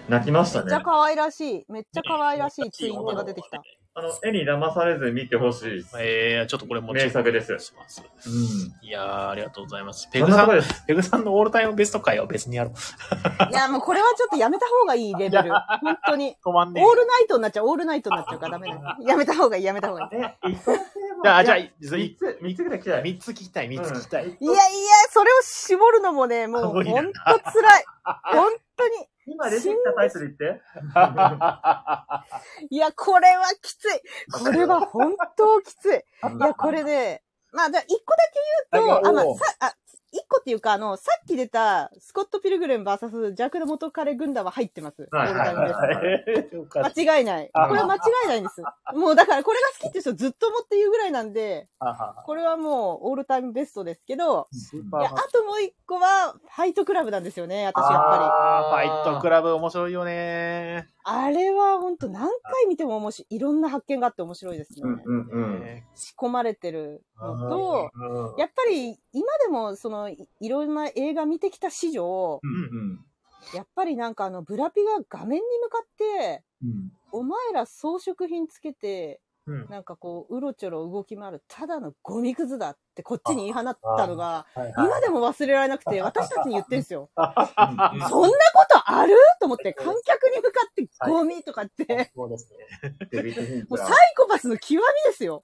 Speaker 3: 泣きました
Speaker 2: めっちゃ
Speaker 3: ね。
Speaker 2: 可愛らしい。めっちゃ可愛らしいツイントが出てきた。
Speaker 3: あの、絵に騙されず見てほしいです。
Speaker 1: えー、ちょっとこれも
Speaker 3: 名作ですよ
Speaker 1: します。
Speaker 3: う
Speaker 1: いやー、ありがとうございます。
Speaker 3: ん。
Speaker 1: ペ
Speaker 3: そ
Speaker 1: グ
Speaker 3: んな
Speaker 1: さ
Speaker 3: とこ
Speaker 1: ん、
Speaker 3: です。
Speaker 1: ペグさんのオールタイムベスト回は別にやろう。
Speaker 2: いや、もうこれはちょっとやめた方がいいレベル。本当に。
Speaker 1: 止まん
Speaker 2: オールナイトになっちゃう、オールナイトになっちゃうからダメだ。やめた方がいい、やめた方がいい。
Speaker 1: じゃあ、じゃあ、
Speaker 3: いや三つ、三つぐらい来たい。
Speaker 1: 3つ聞きたい、3つ聞きたい。
Speaker 3: うん
Speaker 2: いやいや、それを絞るのもね、もう
Speaker 1: 無
Speaker 2: 本
Speaker 1: 理
Speaker 2: 当
Speaker 1: だ
Speaker 2: 辛。
Speaker 1: ない
Speaker 2: 本当に。
Speaker 3: 今出てきたタイトル言って。
Speaker 2: いや、これはきつい。これは本当きつい。いや、これね、まあ、じゃあ一個だけ言うと、あ、まあ、さ、あ、一個っていうか、あの、さっき出た、スコット・ピルグレム VS ジャクル元彼軍団は入ってます。
Speaker 3: はいはいはいはい
Speaker 1: よかった。
Speaker 2: 間違いない。こ
Speaker 1: あ
Speaker 2: れは間違いないんです。もうだからこれが好きって人ずっと思って言うぐらいなんで、これはもうオールタイムベストですけど、
Speaker 1: スー
Speaker 2: い
Speaker 1: パ
Speaker 2: や、
Speaker 1: ー
Speaker 2: あ
Speaker 1: ファイ
Speaker 2: ともう一個は、ファイトクラブなんですよね、私やっぱり。
Speaker 1: あーファイトクラブ面白いよね
Speaker 2: あれは本当何回見ても面白い、いろんな発見があって面白いですね。
Speaker 3: うんうんうん。
Speaker 1: ね
Speaker 2: 仕込まれてるのと、
Speaker 1: うん
Speaker 2: やっぱり今でもそのいいろんな映画見てきた史上、
Speaker 3: うん
Speaker 2: やっぱりなんかあのブラピが画面に向かって、
Speaker 3: うん。
Speaker 2: お前ら装飾品つけて、
Speaker 1: うん
Speaker 2: なんかこう、うろちょろ動き回る、ただのゴミくずだってこっちに言い放ったのが、
Speaker 1: はいはい
Speaker 2: 今でも忘れられなくて、私たちに言ってんすよ。
Speaker 3: う
Speaker 2: そ
Speaker 3: ん
Speaker 2: んなことあると思って、観客に向かってゴミとかって、
Speaker 1: そうですね。
Speaker 3: デビッド・フィン
Speaker 2: もう
Speaker 3: チ
Speaker 2: サイ
Speaker 3: ャー
Speaker 2: コパスの極みですよ。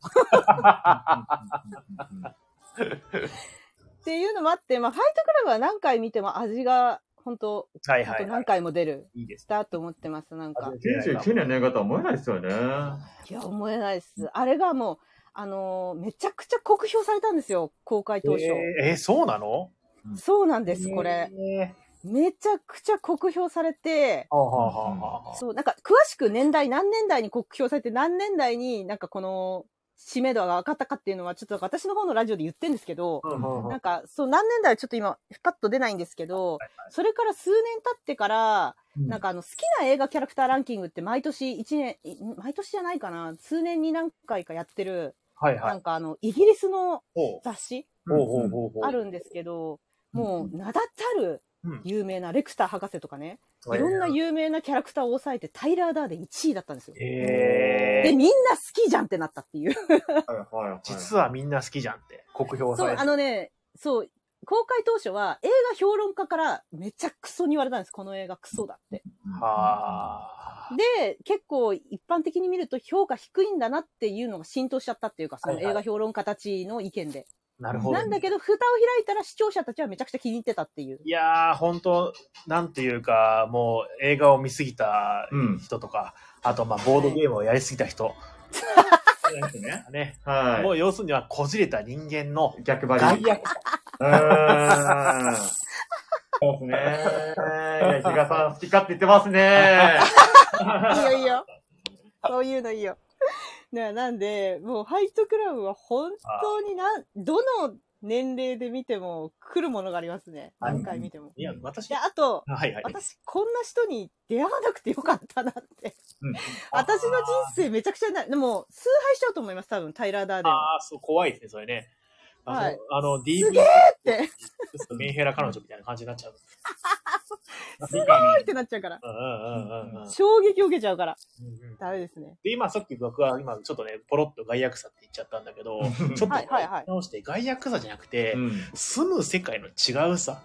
Speaker 2: っていうのもあって、まあ、ファイトクラブは何回見ても味が、本当
Speaker 1: はい
Speaker 2: 本
Speaker 1: は
Speaker 2: 当
Speaker 1: い
Speaker 2: 何回も出る、
Speaker 1: いいです。
Speaker 2: だと思ってます、なんか。
Speaker 3: 99年の映画とは思えないですよね。
Speaker 2: いや、思えないです。あれがもう、あのーめちゃくちゃ酷評されたんですよ、公開当初。
Speaker 1: えーえー、そうなの
Speaker 2: そうなんです、これ。。
Speaker 1: え
Speaker 2: めちゃくちゃ酷評されて、
Speaker 1: ーはあはあはあはあ
Speaker 2: そう、なんか詳しく年代、何年代に酷評されて、何年代になんかこの、知名度が上がったかっていうのは、ちょっと私の方のラジオで言ってるんですけど、
Speaker 1: うんうんうん
Speaker 2: なんか、そう、何年代はちょっと今、パッと出ないんですけど、それから数年経ってから、なんかあの、好きな映画キャラクターランキングって毎年一年、い毎年じゃないかな、数年に何回かやってる、
Speaker 1: はいは。
Speaker 2: ないんかあの、イギリスの
Speaker 1: ほう
Speaker 2: 雑誌
Speaker 1: ほうほうほうほう。
Speaker 2: あるんですけど、
Speaker 3: うん
Speaker 2: もう、名だたる
Speaker 1: うん
Speaker 2: 有名なレクター博士とかね、
Speaker 1: はい
Speaker 2: ろんな有名なキャラクターを抑えて、タイラー・ダーで1位だったんですよ。
Speaker 1: え
Speaker 2: で、
Speaker 1: ー
Speaker 2: みんな好きじゃんってなったっていう。
Speaker 3: はいはいはい
Speaker 1: 実はみんな好きじゃんって、酷評さ
Speaker 2: そう、
Speaker 1: れ
Speaker 2: あ
Speaker 1: て。
Speaker 2: のね、そう、公開当初は映画評論家からめちゃクソに言われたんです。この映画クソだって。
Speaker 1: はあ。
Speaker 2: で、結構一般的に見ると評価低いんだなっていうのが浸透しちゃったっていうか、その
Speaker 1: はいはい
Speaker 2: 映画評論家たちの意見で。
Speaker 1: なるほど。
Speaker 2: なんだけど、蓋を開いたら視聴者たちはめちゃくちゃ気に入ってたっていう。
Speaker 1: [laughs] いやー、本当なんていうか、もう映画を見すぎた
Speaker 3: うん
Speaker 1: 人とか、あと、まあ、ボードゲームをやりすぎた
Speaker 2: [laughs]
Speaker 1: 人、
Speaker 3: そうですね
Speaker 1: ね、も
Speaker 3: は
Speaker 1: う要するにはこじれた人間の
Speaker 3: い。逆
Speaker 1: 外
Speaker 3: 張り。
Speaker 1: 野、
Speaker 3: うーん。そうですね。いや、比嘉さん好きかって言ってますね。
Speaker 2: いいよいいよ。そういうのいいよ。ななんで、もうファイトクラブは本当になん、どの年齢で見ても来るものがありますね。
Speaker 1: はい
Speaker 2: 何回見ても。
Speaker 1: いや、私、
Speaker 2: で、
Speaker 1: は
Speaker 2: あと、
Speaker 1: いはい。
Speaker 2: 私、こんな人に出会わなくてよかったなって。
Speaker 3: うん
Speaker 2: 私の人生めちゃくちゃな、でも、崇拝しちゃうと思います、多分、タイラー・ダーデンは。
Speaker 1: ああ、そう、怖いですね、それね。あの、
Speaker 2: はい
Speaker 1: あの、DV
Speaker 2: すげえって、
Speaker 1: メンヘラ彼女みたいな感じになっちゃ
Speaker 2: [laughs]
Speaker 1: う。
Speaker 2: すごいってなっちゃうから。
Speaker 1: うんうんうんうんうん。
Speaker 2: 衝撃を受けちゃうから。
Speaker 1: うんうん
Speaker 2: ダメですね。
Speaker 1: で、今、さっき僕は今、ちょっとね、ポロッと外役さって言っちゃったんだけど、ちょっと
Speaker 2: はいはいはい
Speaker 1: 直して、外役さじゃなくて、
Speaker 3: うん
Speaker 1: 住む世界の違うさ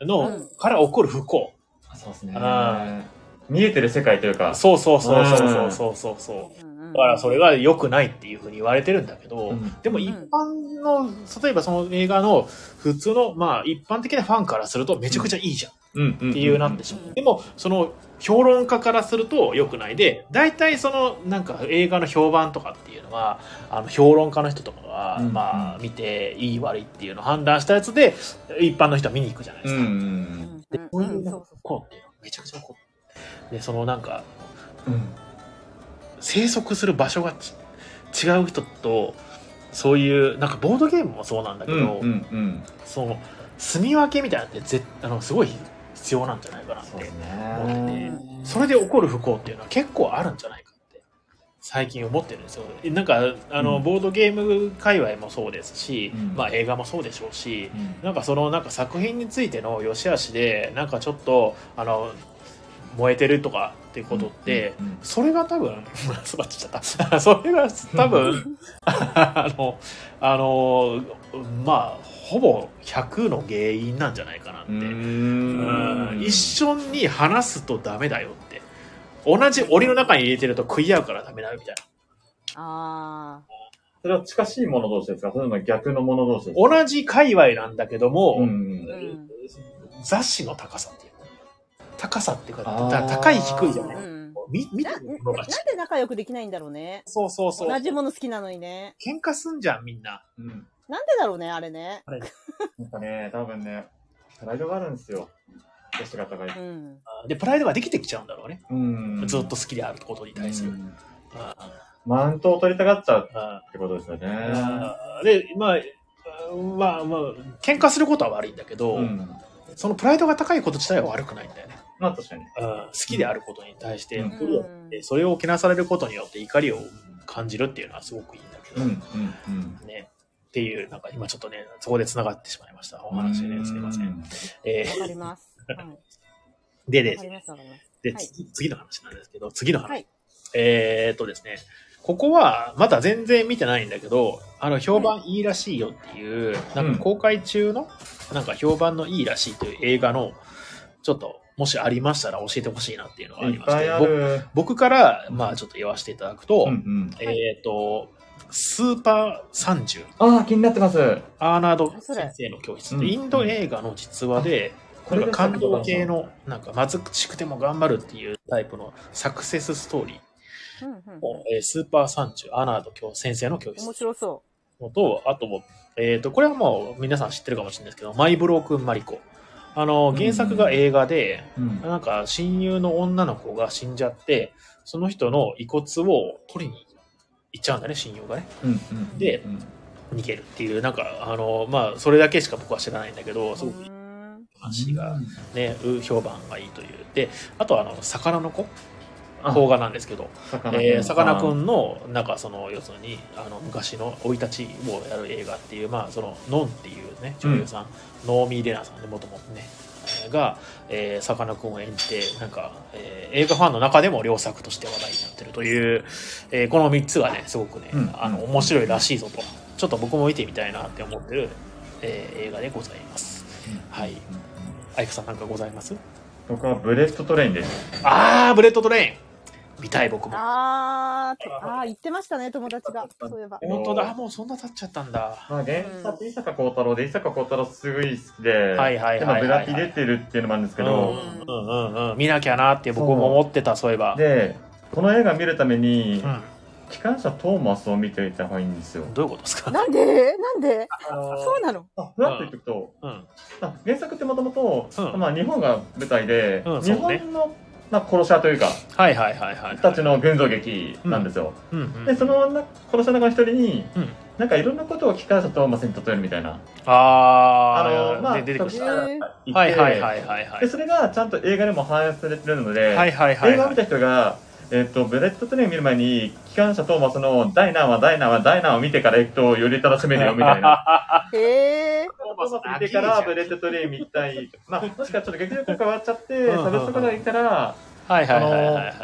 Speaker 1: の、
Speaker 2: うん
Speaker 1: から起こる不幸。
Speaker 3: そうですね
Speaker 1: あ。
Speaker 3: 見えてる世界というか。
Speaker 1: そうそうそうそうそうそうそう。
Speaker 2: うんうん
Speaker 1: だからそれが良くないっていうふうに言われてるんだけど、
Speaker 3: うん
Speaker 1: でも一般の、例えばその映画の普通の、まあ一般的なファンからするとめちゃくちゃいいじゃんっ
Speaker 3: うんうん。
Speaker 1: ていうなってしま
Speaker 2: うん
Speaker 1: う。でも、その評論家からすると良くないで、大体そのなんか映画の評判とかっていうのは、あの評論家の人とかが、
Speaker 3: うん
Speaker 1: まあ見ていい悪いっていうのを判断したやつで、一般の人は見に行くじゃないで
Speaker 3: う
Speaker 1: す
Speaker 3: ん
Speaker 1: か。
Speaker 2: う
Speaker 3: うん
Speaker 2: ん
Speaker 1: で、こういう
Speaker 2: うん
Speaker 1: のが
Speaker 2: そう
Speaker 1: 起こるっていうのはめちゃくちゃ起こる。で、そのなんか、
Speaker 3: うん。
Speaker 1: 生息する場所がち違う人とそういうなんかボードゲームもそうなんだけ
Speaker 3: う
Speaker 1: ど、
Speaker 3: んうんうん。
Speaker 1: その住み分けみたいなのってぜあのすごい必要なんじゃないかなって
Speaker 3: そうです
Speaker 1: 思ってて
Speaker 3: ね。
Speaker 1: それで起こる不幸っていうのは結構あるんじゃないかって最近思ってるんですよなんかあの、
Speaker 3: うん
Speaker 1: ボードゲーム界隈もそうですし、
Speaker 3: うん
Speaker 1: まあ、映画もそうでしょうし、
Speaker 3: うん
Speaker 1: なんかそのなんか作品についての良し悪しでなんかちょっとあの燃えてるとかっていうことって、
Speaker 3: うんうん
Speaker 1: それが多分 [laughs] すばっちゃったそれが多分 [laughs] あのあのまあほぼ100の原因なんじゃないかなって、うん一緒に話すとダメだよって同じ檻の中に入れてると食い合うからダメだよみたいな
Speaker 2: あ
Speaker 3: それは近しいもの同士ですかそれとも逆のもの同士ですか
Speaker 1: 同じ界隈なんだけども、
Speaker 3: うん
Speaker 2: あ。うん。
Speaker 1: 雑誌の高さっていう高さっていうか
Speaker 3: あー
Speaker 1: だ高い低いじゃ
Speaker 3: う
Speaker 1: ない
Speaker 2: うん
Speaker 1: 見見て
Speaker 2: なな
Speaker 1: る
Speaker 2: なん
Speaker 1: ものが違う
Speaker 2: で仲良くできないんだろうね。
Speaker 1: そうそうそう
Speaker 2: 同じもの好きなのにね。
Speaker 1: 喧嘩すんじゃんみんな
Speaker 3: うん
Speaker 2: なんでだろうね、あれね。
Speaker 3: なんかね、多分ね、プライドがあるんですよ。女子方がいて
Speaker 2: うん。
Speaker 1: でプライドができてきちゃうんだろうね、
Speaker 3: うん
Speaker 1: ずっと好きであることに対する、
Speaker 3: う
Speaker 1: うん
Speaker 3: ん
Speaker 1: う
Speaker 3: マウントを取りたがっちゃうんってことですよね。
Speaker 1: でまあうんまあまあ喧嘩することは悪いんだけど、
Speaker 3: うん。
Speaker 1: そのプライドが高いこと自体は悪くないんだよね、
Speaker 3: まあ確かに。
Speaker 1: うん、好きであることに対して、
Speaker 3: うん
Speaker 1: 不利をでそれをけなされることによって怒りを感じるっていうのはすごくいいんだけ
Speaker 3: う
Speaker 1: ど、
Speaker 3: ん、うん、うん。
Speaker 1: ねっていうなんか今ちょっとねそこで繋がってしまいましたお話ねすいません、。え
Speaker 2: わかります。はい。わ
Speaker 1: ーでで
Speaker 2: かります、わかります。
Speaker 1: で、
Speaker 2: はい
Speaker 1: 次次の話なんですけど、次の話。
Speaker 2: はい
Speaker 1: えーっとですね、ここはまだ全然見てないんだけど、あの、評判いいらしいよっていう、なんか公開中の、なんか評判のいいらしいという映画の、ちょっと、もしありましたら教えてほしいなっていうのがあ
Speaker 3: い
Speaker 1: り
Speaker 3: っ
Speaker 1: まし
Speaker 3: ぱい
Speaker 1: て、
Speaker 3: あ
Speaker 1: ぼ
Speaker 3: る。
Speaker 1: 僕から、まあちょっと言わせていただくと、
Speaker 3: ん。
Speaker 1: えーっと、スーパー30、
Speaker 3: ああ、気になってます。
Speaker 1: アーナード
Speaker 2: それ
Speaker 1: 先生の教室っ
Speaker 3: うん
Speaker 1: て、インド映画の実話で、これが感動系の、なんか貧しくても頑張るっていうタイプのサクセスストーリー
Speaker 2: うんうん。
Speaker 1: を、えースーパーサンチュ、アナード教先生の教室
Speaker 2: 面白そ
Speaker 1: のと、あとも、えっ、と、これはもう皆さん知ってるかもしれないですけど、マイブロークンマリコ。あの、原作が映画で、
Speaker 3: うん
Speaker 1: なんか親友の女の子が死んじゃって、その人の遺骨を取りに行っちゃうんだね、親友がね。
Speaker 3: うんうん
Speaker 1: で
Speaker 3: うん
Speaker 1: 逃げるっていう、なんか、あの、まあ、それだけしか僕は知らないんだけど、
Speaker 2: う。
Speaker 1: すごくいい
Speaker 2: うん
Speaker 1: 話がね、う評判がいいという。で、あとはあの、魚の子、
Speaker 3: あ
Speaker 1: 邦画なんですけど、
Speaker 3: 魚
Speaker 1: えーさかなクンのなんかその要するにあの昔の生い立ちをやる映画っていうまあそのノンっていうね女優さん、ノーミー・レナさんでもともとねえーが、えー、さかなクンを演じてなんか、えー映画ファンの中でも良作として話題になってるという、えーこの3つがねすごくね、
Speaker 3: うん
Speaker 1: あの面白いらしいぞとちょっと僕も見てみたいなって思ってる、えー映画でございますはい
Speaker 3: うん
Speaker 1: アイクさんなんかございます
Speaker 3: 僕はブレッドトレインです。
Speaker 1: あーブレッドトレイン見たい僕も
Speaker 2: あー、あー言ってましたね、友達が。そういえば。
Speaker 1: 本当だもうそんな経っちゃったんだ
Speaker 3: まあ原作、伊坂幸太郎で、伊坂幸太郎すごい好きで、
Speaker 1: はいはいはいはいはい
Speaker 3: 今ブラピ出てるっていうのもあるんですけ
Speaker 1: うん
Speaker 3: ど、
Speaker 1: うんうんうん見なきゃなって僕も思ってたそういえば
Speaker 3: で、この映画見るために
Speaker 1: う、ん
Speaker 3: 機関車トーマスを見ておいた方がいいんですよ。
Speaker 1: どういうことですか
Speaker 2: なんでなんで
Speaker 3: あの
Speaker 2: そうなの
Speaker 3: あふわっと言っておくと、
Speaker 1: うん
Speaker 3: あ原作ってもともと
Speaker 1: うん
Speaker 3: まあ日本が舞台で、
Speaker 1: うん
Speaker 3: 日
Speaker 1: そうね
Speaker 3: 本の、まあ、殺し屋というか、
Speaker 1: はいはいはいはい
Speaker 3: たちの群像劇なんですよ。
Speaker 1: うんう
Speaker 3: で
Speaker 1: ん
Speaker 3: そのな殺し屋の中の一人に、
Speaker 1: うん
Speaker 3: なんかいろんなことを機関車トーマスに例えるみたいな。
Speaker 1: あー
Speaker 3: のまあ
Speaker 1: で出てくる
Speaker 3: 特
Speaker 1: し
Speaker 3: 殊
Speaker 1: は
Speaker 3: な
Speaker 1: は
Speaker 3: 人がいて
Speaker 1: いはいはいはいは
Speaker 3: で
Speaker 1: い
Speaker 3: それがちゃんと映画でも反映されてるので、
Speaker 1: はいはいはい
Speaker 3: 映画を見た人が、えっとブレッドトレイン見る前に機関車トーマスの第何話第何話第何話を見てから行くとより楽しめるよみたいな。
Speaker 1: [laughs]
Speaker 2: へー。
Speaker 3: トーマス見てからブレッドトレイン見たい。まあ、もしかちょっと劇力が変わっちゃって、
Speaker 1: うん
Speaker 3: 差別とかがいたら、
Speaker 1: はいはいはいはいはい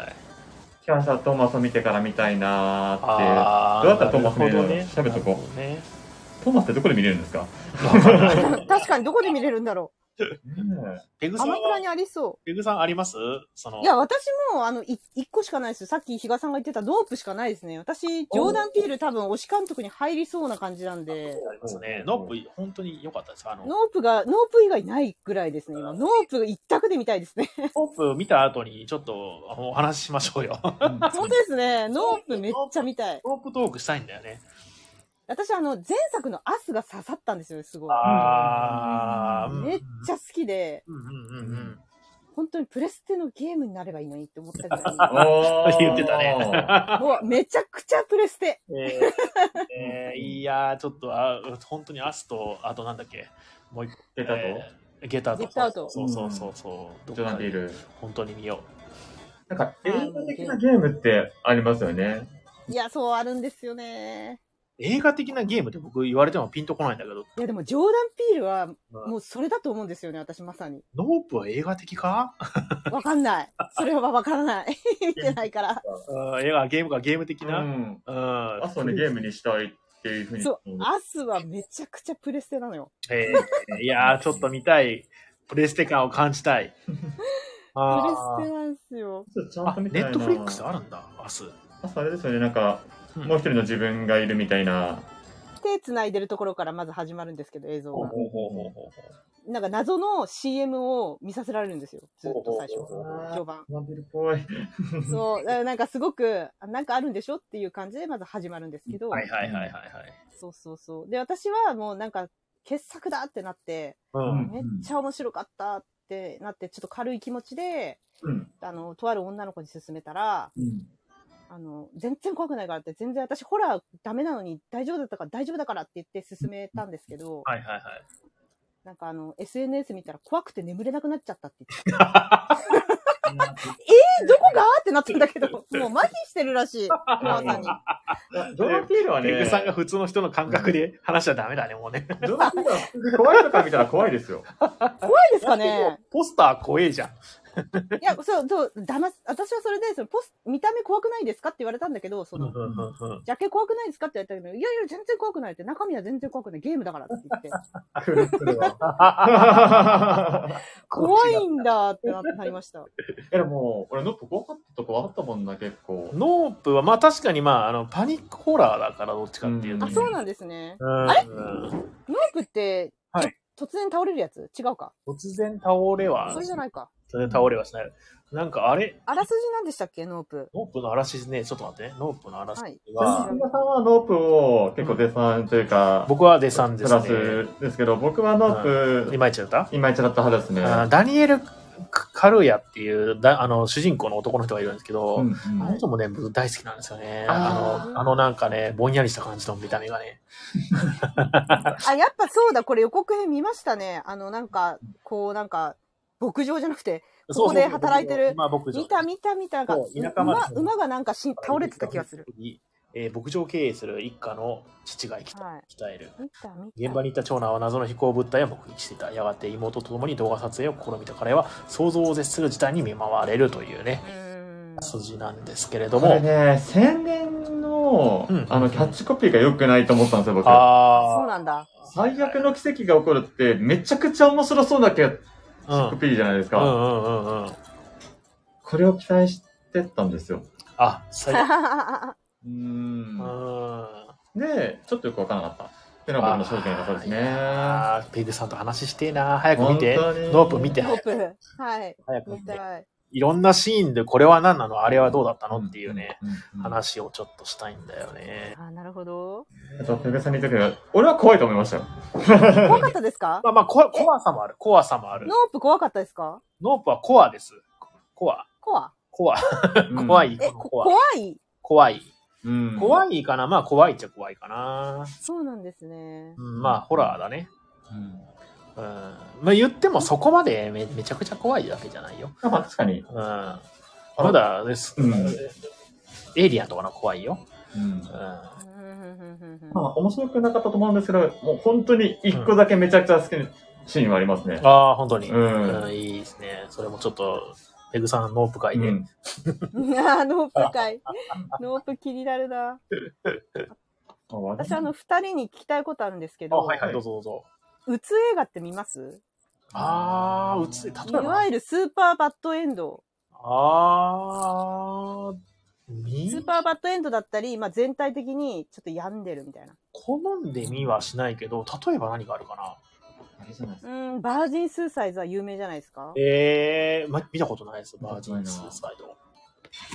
Speaker 3: キャンサートーマスを見てから見たいなーって。
Speaker 1: あー
Speaker 3: どうやったらトーマス見れるの
Speaker 1: な
Speaker 3: 調べとこ
Speaker 1: うね
Speaker 3: トーマスってどこで見れる
Speaker 1: [laughs]
Speaker 3: んですか、
Speaker 2: 確かにどこで見れるんだろ
Speaker 1: ペグ
Speaker 2: う。
Speaker 1: さん
Speaker 2: 天倉
Speaker 1: は
Speaker 2: にありそ
Speaker 1: ペグさんありますその
Speaker 2: う。いや、私も、あの、い一個しかないです。さっき比嘉さんが言ってたノープしかないですね。私、ジョーダン・ピール多分、推し監督に入りそうな感じなんで、
Speaker 1: ありますねノープ本当に良かったですあの
Speaker 2: ノープが、ノープ以外ないぐらいですね、今。ノープ一択で見たい [laughs] ですね。
Speaker 1: ノープ見た後にちょっとあのお話ししましょう [laughs] よノ
Speaker 3: うん
Speaker 2: 本当ですね。ノープめっちゃ見たい。
Speaker 1: ープトークしたいんだよね
Speaker 2: 私、あの、前作のアスが刺さったんですよね、すごい。
Speaker 1: あー
Speaker 2: めっちゃ好きで、
Speaker 1: うんうんうんうん
Speaker 2: 本当にプレステのゲームになればいいのにって思ったぐらい
Speaker 3: おー
Speaker 1: [laughs] 言ってたね [laughs]
Speaker 2: もうめちゃくちゃプレステ。
Speaker 1: えーえーいやー、ちょっと、あ本当にアスと、あとなんだっけ、もう一個。
Speaker 3: ゲタと
Speaker 1: えーゲタと。
Speaker 2: ゲタと
Speaker 1: そうそうそうそう。
Speaker 3: ジョナティー
Speaker 1: ル。
Speaker 3: ル。
Speaker 1: 本当に見よ
Speaker 3: なんか映画的なゲームってありますよね。
Speaker 2: いや、そうあるんですよね。
Speaker 1: 映画的なゲームって僕言われてもピンとこないんだけど。
Speaker 2: いや、でもジョーダン・ピールは、もうそれだと思うんですよね、私まさに。
Speaker 1: ノープは映画的か
Speaker 2: わかんない。それはわからない。見てないから。
Speaker 1: うん映画、ゲームか、ゲーム的
Speaker 3: う
Speaker 1: な。
Speaker 3: ん。
Speaker 1: うん。
Speaker 3: あそうね、ゲームにしたいっていうふうに。
Speaker 2: そう、アスはめちゃくちゃプレステなのよ。
Speaker 1: えーいやー、 [laughs] ちょっと見たい。プレステ感を感じた [laughs] い。
Speaker 2: プレ
Speaker 1: あ
Speaker 2: ステ
Speaker 1: ー
Speaker 2: なんですよ。
Speaker 3: そうちゃん
Speaker 1: あ
Speaker 3: と見て
Speaker 1: ネ
Speaker 3: ないな
Speaker 1: ットフリックスあるんだ、明日。
Speaker 3: あそうあれですよね、なんか、
Speaker 1: うん
Speaker 3: もう一人の自分がいるみたいな。
Speaker 2: 手繋いでるところからまず始まるんですけど、映像
Speaker 1: ほう
Speaker 2: が。
Speaker 1: ほうほうほうほう
Speaker 2: なんか謎の CM を見させられるんですよ。ずっと最
Speaker 1: ほうほ
Speaker 2: 初。
Speaker 1: うほうほう
Speaker 2: 序盤。
Speaker 3: マンデルっぽい。
Speaker 2: そう、だからなんかすごく、あなんかあるんでしょっていう感じでまず始まるんですけど、
Speaker 1: はいはいはいはいはい。
Speaker 2: そうそうそう。で、私はもうなんか、傑作だってなって、
Speaker 1: うん。
Speaker 2: めっちゃ面白かったってなって、ちょっと軽い気持ちで、
Speaker 3: うん。
Speaker 2: あの、とある女の子に勧めたら、
Speaker 3: うん。
Speaker 2: あの、全然怖くないからって、全然私ホラーダメなのに大丈夫だったから大丈夫だからって言って勧めたんですけど、
Speaker 1: はいはい
Speaker 2: なんかあの、SNS 見たら怖くて眠れなくなっちゃったって言って、
Speaker 1: はい。
Speaker 2: え、どこがってなったんだけど、もう麻痺してるら
Speaker 3: [laughs]
Speaker 2: しい。お母さんに。
Speaker 3: ジョーダン・ピールは
Speaker 1: ペ
Speaker 3: ね、
Speaker 1: グさんが普通の人の感覚で話しちゃダメだね、もうね。
Speaker 3: ジョーダン・ピールは普通に怖いとか見たら怖いですよ。
Speaker 2: 怖いですか
Speaker 3: [laughs]
Speaker 2: ね
Speaker 1: ポスター怖えじゃん。
Speaker 2: いや、そう、そう、だま、私はそれで、そのポス、見た目怖くないですかって言われたんだけど、その、
Speaker 1: うん
Speaker 2: ジャケ怖くないですかって言われたけど、いやいや、全然怖くないって、中身は全然怖くない、ゲームだからって言って、
Speaker 3: それは
Speaker 2: [laughs] 怖いんだってななりました。
Speaker 3: いやでも、俺、ノップ怖かったとこあったもんな、結構。
Speaker 1: [laughs] ノープは、まあ確かにまあ、あの、パニックホラーだから、どっちかっていうと。
Speaker 2: あ、そうなんですね。
Speaker 1: あれ
Speaker 2: ノープって、
Speaker 1: はい
Speaker 2: 突然倒れるやつ違うか。
Speaker 1: 突然倒れは
Speaker 2: そ、れじゃないか。
Speaker 1: 突然倒れはしない。なんかあれ
Speaker 2: あらすじなんでしたっけ、ノープ。
Speaker 1: ノープの嵐ね、ちょっと待ってね。ノープの嵐
Speaker 2: はい。
Speaker 1: は、
Speaker 3: 皆さんはノープを結構デサンというか、
Speaker 1: 僕はデサンで
Speaker 3: プ
Speaker 1: す
Speaker 3: ラ
Speaker 1: ね。
Speaker 3: スですけど、僕はノー
Speaker 1: い
Speaker 3: プ、
Speaker 1: まいちだった
Speaker 3: いまいちだった派ですね。
Speaker 1: あーダニエル・カルーヤっていうだあの主人公の男の人がいるんですけど、
Speaker 3: うんうん
Speaker 1: あの人もね、僕大好きなんですよね。
Speaker 3: あ
Speaker 1: あ
Speaker 2: ー
Speaker 1: の、あのなんかね、ぼんやりした感じの見た目がね。
Speaker 2: あ、やっぱそうだ、これ予告編見ましたね。あの、なんか、こう、なんか、牧場じゃなくて、ここで働いてる
Speaker 1: まあ僕
Speaker 2: 見た見た見たが、
Speaker 1: そう田舎まで
Speaker 2: 馬馬がなんかし倒れてた気がする。。
Speaker 1: えー牧場経営する一家の父が生きた
Speaker 2: はい。
Speaker 1: 鍛える。
Speaker 2: 見た見た。
Speaker 1: 現場にいた長男は謎の飛行物体を目撃していた。やがて妹と共に動画撮影を試みた彼は想像を絶する事態に見舞われるというね、
Speaker 2: うーん。
Speaker 1: 筋なんですけれど
Speaker 3: これ
Speaker 1: も。
Speaker 3: ね、宣伝の
Speaker 1: うん、
Speaker 3: あの、キャッチコピーが良くないと思ったんですよ、僕。
Speaker 2: そう
Speaker 1: あ
Speaker 2: なんだ。
Speaker 1: あ。
Speaker 3: 最悪の奇跡が起こるって、めちゃくちゃ面白そうなキャッチ
Speaker 1: うん
Speaker 3: コ。ピーじゃないです
Speaker 1: う
Speaker 3: か。
Speaker 1: んうんうんうん。
Speaker 3: これを期待してったんですよ。
Speaker 1: あ、最悪。
Speaker 3: うーん
Speaker 1: う。ん。
Speaker 3: で、ちょっとよくわからなかった。ってのが僕の正直な方ですね。
Speaker 1: あーペグさんと話してえな。早く見て。
Speaker 3: 本当に
Speaker 1: ノープ見て。
Speaker 2: [laughs] ノープ。はい。
Speaker 1: 早く
Speaker 2: 見
Speaker 1: 見て。
Speaker 2: たい。
Speaker 1: いろんなシーンでこれは何なのあれはどうだったのっていうね、
Speaker 3: うん。うんうん
Speaker 1: 話をちょっとしたいんだよね。
Speaker 2: あ、なるほど。
Speaker 3: あと、ペグさんに言ったけど、俺は怖いと思いましたよ。
Speaker 2: 怖かったですか
Speaker 1: まあまあ、こわ怖さもある。怖さもある
Speaker 2: ノ。ープ怖かったですか
Speaker 1: ノープはコアです。コア。
Speaker 2: コア
Speaker 1: コア。 [laughs] 怖い。
Speaker 2: え、
Speaker 1: この
Speaker 2: こ
Speaker 1: コア
Speaker 2: 怖い
Speaker 1: 怖い。
Speaker 3: うん。い。
Speaker 1: 怖いかなまあ、怖いっちゃ怖いかな。
Speaker 2: そうなんですね
Speaker 1: う。ん、まあ、ホラーだね。
Speaker 3: うん
Speaker 1: うん。まあ、言ってもそこまでめめちゃくちゃ怖いわけじゃないよ。
Speaker 3: まあ、確かに。
Speaker 1: うん。まだです。
Speaker 3: うん
Speaker 1: エイリアンとかの怖いよ。
Speaker 3: うん
Speaker 1: うん。あ
Speaker 2: うんうんうんうんうん
Speaker 3: まあ、面白くなかったと思うんですけど、もう本当に一個だけめちゃくちゃ好きなシーンはありますね。
Speaker 1: あ、本当に。
Speaker 3: うん
Speaker 1: うん、いいですね。それもちょっと、ペグさんノープ会で。
Speaker 3: うん。
Speaker 2: あーノープかい。ノープ気になるな。私、
Speaker 3: 私
Speaker 2: あの、、二人に聞きたいことあるんですけ
Speaker 1: あ、
Speaker 2: ど
Speaker 1: は、いはい、どうぞどうぞ。
Speaker 2: うつ映画って見ます
Speaker 1: ああ、うつ、例え
Speaker 2: い
Speaker 1: ば。
Speaker 2: わゆるスーパーバッドエンド。
Speaker 1: ああ、み
Speaker 2: スーパーバッドエンドだったり、まあ、全体的にちょっと病んでるみたいな。
Speaker 1: 好んでみはしないけど、例えば何があるかな
Speaker 3: あれじゃないです
Speaker 2: う
Speaker 3: か。
Speaker 2: ーん、バージンスーサイズは有名じゃないですか
Speaker 1: ええま、見たことないです、バージンスーサイド。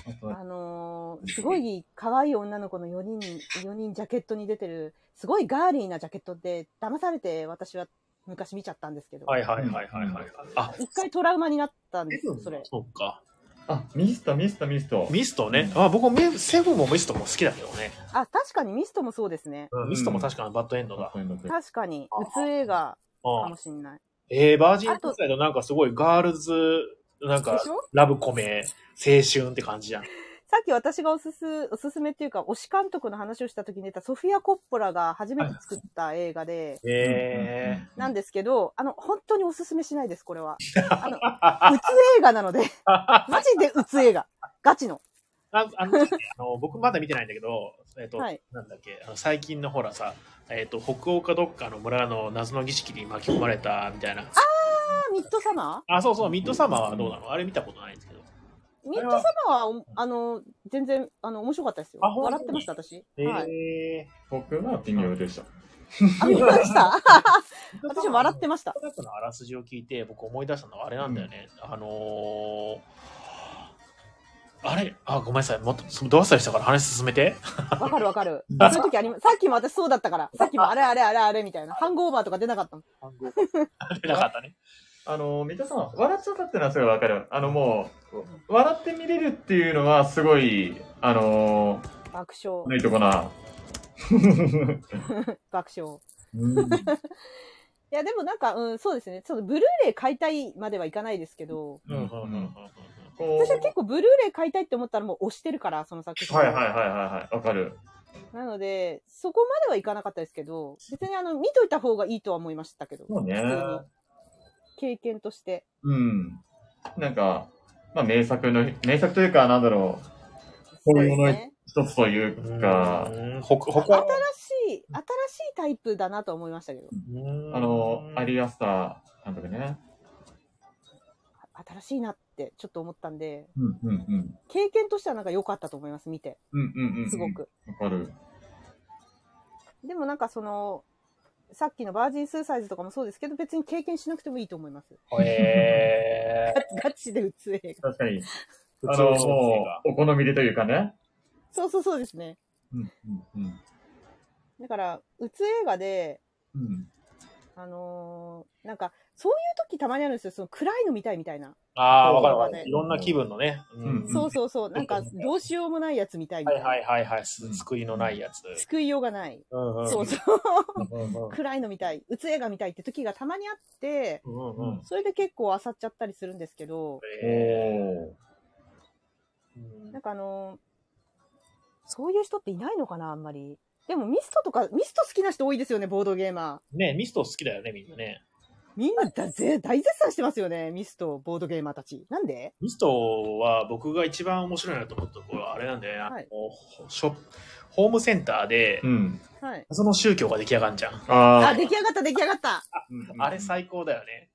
Speaker 3: あとは
Speaker 2: あのーすごい可愛い女の子の4人、4人ジャケットに出てる、すごいガーリーなジャケットで、騙されて私は昔見ちゃったんですけど、
Speaker 1: はいはいはいはいはい。あ、
Speaker 2: 一回トラウマになったんですよ、それ。
Speaker 1: そうか。
Speaker 3: あ、ミスト、ミスト、ミスト。
Speaker 1: ミストね。あ僕メ、セブンもミストも好きだけどね。
Speaker 2: あ、確かにミストもそうですね。
Speaker 1: うんミストも確かにバッドエンドだ。
Speaker 3: こういうのって
Speaker 2: 確かに、うつ映画か
Speaker 1: う
Speaker 2: も
Speaker 1: ん、
Speaker 2: しんない。
Speaker 1: えー、バージンスーサイドなんかすごいガールズ、なん
Speaker 2: で
Speaker 1: か
Speaker 2: しょ
Speaker 1: ラブコメ、青春って感じじゃん。
Speaker 2: ささっき私がおすす、おすすめっていうか、推し監督の話をした時に出たソフィア・コッポラが初めて作った映画で、
Speaker 1: えー
Speaker 2: なんですけど、あの、本当におすすめしないです、これは。あ
Speaker 1: [laughs]
Speaker 2: の、うつ映画なので、マジでうつ映画。ガチの。
Speaker 1: ああのあの僕まだ見てないんだけど、えっと
Speaker 2: はい
Speaker 1: なんだっけあの最近のほらさ、えっと北欧かどっかの村の謎の儀式に巻き込まれたみたいな
Speaker 2: あーミッドサマ
Speaker 1: あそうそうミッドサマーはどうなのあれ見たことないんですけど
Speaker 2: ーミッドサマーは、おあの、全然、あの、面白かったですよ。
Speaker 1: あ本当に
Speaker 2: 笑ってました、私。はい。
Speaker 1: え
Speaker 3: 僕は微妙でした。
Speaker 2: あ、見ました。 [laughs]
Speaker 1: ー、
Speaker 2: 私笑ってました。
Speaker 1: ミッドサマーのあらすじを聞いて僕思い出したのはあれなんだよね、あのーあれあごめんなさいもっとそどうしたから話進めて
Speaker 2: わかるわかる。そういう時あります。さっきも私そうだったから。さっきもあれあれあれあれみたいな。ハングオーバーとか出なかったもん。
Speaker 1: 出なかったね
Speaker 3: あの、三田さん、笑っちゃったっていうのはすごいわかる。あの、もう、笑って見れるっていうのはすごい、あの、
Speaker 2: 爆笑。
Speaker 3: ないとこな。
Speaker 2: 爆笑。
Speaker 3: うん
Speaker 2: いや、でもなんか、うん、そうですね。ちょっとブルーレイ買いたいまではいかないですけど、
Speaker 1: うんうんうんうんうん
Speaker 3: こ
Speaker 2: 私は
Speaker 3: う
Speaker 2: 結構ブルーレイ買いたいって思ったらもう押してるから、その作品。
Speaker 3: はいはいはいはいはい、わかる。
Speaker 2: なので、そこまではいかなかったですけど、別にあの、見といた方がいいとは思いましたけど、
Speaker 3: そうね。
Speaker 2: 経験として。
Speaker 3: うん。なんか、まあ名作の、名作というか、なんだろう、こういうも
Speaker 2: そう
Speaker 3: の
Speaker 2: ですね
Speaker 3: 一つというか、
Speaker 1: うんほか
Speaker 2: 新
Speaker 1: 他
Speaker 2: しい、新しいタイプだなと思いましたけど、
Speaker 3: あの、アリアスター監督ね。
Speaker 2: 新しいなってちょっと思ったんで、
Speaker 3: うんうんうん。
Speaker 2: 経験としてはなんか良かったと思います、見て。
Speaker 3: うんうんうん。
Speaker 2: すご。く。
Speaker 3: わかる。
Speaker 2: でもなんかその、さっきのバージンスーサイズとかもそうですけど、別に経験しなくてもいいと思います。
Speaker 1: えー、
Speaker 2: ガチでうつ映画。
Speaker 3: 確かに。
Speaker 1: 普
Speaker 3: あ
Speaker 1: 通の
Speaker 3: の、
Speaker 1: 人生が
Speaker 3: もう、お好みでというかね。
Speaker 2: そうそうそうですね。
Speaker 3: うんうんうん。
Speaker 2: だから、うつ映画で、
Speaker 3: うん。
Speaker 2: あのーなんか、そういう時たまにあるんですよ。その暗いの見たいみたいな。
Speaker 1: ああ、わかるわ
Speaker 2: そ
Speaker 1: か
Speaker 2: うだ
Speaker 1: る。
Speaker 2: ね
Speaker 1: いろんな気分のね。う
Speaker 3: うん
Speaker 2: そうそうそう。なんか、どうしようもないやつみたいみ
Speaker 1: は
Speaker 2: た
Speaker 1: い
Speaker 2: いな。
Speaker 1: はいはいはい。す救いのないやつ。
Speaker 2: 救いようがない。
Speaker 1: うんうん
Speaker 2: そうそう。
Speaker 1: うんうん
Speaker 2: 暗いの見たい。うつ映画見たいって時がたまにあって、
Speaker 1: うんうん
Speaker 2: それで結構漁っちゃったりするんですけど、
Speaker 1: え
Speaker 3: お
Speaker 1: ー
Speaker 2: なんかあのーそういう人っていないのかな、あんまり。でもミストとか、ミスト好きな人多いですよね、ボードゲーマ
Speaker 1: ねミスト好きだよね、みんなね。
Speaker 2: ー。みんなだぜ大絶賛してますよね、ミスト、ボードゲーマーたち。なんで
Speaker 1: ミストは僕が一番面白いなと思ったところはあれなんだよね。
Speaker 2: はい
Speaker 1: あのショップホームセンターで
Speaker 3: ー。う、ん。
Speaker 2: はい。
Speaker 1: その宗教が出来上がんじゃん。
Speaker 2: あ、
Speaker 3: あ
Speaker 2: 出来上がった、出来上がった。 [laughs]
Speaker 3: ー。
Speaker 1: あれ最高だよね。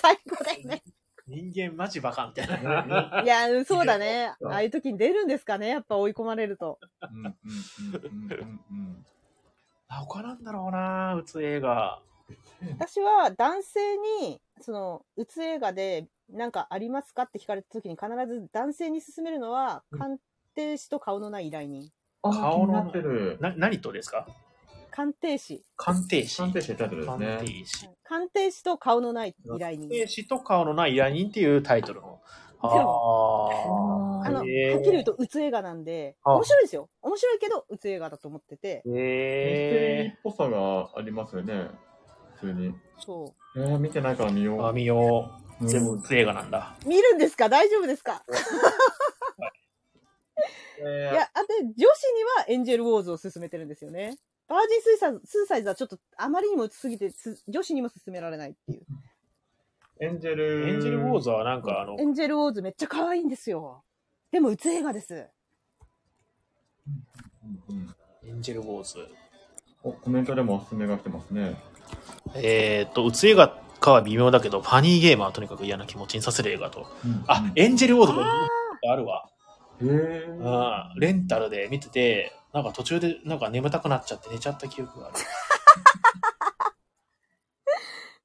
Speaker 2: 最高だよね。
Speaker 1: 人間マジバカみたい
Speaker 2: [laughs]
Speaker 1: な。
Speaker 3: 高。
Speaker 2: いや、うんそうだね。あ [laughs] あいう時に出るんですかね、やっぱ追い込まれると。
Speaker 3: うんうんうんうんうん
Speaker 1: あ他なんだろうな、うつ映画。
Speaker 2: 私は男性に、その、うつ映画でなんかありますかって聞かれた時に必ず男性に勧めるのは、
Speaker 1: うん
Speaker 2: 鑑定士と顔のない依頼人。
Speaker 3: あ
Speaker 1: 顔の
Speaker 3: 気になってる。
Speaker 1: な何とですか
Speaker 2: 鑑定士。
Speaker 1: 鑑定士。
Speaker 3: 鑑定士ってタイトルです
Speaker 1: 鑑
Speaker 3: ね。
Speaker 1: 定士。
Speaker 2: 鑑定士と顔のない依頼人。
Speaker 1: 精子と顔のない依頼人っていうタイトルの。
Speaker 2: あの、はっき
Speaker 1: へえ
Speaker 2: り言うと、うつ映画なんで、
Speaker 1: あ
Speaker 2: 面白いですよ。面白いけど、うつ映画だと思ってて、
Speaker 3: ミステリー
Speaker 1: へ
Speaker 3: っぽさがありますよね。普通に。
Speaker 2: そ
Speaker 3: えー、見てないから見よ
Speaker 1: え
Speaker 3: う。
Speaker 1: あ、見よう。
Speaker 3: うん
Speaker 1: 全部映画なんだ。
Speaker 2: う。見るんですか大丈夫ですかい
Speaker 3: え
Speaker 2: や、あで、女子にはエンジェルウォーズを勧めてるんですよね。バージンスーサイズスーサイズはちょっとあまりにもうつすぎて、す女子にも勧められないっていう。
Speaker 3: ーエンジェル。
Speaker 1: エンジェル・ウォーズはなんか、あの
Speaker 2: エ、ンジェルウォーズめっちゃ可愛いんですよ。でも、うつ映画です。
Speaker 3: うんうん
Speaker 1: エンジェル・ウォーズ。
Speaker 3: お、コメントでもおすすめが来てますね。
Speaker 1: えーっと、うつ映画かは微妙だけど、ファニーゲームはとにかく嫌な気持ちにさせる映画と。あ、エンジェル・ウォーズも
Speaker 2: あ
Speaker 1: あるわ。
Speaker 3: へぇ
Speaker 1: うん。レンタルで見てて、なんか途中でなんか眠たくなっちゃって寝ちゃった記憶があ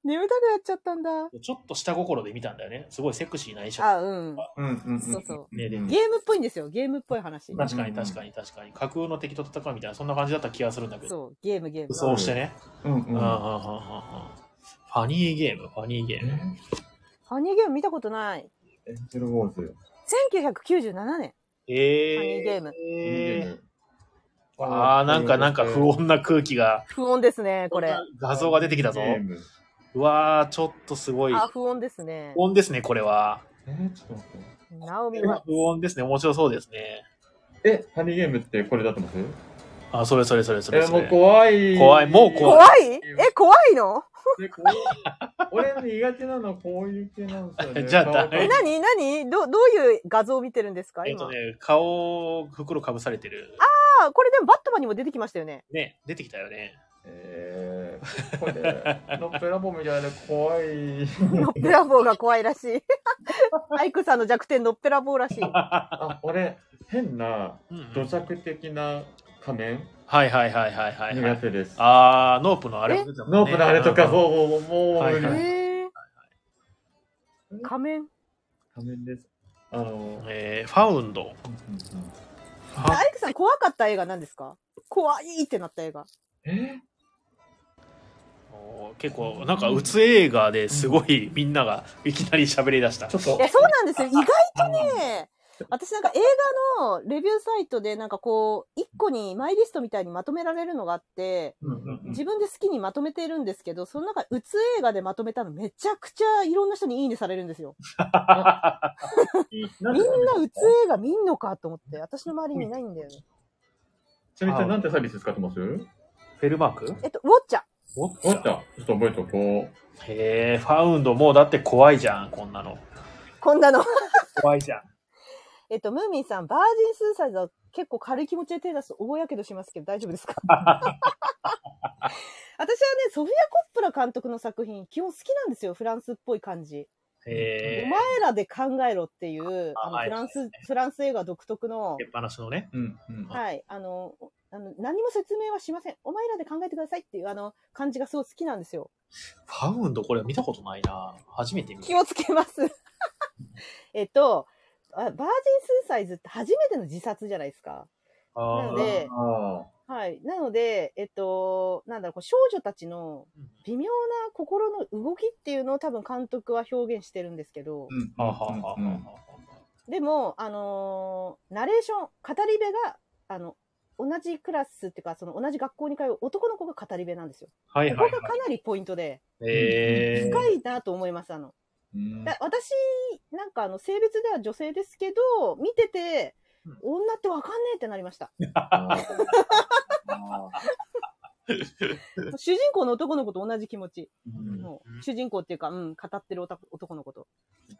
Speaker 2: 眠たくなっちゃったんだ。
Speaker 1: る。ちょっと下心で見たんだよね。すごいセクシーな衣装。
Speaker 2: あ、うん。
Speaker 3: うんうんうん。
Speaker 2: そうそう。
Speaker 1: ねで
Speaker 2: ゲームっぽいんですよ。ゲームっぽい話。
Speaker 1: 確かに確かに確かに。架空の敵と戦うみたいな、そんな感じだった気がするんだけど。
Speaker 2: そう、ゲーム、ゲーム。
Speaker 1: そうしてね。
Speaker 3: うんう
Speaker 1: うん
Speaker 3: ん。
Speaker 1: うんうんうんうん
Speaker 3: あ
Speaker 1: ファニーゲーム、ファニーゲーム。
Speaker 2: ファニーゲーム見たことない。
Speaker 3: エンジェルウォーズ。
Speaker 2: 1997年。
Speaker 1: え
Speaker 2: ファニーゲーム
Speaker 1: えー、あ
Speaker 3: あ
Speaker 1: あ、なんかなんか不穏な空気が、
Speaker 2: 不穏ですね、これ。
Speaker 1: 画像が出てきたぞ。
Speaker 3: ゲーム
Speaker 1: うわー、ちょっとすごい。
Speaker 2: あ、不穏ですね。
Speaker 1: 不穏ですね、これは。
Speaker 3: えー、ちょっと待って。
Speaker 2: ナオミは。
Speaker 1: 無音ですね。面白そうですね。
Speaker 3: え、ハニーゲームってこれだってます
Speaker 1: あ、それそれそれそ
Speaker 3: え
Speaker 1: れ
Speaker 3: ー
Speaker 1: そ
Speaker 3: もう
Speaker 1: れ。
Speaker 3: 怖い。
Speaker 1: 怖いもう怖
Speaker 2: 怖いえ、怖いの
Speaker 3: でこう俺の苦手なのはこういう系なんですよね。
Speaker 1: [laughs] じゃあ
Speaker 3: 顔
Speaker 1: だ
Speaker 2: え、なになにど、どういう画像を見てるんですか
Speaker 1: えっ
Speaker 2: 今。
Speaker 1: とね、顔、袋かぶされてる。
Speaker 2: あ、これでもバットマンにも出てきましたよね。
Speaker 1: ね、出てきたよね。
Speaker 3: えー、これ、のっぺらぼうみたいで怖い。
Speaker 2: のっぺらぼうが怖いらしい。アイクさんの弱点のっぺらぼうらしい。
Speaker 3: あ、俺、変な、
Speaker 1: うんうん
Speaker 3: 土着的な仮面
Speaker 1: はいはいはいはいはいは
Speaker 3: 苦
Speaker 1: い。
Speaker 3: 手です。
Speaker 1: あー、ノープのあれ、
Speaker 2: え
Speaker 3: ノープのあれとか、
Speaker 1: う。
Speaker 3: そう、もう
Speaker 1: はい
Speaker 3: 無
Speaker 1: はい
Speaker 3: 理。
Speaker 2: へえ。仮面。
Speaker 3: 仮面です。あの、
Speaker 1: えー、ファウンド。
Speaker 2: アイクさん怖かった映画なんですか怖いってなった映画。
Speaker 3: え
Speaker 1: おー結構、なんか、うつ映画ですごい、みんながいきなり喋り出した
Speaker 3: ち。ょっと
Speaker 2: いや、、そうなんですよ。意外とね、私なんか映画のレビューサイトでなんかこう、一個にマイリストみたいにまとめられるのがあって、
Speaker 3: うんうんうん
Speaker 2: 自分で好きにまとめてるんですけど、その中、うつ映画でまとめたのめちゃくちゃいろんな人にいいねされるんですよ。みんなうつ映画見んのかと思って、私の周りにいないんだよね。
Speaker 3: ちなみに、なんてサービス使ってます
Speaker 1: フェルマーク
Speaker 2: えっと、ウォッチャ。
Speaker 1: お
Speaker 3: おっちゃちょっと覚えておこう。
Speaker 1: へえ、ファウンド、もうだって怖いじゃん、こんなの。
Speaker 2: こんなの。
Speaker 1: 怖いじゃん。
Speaker 2: えっと、ムーミンさん、バージンスーサイズは結構軽い気持ちで手出すと大やけどしますけど大丈夫です [laughs] か私はね、ソフィア・コップラ監督の作品、基本好きなんですよ、フランスっぽい感じ。
Speaker 1: へ
Speaker 2: お
Speaker 1: え、
Speaker 2: 前らで考えろっていう、あの
Speaker 1: はい
Speaker 2: フランス、フランス映画独特の
Speaker 1: 出、っ放しのね。
Speaker 3: うん、うん。
Speaker 2: はい、あの、あの何も説明はしません。お前らで考えてくださいっていうあの感じがすごい好きなんですよ。
Speaker 1: ファウンド、これ見たことないな。初めて見
Speaker 2: 気
Speaker 1: た。
Speaker 2: をつけ [laughs] ます。えっと、あバージンスーサイズって初めての自殺じゃないですか。
Speaker 1: あー
Speaker 2: なので
Speaker 3: あ
Speaker 2: はい。なので、えっと、なんだろう、こう少女たちの
Speaker 1: うん
Speaker 2: 微妙な心の動きっていうのを多分監督は表現してるんですけど
Speaker 3: ー、うん
Speaker 1: はあはあはあはあ
Speaker 3: うん
Speaker 1: は
Speaker 2: でも、あのーナレーション、語り部が、あの、同じクラスっていうか、その同じ学校に通う男の子が語り部なんですよ。
Speaker 1: あ。はい
Speaker 2: こ
Speaker 1: は
Speaker 2: こ
Speaker 1: いは
Speaker 2: が
Speaker 1: い。
Speaker 2: かなりポイントで、
Speaker 1: えー、
Speaker 2: 深いなと思います、あの。
Speaker 3: うん
Speaker 2: だ私、なんかあの、性別では女性ですけど、見てて
Speaker 1: うん、
Speaker 2: 女ってわかんねえってなりました。
Speaker 3: あーあー
Speaker 2: 主人公の男の子と同じ気持ち。
Speaker 3: うん
Speaker 2: も
Speaker 1: うん
Speaker 2: う主人公っていうか、うん、語ってる男男の子と。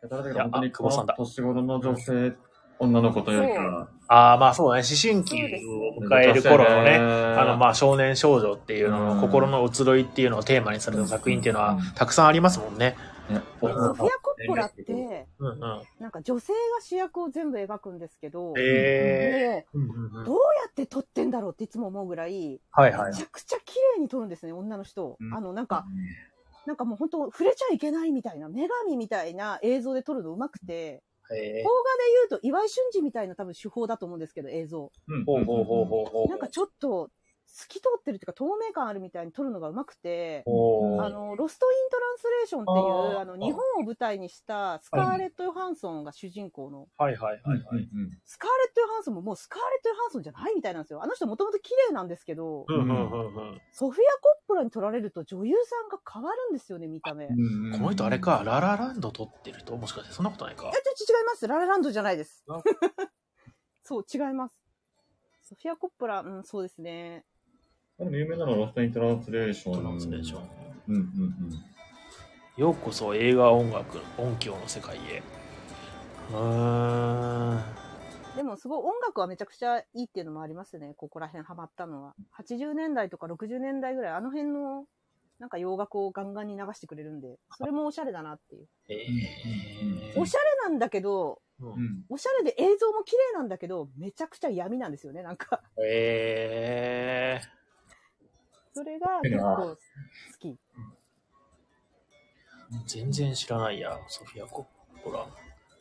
Speaker 3: 誰だか本当に
Speaker 1: い
Speaker 3: こ
Speaker 1: やあ久保さんだ
Speaker 3: の年頃の女性、女の子というか、
Speaker 1: [laughs] ああ、まあそうだね。思春期を迎える頃のね、あ
Speaker 3: あ
Speaker 1: の、まあ少年少女っていうの
Speaker 3: う
Speaker 1: の
Speaker 3: ん
Speaker 1: 心の移ろいっていうのをテーマにされた作品っていうのは
Speaker 3: うん
Speaker 1: たくさんありますもんね。
Speaker 3: あ、ね、
Speaker 2: ソフィア・コッポラっ
Speaker 3: うん
Speaker 2: て、
Speaker 1: うんうん。
Speaker 2: なんか女性が主役を全部描くんですけど、
Speaker 1: え
Speaker 2: ね
Speaker 1: ーうんうんうん
Speaker 2: どうやって撮ってんだろうっていつも思うぐらい、
Speaker 1: はい
Speaker 2: め
Speaker 1: はい。
Speaker 2: ちゃくちゃ綺麗に撮るんですね、女の人を
Speaker 3: う。ん
Speaker 2: あの、なんか、なんかもう本当触れちゃいけないみたいな、女神みたいな映像で撮るの上手くて、
Speaker 1: え
Speaker 2: 邦画で言うと岩井俊二みたいな多分手法だと思うんですけど、映像。
Speaker 3: うん
Speaker 1: ー、ほうほうほうほうほう。
Speaker 2: なんかちょっと透き通ってるっていうか透明感あるみたいに撮るのが上手くて、
Speaker 1: ほう
Speaker 2: あの、ロスト・イン・トランスレーションっていう、
Speaker 1: あー
Speaker 2: あの、日本を舞台にしたスカーレット・ヨハンソンが主人公の、
Speaker 1: はいはいはいはい。
Speaker 2: スカーレット・ヨハンソンももうスカーレット・ヨハンソンじゃないみたいなんですよ。あの人もともと綺麗なんですけど、
Speaker 1: うんうんうんうん。
Speaker 2: ソフィア・コップラに撮られると女優さんが変わるんですよね、見た目。いや、ち
Speaker 3: うん
Speaker 1: この人あれか、ララランド撮ってるともしかしてそんなことないか。
Speaker 2: ょっと違います。ララランドじゃないです
Speaker 1: あ。
Speaker 2: [laughs] そう、違います。ソフィア・コップラ、うん、そうですね。
Speaker 3: でも有名なのはロストイントランスレーショ
Speaker 1: ト
Speaker 3: ン。
Speaker 1: ランスレーション
Speaker 3: うんうんうん。
Speaker 1: ようこそ映画音楽音響の世界へ。うーん。
Speaker 2: でも、すごい音楽はめちゃくちゃいいっていうのもありますね。ここら辺ハマったのは。80年代とか60年代ぐらい、あの辺の、なんか洋楽をガンガンに流してくれるんで、それもおしゃれだなっていう。
Speaker 1: え
Speaker 3: うん
Speaker 1: ー
Speaker 2: おしゃれなんだけど、
Speaker 1: う
Speaker 3: うんん。
Speaker 2: おしゃれで映像も綺麗なんだけど、めちゃくちゃ闇なんですよね、なんか。
Speaker 1: えー
Speaker 2: それが結構好き。
Speaker 1: 全然知らないや、ソフィア・コッポラ。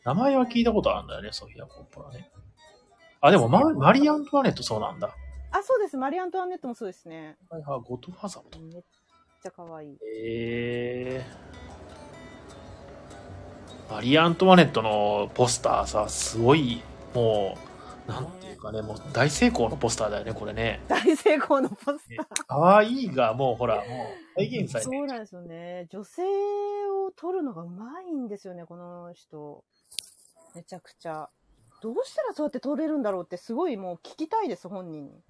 Speaker 1: 名前は聞いたことあるんだよね、ソフィア・コッポラね。あ、でもママリー・アントワネットそうなんだ。
Speaker 2: あ、そうです。マリーアントワネットもそうですね。
Speaker 1: はいはい、ゴッドファーザーもと。
Speaker 2: めっちゃ可愛い。
Speaker 1: えー、マリー・アントワネットのポスターさ、すごい、もう、なんていうかね、もう大成功のポスターだよね、これね。
Speaker 2: 大成功のポス
Speaker 1: 可愛いが、もうほら、もう、再現
Speaker 2: タ
Speaker 1: され
Speaker 2: ー。そ
Speaker 1: てる
Speaker 2: うなんですよね。女性を撮るのがうまいんですよね、この人。めちゃくちゃ。どうしたらそうやって撮れるんだろうってすごいもう聞きたいです、本人に。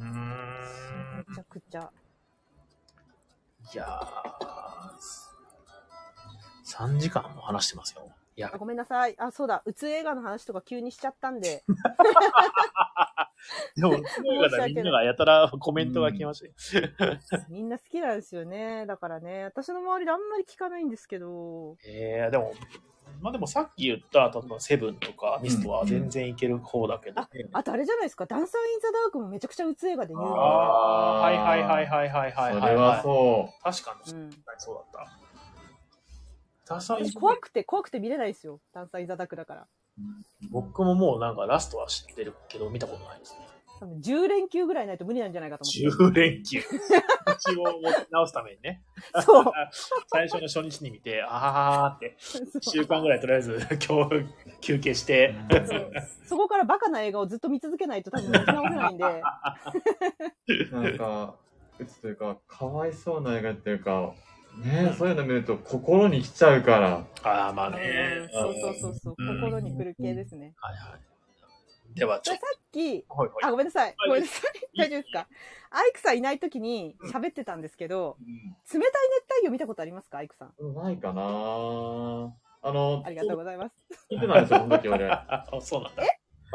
Speaker 2: めちゃくちゃ。
Speaker 1: いやー、3時間も話してますよ。いや
Speaker 2: あ、ごめんなさい。あ、そうだ。うつ映画の話とか急にしちゃった
Speaker 1: [laughs]
Speaker 2: んで。
Speaker 1: でも、うつ映画だみんながやたらコメントが来ましたよ。
Speaker 2: みんな好きなんですよね。だからね、私の周りであんまり聞かないんですけど。
Speaker 1: えー、でも、まあでもさっき言った、例えばセブンとかミストは全然いける方だけど、ね
Speaker 2: うんうん、あ。あとあれじゃないですか、ダンサー・イン・ザ・ダークもめちゃくちゃうつ映画で有名
Speaker 1: ああ、はいはいはいはいはいはい、はい。。
Speaker 3: それはそう
Speaker 1: 確かに、うん、そうだった。ダンサー・イン・
Speaker 2: 怖くて、怖くて見れないですよ。ダンサー・イン・ザ・ダークだから。
Speaker 1: 僕ももうなんかラストは知ってるけど、見たことないですね。
Speaker 2: 多分10連休ぐらいないと無理なんじゃないかと
Speaker 1: 思って。10連休。一応直すためにね。
Speaker 2: そう。
Speaker 1: 最初の初日に見て、ああって、1週間ぐらいとりあえず [laughs] 今日休憩して
Speaker 2: [laughs] そ。そこからバカな映画をずっと見続けないと多分見直せないんで。
Speaker 3: なんか、うつというか、かわいそうな映画っていうか、ね、うん、そういうの見ると心に来ちゃうから。
Speaker 1: ああ、まあね。
Speaker 2: そうそうそうそう、うん、心に来る系ですね。
Speaker 1: はいはい。では、
Speaker 2: ちょっと。さっき、はいはい、あ、ごめんなさい。ごめんなさい。大丈夫ですかアイクさんいないときに喋ってたんですけど、うん、冷たい熱帯魚見たことありますかアイクさ
Speaker 3: ん。ないかなあの、
Speaker 2: ありがとうございます。
Speaker 3: 聞いてないですよ、その
Speaker 1: [laughs]
Speaker 3: 時俺。
Speaker 1: あ、そうなんだ。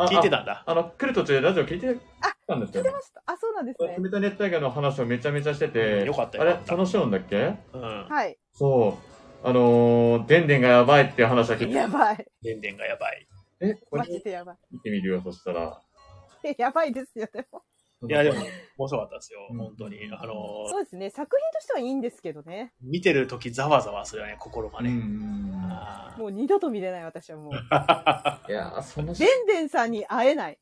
Speaker 1: 聞いてたんだ。
Speaker 3: あの、来る途中でラジオ聞いて
Speaker 2: たんですよ。聞いてました。あ、そうなんですね。
Speaker 3: 冷たい熱帯魚の話をめちゃめちゃしてて、
Speaker 1: うん、よかった
Speaker 3: あれ、楽しいんだっけ
Speaker 1: うん。
Speaker 2: はい。
Speaker 3: そう。あのー、でんでんがやばいっていう話は聞いて。
Speaker 2: やばい。
Speaker 1: でんでんがやばい。
Speaker 3: え、これ
Speaker 2: 見
Speaker 3: てみるよ、そしたら。
Speaker 2: やばいですよ、でも。
Speaker 1: いや、でも、面白かったですよ、本当に。あの
Speaker 2: ー、そうですね、作品としてはいいんですけどね。
Speaker 1: 見てるとき、ざわざわするよね、心がね。
Speaker 2: もう二度と見れない、私はもう。
Speaker 3: いや、その
Speaker 2: でんでんさんに会え [laughs] ない。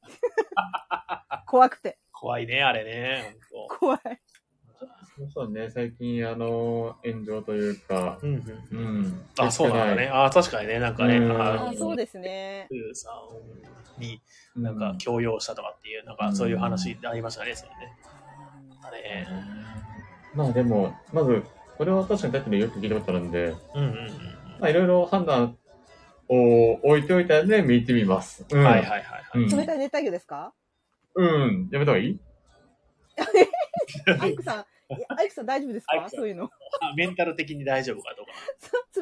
Speaker 2: 怖くて。
Speaker 1: 怖いね、あれね。
Speaker 2: 怖い。
Speaker 3: そうね、最近、あのー、炎上というか、うんうん、うん、
Speaker 1: あ、そうなんだね。あ、確かにね、なんかね、あ
Speaker 2: そうですね。。
Speaker 1: さんに、なんか、強要したとかっていう、なんか、そういう話ありましたね、それね。あれ。
Speaker 3: まあ、でも、まず、これは確かに、だってよく聞いたことあるんで、
Speaker 1: うんうんうん。
Speaker 3: まあ、いろいろ判断を置いておいたんで、見てみます。
Speaker 1: はいはいはい
Speaker 2: 冷たい熱帯魚ですか
Speaker 3: うん、やめた方がいい、
Speaker 2: アイクさん、アイクさん大丈夫ですかそういうの。 [laughs]
Speaker 1: メンタル的に大丈夫かとか。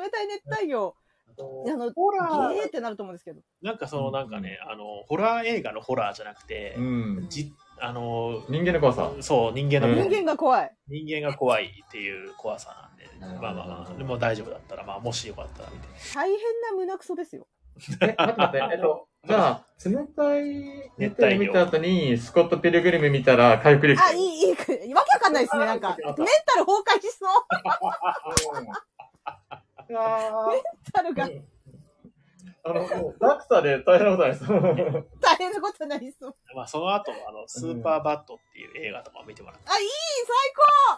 Speaker 2: 冷たい熱帯魚。あの、ホラー。ってなると思うんですけど。
Speaker 1: なんかその、なんかね、あの、ホラー映画のホラーじゃなくて、うんじあの、
Speaker 3: 人間の怖さ。
Speaker 1: そう、人間の、
Speaker 2: 人間が怖い。
Speaker 1: 人間が怖いっていう怖さなんで、まあまあ、でも大丈夫だったら、まあ、もしよかったら見て。
Speaker 2: 大変な胸くそですよ。
Speaker 3: え、待って待って、え
Speaker 1: [laughs]
Speaker 3: っと、じゃあ、冷たい熱帯見た後に、スコット・ピルグリム見たら回復力。
Speaker 2: あ、いい、いい、わけわかんないですね、なんか。メンタル崩壊しそう。メンタルが。
Speaker 3: あの、落差で大変なことないです。
Speaker 2: [laughs] 大変なことないです。
Speaker 1: まあ、その後、あの、スーパーバットっていう映画とか見てもらって。
Speaker 2: あ、いい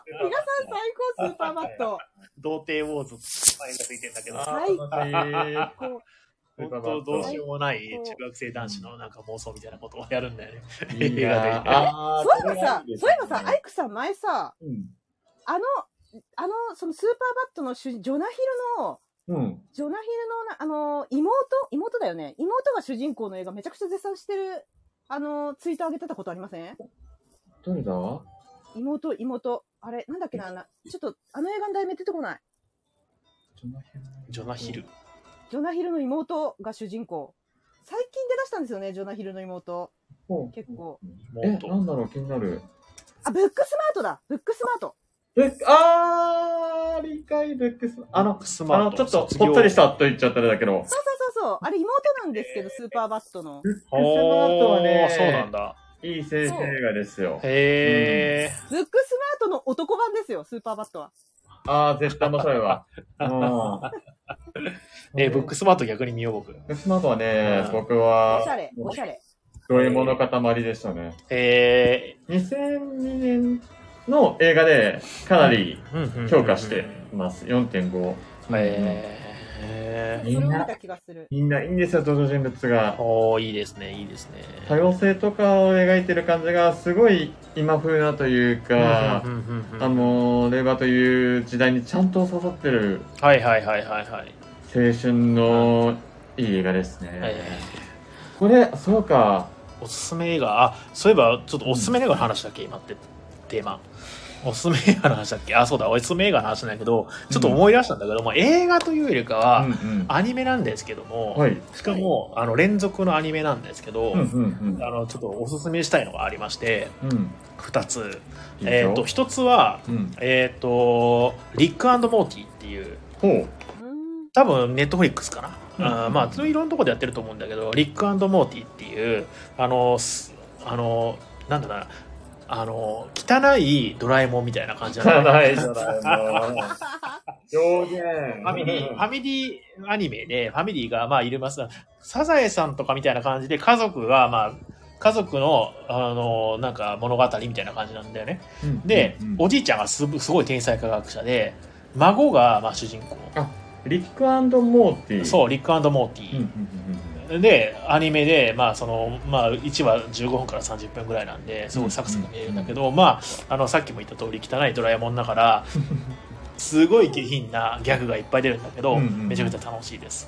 Speaker 2: 最高皆さん最高、スーパーバッ [laughs] ト。
Speaker 1: 童貞ウォーズって名前がついてんだけど。
Speaker 2: 最高。
Speaker 1: 本当どうしようもない中学生男子のなんか妄想みたいなことをやるんだよね。
Speaker 3: いい
Speaker 2: あそういえばさ、そういえばさ、アイクさん前さ、うん、あの、あの、そのスーパーバットの主ジョナヒルの、
Speaker 3: うん、
Speaker 2: ジョナヒルの、あの、妹妹だよね。妹が主人公の映画めちゃくちゃ絶賛してる、あの、ツイート上げてたことありません
Speaker 3: 誰だ
Speaker 2: 妹、妹。あれ、なんだっけな、なちょっと、あの映画の題名出てこない。
Speaker 1: ジョナヒル。ジョナヒル
Speaker 2: ジョナヒルの妹が主人公。最近出だしたんですよね、ジョナヒルの妹。結構。
Speaker 3: え、なんだろう、気になる。
Speaker 2: あ、ブックスマートだブックスマート
Speaker 3: あー、理解、ブックスマート。あの、スマートちょっと、ぽったりしたと言っちゃっただけど。
Speaker 2: そうそうそう、そうあれ妹なんですけど、スーパーバットの。
Speaker 3: ブックスマートはね、
Speaker 1: そうなんだ。
Speaker 3: いい青春映画ですよ。
Speaker 1: へ
Speaker 2: ー、ブックスマートの男版ですよ、スーパーバットは。
Speaker 3: ああ、絶対面白
Speaker 2: [laughs]
Speaker 3: いわ。
Speaker 1: え、ブックスマート逆に見よう、僕。ブ
Speaker 3: ックスマートはね、僕は。
Speaker 2: おしゃれ、おしゃれ。
Speaker 3: ドエモの塊でしたね。
Speaker 1: え
Speaker 3: えー。2002年の映画で、かなり評価してます。4.5。
Speaker 1: え
Speaker 2: え。みんな、
Speaker 3: みんないいんですよ、登場人物が。
Speaker 1: おおいいですね、いいですね。
Speaker 3: 多様性とかを描いてる感じが、すごい今風なというか、あの、令和という時代にちゃんと刺さってる。
Speaker 1: はいはいはいはいはい。
Speaker 3: 青春のいい映画ですね。
Speaker 1: え
Speaker 3: これ、そうか。
Speaker 1: ーおすすめ映画あそういえばちょっとおすすめ映画の話だっけ、今ってテーマおすすめ映画の話だっけあそうだおすすめ映画の話なんだけどちょっと思い出したんだけど、まあ、映画というよりかは、
Speaker 3: うんうん。
Speaker 1: アニメなんですけども、
Speaker 3: はい。
Speaker 1: しかもあの連続のアニメなんですけど、
Speaker 3: うんうん
Speaker 1: あのちょっとおすすめしたいのがありまして
Speaker 3: うん。うん。
Speaker 1: 2つ
Speaker 3: いい
Speaker 1: えー、と1つは、
Speaker 3: うん。
Speaker 1: えー、とリックモーティっていう
Speaker 3: ほう。
Speaker 2: うん
Speaker 1: 多分ネットフリックスかな、
Speaker 3: う
Speaker 1: あー
Speaker 3: ん
Speaker 1: まあいろんなとこでやってると思うんだけどリックモーティっていうあのすあのなんだろうなあの汚いドラえもんみたいな感じ
Speaker 3: じ
Speaker 1: じ
Speaker 3: [laughs]
Speaker 1: ゃ
Speaker 3: ゃ
Speaker 1: ない
Speaker 3: ないじゃないの。表現。
Speaker 1: ファミリー、ファミリーアニメで、ファミリーが、まあ、いるます。サザエさんとかみたいな感じで、家族が、まあ、家族の、あの、なんか物語みたいな感じなんだよね。で、
Speaker 3: うんうん
Speaker 1: おじいちゃんがすぶすごい天才科学者で、孫が、まあ、主人公。
Speaker 3: リックモーティー。
Speaker 1: そう、リックモーテ
Speaker 3: うん。うん
Speaker 1: ィー。で、アニメで、まあ、その、まあ、1話15分から30分ぐらいなんで、すごいサクサク見えるんだけど、まあ、あの、さっきも言った通り、汚いドラえもんだ
Speaker 3: [laughs]
Speaker 1: から、すごい下品なギャグがいっぱい出るんだけど、
Speaker 3: うんうん
Speaker 1: めちゃくちゃ楽しいです。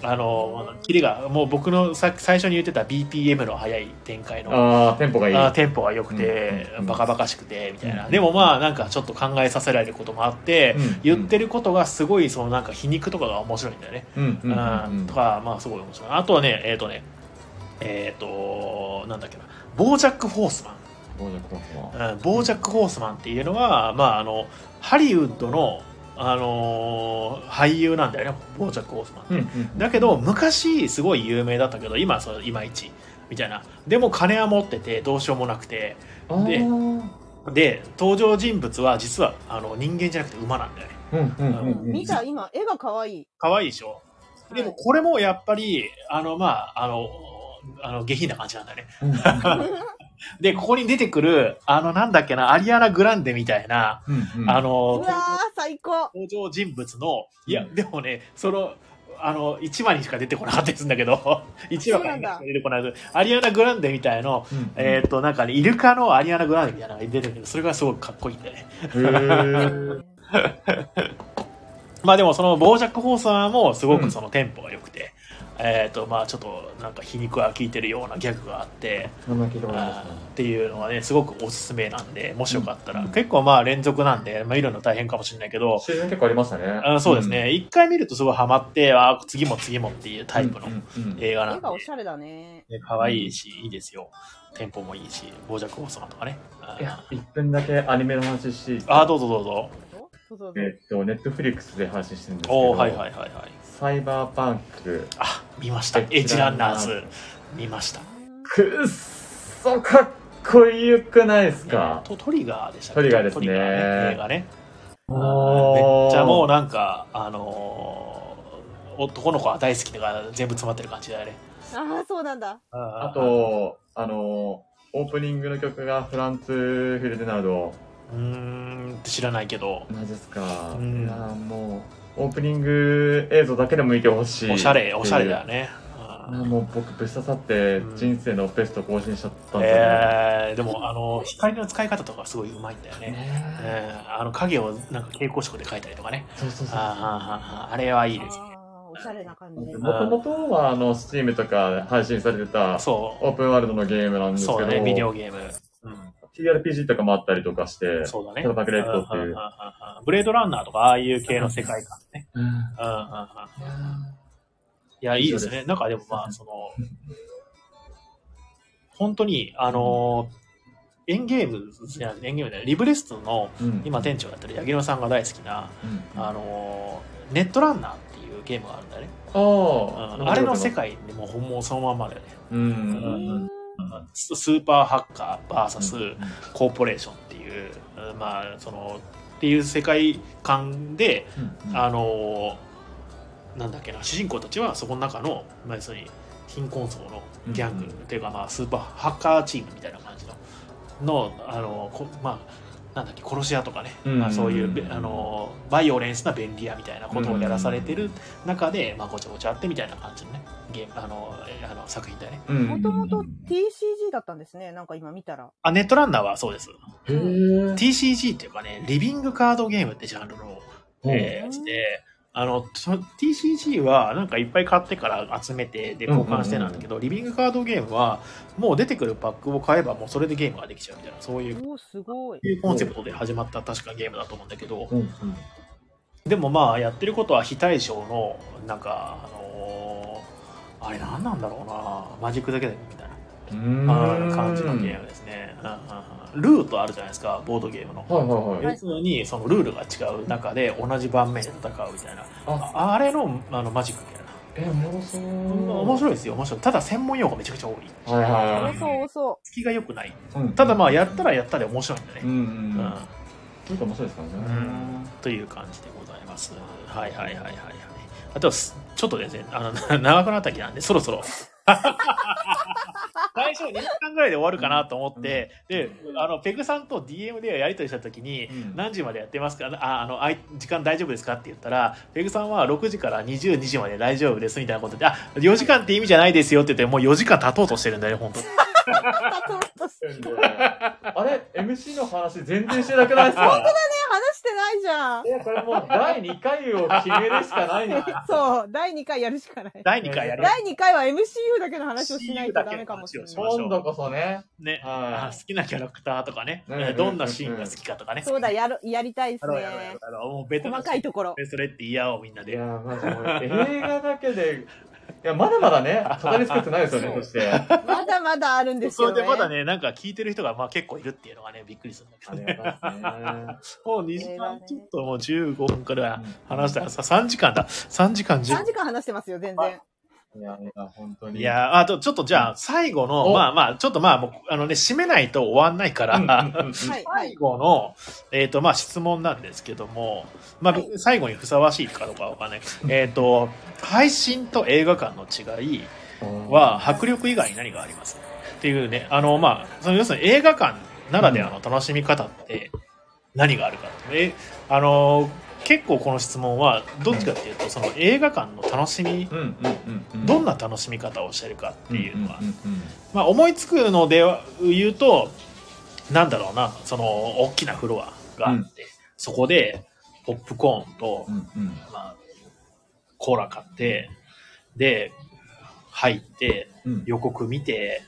Speaker 1: あの、キレが、もう僕のさ最初に言ってた BPM の速い展開
Speaker 3: うん
Speaker 1: の、
Speaker 3: ああ、テンポがいい。
Speaker 1: あテンポが良くて
Speaker 3: うんうんう、ん
Speaker 1: バカバカしくて、みたいな。
Speaker 3: うん
Speaker 1: でもまあ、なんかちょっと考えさせられることもあって、
Speaker 3: うん
Speaker 1: 言ってることがすごい、そのなんか皮肉とかが面白いんだよね。
Speaker 3: うんうんうん
Speaker 1: う
Speaker 3: うん
Speaker 1: んとか、まあすごい面白い。あとはね、えっ、とね、えっ、と、なんだっけな、ボージャック・ホースマン。
Speaker 3: 傍若無人は
Speaker 1: うんボージャック・ホースマンっていうのは、まあ、あのハリウッドの、あのー俳優なんだよねボージャック・ホースマンって、
Speaker 3: うんうん
Speaker 1: だけど昔すごい有名だったけど今はそういまいちみたいなでも金は持っててどうしようもなくて
Speaker 3: あー
Speaker 1: で
Speaker 3: うん
Speaker 1: で登場人物は実はあの人間じゃなくて馬なんだよね
Speaker 3: うんうんうん
Speaker 2: 見た、今、絵が可愛い。
Speaker 1: 可愛いでしょでもこれもやっぱりあのまああのあの下品な感じなんだよね
Speaker 3: うん
Speaker 1: でここに出てくるあのなんだっけなアリアナ・グランデみたいな、
Speaker 3: うんうん
Speaker 1: あ
Speaker 2: う
Speaker 1: の
Speaker 2: わー、最高。
Speaker 1: 登場人物のいや、
Speaker 3: うん
Speaker 1: でもねそのあの1話にしか出てこなかったりするんだけど1 [laughs] 話からしか出てこないアリアナ・グランデみたいの、
Speaker 3: うん
Speaker 1: えっ、となんかねイルカのアリアナ・グランデみたいなのが出てるんだけどそれがすごくかっこいいんだよね
Speaker 3: へー
Speaker 1: まあでもその傍若放送もすご
Speaker 3: う
Speaker 1: く
Speaker 3: ん
Speaker 1: そのテンポが良くて、えっ、とまあちょっとなんか皮肉が効いてるようなギャグがあって、
Speaker 3: 名前聞いたことあり
Speaker 1: あ
Speaker 3: ますね
Speaker 1: ーっていうのはねすごくおすすめなんでもしよかったら、
Speaker 3: うん
Speaker 1: 結構まあ連続なんで、まあ、見るの大変かもしれないけど、
Speaker 3: シーズン結構ありましたね。
Speaker 1: あそうですね、一回見るとすごいハマってあー次も次もっていう
Speaker 3: うん。
Speaker 1: タイプの
Speaker 3: うんうんうん
Speaker 1: 映画なん
Speaker 2: 絵
Speaker 1: で
Speaker 2: がおしゃれだね。
Speaker 1: ね可愛いしいいですよテンポもいいし傍若王様とかね
Speaker 3: いや
Speaker 1: あ、
Speaker 3: 一分だけアニメの話して、
Speaker 1: あーどうぞどうぞ
Speaker 2: そうそうそう
Speaker 3: えっと、ネットフリックスで話してるんですけど、
Speaker 1: おおはいはいはいはい
Speaker 3: サイバーパンク、
Speaker 1: あ見ましたエ
Speaker 3: エ
Speaker 1: ッ
Speaker 3: ッ
Speaker 1: ジ
Speaker 3: ジ
Speaker 1: ラ
Speaker 3: ラ
Speaker 1: ン
Speaker 3: ン
Speaker 1: ナ
Speaker 3: ナ
Speaker 1: ー
Speaker 3: ーズ
Speaker 1: ズ見ました
Speaker 3: くっそかっこよくないですか
Speaker 1: トトリガーでしたっ
Speaker 3: トリガーですね
Speaker 1: トリガね映画ね
Speaker 3: おー
Speaker 1: めっちゃもうなんかあのー男の子は大好きだから全部詰まってる感じだよね
Speaker 2: ああ、そうなんだ。
Speaker 1: あ
Speaker 3: あと、あの、オープニングの曲がフランツ・フィルデナルド。
Speaker 1: うーんって知らないけど
Speaker 3: マジですか。
Speaker 1: うん
Speaker 3: いやー、もう、オープニング映像だけでも見てほしい。
Speaker 1: おしゃれおしゃれだよね
Speaker 3: い
Speaker 1: うん
Speaker 3: や。もう僕、ぶっ刺さって
Speaker 1: うん、
Speaker 3: 人生のベスト更新しちゃったんで、
Speaker 1: えー、でもあの光の使い方とかすごい上手いんだよね、
Speaker 3: ねえ
Speaker 1: えー、あの影をなんか蛍光色で描いたりとかね
Speaker 3: そうそう
Speaker 1: あー
Speaker 3: そう。
Speaker 1: あーあーあーあれはいいですね
Speaker 2: ああ、おしゃれな感じで。
Speaker 3: もともとはあの Steam とかで配信されてた
Speaker 1: そ
Speaker 3: オープンワールドのゲームなん
Speaker 1: う
Speaker 3: ですけど、
Speaker 1: そうだねビデオゲーム、う
Speaker 3: TRPG とかもあったりとかして
Speaker 1: ん、、そうだね
Speaker 3: ただ爆裂とってい
Speaker 1: あーあーあ
Speaker 3: う
Speaker 1: ーあーブレードランナーとかああいう系の世界観ね
Speaker 3: うん
Speaker 1: うんうんうんいやいいですねなんかでもまあその本当にあのエンゲームじゃなくてエンゲームだよリブレストの
Speaker 3: うん
Speaker 1: 今店長やってる八木野さんが大好きな
Speaker 3: うん
Speaker 1: あのーネットランナーっていうゲームがあるんだよね。
Speaker 3: あ
Speaker 1: う
Speaker 3: ー
Speaker 1: んあれの世、界でもう本物そのまんまだよね。
Speaker 3: う
Speaker 2: う
Speaker 3: んうん
Speaker 2: ん
Speaker 1: ススーパーハッカー
Speaker 3: う
Speaker 1: VS
Speaker 3: ん
Speaker 1: コーポレーションっていう、うんまあ、その、っていう世界観で、
Speaker 3: うん
Speaker 1: あのーなんだっけな、主人公たちはそこの中の、まあ、要するに貧困層のギャング、
Speaker 3: うん
Speaker 1: っていうか、まあ、スーパーハッカーチームみたいな感じの、の、あのーこまあ、なんだっけ殺し屋とかね、
Speaker 3: うん
Speaker 1: まあ、そういうべあのバイオレンスな便利屋みたいなことをやらされてる中で、まあ、ごちゃごちゃあってみたいな感じのねゲームあのえあの作品だよね
Speaker 3: うん
Speaker 2: もともと TCG だったんですね。なんか今見たら。
Speaker 1: あネットランナーはそうです
Speaker 3: へー
Speaker 1: TCG っていうかねリビングカードゲームってジャンルの、えーやつであの、そ TCG はなんかいっぱい買ってから集めて、で、交換してなんだけど、リビングカードゲームは、もう出てくるパックを買えば、もうそれでゲームができちゃうみたいな、そういう
Speaker 2: おーすごい。
Speaker 1: コンセプトで始まった確かゲームだと思うんだけど、
Speaker 3: うんうん。
Speaker 1: でもまあ、やってることは非対称の、なんか、あのーあれ何なんだろうな、マジックだけだよみたいな。
Speaker 3: うーん
Speaker 1: あー感じのゲームですね。うんうんうんルートあるじゃないですか、ボードゲームの。
Speaker 3: はいはいはい。
Speaker 1: 要するにそのルールが違う中で同じ盤面で戦うみたいな。
Speaker 3: あ、
Speaker 1: ああれのあのマジックみたいな。
Speaker 3: え、おもろそう。
Speaker 1: 面白いですよ、面白い。ただ専門用語めちゃくちゃ多い。
Speaker 3: はいはい
Speaker 2: 多
Speaker 3: はい。
Speaker 2: そう多そ
Speaker 1: 隙が良くない。
Speaker 3: うん
Speaker 1: ただまあ、やったらやったで面白いんだ
Speaker 3: う
Speaker 1: ね。
Speaker 3: んう。
Speaker 1: うん
Speaker 3: ちょっと面白いですからね。
Speaker 1: んという感じでございます。はいはいはいはいはい。あとす、ちょっとですね、あの、長くなった気なんで、そろ
Speaker 3: [laughs]
Speaker 1: そろ。最初2時間ぐらいで終わるかなと思って、で、あの、ペグさんと DM でやり取りしたときに、
Speaker 3: うん
Speaker 1: 何時までやってますかああのあい時間大丈夫ですかって言ったら、ペグさんは6時から22時まで大丈夫ですみたいなことで、あ、4時間って意味じゃないですよって言って、もう4時間経とうとしてるんだよね、本当に。
Speaker 2: う。たとっとしてね、
Speaker 3: あれ ?MC の話全然してなくないですか
Speaker 2: 話してないじゃん。
Speaker 3: いや、これもう第2回を決めるしかないな。
Speaker 2: そう、第2回やるしかない。
Speaker 1: 第2回やる。
Speaker 2: 第2回は MCU だけの話をしないとダメかもしれない。
Speaker 1: CU だけの話をしましょう
Speaker 3: 今度こそね。
Speaker 1: ね、
Speaker 3: は
Speaker 1: あ好きなキャラクターとかね、
Speaker 3: うん。
Speaker 1: どんなシーンが好きかとかね。
Speaker 2: そうだ、やる、やりたいで
Speaker 1: や
Speaker 2: す
Speaker 1: ろうやろうや
Speaker 2: ね
Speaker 1: ろ。うやろう。もうベタな
Speaker 2: 細かいところ。
Speaker 1: それって嫌をみんない
Speaker 3: い
Speaker 1: で。
Speaker 3: や、まずもう映画だけで、いや、まだまだね、語り尽くしてないですよね、
Speaker 2: そ
Speaker 3: そうして。
Speaker 2: まだまだあるんです
Speaker 1: そ
Speaker 2: よ
Speaker 1: れ
Speaker 2: ね。
Speaker 1: でまだね、なんか聞いてる人がまあ結構いるっていうのがね、びっくりするんだけど
Speaker 3: ありがたいですね。
Speaker 1: もう2時間ちょっともう15分くらい話した
Speaker 3: う
Speaker 1: らさ、3時間だ。3時間
Speaker 2: 3
Speaker 1: 10
Speaker 2: 時間話してますよ、全然。
Speaker 3: んいや、いや、本当に。
Speaker 1: いやーあとちょっとじゃあ最後の、
Speaker 3: お
Speaker 1: まあまあ、ちょっとまあもう、あのね、締めないと終わんないか
Speaker 3: うん、うん
Speaker 1: ら、
Speaker 3: うんうん
Speaker 2: はい、は
Speaker 1: 最
Speaker 2: い。
Speaker 1: 後の、えっ、と、まあ、質問なんですけども、まあ、別に最後にふさわしいかどうかはわかんない。えっと、配信と映画館の違いは、迫力以外に何がありますっていうね、あの、まあ、その要するに映画館ならではの楽しみ方って何があるかって、えあの、結構この質問は、どっちかっていうと、その映画館の楽しみ
Speaker 3: う、ん、うん、うんうん。
Speaker 1: どんな楽しみ方をしてるかっていうのは
Speaker 3: ん、んうん
Speaker 1: まあ、思いつくのでは言うとなんだろうなその大きなフロアがあって、そこでポップコーンと、
Speaker 3: うん、うん
Speaker 1: まあ、コーラ買ってで入って
Speaker 3: うん。
Speaker 1: 予告見て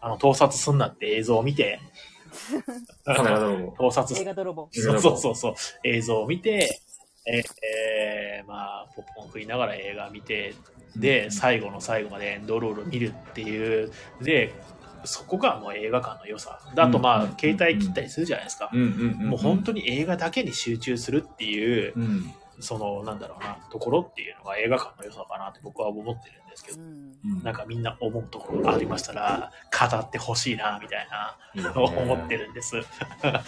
Speaker 1: あの盗撮すんなって映像を見
Speaker 3: [laughs]
Speaker 1: て
Speaker 3: カメラどうも。
Speaker 1: 盗撮
Speaker 2: 映
Speaker 1: す
Speaker 2: 画泥
Speaker 1: [laughs]
Speaker 2: 棒。
Speaker 1: そうそうそうそう映像を見てえーえーまあポップコーン食いながら映画見てで最後の最後までエンドロール見るっていうでそこがもう映画館の良さだとま
Speaker 3: うん
Speaker 1: あ携帯切ったりするじゃないですか
Speaker 3: うん、うん、うん。
Speaker 1: もう本
Speaker 3: 当
Speaker 1: 当に映画だけに集中するっていう
Speaker 3: うん。
Speaker 1: そのなんだろうなところっていうのが映画館の良さかなって僕は思ってるんですけ
Speaker 2: う
Speaker 1: ど
Speaker 2: ん。
Speaker 3: うん
Speaker 1: なんかみんな思うところがありましたら語ってほしいなみたいない
Speaker 3: いね
Speaker 1: 思ってるんです。
Speaker 3: じゃ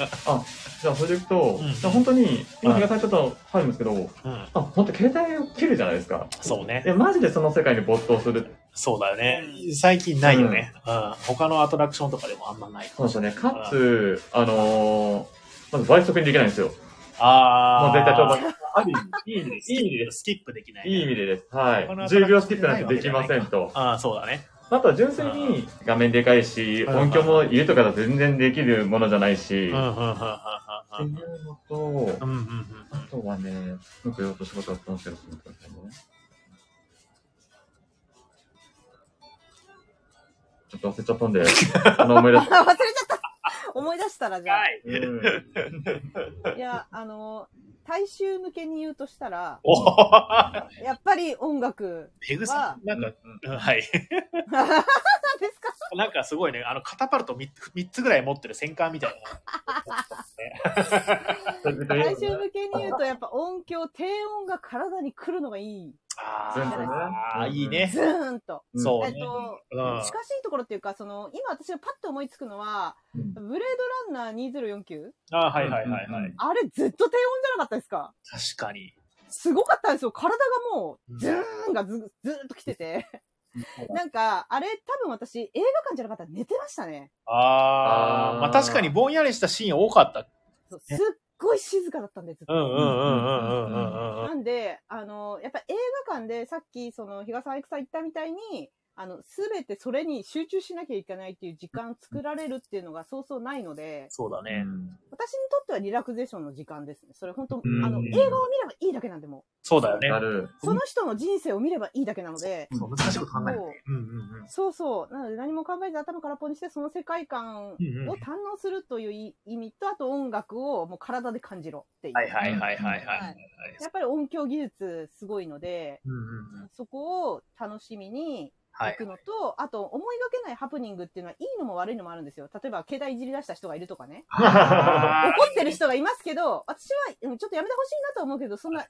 Speaker 3: あ、それでいくと、
Speaker 1: うん
Speaker 3: じゃあ本当に、今、比嘉さんちょっと入るんですけど、
Speaker 1: うん、
Speaker 3: あ、本当携帯を切るじゃないですか。
Speaker 1: そうね
Speaker 3: え、マジでその世界に没頭する。
Speaker 1: そうだよね。最近ないよね、うん他のアトラクションとかでもあんまない。
Speaker 3: そうですね。かつ、あのー、まず倍速にできないんですよ。
Speaker 1: あ
Speaker 3: もう
Speaker 1: あ。
Speaker 3: 絶対ちょうど
Speaker 1: う
Speaker 3: ある意味、いい意味で
Speaker 1: ス
Speaker 3: す。いい
Speaker 1: キ
Speaker 3: 意味
Speaker 1: ッ
Speaker 3: で
Speaker 1: プ
Speaker 3: す。
Speaker 1: スキップできない、
Speaker 3: いい意味でです。はい。
Speaker 1: 他のアトラクション
Speaker 3: 10秒スキップなんてできませんと。
Speaker 1: ああ、そうだね。
Speaker 3: あとは純粋に画面でかいし、
Speaker 1: うん
Speaker 3: 音響も家とかだと全然できるものじゃないし、
Speaker 1: うん
Speaker 3: っ
Speaker 1: うんうん
Speaker 3: ていうのと
Speaker 1: う、んうんうんうんうん
Speaker 3: あとはね、なんかよく仕事あったんですけど、ちょっと待ってねちょっと忘れちゃったんで、
Speaker 1: [laughs]
Speaker 3: あの思い出
Speaker 2: 忘
Speaker 3: し
Speaker 2: れちゃった。思い出したらじゃ
Speaker 1: はい。
Speaker 3: た。うん
Speaker 2: あ。いや、あの、大衆向けに言うとしたら、
Speaker 1: おお。
Speaker 2: やっぱり音楽 [laughs]
Speaker 1: ペグさん、なんか、うんはい。 [laughs]
Speaker 2: なんですか
Speaker 1: なんかすごいね、あの、カタパルト 3, つぐらい持ってる戦艦みたい
Speaker 2: 大衆向けに言うと、やっぱ音響、低音が体に来るのがいい。
Speaker 1: な。あ
Speaker 3: 全部ね
Speaker 1: あー、いいね。
Speaker 2: ズーンと。
Speaker 3: うん
Speaker 1: そう
Speaker 2: えっ
Speaker 1: ね。
Speaker 2: と、
Speaker 1: うん
Speaker 2: 近しいところっていうか、その、今私がパッと思いつくのは、
Speaker 3: うん
Speaker 2: ブレードランナー2049?
Speaker 1: ああ、はいはいはいはい。
Speaker 2: あれずっと低音じゃなかったですか
Speaker 1: 確かに。
Speaker 2: すごかったんですよ。体がも
Speaker 1: うん
Speaker 2: う、ズーンがず、ずーっと来てて。なんか、あれ多分私、映画館じゃなかったら寝てましたね。
Speaker 1: あ
Speaker 3: あ
Speaker 1: あ、
Speaker 3: ー
Speaker 1: まあ確かにぼんやりしたシーン多かった。
Speaker 2: そうすっごい静かだったんで、ずっ
Speaker 1: う
Speaker 2: と。
Speaker 1: んうんうんうんうんうんうんうん。
Speaker 2: なんで、あの、やっぱ映画館でさっき、その、比嘉さんエクサ行ったみたいに、あの、すべてそれに集中しなきゃいけないっていう時間作られるっていうのがそうそうないので、
Speaker 1: そうだね。
Speaker 2: 私にとってはリラクゼーションの時間ですね。それ本
Speaker 1: う
Speaker 2: 当、
Speaker 1: ん
Speaker 2: あの、映画を見ればいいだけなんでも
Speaker 1: そうだよね
Speaker 3: な。る。
Speaker 2: う、その人の人生を見ればいいだけなので、
Speaker 1: そう難しいこと考えない。
Speaker 2: そう
Speaker 1: うんうん
Speaker 2: そうそう。なので何も考えず頭空っぽにして、その世界観を
Speaker 1: うん。うんうん、
Speaker 2: 堪能するというい意味と、あと音楽をもう体で感じろっていう。
Speaker 1: はいはいはいはいはい。
Speaker 2: はいやっぱり音響技術すごいので、
Speaker 1: うんうんうん、
Speaker 2: そこを楽しみに
Speaker 1: は
Speaker 2: 行
Speaker 1: い。
Speaker 2: くのと、あと思いがけないハプニングっていうのは、いいのも悪いのもあるんですよ。例えば、携帯いじり出した人がいるとかね。
Speaker 1: あ
Speaker 2: 怒ってる人がいますけど、私はうんちょっとやめてほしいなとは思うけど、そんな、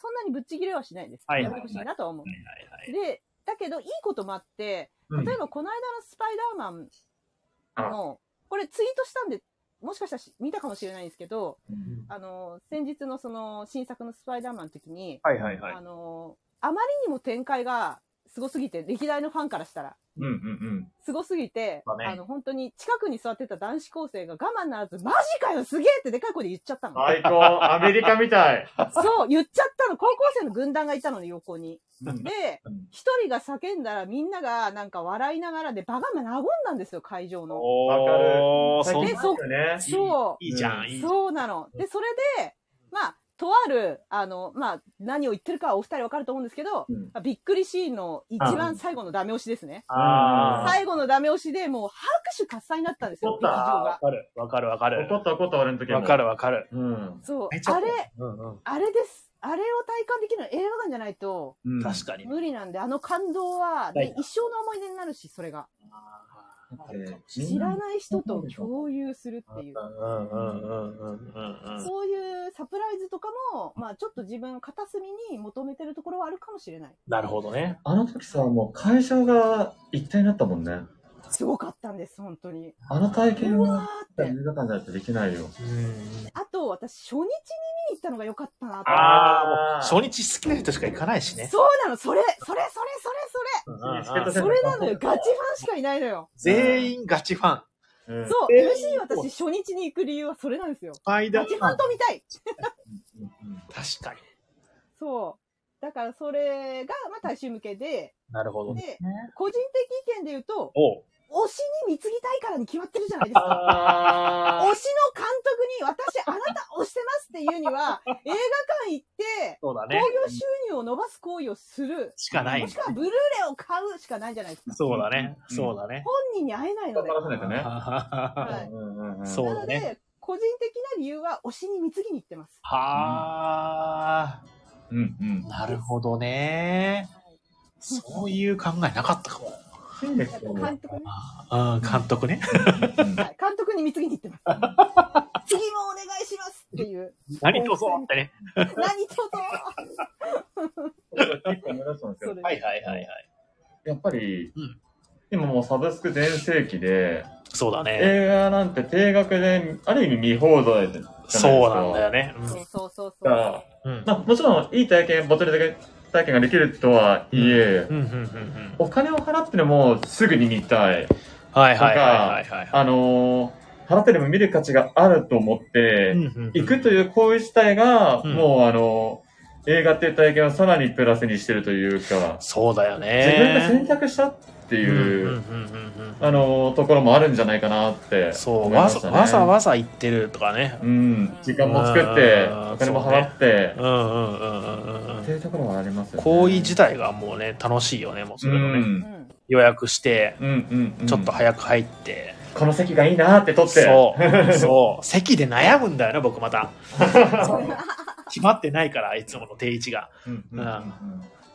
Speaker 2: そんなにぶっちぎれはしないです。
Speaker 1: はい
Speaker 2: やめてほしいなとは思う。
Speaker 1: ーはいはいはい
Speaker 2: で、だけど、いいこともあって、
Speaker 1: うん
Speaker 2: 例えばこの間のスパイダーマンの、これツイートしたんで、もしかしたらし見たかもしれないんですけど、
Speaker 1: うん
Speaker 2: あの、先日のその新作のスパイダーマンの時に、
Speaker 1: はいはいはい
Speaker 2: あの、あまりにも展開がすごすぎて、歴代のファンからしたら、
Speaker 3: うんうんうん。
Speaker 2: すごすぎて、
Speaker 1: まあね
Speaker 2: あの、本当に近くに座ってた男子高生が我慢ならず、マジかよすげえってでかい声で言っちゃったの。
Speaker 3: 最高。アメリカみたい。
Speaker 2: そう、言っちゃったの。高校生の軍団がいたのね、横に。で
Speaker 3: うん、
Speaker 2: 一人が叫んだらみんながなんか笑いながらで、場が和んだんですよ、会場の。
Speaker 1: おー、
Speaker 3: 最
Speaker 1: そう
Speaker 3: 近
Speaker 2: で
Speaker 3: そうよね。
Speaker 2: そ、
Speaker 1: いいじゃん、いいうじゃん。
Speaker 2: そうなの。で、それで、まあ、とある、あの、まあ、何を言ってるかはお二人わかると思うんですけど、
Speaker 3: うん
Speaker 2: まあびっくりシーンの一番最後のダメ押しですね。
Speaker 1: あー
Speaker 2: 最後のダメ押しでもう拍手喝采になったんですよ、
Speaker 3: そう
Speaker 2: 劇
Speaker 3: だ
Speaker 2: 場
Speaker 1: わ
Speaker 2: が。
Speaker 1: かる、わかる、わかる
Speaker 3: 怒。った怒った俺の時も。
Speaker 1: わか
Speaker 3: る。
Speaker 1: る、わかる。
Speaker 3: うん。
Speaker 2: そう
Speaker 1: 泣い、ちゃった
Speaker 2: あれ、
Speaker 1: うんうん
Speaker 2: あれです。あれを体感できるのは映画館じゃないと、
Speaker 3: うん
Speaker 1: 確かに。
Speaker 2: 無理なんで、あの感動は、
Speaker 1: は
Speaker 2: ね
Speaker 1: い、
Speaker 2: 一生の思い出になるし、それが。
Speaker 3: だって
Speaker 2: 知らない人と共有するっていう。
Speaker 1: うんうんうんうんうんうん。
Speaker 2: そういうサプライズとかも、まあちょっと自分の片隅に求めてるところはあるかもしれない。
Speaker 1: なるほどね。
Speaker 3: あの時さ、もう会場が一体になったもんね。
Speaker 2: すごかったんです、本当に。
Speaker 3: あの体験
Speaker 2: うわ
Speaker 3: は、
Speaker 2: ー
Speaker 3: 映
Speaker 2: って。
Speaker 3: 画館じゃないとできないよ。
Speaker 1: うん
Speaker 2: あと、私、初日に見に行ったのが良かったなと
Speaker 1: ああ、
Speaker 3: あー
Speaker 1: もう初日好きな人しか行かないしね。
Speaker 2: そうなの、それ、それ、それ、そ
Speaker 1: うん
Speaker 2: れ、
Speaker 3: う
Speaker 1: うんうん
Speaker 2: それ。それなのよ、ガチファンしかいないのよ。
Speaker 1: 全員ガチファン。
Speaker 3: うん
Speaker 2: そう、
Speaker 1: えー
Speaker 2: MC 私、初日に行く理由はそれなんですよ。
Speaker 1: スパイダ
Speaker 2: ガチ
Speaker 1: ー
Speaker 2: ファンと見たい
Speaker 3: うんうん
Speaker 1: 確かに。
Speaker 2: そう。だから、それが、まあ、大衆向けで、
Speaker 1: なるほどね。
Speaker 2: で、個人的意見で言うと、
Speaker 1: おう
Speaker 2: 推しに貢ぎたいからに決まってるじゃないですか。
Speaker 3: あ
Speaker 2: 推しの監督に私あなた推してますっていうには、映画館行って、
Speaker 1: そうだ
Speaker 2: 興
Speaker 1: ね。
Speaker 2: 行収入を伸ばす行為をする。
Speaker 1: しかない
Speaker 2: もし。くはブルーレイを買うしかないじゃないですか。
Speaker 1: そうだね。
Speaker 3: うん
Speaker 1: そうだね。
Speaker 2: 本人に会えないので。
Speaker 3: ー。そうですね。
Speaker 2: は
Speaker 1: はい
Speaker 3: うんうんうん
Speaker 1: そう
Speaker 2: な
Speaker 1: だ
Speaker 2: の
Speaker 1: ね
Speaker 2: で、個人的な理由は推しに貢ぎに行ってます。
Speaker 1: あ、
Speaker 3: うんうん。
Speaker 1: なるほどね。そういう考えなかったかも。
Speaker 3: いいで
Speaker 2: やっ
Speaker 3: す
Speaker 2: ぱ
Speaker 3: よね。
Speaker 2: 監督ね。
Speaker 1: うん、監督ね。
Speaker 3: うん
Speaker 2: はい、監督に貢ぎに行ってます。次もお願いしますっていう。
Speaker 1: 何どうぞってね。
Speaker 2: 何とぞそ
Speaker 3: 一個思い出したんですけど
Speaker 2: れ、
Speaker 1: はいはいはいはい。
Speaker 3: やっぱり
Speaker 1: うん、
Speaker 3: 今もうサブスク全盛期で、
Speaker 1: そうだね。
Speaker 3: 映画なんて定額で、ある意味見放題じゃないですか。
Speaker 1: そうなんだよね。
Speaker 2: そうそうそうそう
Speaker 3: だから。
Speaker 1: うん。うん
Speaker 3: まあ、もちろん、いい体験、ボトル体験ができるとはいえ
Speaker 1: う、んうんうんうん。
Speaker 3: お金を払ってでもすぐに見たい。
Speaker 1: はいはいはいはいはい。
Speaker 3: あのー払ってでも見る価値があると思って、行くと
Speaker 1: う
Speaker 3: いう行為自体が、
Speaker 1: うん
Speaker 3: もうあのー映画っていう体験をさらにプラスにしてるというか
Speaker 1: ん。、そうだよ
Speaker 3: 自分が選
Speaker 1: ね。
Speaker 3: 択したって
Speaker 1: て
Speaker 3: いう、
Speaker 1: う
Speaker 3: あのーところもあるんじゃないかなって
Speaker 1: そう、
Speaker 3: 思い
Speaker 1: わ
Speaker 3: まし
Speaker 1: ざ
Speaker 3: たね。
Speaker 1: わざわざ行ってるとかね。
Speaker 3: うん、時間も作って、
Speaker 1: うん
Speaker 3: お金も払って、
Speaker 1: うんうんうんうんう
Speaker 3: って
Speaker 1: ん。
Speaker 3: いうところはありますよね。。
Speaker 1: 行為自体がもうね、楽しいよね、もうそうれもね。
Speaker 2: うんん。 [laughs]
Speaker 1: 予約して、
Speaker 3: うんうんうん
Speaker 1: ちょっと早く入って、
Speaker 3: この席がいいなって取って。
Speaker 1: そう、そう、席で悩むんだよね、僕また。決まってないから、いつもの定位置が。
Speaker 3: うんうんうんうん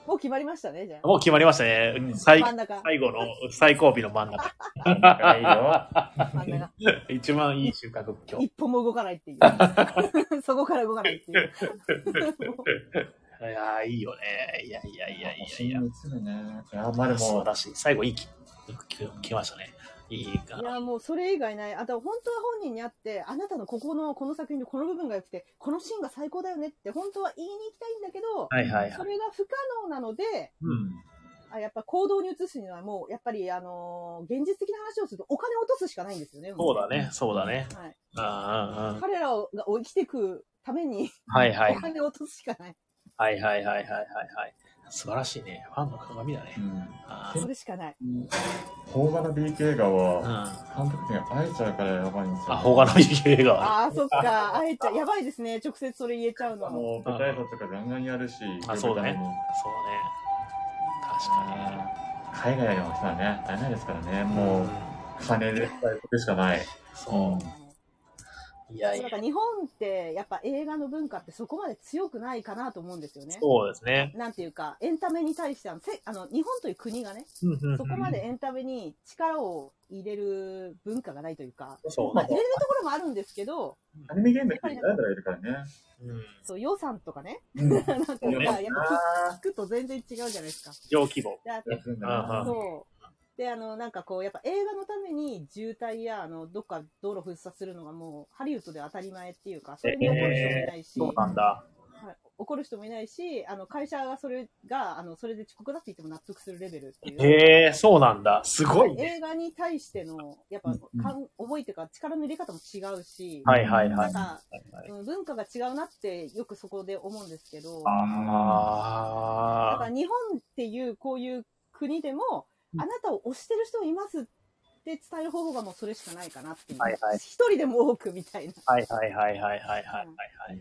Speaker 2: もう決まりましたね、じゃあ。
Speaker 1: もう決まりましたね。
Speaker 3: うん
Speaker 1: 最
Speaker 2: 真ん中。
Speaker 1: 最後の、最後尾の真ん中。
Speaker 3: いいよ。
Speaker 2: 真ん中。
Speaker 1: [laughs] 一番いい収穫、今
Speaker 2: 一
Speaker 1: 日。
Speaker 2: 歩も動かないっ
Speaker 1: [laughs]
Speaker 2: ていう。そこから動かないっていう。
Speaker 1: いやー、いいよね。いやいやいやいやいや。
Speaker 3: 星に映るね。いや、まあで
Speaker 1: 素晴
Speaker 3: も、
Speaker 1: らしい。最後、いいき、ききましたね。いいか
Speaker 2: い
Speaker 1: な。
Speaker 2: や、もうそれ以外ない。あと、本当は本人に会って、あなたのここの、この作品のこの部分が良くて、このシーンが最高だよねって、本当は言いに行きたいんだけど、
Speaker 1: はいはいは
Speaker 2: そ
Speaker 1: い。
Speaker 2: れが不可能なので、
Speaker 3: うん。
Speaker 2: あやっぱ行動に移すにはもう、やっぱり、あのー現実的な話をするとお金を落とすしかないんですよね。
Speaker 1: そうだね、そうだね。
Speaker 2: はい。
Speaker 1: あ
Speaker 2: 彼らをが生きていくために、
Speaker 1: あ、はいは
Speaker 2: お
Speaker 1: い。
Speaker 2: 金を落とすしかない。
Speaker 1: はいはいはいはいはいはい。素晴らしいね。ファンの鏡だね。あー
Speaker 2: それしかない。
Speaker 3: 邦画の BK 映画
Speaker 1: うん、
Speaker 3: は、
Speaker 1: あ、
Speaker 3: 監督的に会えちゃうからやばいんですよ、
Speaker 1: 邦画の雪映画は。
Speaker 2: ああ、そっか。あえちゃん、やばいですね。直接それ言えちゃう
Speaker 3: あ
Speaker 2: の。
Speaker 3: の、舞台とかガンガンやるし、
Speaker 1: あそうだねそうね。確か
Speaker 3: 海外の人はね、会えないですからね、
Speaker 1: に。
Speaker 3: も
Speaker 1: ん
Speaker 3: う、金で伝えてしかない。
Speaker 1: そ
Speaker 3: うん
Speaker 1: う。いやい
Speaker 2: な
Speaker 1: や
Speaker 2: ん。か日本ってやっぱ映画の文化ってそこまで強くないかなと思うんですよね。
Speaker 1: そうですね。
Speaker 2: なんていうか、エンタメに対しては、せあの日本という国がね、
Speaker 1: うんうんうん
Speaker 2: そこまで。エンタメに力を入れる文化がないというか、
Speaker 1: そう
Speaker 2: まあ、入れるところもあるんですけど、
Speaker 3: アニメゲームって誰々いるからね。
Speaker 1: うん。
Speaker 2: そう予算とかね、
Speaker 3: うん。
Speaker 2: [laughs] なんかさ、
Speaker 1: うね
Speaker 2: やっぱ
Speaker 3: あ
Speaker 2: 聞くと全然違うじゃないですか。
Speaker 1: 上規模。
Speaker 2: であ
Speaker 3: ーやってるんだ
Speaker 1: あ
Speaker 3: な
Speaker 2: そう。で、あの、なんかこう、やっぱ映画のために渋滞や、あの、どっか道路封鎖するのがもう、ハリウッドで当たり前っていうか、それに怒る人もいないし、
Speaker 1: そうなんだ。
Speaker 2: はい怒る人もいないし、あの、会社がそれが、あの、それで遅刻だって言っても納得するレベルっていう。
Speaker 1: へえ、そうなんだ。すごいね。
Speaker 2: 映画に対しての、やっぱ、かん覚えてか、力の入れ方も違うし、
Speaker 1: はいはいは
Speaker 2: なん
Speaker 1: い。
Speaker 2: か、うん文化が違うなって、よくそこで思うんですけど、だか
Speaker 1: ああ
Speaker 2: ら。日本っていうこういう国でも、
Speaker 1: うん
Speaker 2: あなたを推してる人いますって伝える方法がもうそれしかないかなっていう。
Speaker 1: はいはい
Speaker 2: 一人でも多くみたいな。
Speaker 1: はいはいはいはいはいはい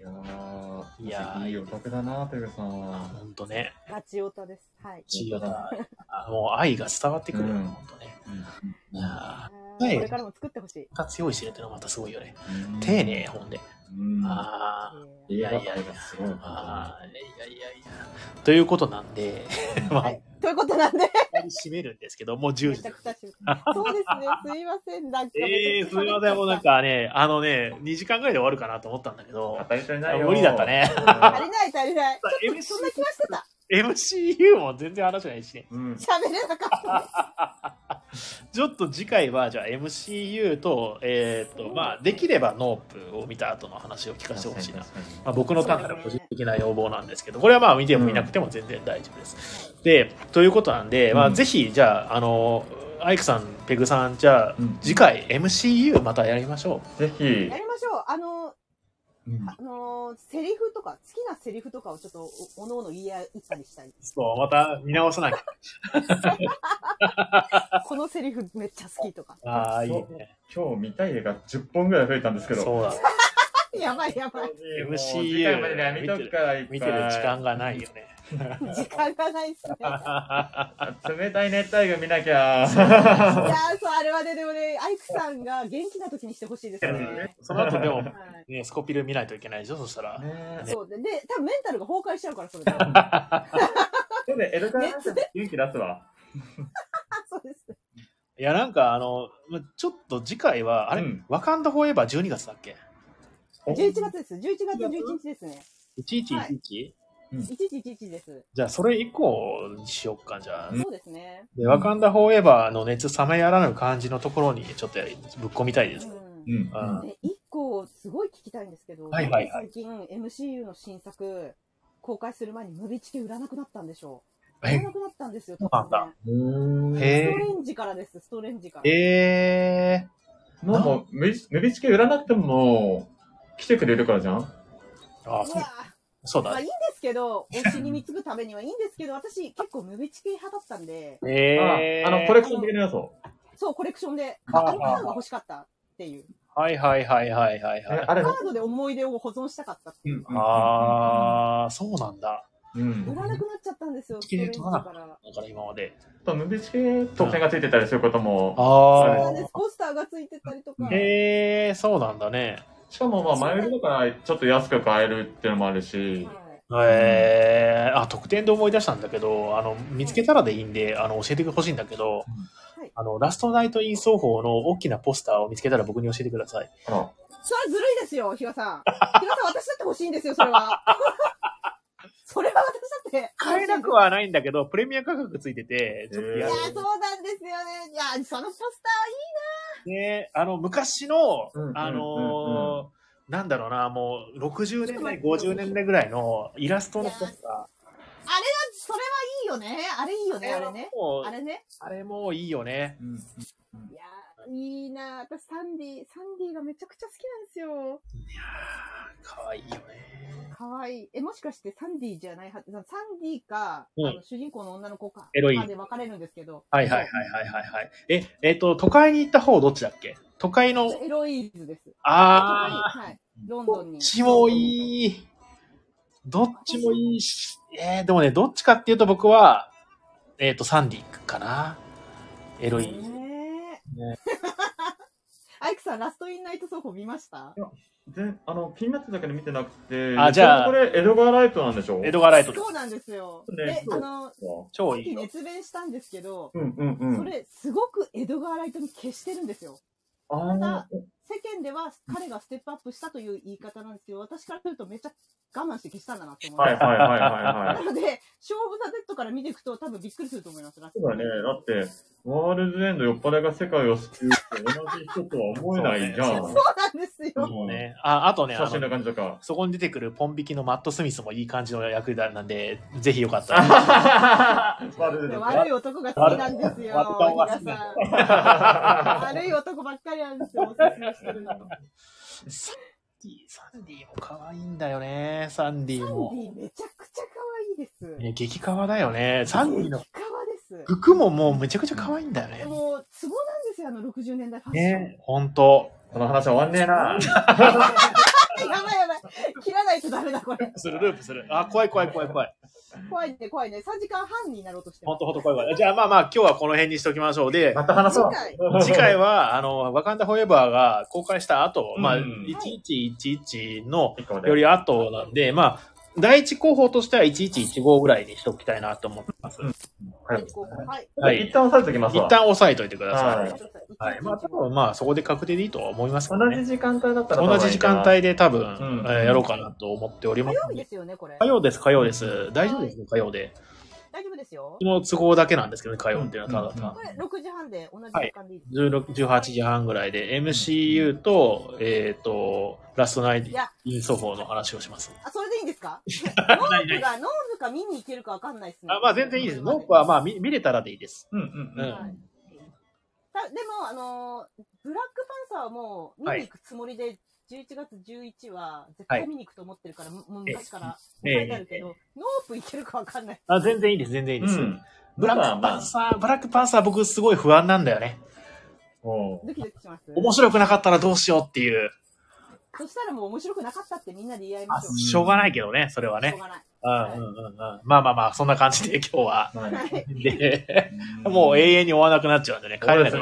Speaker 1: はい。い
Speaker 3: いやー、
Speaker 1: やー
Speaker 3: いいオタクだな、ペグさん
Speaker 1: あ
Speaker 3: は。
Speaker 1: ほんとね。
Speaker 2: ガチオタです。はい。
Speaker 1: チーだ。あもう愛が伝わってくるよ
Speaker 3: うん
Speaker 1: ね、ほんとね。いやー
Speaker 2: あーこれからも作ってほしい。
Speaker 1: また強いしねってのはまたすごいよね。丁寧、ほんで。
Speaker 3: うん。
Speaker 1: ああ。
Speaker 2: えー
Speaker 1: いやいやいや
Speaker 3: 映画すごい。
Speaker 1: ああ、いやいやいや。ということなんで、ま
Speaker 2: は
Speaker 1: あ、
Speaker 2: い。ということなんで、
Speaker 1: 締めるんですけど、もう10
Speaker 2: め
Speaker 1: 時
Speaker 2: ちゃ。くちゃしそうですね。すいません。なんか
Speaker 1: ええー、
Speaker 2: めちゃ
Speaker 1: す
Speaker 2: くちゃ
Speaker 1: みま
Speaker 2: 喋っちゃった
Speaker 1: せん、もうなん。かね、あのね、2時間ぐらいで終わるかなと思ったんだけど、
Speaker 3: 当たり足りないよ。
Speaker 1: 無理だったね。
Speaker 2: 足りない足りない。ちょっとそんな気はしてた。
Speaker 1: MCU も全然話ないしね。
Speaker 3: うん。
Speaker 2: 喋れなかった。
Speaker 1: ちょっと次回は、じゃあ MCU と、えっ、と、まあ、できればノープを見た後の話を聞かせてほしいな。まあ、僕の単なる個人的な要望なんですけど、これはまあ見てもいなくても全然大丈夫です。で、ということなんで、ま
Speaker 3: う
Speaker 1: あ、
Speaker 3: ん
Speaker 1: ぜひ、じゃあ、あの、アイクさん、ペグさん、じゃあ、
Speaker 3: うん
Speaker 1: 次回 MCU またやりましょ
Speaker 3: ぜひ
Speaker 2: や、りましょう。あの、
Speaker 3: うん
Speaker 2: あの、セリフとか、好きなセリフとかをちょっと、おおのおの言い合ったりしたい。
Speaker 1: う。そう、また見直さなきゃ。
Speaker 2: このセリフめっちゃ好きとか。
Speaker 1: ああ、いい
Speaker 3: そう
Speaker 1: ね。
Speaker 3: 今日見たい映画10本ぐらい増えたんですけど。
Speaker 1: そうだ。
Speaker 2: [laughs] やばいやばい。
Speaker 3: もう
Speaker 1: MCU
Speaker 3: 次回までね見とくからいっぱい
Speaker 1: 見てる時間がないよね。
Speaker 2: 時間がないっ [laughs] すね。いや
Speaker 3: 冷たい熱帯魚見なきゃ。
Speaker 2: ー、そう、あれはね、でもね、アイクさんが元気な時にしてほしいですよね。
Speaker 1: その後でも、
Speaker 2: はい
Speaker 1: ね、スコピル見ないといけないでしょ、そしたら。
Speaker 3: ね
Speaker 2: そうで、で、多分メンタルが崩壊しちゃうから、それで。
Speaker 3: そうで、江戸川さん勇気出すわ。
Speaker 2: そうですね。
Speaker 1: いや、なんか、あの、まちょっと次回は、あれ、
Speaker 3: うん
Speaker 1: ワカンダフォーエバー12月だっけ
Speaker 2: 11月です。11月11日ですね。
Speaker 1: ?1111?、
Speaker 2: はい1111です。
Speaker 1: じゃあ、それ以降にしよっか、じゃあ。
Speaker 2: そうですね。
Speaker 1: で、ワカンダフォーエバーの熱冷めやらぬ感じのところに、ちょっとやりぶっ込みたいで
Speaker 2: う
Speaker 1: す。
Speaker 2: ん。
Speaker 3: うん。うん
Speaker 1: あ
Speaker 2: で、一個、すごい聞きたいんですけど、
Speaker 1: はいはいは
Speaker 2: 最近 MCU の新作、公開する前にムビチケ売らなくなったんでしょう。売
Speaker 1: え
Speaker 2: らなくなったんですよ、
Speaker 1: そうなんだ
Speaker 2: 突然
Speaker 1: へ
Speaker 2: ス
Speaker 1: え
Speaker 2: トレンジからです、ストレンジから。
Speaker 1: え
Speaker 3: なんか、ぬびチケ売らなくても、来てくれるからじゃん
Speaker 1: ー、あ
Speaker 2: う
Speaker 1: そう
Speaker 2: わ、
Speaker 1: そう
Speaker 2: まあ
Speaker 1: だ
Speaker 2: いいん。ですけど、推しに貢ぐためにはいいんですけど、私結構ムビチ系派だったんで、
Speaker 1: えー、
Speaker 3: ああの、コレクション的な要素。
Speaker 2: そう、コレクションで、
Speaker 1: はあ
Speaker 2: ああのカードが欲しかったっていう。
Speaker 1: はいはいはいはいはいはい。
Speaker 3: あれ
Speaker 2: カードで思い出を保存したかったっていう。
Speaker 1: ああ、そうなんだ。
Speaker 3: うん。
Speaker 2: 売らなくなっちゃったんですよ、ストレンジから。
Speaker 1: だから今まで。
Speaker 3: と、ムビチケ特典がついてたりすることも、
Speaker 2: そう
Speaker 1: あ
Speaker 2: なんです、ポスターがついてたりとか。
Speaker 1: あ。へえ、そうなんだね。
Speaker 3: しかもまあ、前売りだから、ちょっと安く買えるっていうのもあるし、
Speaker 2: はい
Speaker 1: ええあ、特典で思い出したんだけど、あの、見つけたらでいいんで、あの、教えてほしいんだけど、
Speaker 2: はい
Speaker 1: あの、ラストナイトイン奏法の大きなポスターを見つけたら僕に教えてください。
Speaker 3: あ
Speaker 2: それ
Speaker 3: ら、
Speaker 2: はずるいですよ、比嘉さん。比嘉さん、私だって欲しいんですよ、それは。 [laughs] それは私だって。
Speaker 1: 買えなくはないんだけど、プレミア価格ついてて、ちょっと
Speaker 2: い
Speaker 1: や
Speaker 2: や
Speaker 1: る
Speaker 2: ー、そうなんですよね。いやー、そのポスターいい
Speaker 1: ね、あの、昔の
Speaker 3: うんうんうんう、ん
Speaker 1: あのー、なんだろうな、もう、60年代、50年代ぐらいのイラストのポスタ
Speaker 2: それはいいよね。あれいいよ
Speaker 1: ー。
Speaker 2: ね、あれね。
Speaker 1: もう
Speaker 2: あれね。
Speaker 1: あれもいいよね。
Speaker 3: うん。
Speaker 2: いやいいなぁ私サンディ、サンディがめちゃくちゃ好きなんです
Speaker 1: い
Speaker 2: よ。
Speaker 1: やー、かわいいよね。
Speaker 2: かわいい。え、もしかしてサンディじゃないはず、サンディか、
Speaker 1: うん
Speaker 2: あの主人公の女の子か、
Speaker 1: エロイン
Speaker 2: かで分かれるんですけど。
Speaker 1: はいはいはいはいはいはい。え、えっ、と、都会に行った方どっちだっけ都会の、
Speaker 2: エロイーズです。
Speaker 1: あー、
Speaker 2: はい。ロンド
Speaker 1: ど
Speaker 2: ン
Speaker 1: っ
Speaker 2: に。
Speaker 1: ちもいい。どっちもいいし、えー、でもね、どっちかっていうと僕は、えっ、と、サンディかな。エロ
Speaker 2: ね
Speaker 1: イン。
Speaker 2: えアイクさん、ラストインナイト奏法見ました
Speaker 3: 全あの、気になってたけど見てなくて。
Speaker 1: あじゃあ
Speaker 3: これ、エドガー・ライトなんでしょ
Speaker 1: エドガー・ライトです
Speaker 2: そう。なんですよ。
Speaker 3: ね
Speaker 2: で、
Speaker 3: そ
Speaker 2: あ
Speaker 3: う
Speaker 2: の、
Speaker 1: 超
Speaker 2: さっ
Speaker 1: いい
Speaker 2: き
Speaker 1: よ。
Speaker 2: 熱弁したんですけど、
Speaker 3: うんうんうん。
Speaker 2: それ、すごくエドガー・ライトに消してるんですよ。
Speaker 3: あ
Speaker 2: た
Speaker 3: ー
Speaker 2: だ、世間では彼がステップアップしたという言い方なんですけど、私からするとめっちゃ我慢して消したんだなって思いま
Speaker 3: はい
Speaker 2: す。
Speaker 3: はいはいはいは。
Speaker 2: ないので、勝負ザ・デッドから見ていくと多分びっくりすると思います。ラス
Speaker 3: そうだね。だって、ワールズ・エンド酔っ払いが世界を救うって同じ人とは思えないじゃん。
Speaker 2: そうなんですよ。
Speaker 3: もうね。
Speaker 1: ね、ああとねあ
Speaker 3: 写
Speaker 1: の
Speaker 3: 真な感じ
Speaker 1: [laughs]
Speaker 3: とか。
Speaker 1: そこに出てくるポン引きのマット・スミスもいい感じの役なんで、ぜひよかったら。
Speaker 3: ワールズ・エン
Speaker 2: で
Speaker 3: ド。
Speaker 2: 悪い男が好きなんですよ。
Speaker 1: 悪顔が好き
Speaker 2: 皆
Speaker 1: な
Speaker 2: さん
Speaker 3: あ
Speaker 2: 悪い男ばっかりなんですよ。おすすめしてるの。
Speaker 1: サンディ、サンディも可愛いんだよね、サンディ
Speaker 2: サ
Speaker 1: も
Speaker 2: ン。ディめちゃくちゃ可愛いです。
Speaker 1: ね、激カワだよね。サンディの
Speaker 2: 可愛です。
Speaker 1: 服ももうめちゃくちゃ可愛いんだよね。
Speaker 2: もう、ツボなんですよ、あの60年代ファッション。
Speaker 1: ね、ほんと。
Speaker 3: この話終わんねえな。
Speaker 2: やばいやばい。切らないとダメだ、これ。
Speaker 1: する、ループする。あ、怖い怖い怖い怖い。
Speaker 2: 怖いね、怖いね。3時間半になろうとして
Speaker 1: ほん
Speaker 2: ます。
Speaker 1: とほんと怖い怖い。じゃあまあまあ、今日はこの辺にしておきましょう。で、
Speaker 3: また話そう。
Speaker 2: 次回
Speaker 1: 次回は、あの、ワカンダフォーエバーが公開した後、まあ、
Speaker 3: うん
Speaker 1: 1111の
Speaker 3: 一個まで
Speaker 1: より後なんで、まあ、第一候補としては1115ぐらいにしておきたいなと思ってます。
Speaker 3: はい
Speaker 2: はい。
Speaker 1: はい
Speaker 3: 一旦押さえておきます
Speaker 1: 一
Speaker 3: わ。
Speaker 1: 旦押さえといてください。
Speaker 3: はい
Speaker 1: はい。まあ、多分まあ、そこで確定でいいとは思いますけど
Speaker 3: 同じ
Speaker 1: ね。
Speaker 3: 時間帯だったら
Speaker 1: 同じ時間帯で多分、
Speaker 3: ん
Speaker 1: えーやろうかなと思っておりま
Speaker 2: 火
Speaker 1: す
Speaker 2: 曜
Speaker 1: の
Speaker 2: 日
Speaker 1: で
Speaker 2: で。すよね、これ。
Speaker 1: 火曜です、火曜です。大丈夫ですよ、火曜で。
Speaker 2: 大丈夫ですよ
Speaker 1: そ。の都合だけなんですけどね、火曜っていうのはただただ
Speaker 2: こ。れ6時半で同じ時間でいいです。
Speaker 1: 16 18時半ぐらいで MCU と、えっ、と、ラストナイ
Speaker 2: いや
Speaker 1: インソフォーの話をします。
Speaker 2: あ、それでいいんで
Speaker 1: [laughs]
Speaker 2: すかノープが、ノープか見に行けるかわかんないですね。
Speaker 1: あまあ全然いいです。
Speaker 2: これま
Speaker 1: ノープはまあ見見れたらでいいです。
Speaker 3: うんうんうん。
Speaker 1: うん
Speaker 2: たでも、あのーブラックパンサーはもう見に行くつもりで、11月11は絶対見に行くと思ってるから、もうもう昔から
Speaker 1: ええ
Speaker 2: 書いてあるけど、ノープ行けるかわかんない。
Speaker 1: あ全然いいです、全然いいです。
Speaker 3: うん
Speaker 1: ブラックパンサー、ブラックパンサー僕すごい不安なんだよね。
Speaker 3: おう
Speaker 2: ドキドキします。
Speaker 1: 面白くなかったらどうしようっていう。
Speaker 2: そしたらもう面白くなかったってみんなで言い合い
Speaker 1: まあ
Speaker 2: ましょう。
Speaker 1: しょうがないけどね、それは
Speaker 2: しょ
Speaker 1: ね
Speaker 2: う。がない。
Speaker 1: うんうんうんうん。まあまあまあ、そんな感じで今日は。
Speaker 3: はい
Speaker 2: はい。
Speaker 3: [laughs]
Speaker 1: で、もう永遠に終わらなくなっちゃうんでね、帰れないと。 [laughs] い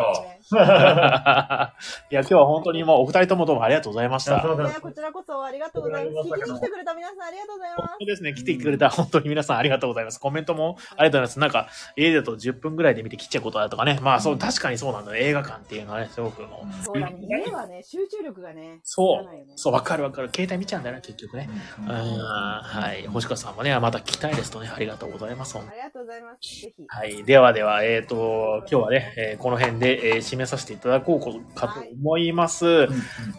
Speaker 3: そうですよ
Speaker 1: や、今日は本当にもうお二人ともどうもありがとうございまし
Speaker 3: いや
Speaker 1: た。
Speaker 3: そう
Speaker 2: い
Speaker 3: だ
Speaker 2: やこちらこそありがとうございます。聞きに来てくれた皆さんありがとうございま
Speaker 1: 本当ですね。来てくれた、本当に皆さんありがとうございます。コメントもありがとうございます。なんか、家だと10分ぐらいで見て切っちゃうことだとかね。まあ、そう、確かにそうなんだよ。映画館っていうのはね、すごくもう。
Speaker 2: す。そうだね。家はね、集中力がね、
Speaker 1: そ
Speaker 2: つかないうよね、
Speaker 1: そう、わかるわかる。携帯見ちゃうんだよね、結局ね。
Speaker 3: う
Speaker 1: うんん、はい。星川さんもね、また聞きたいですとね、ありがとうございます。
Speaker 2: ありがとうございます。ぜひ。
Speaker 1: はい。ではでは、えっ、と、今日はね、えーこの辺で、えー締めさせていただこうかと思います。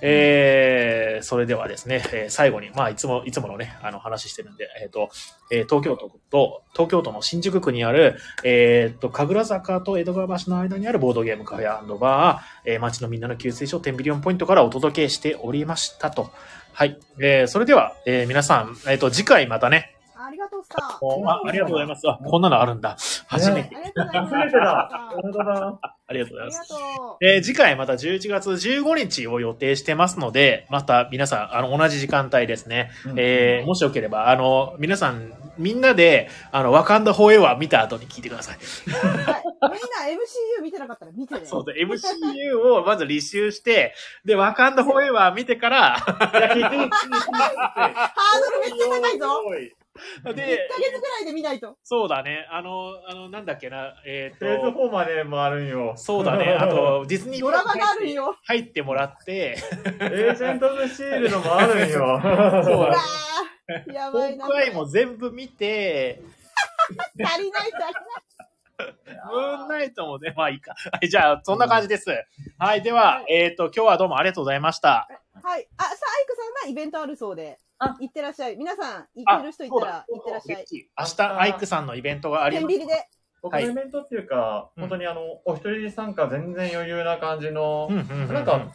Speaker 1: えーそれではですね、えー最後に、まあ、いつも、いつものね、あの話してるんで、えっ、と、えー東京都と、東京都の新宿区にある、えっ、と、神楽坂と江戸川橋の間にあるボードゲームカフェバー、えー街のみんなの給水所、テンビリオンポイントからお届けしておりましたと。はい。えーそれでは、えー皆さん、えっ、と、次回またね、
Speaker 2: ありがとうさん。
Speaker 1: もうあありがとうございます。あ、こんなのあるんだ。初めて。
Speaker 2: ありがとうございます。
Speaker 3: 忘れてた。本当だ。
Speaker 1: ありがとうございま
Speaker 2: あり
Speaker 1: す
Speaker 2: が。とう。
Speaker 1: えー次回また11月15日を予定してますので、また皆さん、あの、同じ時間帯ですね。えーもしよければ、あの、皆さん、みんなで、あの、ワカンダフォーエバー見た後に聞いてください。
Speaker 2: はいみんな MCU 見てなかったら見てね。
Speaker 1: そうで、MCU をまず履修して、で、ワカンダフォーエバー見てから、
Speaker 2: [laughs] ハードルめっちゃ高いぞ。1
Speaker 1: で、
Speaker 2: ヶ月ぐらいで見ないと。
Speaker 1: そうだね、あの、あの、なんだっけな、えっ、
Speaker 3: フェーズ
Speaker 1: と、
Speaker 3: 4までもあるんよ。
Speaker 1: そうだね、あと、ディズニー
Speaker 2: ドラマがあるん
Speaker 1: [laughs]
Speaker 2: よ。
Speaker 1: 入ってもらって、
Speaker 3: [laughs] エージェント・オブ・シールドもあるんよ。
Speaker 1: そう
Speaker 2: わ
Speaker 1: う、
Speaker 2: ーや
Speaker 1: ホ
Speaker 2: ばい
Speaker 1: ー
Speaker 2: な。
Speaker 1: クアイも全部見て、
Speaker 2: 足りない足りない。
Speaker 1: ムーンナイトもね、まあいいか。はい、じゃあ、そんな感じです。はい、では、えっ、と、今日はどうもありがとうございました。
Speaker 2: はい。あ、さあ、アイクさんがイベントあるそうで。
Speaker 1: あ
Speaker 2: 行ってらっしゃい。皆さん、行
Speaker 1: あ
Speaker 2: ける人いたら、行ってらっしゃい。
Speaker 1: 明日、アイクさんのイベントがあり
Speaker 2: 天
Speaker 1: ます
Speaker 2: 秤。で。
Speaker 3: 僕のイベントっていうか、
Speaker 1: うん
Speaker 3: 本当にあの、お一人参加全然余裕な感じの
Speaker 1: う、んうんうん
Speaker 3: なんか、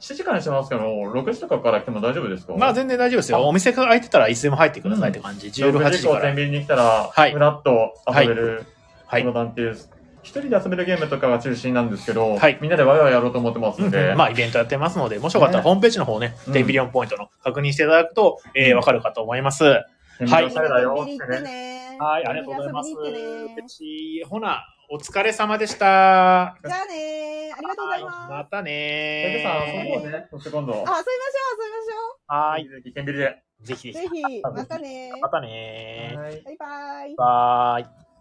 Speaker 3: 7時からにしてますけど、6時とかから来ても大丈夫ですか
Speaker 1: まあ全然大丈夫ですよ。
Speaker 3: あ
Speaker 1: お店が開いてたらいつでも入ってくださいって感じ。18
Speaker 3: 16
Speaker 1: 時
Speaker 3: 時
Speaker 1: か
Speaker 3: か
Speaker 1: ら。
Speaker 3: ら天秤に来たら、
Speaker 1: はい
Speaker 3: ふらっと遊べる、
Speaker 1: は
Speaker 3: こ
Speaker 1: い
Speaker 3: の。なんていう、一人で遊べるゲームとかが中心なんですけど、
Speaker 1: はい
Speaker 3: みんなでワイワイやろうと思ってます
Speaker 1: うん
Speaker 3: ので、
Speaker 1: うんまあイベントやってますので、もしよかったら
Speaker 3: ね
Speaker 1: ホームページの方ね
Speaker 3: う、ん
Speaker 1: テンビリオンポイントの確認していただくと、えーわかるかと思います。はい、
Speaker 3: 天
Speaker 2: み
Speaker 3: 秤の
Speaker 2: ん
Speaker 3: サ
Speaker 2: な
Speaker 3: イダーよ
Speaker 2: コンビニ行ってね。
Speaker 1: ありがとうございます
Speaker 2: みんな遊びに行ってね。
Speaker 1: ペチほな、お疲れ様でした。
Speaker 2: じゃあねー。ありがとうございます。
Speaker 1: また
Speaker 3: ペグさん、遊ぼ
Speaker 1: ね
Speaker 3: うね。そして今度
Speaker 2: あ、遊びましょう、遊びましょう。
Speaker 1: はーい。。
Speaker 3: 天秤で。
Speaker 1: ぜひぜひ。
Speaker 2: ぜひ、またね。
Speaker 1: またね
Speaker 3: はい
Speaker 2: バイバイ。
Speaker 1: バイ。